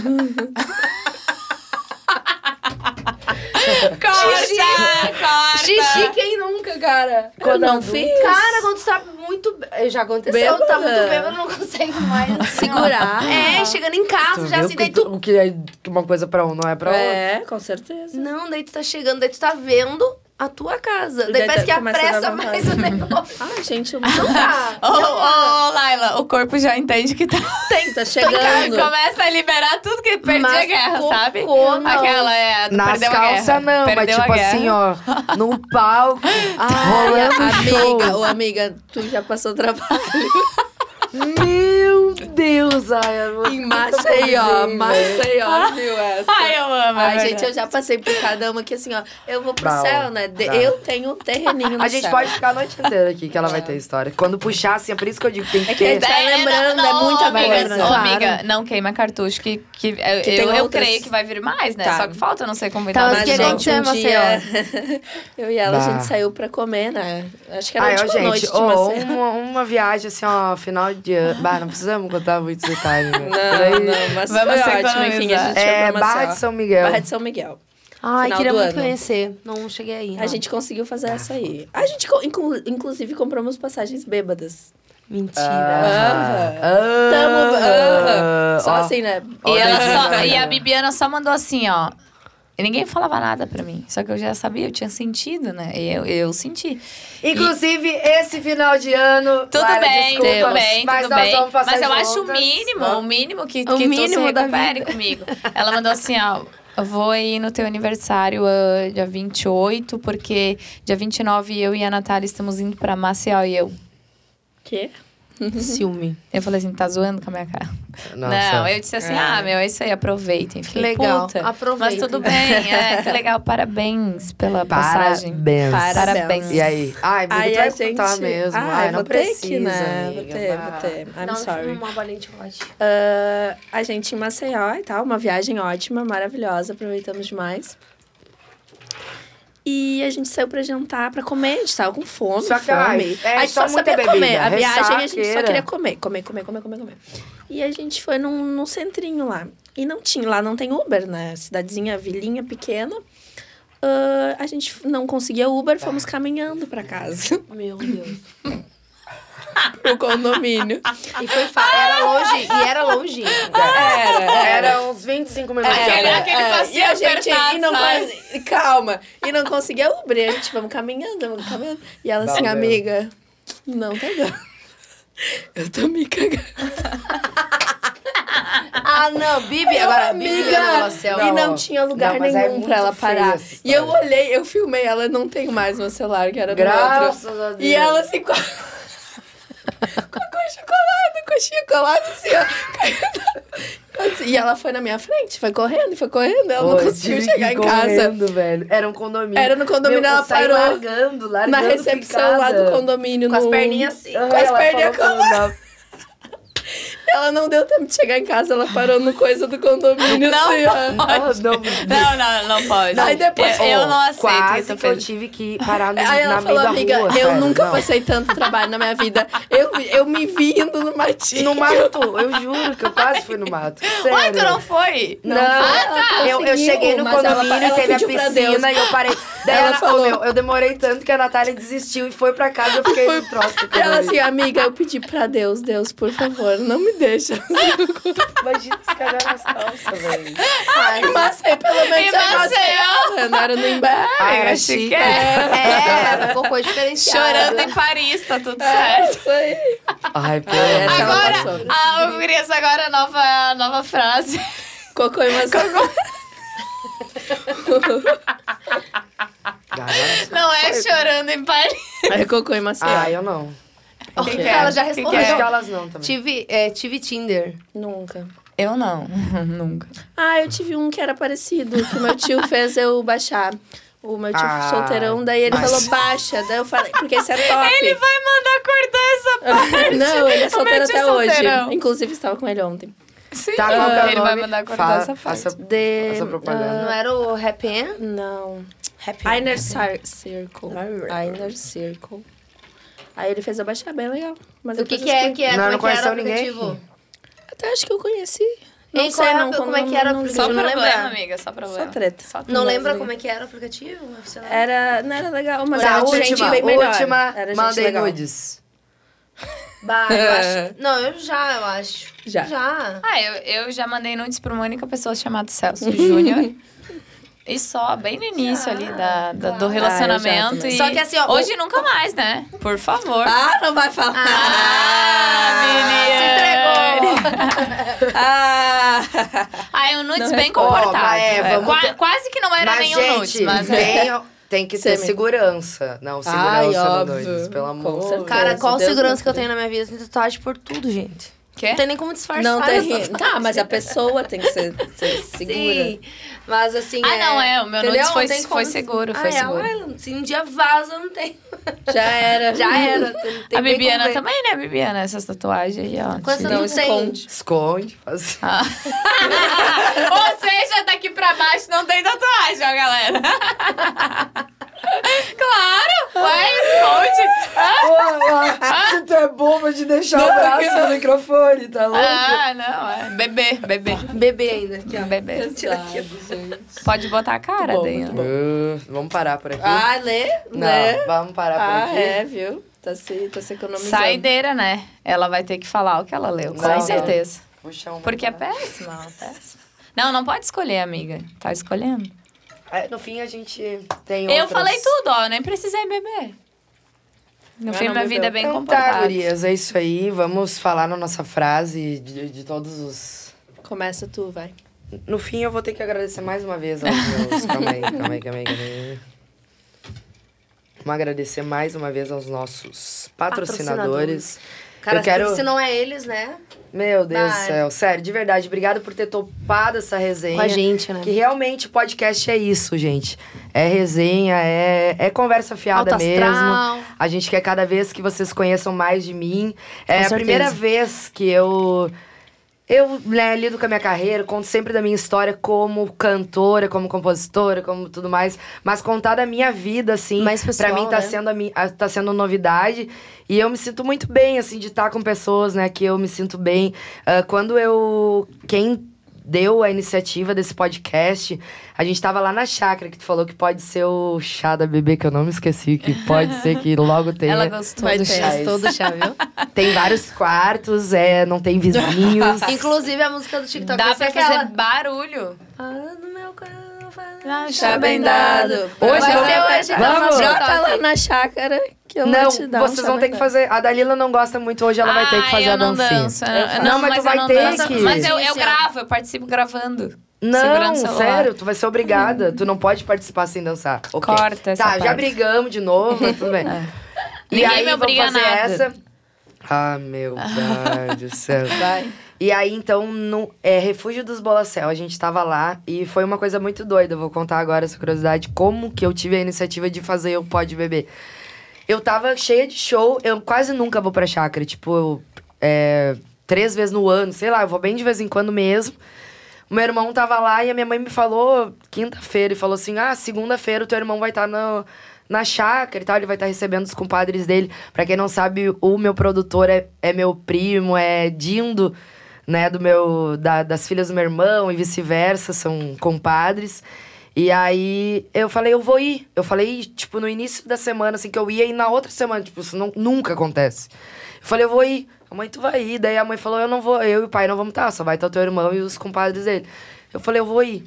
Speaker 3: Corta, corta.
Speaker 1: Xixi, quem nunca, cara?
Speaker 4: Quando
Speaker 2: é um
Speaker 4: não fiz.
Speaker 1: Cara, quando tu tá muito. be- Já aconteceu,
Speaker 4: Bêbada.
Speaker 1: tá muito bêbado, não consegue mais assim, ó.
Speaker 4: Segurar.
Speaker 1: É, chegando em
Speaker 4: Ah,
Speaker 1: casa,
Speaker 2: Ah. Tu
Speaker 1: já
Speaker 2: viu
Speaker 1: assim,
Speaker 2: que
Speaker 1: daí
Speaker 2: tu-
Speaker 1: tu.
Speaker 2: O que é que uma coisa pra um não é pra outra.
Speaker 4: É, com certeza.
Speaker 1: Não, daí tu tá chegando, daí tu tá vendo a tua casa. Daí
Speaker 4: Daí
Speaker 1: parece
Speaker 4: tá-
Speaker 1: que
Speaker 4: começa a dar
Speaker 1: apressa
Speaker 4: vontade.
Speaker 1: mais o negócio.
Speaker 4: Ai, gente, eu
Speaker 1: Não dá.
Speaker 3: Ô, ô, ô, Laila, o corpo já entende que tá.
Speaker 4: tem, tá chegando.
Speaker 3: Começa a liberar tudo que oh, perdi
Speaker 1: Mas
Speaker 3: a guerra,
Speaker 1: cocô,
Speaker 3: sabe?
Speaker 1: não.
Speaker 3: Aquela é. tu
Speaker 2: Nas
Speaker 3: perdeu a
Speaker 2: calças
Speaker 3: guerra,
Speaker 2: não, mas
Speaker 3: perdeu a
Speaker 2: tipo
Speaker 3: guerra.
Speaker 2: assim, ó, no palco,
Speaker 4: Ai,
Speaker 2: rolando um show.
Speaker 4: amiga, ô, amiga, tu já passou trabalho.
Speaker 2: Meu Deus, ai, eu vou-
Speaker 4: Em Maceió,
Speaker 2: Tô
Speaker 4: Maceió, viu essa?
Speaker 3: Ai, eu amo.
Speaker 4: Ai,
Speaker 3: é
Speaker 4: gente, eu já passei por cada uma que assim, ó, eu vou pro
Speaker 2: Brau,
Speaker 4: céu, né? De-
Speaker 2: brau.
Speaker 4: Eu tenho um terreninho no
Speaker 2: A gente
Speaker 4: céu.
Speaker 2: pode ficar a noite inteira aqui, que ela vai ter história. Quando puxar, assim, é por isso que eu digo que tem que
Speaker 4: É. que
Speaker 2: ter.
Speaker 4: tá
Speaker 3: É,
Speaker 4: lembrando, é muita
Speaker 3: amiga,
Speaker 4: coisa.
Speaker 3: Ô,
Speaker 1: Claro.
Speaker 3: amiga, não queima cartucho, que, que, eu,
Speaker 4: tem
Speaker 3: eu, eu
Speaker 4: outras.
Speaker 3: creio que vai vir mais, né?
Speaker 4: Tá.
Speaker 3: Só que falta, eu não sei como vai
Speaker 2: Então,
Speaker 1: Tá,
Speaker 3: dar
Speaker 1: mas
Speaker 3: mais
Speaker 1: que
Speaker 4: Mas,
Speaker 3: gente.
Speaker 4: gente, um
Speaker 1: aconteceu em
Speaker 4: dia, eu e ela, a
Speaker 2: Bah.
Speaker 4: gente saiu pra comer, né? Acho que era
Speaker 2: Ai, ó,
Speaker 4: tipo
Speaker 2: gente, oh.
Speaker 4: noite de
Speaker 2: ó,
Speaker 4: Maceió.
Speaker 2: uma, uma viagem, assim, ó, final de ano. Bah, não precisamos contar muitos detalhes, né? Por aí-
Speaker 4: Não, não, mas
Speaker 3: Vamos
Speaker 4: foi ótimo,
Speaker 3: economizar.
Speaker 4: enfim, a gente
Speaker 2: É,
Speaker 4: foi pra
Speaker 2: Barra
Speaker 4: Maceió.
Speaker 2: de São Miguel.
Speaker 4: Barra de São Miguel.
Speaker 1: Ai,
Speaker 4: Final
Speaker 1: queria
Speaker 4: do
Speaker 1: muito
Speaker 4: ano.
Speaker 1: conhecer. Não cheguei aí.
Speaker 4: A
Speaker 1: não.
Speaker 4: gente conseguiu fazer essa aí. A gente, co- inclu- inclusive, compramos passagens bêbadas.
Speaker 1: Mentira.
Speaker 2: Ah,
Speaker 4: Tamo...
Speaker 2: ah,
Speaker 4: aham. Só
Speaker 2: ó.
Speaker 4: assim, né?
Speaker 3: E,
Speaker 2: Olha
Speaker 3: ela
Speaker 2: aí,
Speaker 3: só,
Speaker 2: olha
Speaker 3: e
Speaker 2: aí.
Speaker 3: a Bibiana só mandou assim, ó. E ninguém falava nada pra mim. Só que eu já sabia, eu tinha sentido, né? E Eu, eu senti.
Speaker 2: Inclusive, esse final de ano.
Speaker 3: Tudo
Speaker 2: Lara,
Speaker 3: bem,
Speaker 2: desculpa,
Speaker 3: tudo bem,
Speaker 2: mas
Speaker 3: tudo
Speaker 2: nós
Speaker 3: bem.
Speaker 2: Vamos passar
Speaker 3: mas eu
Speaker 2: juntas.
Speaker 3: acho o mínimo, o mínimo que, que
Speaker 1: O
Speaker 3: tu se
Speaker 1: mínimo da
Speaker 3: recupere comigo. Ela mandou assim, ó. Eu vou ir no teu aniversário ah, dia 28, porque dia 29 eu e a Natália estamos indo pra Maceió e eu.
Speaker 4: Que?
Speaker 1: Ciúme.
Speaker 3: Eu falei assim, tá zoando com a minha cara.
Speaker 2: Nossa.
Speaker 3: Não, eu disse assim, ah, meu, é isso aí, aproveitem. Fiquei,
Speaker 1: legal,
Speaker 3: Puta. Mas
Speaker 1: aproveitem.
Speaker 3: tudo bem, é, que legal, parabéns pela passagem.
Speaker 2: Parabéns.
Speaker 3: Parabéns.
Speaker 2: E aí? Ai, amiga,
Speaker 4: Aí
Speaker 2: tu vai
Speaker 4: a gente...
Speaker 2: contar mesmo.
Speaker 4: Ah,
Speaker 2: Ai,
Speaker 4: eu
Speaker 2: não
Speaker 4: vou ter
Speaker 2: precisa,
Speaker 4: que, né?
Speaker 2: amiga.
Speaker 4: vou ter,
Speaker 2: Bah.
Speaker 4: vou ter. I'm
Speaker 1: Dá um-
Speaker 4: sorry.
Speaker 1: uma bolinha de chocolate.
Speaker 4: Ah, a gente em Maceió e tal, uma viagem ótima, maravilhosa, aproveitamos demais. E a gente saiu pra jantar, pra comer, a gente tava com fome,
Speaker 2: Só que,
Speaker 4: fome.
Speaker 2: ai, é,
Speaker 4: a gente
Speaker 2: só
Speaker 4: só,
Speaker 2: muita
Speaker 4: sabia
Speaker 2: bebida,
Speaker 4: comer, a viagem a gente só
Speaker 2: ressaqueira.
Speaker 4: queria comer, comer, comer, comer, comer, comer. E a gente foi num, num centrinho lá. E não tinha, lá não tem Uber, né? Cidadezinha, vilinha pequena. Ah, a gente não conseguia Uber, fomos caminhando pra casa,
Speaker 1: Meu Deus.
Speaker 4: pro condomínio.
Speaker 1: E foi fácil. Era longe. E era longe.
Speaker 2: Era uns 25 minutos.
Speaker 3: Aquele-
Speaker 2: de
Speaker 4: É,
Speaker 3: aquele
Speaker 4: é,
Speaker 3: passeio
Speaker 4: e a gente,
Speaker 3: apertado,
Speaker 4: e não
Speaker 3: sabe?
Speaker 4: faz- Calma. E não conseguia Uber. E a gente, vamos caminhando, vamos caminhando. E ela
Speaker 2: Não
Speaker 4: assim,
Speaker 2: deu.
Speaker 4: amiga, não tá dando. Eu tô me cagando.
Speaker 1: Ah, não. Bibi, agora, Bibi,
Speaker 4: Amiga!
Speaker 3: assim,
Speaker 4: e não tinha lugar
Speaker 2: Não, mas é
Speaker 4: nenhum
Speaker 2: muito
Speaker 4: pra ela
Speaker 2: feia
Speaker 4: parar.
Speaker 2: essa
Speaker 4: E eu
Speaker 2: história.
Speaker 4: olhei, eu filmei ela, não tem mais meu celular, que era do
Speaker 2: Graças
Speaker 4: outro.
Speaker 2: a Deus.
Speaker 4: E ela assim, com a, com a coxinha colada, coxinha colada, assim, ó. E ela foi na minha frente, foi correndo, foi correndo. Ela não
Speaker 2: Pô,
Speaker 4: conseguiu
Speaker 2: tive que ir
Speaker 4: chegar em casa.
Speaker 2: correndo, velho. Era um condomínio.
Speaker 4: Era no condomínio,
Speaker 2: Meu,
Speaker 4: ela
Speaker 2: eu saí
Speaker 4: parou
Speaker 2: largando, largando
Speaker 4: Na recepção lá
Speaker 2: ficada.
Speaker 4: do condomínio.
Speaker 1: Com as
Speaker 4: no-
Speaker 1: perninhas assim.
Speaker 2: Ah,
Speaker 4: Com as
Speaker 2: ela
Speaker 4: perninhas
Speaker 2: falou que não dá-
Speaker 4: Ela não deu tempo de chegar em casa, ela parou no coisa do condomínio.
Speaker 3: Não,
Speaker 4: assim, ó.
Speaker 2: Ah, não,
Speaker 3: Não, não, não pode.
Speaker 4: Aí depois-
Speaker 3: eu,
Speaker 2: É,
Speaker 3: eu não aceito
Speaker 2: oh, Quase
Speaker 3: isso,
Speaker 2: que eu
Speaker 3: Pedro.
Speaker 2: tive que parar no,
Speaker 4: Aí ela
Speaker 2: na
Speaker 4: falou,
Speaker 2: meio da
Speaker 4: amiga,
Speaker 2: rua.
Speaker 4: eu
Speaker 2: sério,
Speaker 4: nunca
Speaker 2: não.
Speaker 4: passei tanto trabalho na minha vida. Eu, eu me vi indo no matinho.
Speaker 2: No mato, eu juro que eu quase fui no mato. Sério.
Speaker 3: Ai, tu não foi?
Speaker 2: Não,
Speaker 4: ela
Speaker 2: eu, eu
Speaker 4: conseguiu,
Speaker 2: cheguei no
Speaker 4: mas ela-
Speaker 2: condomínio,
Speaker 4: ela
Speaker 2: teve a
Speaker 4: pediu pra
Speaker 2: piscina e eu parei. Daí
Speaker 4: Ela
Speaker 2: ela, ô,
Speaker 4: falou-
Speaker 2: meu, eu demorei tanto que a Natália desistiu e foi pra casa, eu fiquei no troço do
Speaker 4: E ela
Speaker 2: condomínio.
Speaker 4: assim, amiga, eu pedi pra Deus, Deus, por favor, não me deixa.
Speaker 2: Imagina se cagar nas calças, velho.
Speaker 4: Ai, Macei, pelo menos
Speaker 3: E
Speaker 4: eu não
Speaker 3: Maceió?
Speaker 4: aceitava, não era no Imbé.
Speaker 2: Ah,
Speaker 3: Ai,
Speaker 2: era
Speaker 3: eu
Speaker 2: chique.
Speaker 3: achei que é. era.
Speaker 1: É, ficou coisa diferenciada.
Speaker 4: É.
Speaker 3: Chorando em Paris, tá tudo certo.
Speaker 4: Isso aí.
Speaker 2: Ai, pô.
Speaker 4: Essa ela
Speaker 3: Agora,
Speaker 4: passou.
Speaker 3: ah, eu queria essa agora a nova, nova frase.
Speaker 4: Cocô e maçã.
Speaker 2: Cara,
Speaker 3: Não é chorando em Paris.
Speaker 4: É cocô e maçã.
Speaker 2: Ah, eu não.
Speaker 1: Olha,
Speaker 3: que é?
Speaker 1: Ela já
Speaker 3: Que que é?
Speaker 1: respondeu.
Speaker 2: Acho que elas não também.
Speaker 1: Tive, é, tive Tinder.
Speaker 4: Nunca.
Speaker 3: Eu não, nunca.
Speaker 4: Ah, eu tive um que era parecido, que o meu tio fez eu baixar. O meu tio
Speaker 2: Ah,
Speaker 4: solteirão, daí ele
Speaker 2: mas-
Speaker 4: falou baixa. Daí eu falei, porque esse é top.
Speaker 3: Ele vai mandar cortar essa parte.
Speaker 4: Não, ele é solteiro
Speaker 3: Comete
Speaker 4: até
Speaker 3: solteirão.
Speaker 4: hoje. Inclusive, estava com ele ontem.
Speaker 3: Sim,
Speaker 2: Tá, qual que é o
Speaker 3: ele vai
Speaker 2: nome?
Speaker 3: mandar cortar
Speaker 2: Fa-
Speaker 3: essa parte.
Speaker 2: faça-
Speaker 4: De...
Speaker 2: Essa propaganda.
Speaker 1: Ah, Não é era o Happy End?
Speaker 4: ah, não.
Speaker 1: Happy
Speaker 4: Inner Cir- Circle. Inner Circle. Aí ele fez eu baixar, bem legal. Mas
Speaker 1: O que,
Speaker 4: depois
Speaker 1: que
Speaker 4: eu
Speaker 1: é
Speaker 4: excluí.
Speaker 1: que é?
Speaker 2: Não,
Speaker 1: como
Speaker 2: não
Speaker 1: é que era o
Speaker 2: conheceu ninguém.
Speaker 1: aplicativo?
Speaker 4: Até acho que eu conheci. Não
Speaker 1: Ei, qual
Speaker 4: sei,
Speaker 1: era-
Speaker 4: não.
Speaker 1: como é
Speaker 4: quando
Speaker 1: que era
Speaker 4: não-
Speaker 1: o
Speaker 4: não
Speaker 1: aplicativo?
Speaker 3: Só
Speaker 1: Eu não
Speaker 3: problema,
Speaker 1: lembrar.
Speaker 3: amiga, só problema.
Speaker 4: Só treta.
Speaker 1: Não lembra como é que era o aplicativo? O celular?
Speaker 4: Era, não era legal, mas
Speaker 2: Tá,
Speaker 4: era
Speaker 2: última,
Speaker 4: gente bem melhor.
Speaker 2: última,
Speaker 4: Era gente
Speaker 2: mandei
Speaker 4: legal.
Speaker 2: nudes.
Speaker 1: Bah, eu acho... Não, eu já, eu acho.
Speaker 4: Já.
Speaker 1: Já.
Speaker 3: Ah, eu, eu já mandei nudes pra uma única pessoa chamada Celso Júnior. E só, bem no início ali da, da- do
Speaker 4: Ah, eu já
Speaker 3: relacionamento.
Speaker 4: também.
Speaker 3: e
Speaker 1: Só que assim, ó,
Speaker 3: Hoje nunca mais, né? Por favor.
Speaker 4: Ah, não vai falar.
Speaker 1: Ah, se entregou!
Speaker 4: Ah!
Speaker 3: Ah, é um nudes bem
Speaker 2: recordo. Ó,
Speaker 3: comportado.
Speaker 2: mas é,
Speaker 3: É,
Speaker 2: vamos
Speaker 3: qua-
Speaker 2: ter-
Speaker 3: Quase que não era
Speaker 2: mas,
Speaker 3: nenhum
Speaker 2: gente,
Speaker 3: nudes, mas é.
Speaker 2: tem, tem que ter
Speaker 4: Semi.
Speaker 2: segurança. Não,
Speaker 4: Ai,
Speaker 2: segurança no
Speaker 4: óbvio.
Speaker 2: nudes, pelo
Speaker 4: Com
Speaker 2: amor.
Speaker 4: certeza.
Speaker 1: Cara, qual
Speaker 4: Deus
Speaker 1: segurança
Speaker 4: me
Speaker 1: que eu tenho na minha vida? Eu tenho tatuagem por tudo, gente.
Speaker 3: Quê?
Speaker 1: Não tem nem como disfarçar.
Speaker 4: É? Não
Speaker 1: essa
Speaker 4: tem. Tá, mas a pessoa tem que ser, ser segura.
Speaker 1: Sim, mas assim.
Speaker 3: Ah, não, é. O meu
Speaker 1: Entendeu?
Speaker 3: nudes foi,
Speaker 1: Não tem como-
Speaker 3: foi seguro,
Speaker 1: Ah,
Speaker 3: foi
Speaker 1: é,
Speaker 3: seguro.
Speaker 1: ah, se um dia vaza, não tem.
Speaker 4: Já era.
Speaker 1: Já era. Tem, tem
Speaker 3: a
Speaker 1: bem como
Speaker 3: Bibiana
Speaker 1: ver.
Speaker 3: também, né, Bibiana? Essas tatuagens aí, ó.
Speaker 1: Quando
Speaker 3: de-
Speaker 1: você não
Speaker 4: Não
Speaker 1: tem.
Speaker 4: esconde.
Speaker 2: Esconde, faz...
Speaker 3: Ou seja, daqui pra baixo não tem tatuagem, ó, galera. claro! Ué, esconde.
Speaker 2: Se tu é boba de deixar o braço no microfone, tá louco?
Speaker 3: Ah, não, é. Bebê, bebê.
Speaker 1: Bebê ainda. Aqui, ó.
Speaker 3: Bebê.
Speaker 1: Tira aqui.
Speaker 3: Pode botar a cara,
Speaker 4: Muito bom,
Speaker 3: Daniel.
Speaker 2: Uh, vamos parar por aqui?
Speaker 4: Ah, lê?
Speaker 2: não,
Speaker 4: Lê.
Speaker 2: vamos parar por
Speaker 4: Ah,
Speaker 2: aqui.
Speaker 4: é, viu? Tá se, tá se economizando.
Speaker 3: Saideira, né? Ela vai ter que falar o que ela leu, com
Speaker 2: Não, não.
Speaker 3: certeza.
Speaker 2: Puxa uma
Speaker 3: Porque é
Speaker 2: parar.
Speaker 3: péssima, ó, péssima. Não, não pode escolher, amiga. Tá escolhendo.
Speaker 2: É, No fim, a gente tem
Speaker 3: Eu
Speaker 2: outras-
Speaker 3: falei tudo, ó. Eu nem precisei beber. No
Speaker 4: Ah,
Speaker 3: fim,
Speaker 4: não
Speaker 3: minha vida é
Speaker 4: bebeu.
Speaker 3: bem
Speaker 2: Então tá,
Speaker 3: comportada.
Speaker 2: gurias, é isso aí. Vamos falar na nossa frase de, de todos os...
Speaker 4: Começa tu, vai.
Speaker 2: No fim, eu vou ter que agradecer mais uma vez aos meus... calma aí, calma aí, calma aí, calma aí. Vamos agradecer mais uma vez aos nossos patrocinadores.
Speaker 1: Cara,
Speaker 2: Eu quero-
Speaker 1: se não é eles, né?
Speaker 2: Meu Deus
Speaker 1: Vai.
Speaker 2: do céu, sério, de verdade, obrigado por ter topado essa resenha.
Speaker 1: Com a gente, né?
Speaker 2: é Que realmente podcast é isso, gente. É resenha, é, é conversa fiada
Speaker 1: Alto
Speaker 2: mesmo.
Speaker 1: astral.
Speaker 2: A gente quer cada vez que vocês conheçam mais de mim. É a
Speaker 1: certeza.
Speaker 2: primeira vez que eu. Eu né, lido com a minha carreira, conto sempre da minha história como cantora, como compositora, como tudo mais. Mas contar da minha vida, assim,
Speaker 1: Mais
Speaker 2: pra
Speaker 1: pessoal,
Speaker 2: mim tá,
Speaker 1: né?
Speaker 2: sendo a mi- a- tá sendo novidade. E eu me sinto muito bem, assim, de estar com pessoas, né, que eu me sinto bem. Ah, quando eu. Quem deu a iniciativa desse podcast, a gente tava lá na chácara que tu falou que pode ser o chá da bebê, que eu não me esqueci, que pode ser que logo tenha.
Speaker 3: Ela gostou
Speaker 4: Vai
Speaker 3: do
Speaker 4: ter.
Speaker 3: chá.
Speaker 1: Gostou do chá, viu?
Speaker 2: Tem vários quartos, é, não tem vizinhos.
Speaker 1: Inclusive, a música do TikTok
Speaker 3: Dá
Speaker 1: vai ser
Speaker 3: pra fazer
Speaker 1: aquela.
Speaker 3: barulho. Ah,
Speaker 1: Ah, no meu carro, faz-
Speaker 3: um
Speaker 4: Tá bem dado.
Speaker 2: Hoje
Speaker 4: Vai
Speaker 2: vamos-
Speaker 4: ser
Speaker 1: hoje, então,
Speaker 2: vamos.
Speaker 1: nosso
Speaker 4: Joga
Speaker 1: TikTok.
Speaker 4: tá lá na chácara que eu
Speaker 2: Não,
Speaker 4: vou te dar um
Speaker 2: vocês vão ter que
Speaker 4: chabandado.
Speaker 2: fazer. A Dalila não gosta muito hoje, ela vai ter que
Speaker 3: Ai,
Speaker 2: fazer
Speaker 3: Ah, eu
Speaker 2: a
Speaker 3: não
Speaker 2: dancinha.
Speaker 3: danço. eu não-
Speaker 2: Não,
Speaker 3: não,
Speaker 2: mas tu vai
Speaker 3: eu não
Speaker 2: ter
Speaker 3: danço.
Speaker 2: que-
Speaker 3: Mas eu, eu
Speaker 1: Sim, sim.
Speaker 3: gravo, eu participo gravando.
Speaker 2: Não,
Speaker 3: Segurando o celular.
Speaker 2: sério, tu vai ser obrigada. Tu não pode participar sem dançar. Ok.
Speaker 3: Corta essa
Speaker 2: Tá, já
Speaker 3: parte. É.
Speaker 2: brigamos de novo, mas tudo bem. E
Speaker 3: Ninguém
Speaker 2: aí,
Speaker 3: me obriga
Speaker 2: vamos fazer
Speaker 3: a nada.
Speaker 2: essa. Ah, meu pai do céu.
Speaker 4: Vai.
Speaker 2: E aí, então, no é, Refúgio dos Bolacel, a gente tava lá e foi uma coisa muito doida. Eu vou contar agora essa curiosidade, como que eu tive a iniciativa de fazer Eu Pode Beber. Eu tava cheia de show, eu quase nunca vou pra chácara, tipo, eu, é, três vezes no ano, sei lá, eu vou bem de vez em quando mesmo. O meu irmão tava lá e a minha mãe me falou quinta-feira e falou assim: ah, segunda-feira o teu irmão vai estar na. Na chácara e tal, ele vai estar recebendo os compadres dele. Pra quem não sabe, o meu produtor é, é meu primo, é Dindo, né? Do meu, da- das filhas do meu irmão e vice-versa, são compadres. E aí eu falei, eu vou ir. Eu falei, tipo, no início da semana, assim, que eu ia e na outra semana, tipo, isso não, nunca acontece. Eu falei, eu vou ir. A mãe, tu vai ir. Daí a mãe falou, eu não vou, eu e o pai não vamos estar, só vai estar o teu irmão e os compadres dele. Eu falei, eu vou ir.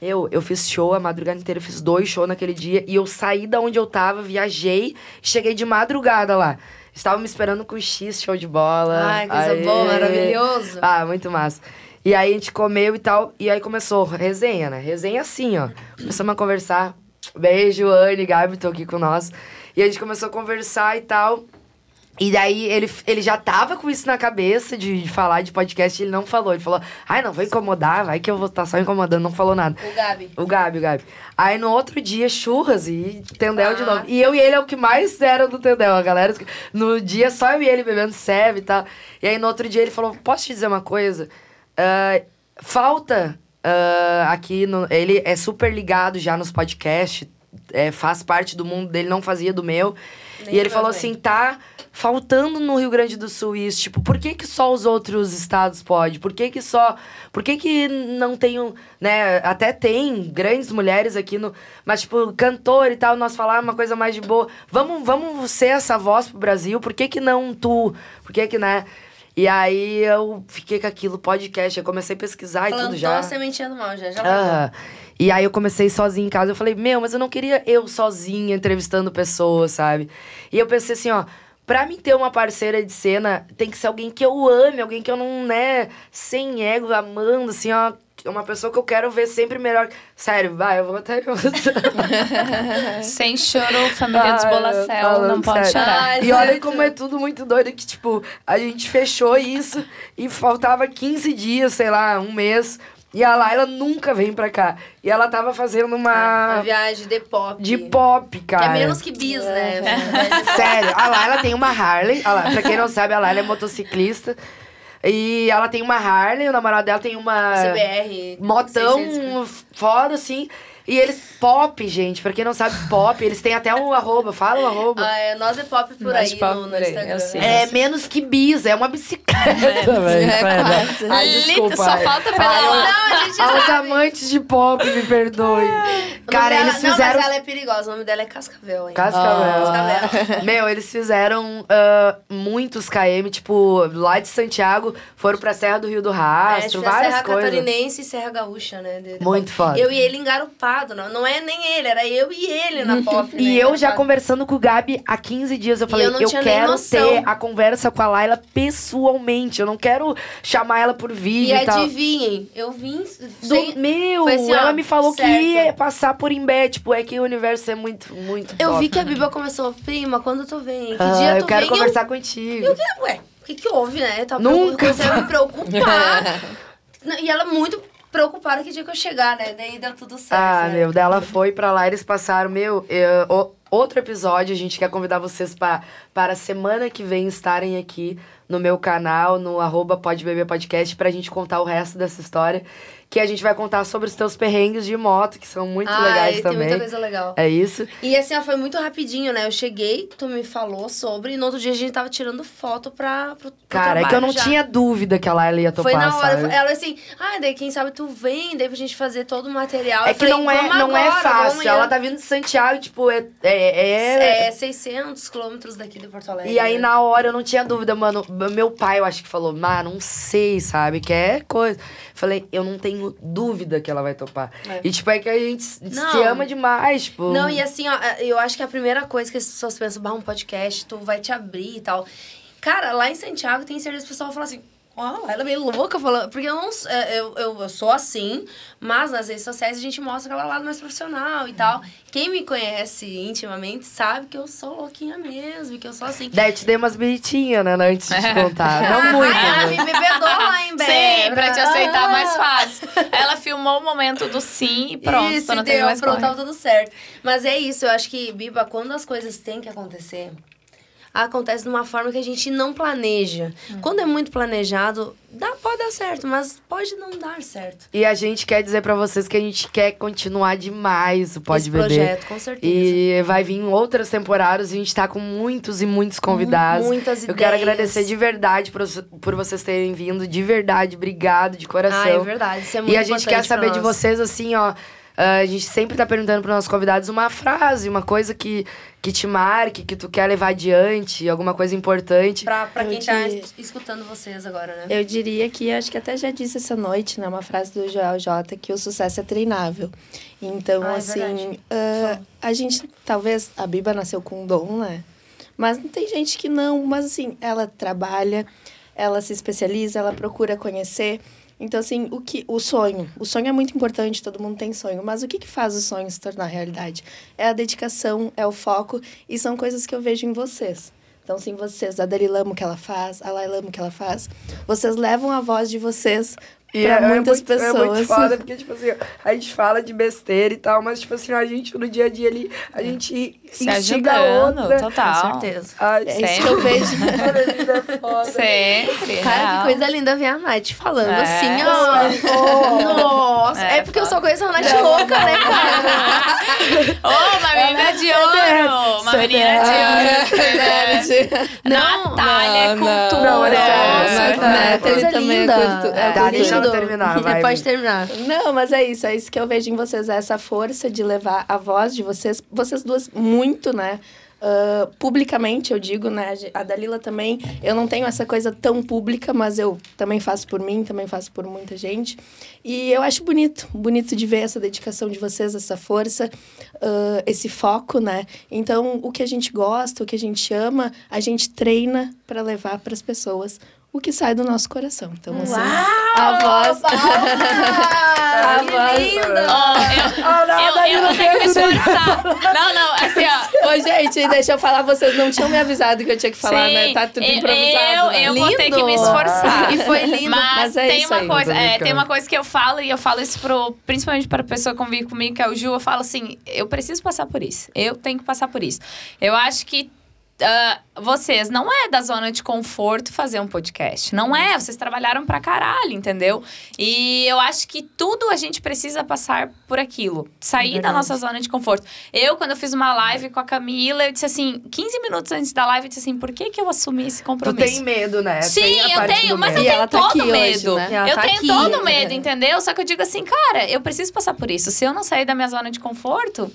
Speaker 2: Eu, eu fiz show a madrugada inteira, eu fiz dois shows naquele dia e eu saí da onde eu tava, viajei, cheguei de madrugada lá. Estavam me esperando com X, show de bola.
Speaker 1: Ai, coisa
Speaker 2: Aê.
Speaker 1: boa, maravilhoso.
Speaker 2: Ah, muito massa. E aí a gente comeu e tal, e aí começou resenha, né? Resenha assim, ó. Começamos a conversar. Beijo, Anne, Gabi, tô aqui com nós. E a gente começou a conversar e tal. E daí ele, ele já tava com isso na cabeça de, de falar de podcast, e ele não falou. Ele falou, ai, não vou incomodar, vai que eu vou estar só incomodando, não falou nada.
Speaker 1: O Gabi.
Speaker 2: O Gabi, o Gabi. Aí no outro dia, churras e Tendel de
Speaker 1: Ah.
Speaker 2: novo. E eu e ele é o que mais eram do Tendel, a galera. No dia só eu e ele bebendo serve e tal. E aí no outro dia ele falou: Posso te dizer uma coisa? Ah, falta ah, aqui. no- ele é super ligado já nos podcasts, é, faz parte do mundo dele, não fazia do meu.
Speaker 1: Nem
Speaker 2: e ele
Speaker 1: do
Speaker 2: falou
Speaker 1: meu
Speaker 2: assim: tá faltando no Rio Grande do Sul isso. Tipo, por que, que só os outros estados podem? Por que, que só. Por que, que não tem. um- Né, até tem grandes mulheres aqui no. Mas, tipo, cantor e tal, nós falar é uma coisa mais de boa. Vamos, vamos ser essa voz pro Brasil? Por que, que não tu? Por que, que, né? E aí eu fiquei com aquilo, podcast. Eu comecei a pesquisar e
Speaker 1: Plantou
Speaker 2: tudo já. Ah.
Speaker 1: a sementinha do mal, já. já plantou.
Speaker 2: Aham. E aí eu comecei sozinha em casa. Eu falei, meu, mas eu não queria eu sozinha entrevistando pessoas, sabe? E eu pensei assim, ó. Pra mim ter uma parceira de cena, tem que ser alguém que eu ame, alguém que eu não, né, sem ego, amando, assim, ó. Uma pessoa que eu quero ver sempre melhor. Sério, vai, eu vou até.
Speaker 3: Sem choro, família dos
Speaker 2: Ah,
Speaker 3: Bolacel,
Speaker 2: falando
Speaker 3: não pode
Speaker 2: sério.
Speaker 3: chorar.
Speaker 1: Ai,
Speaker 2: E olha
Speaker 1: gente.
Speaker 2: como é tudo muito doido, que, tipo, a gente fechou isso e faltava 15 dias, sei lá, um mês. E a Laila nunca vem pra cá. E ela tava fazendo
Speaker 1: Uma
Speaker 2: uma.
Speaker 1: viagem de pop.
Speaker 2: De pop,
Speaker 1: Que
Speaker 2: cara.
Speaker 1: é menos que bis, né?
Speaker 2: Sério, a Laila tem uma Harley. A La- Pra quem não sabe, a Laila é motociclista. E ela tem uma Harley, o namorado dela tem uma
Speaker 1: CBR.
Speaker 2: motão fora, assim. E eles, pop, gente, pra quem não sabe, pop, eles têm até um arroba, fala o arroba.
Speaker 1: Ah, é, nós é pop por
Speaker 3: Nós
Speaker 1: aí
Speaker 3: pop
Speaker 1: no, no
Speaker 3: por aí, eu
Speaker 1: Instagram.
Speaker 3: sei.
Speaker 2: É menos que bis, é uma bicicleta, velho.
Speaker 4: é quase.
Speaker 2: Ai,
Speaker 3: Lito,
Speaker 2: desculpa.
Speaker 3: só falta pela
Speaker 2: Ai, eu-
Speaker 3: hora.
Speaker 1: Não, a gente sabe.
Speaker 2: Aos amantes de pop, me perdoem.
Speaker 1: O nome
Speaker 2: Cara,
Speaker 1: dela-
Speaker 2: eles
Speaker 1: Não,
Speaker 2: fizeram
Speaker 1: mas ela Ah, tá é perigosa. O nome dela é Cascavel, hein?
Speaker 2: Cascavel.
Speaker 1: Cascavel.
Speaker 2: Meu, eles fizeram ah, muitos KM, tipo, lá de Santiago, foram pra Serra do Rio do
Speaker 1: É,
Speaker 2: Rastro,
Speaker 1: tipo,
Speaker 2: Ah, várias
Speaker 1: Serra
Speaker 2: coisas.
Speaker 1: Catarinense e Serra Gaúcha, né? De- de
Speaker 2: Muito
Speaker 1: pop.
Speaker 2: foda.
Speaker 1: Eu e ele engarupado. Não, não é nem ele, era eu e ele na pop. né,
Speaker 2: E eu já
Speaker 1: engarupado.
Speaker 2: conversando com o Gabi há 15 dias, eu falei,
Speaker 1: eu não
Speaker 2: eu,
Speaker 1: tinha nem
Speaker 2: quero
Speaker 1: noção.
Speaker 2: ter a conversa com a Laila pessoalmente. Eu não quero chamar ela por
Speaker 1: E
Speaker 2: vídeo e, tal.
Speaker 1: adivinhem, eu vim
Speaker 2: Do-
Speaker 1: sem...
Speaker 2: Meu,
Speaker 1: Foi assim, ó,
Speaker 2: ela me falou
Speaker 1: certo.
Speaker 2: que ia passar por Imbé. Tipo, é que o universo é muito, muito
Speaker 1: Eu
Speaker 2: top.
Speaker 1: vi que a Biba começou, prima, quando tu vem? Que um
Speaker 2: Ah,
Speaker 1: dia tu
Speaker 2: eu quero
Speaker 1: vem?
Speaker 2: conversar contigo.
Speaker 1: Eu, eu quero, ué, o que que houve, né? Eu tava
Speaker 2: Nunca.
Speaker 1: preocup- Eu comecei a me preocupar.
Speaker 3: Tá.
Speaker 1: Não, e ela muito preocupada que dia que eu chegar, né? Daí deu tudo certo.
Speaker 2: Ah,
Speaker 1: né?
Speaker 2: meu, dela foi pra lá, eles passaram, meu, eu- o- outro episódio, a gente quer convidar vocês pra, para a semana que vem estarem aqui no meu canal, no arroba Pode Beber Podcast, pra gente contar o resto dessa história, que a gente vai contar sobre os teus perrengues de moto, que são muito
Speaker 1: Ai,
Speaker 2: legais
Speaker 1: tem
Speaker 2: também.
Speaker 1: muita coisa legal.
Speaker 2: É isso?
Speaker 1: E assim, ó, foi muito rapidinho, né? Eu cheguei, tu me falou sobre, e no outro dia a gente tava tirando foto pra, pro, pro
Speaker 2: Cara, é que eu
Speaker 1: trabalho
Speaker 2: não
Speaker 1: já.
Speaker 2: tinha dúvida que a Laila ia topar,
Speaker 1: Foi na hora,
Speaker 2: sabe?
Speaker 1: eu fa- ela assim, ah, daí quem sabe tu vem, daí pra gente fazer todo o material.
Speaker 2: É
Speaker 1: Eu
Speaker 2: que
Speaker 1: falei,
Speaker 2: não é,
Speaker 1: "Vamos
Speaker 2: não é
Speaker 1: agora, vamos
Speaker 2: fácil.
Speaker 1: amanhã."
Speaker 2: Ela tá vindo de Santiago, tipo, é- é, é,
Speaker 1: É, 600 quilômetros daqui do Porto Alegre.
Speaker 2: E aí,
Speaker 1: né?
Speaker 2: na hora, eu não tinha dúvida, mano. B- Meu pai, eu acho que falou, ah, não sei, sabe? Que é coisa. Falei, eu não tenho dúvida que ela vai topar.
Speaker 1: É.
Speaker 2: E, tipo, é que a gente s-
Speaker 1: Não.
Speaker 2: se ama demais, tipo.
Speaker 1: Não, e assim, ó, eu acho que a primeira coisa que as pessoas pensam, bah, um podcast, tu vai te abrir e tal. Cara, lá em Santiago tem certeza que o pessoal fala assim, ó, ela é meio louca falando. Porque eu não. s- é, Eu, eu, eu sou assim, mas nas redes sociais a gente mostra aquela lado mais profissional e tal. Quem me conhece intimamente sabe que eu sou louquinha mesmo, e que eu sou assim.
Speaker 2: Daí eu te dei umas bonitinhas, né, né, antes de te contar. Não muito,
Speaker 1: Ah,
Speaker 2: né?
Speaker 1: me, me perdoa, hein, Bebra.
Speaker 3: é Sim, pra te aceitar
Speaker 1: Ah.
Speaker 3: mais fácil. Ela filmou o momento do sim e pronto,
Speaker 1: Isso,
Speaker 3: não
Speaker 1: deu,
Speaker 3: tem mais
Speaker 1: pronto,
Speaker 3: corre.
Speaker 1: tava tudo certo. Mas é isso, eu acho que, Biba, quando as coisas têm que acontecer, acontece de uma forma que a gente não planeja.
Speaker 2: Hum.
Speaker 1: Quando é muito planejado, dá, pode dar certo, mas pode não dar certo.
Speaker 2: E a gente quer dizer pra vocês que a gente quer continuar demais o Pode
Speaker 1: Esse
Speaker 2: Beber.
Speaker 1: projeto, é com certeza.
Speaker 2: E vai vir outras temporadas, a gente tá com muitos e muitos convidados.
Speaker 1: Muitas
Speaker 2: Eu
Speaker 1: ideias.
Speaker 2: quero agradecer de verdade por, por vocês terem vindo, de verdade, obrigado, de coração.
Speaker 1: Ah, é verdade, isso é muito
Speaker 2: e a gente quer
Speaker 1: importante pra
Speaker 2: saber de
Speaker 1: nós.
Speaker 2: vocês, assim, ó. ah, a gente sempre tá perguntando pros nossos convidados uma frase, uma coisa que, que te marque, que tu quer levar adiante, alguma coisa importante.
Speaker 1: Pra, pra quem
Speaker 4: Eu
Speaker 1: tá
Speaker 4: te-
Speaker 1: es- escutando vocês agora, né?
Speaker 4: Eu diria que, acho que até já disse essa noite, né? Uma frase do Joel J que o sucesso é treinável. Então,
Speaker 1: Ah, é
Speaker 4: assim,
Speaker 1: verdade.
Speaker 4: ah, a gente, talvez, a Biba nasceu com um dom, né? Mas não tem gente que não, mas assim, ela trabalha, ela se especializa, ela procura conhecer. Então, assim, o que o sonho. O sonho é muito importante, todo mundo tem sonho. Mas o que, que faz o sonho se tornar realidade? É a dedicação, é o foco, e são coisas que eu vejo em vocês. Então, sim, vocês, a Dalila ama o que ela faz, a Laila ama o que ela faz. Vocês levam a voz de vocês
Speaker 5: E
Speaker 4: pra muitas
Speaker 5: muito,
Speaker 4: pessoas.
Speaker 5: É muito foda, porque, tipo assim, a gente fala de besteira e tal, mas, tipo assim, a gente, no dia a dia ali, a gente
Speaker 3: É. Se
Speaker 5: instiga a
Speaker 3: ajudando,
Speaker 5: outra.
Speaker 2: É
Speaker 3: total.
Speaker 1: Com certeza.
Speaker 5: Ai,
Speaker 4: É
Speaker 3: Sempre.
Speaker 4: isso que eu vejo.
Speaker 5: é foda.
Speaker 2: É
Speaker 3: Sempre.
Speaker 1: Cara,
Speaker 3: real.
Speaker 1: que coisa linda ver a Nath falando
Speaker 3: É.
Speaker 1: assim, ó. Nossa, é,
Speaker 3: É,
Speaker 1: porque eu só conheço a Nath louca, né, cara?
Speaker 3: Ô, uma menina de ouro! Uma menina É de
Speaker 4: Ah, é
Speaker 3: ouro. você
Speaker 1: Não,
Speaker 3: Natália,
Speaker 4: não,
Speaker 3: é cultura.
Speaker 1: né?
Speaker 5: não, é sério,
Speaker 3: Nossa,
Speaker 5: sério.
Speaker 3: cara.
Speaker 5: Natália
Speaker 1: coisa
Speaker 4: também é
Speaker 1: linda.
Speaker 4: cultu- é
Speaker 2: Tá, deixa
Speaker 1: lindo.
Speaker 2: ela terminar, vai.
Speaker 1: Pode terminar.
Speaker 4: Não, mas é isso, é isso que eu vejo em vocês, é essa força de levar a voz de vocês, vocês duas muito, né? ah, publicamente, eu digo, né? A Dalila também, eu não tenho essa coisa tão pública, mas eu também faço por mim, também faço por muita gente. E eu acho bonito, bonito de ver essa dedicação de vocês, essa força, ah, esse foco, né? Então, o que a gente gosta, o que a gente ama, a gente treina para levar para as pessoas o que sai do nosso coração. Então, assim, a voz.
Speaker 1: Ah, que linda!
Speaker 3: Ó,
Speaker 5: Ah, não,
Speaker 3: eu, eu, eu vou ter que me esforçar. Não, não, assim, ó.
Speaker 4: Ô, gente, deixa eu falar, vocês não tinham me avisado que eu tinha que falar,
Speaker 3: Sim,
Speaker 4: né? Tá tudo
Speaker 3: eu-
Speaker 4: improvisado.
Speaker 3: Eu,
Speaker 4: né?
Speaker 3: eu vou ter que me
Speaker 1: Lindo.
Speaker 3: esforçar.
Speaker 1: E foi lindo,
Speaker 3: Mas,
Speaker 4: mas é
Speaker 3: tem
Speaker 4: isso
Speaker 3: uma
Speaker 4: aí.
Speaker 3: coisa,
Speaker 2: Não tô
Speaker 3: é,
Speaker 2: brincando.
Speaker 3: tem uma coisa que eu falo, e eu falo isso pro, principalmente para a pessoa que convive comigo, que é o Ju, eu falo assim, eu preciso passar por isso. Eu tenho que passar por isso. Eu acho que ah, vocês, não é da zona de conforto fazer um podcast. Não é, vocês trabalharam pra caralho, entendeu? E eu acho que tudo a gente precisa passar por aquilo. Sair da nossa zona de conforto. Eu, quando eu fiz uma live com a Camila, eu disse assim, 15 minutos antes da live, eu disse assim, por que, que eu assumi esse
Speaker 2: Tu
Speaker 3: compromisso?
Speaker 2: tem medo, né?
Speaker 3: Sim,
Speaker 2: Tem a
Speaker 3: eu
Speaker 2: parte
Speaker 3: tenho,
Speaker 2: do
Speaker 3: mas
Speaker 2: medo.
Speaker 3: eu
Speaker 4: E
Speaker 3: tenho
Speaker 4: ela tá
Speaker 3: todo
Speaker 4: aqui
Speaker 3: medo.
Speaker 4: hoje, né?
Speaker 1: Ela
Speaker 3: Eu
Speaker 1: tá
Speaker 3: tenho
Speaker 1: aqui.
Speaker 3: todo medo, entendeu? Só que eu digo assim, cara, eu preciso passar por isso. Se eu não sair da minha zona de conforto,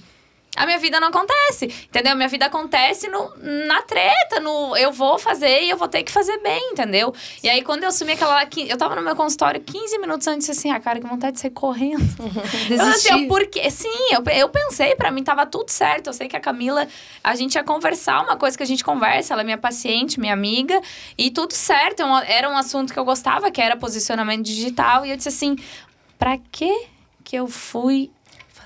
Speaker 3: a minha vida não acontece, entendeu? Minha vida acontece no, na treta, no eu vou fazer e eu vou ter que fazer bem, entendeu? E aí, quando eu assumi aquela lá, que- eu tava no meu consultório 15 minutos antes, assim, ah, cara, que vontade de sair correndo. Eu, não sei o porquê. Sim, eu, eu pensei, pra mim tava tudo certo. Eu sei que a Camila, a gente ia conversar uma coisa que a gente conversa. Ela é minha paciente, minha amiga, e tudo certo. é um- Era um assunto que eu gostava, que era posicionamento digital. E eu disse assim: pra que que eu fui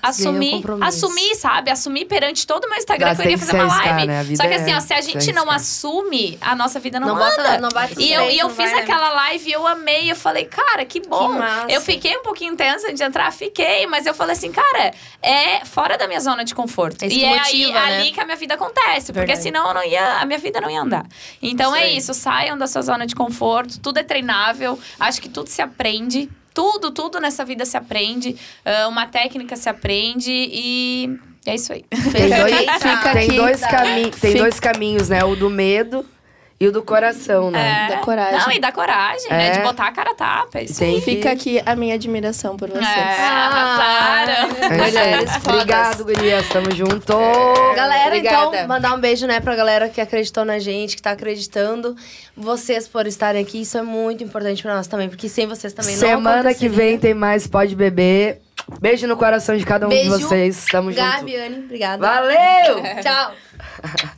Speaker 1: o
Speaker 3: assumir?
Speaker 1: compromisso.
Speaker 3: Assumir, sabe? Assumir perante todo o meu Instagram
Speaker 2: Mas
Speaker 3: que eu iria
Speaker 2: tem que
Speaker 3: fazer uma
Speaker 2: se arriscar,
Speaker 3: live.
Speaker 2: né? A vida
Speaker 3: Só que assim, ó,
Speaker 2: é
Speaker 3: se a gente
Speaker 2: se
Speaker 3: não
Speaker 2: arriscar.
Speaker 3: assume, a nossa vida não,
Speaker 1: Não
Speaker 3: anda.
Speaker 1: bota, não bate
Speaker 3: E eu, e eu fiz aquela live e eu amei. Eu falei, cara, que bom.
Speaker 1: Que massa.
Speaker 3: eu fiquei um pouquinho tensa de entrar, fiquei, mas eu falei assim, cara, é fora da minha zona de conforto.
Speaker 1: Isso
Speaker 3: e
Speaker 1: que
Speaker 3: é
Speaker 1: motiva,
Speaker 3: aí,
Speaker 1: né?
Speaker 3: ali que a minha vida acontece, porque
Speaker 1: Verdade.
Speaker 3: senão eu não ia, a minha vida não ia andar. Então é
Speaker 1: Isso aí.
Speaker 3: isso, saiam da sua zona de conforto, tudo é treinável, acho que tudo se aprende. Tudo, tudo nessa vida se aprende. ah, uma técnica se aprende e é isso aí.
Speaker 1: né?
Speaker 2: Tem dois,
Speaker 1: Fica
Speaker 2: tem
Speaker 1: aqui. então.
Speaker 2: dois, cami tem
Speaker 1: Fica-
Speaker 2: dois caminhos, né? O do medo e o do coração,
Speaker 1: É.
Speaker 2: né?
Speaker 4: Da coragem.
Speaker 3: Não, e da coragem, né?
Speaker 2: É.
Speaker 3: De botar a cara a tapa. é Isso
Speaker 2: Tem que-
Speaker 4: Fica aqui a minha admiração por vocês.
Speaker 3: É,
Speaker 1: Ah.
Speaker 3: arrasaram.
Speaker 2: É isso aí.
Speaker 1: Mulheres fodas.
Speaker 2: Obrigado, gurias. Tamo junto.
Speaker 1: Galera,
Speaker 4: Obrigada.
Speaker 1: então, mandar um beijo, né, pra galera que acreditou na gente, que tá acreditando. Vocês por estarem aqui, isso é muito importante pra nós também, porque sem vocês também não
Speaker 2: Semana que
Speaker 1: aconteceria.
Speaker 2: vem tem mais Pode Beber. Beijo no coração de cada um
Speaker 1: Beijo,
Speaker 2: de vocês. Tamo junto.
Speaker 1: Gabi, Anne, obrigada.
Speaker 2: Valeu!
Speaker 1: Tchau.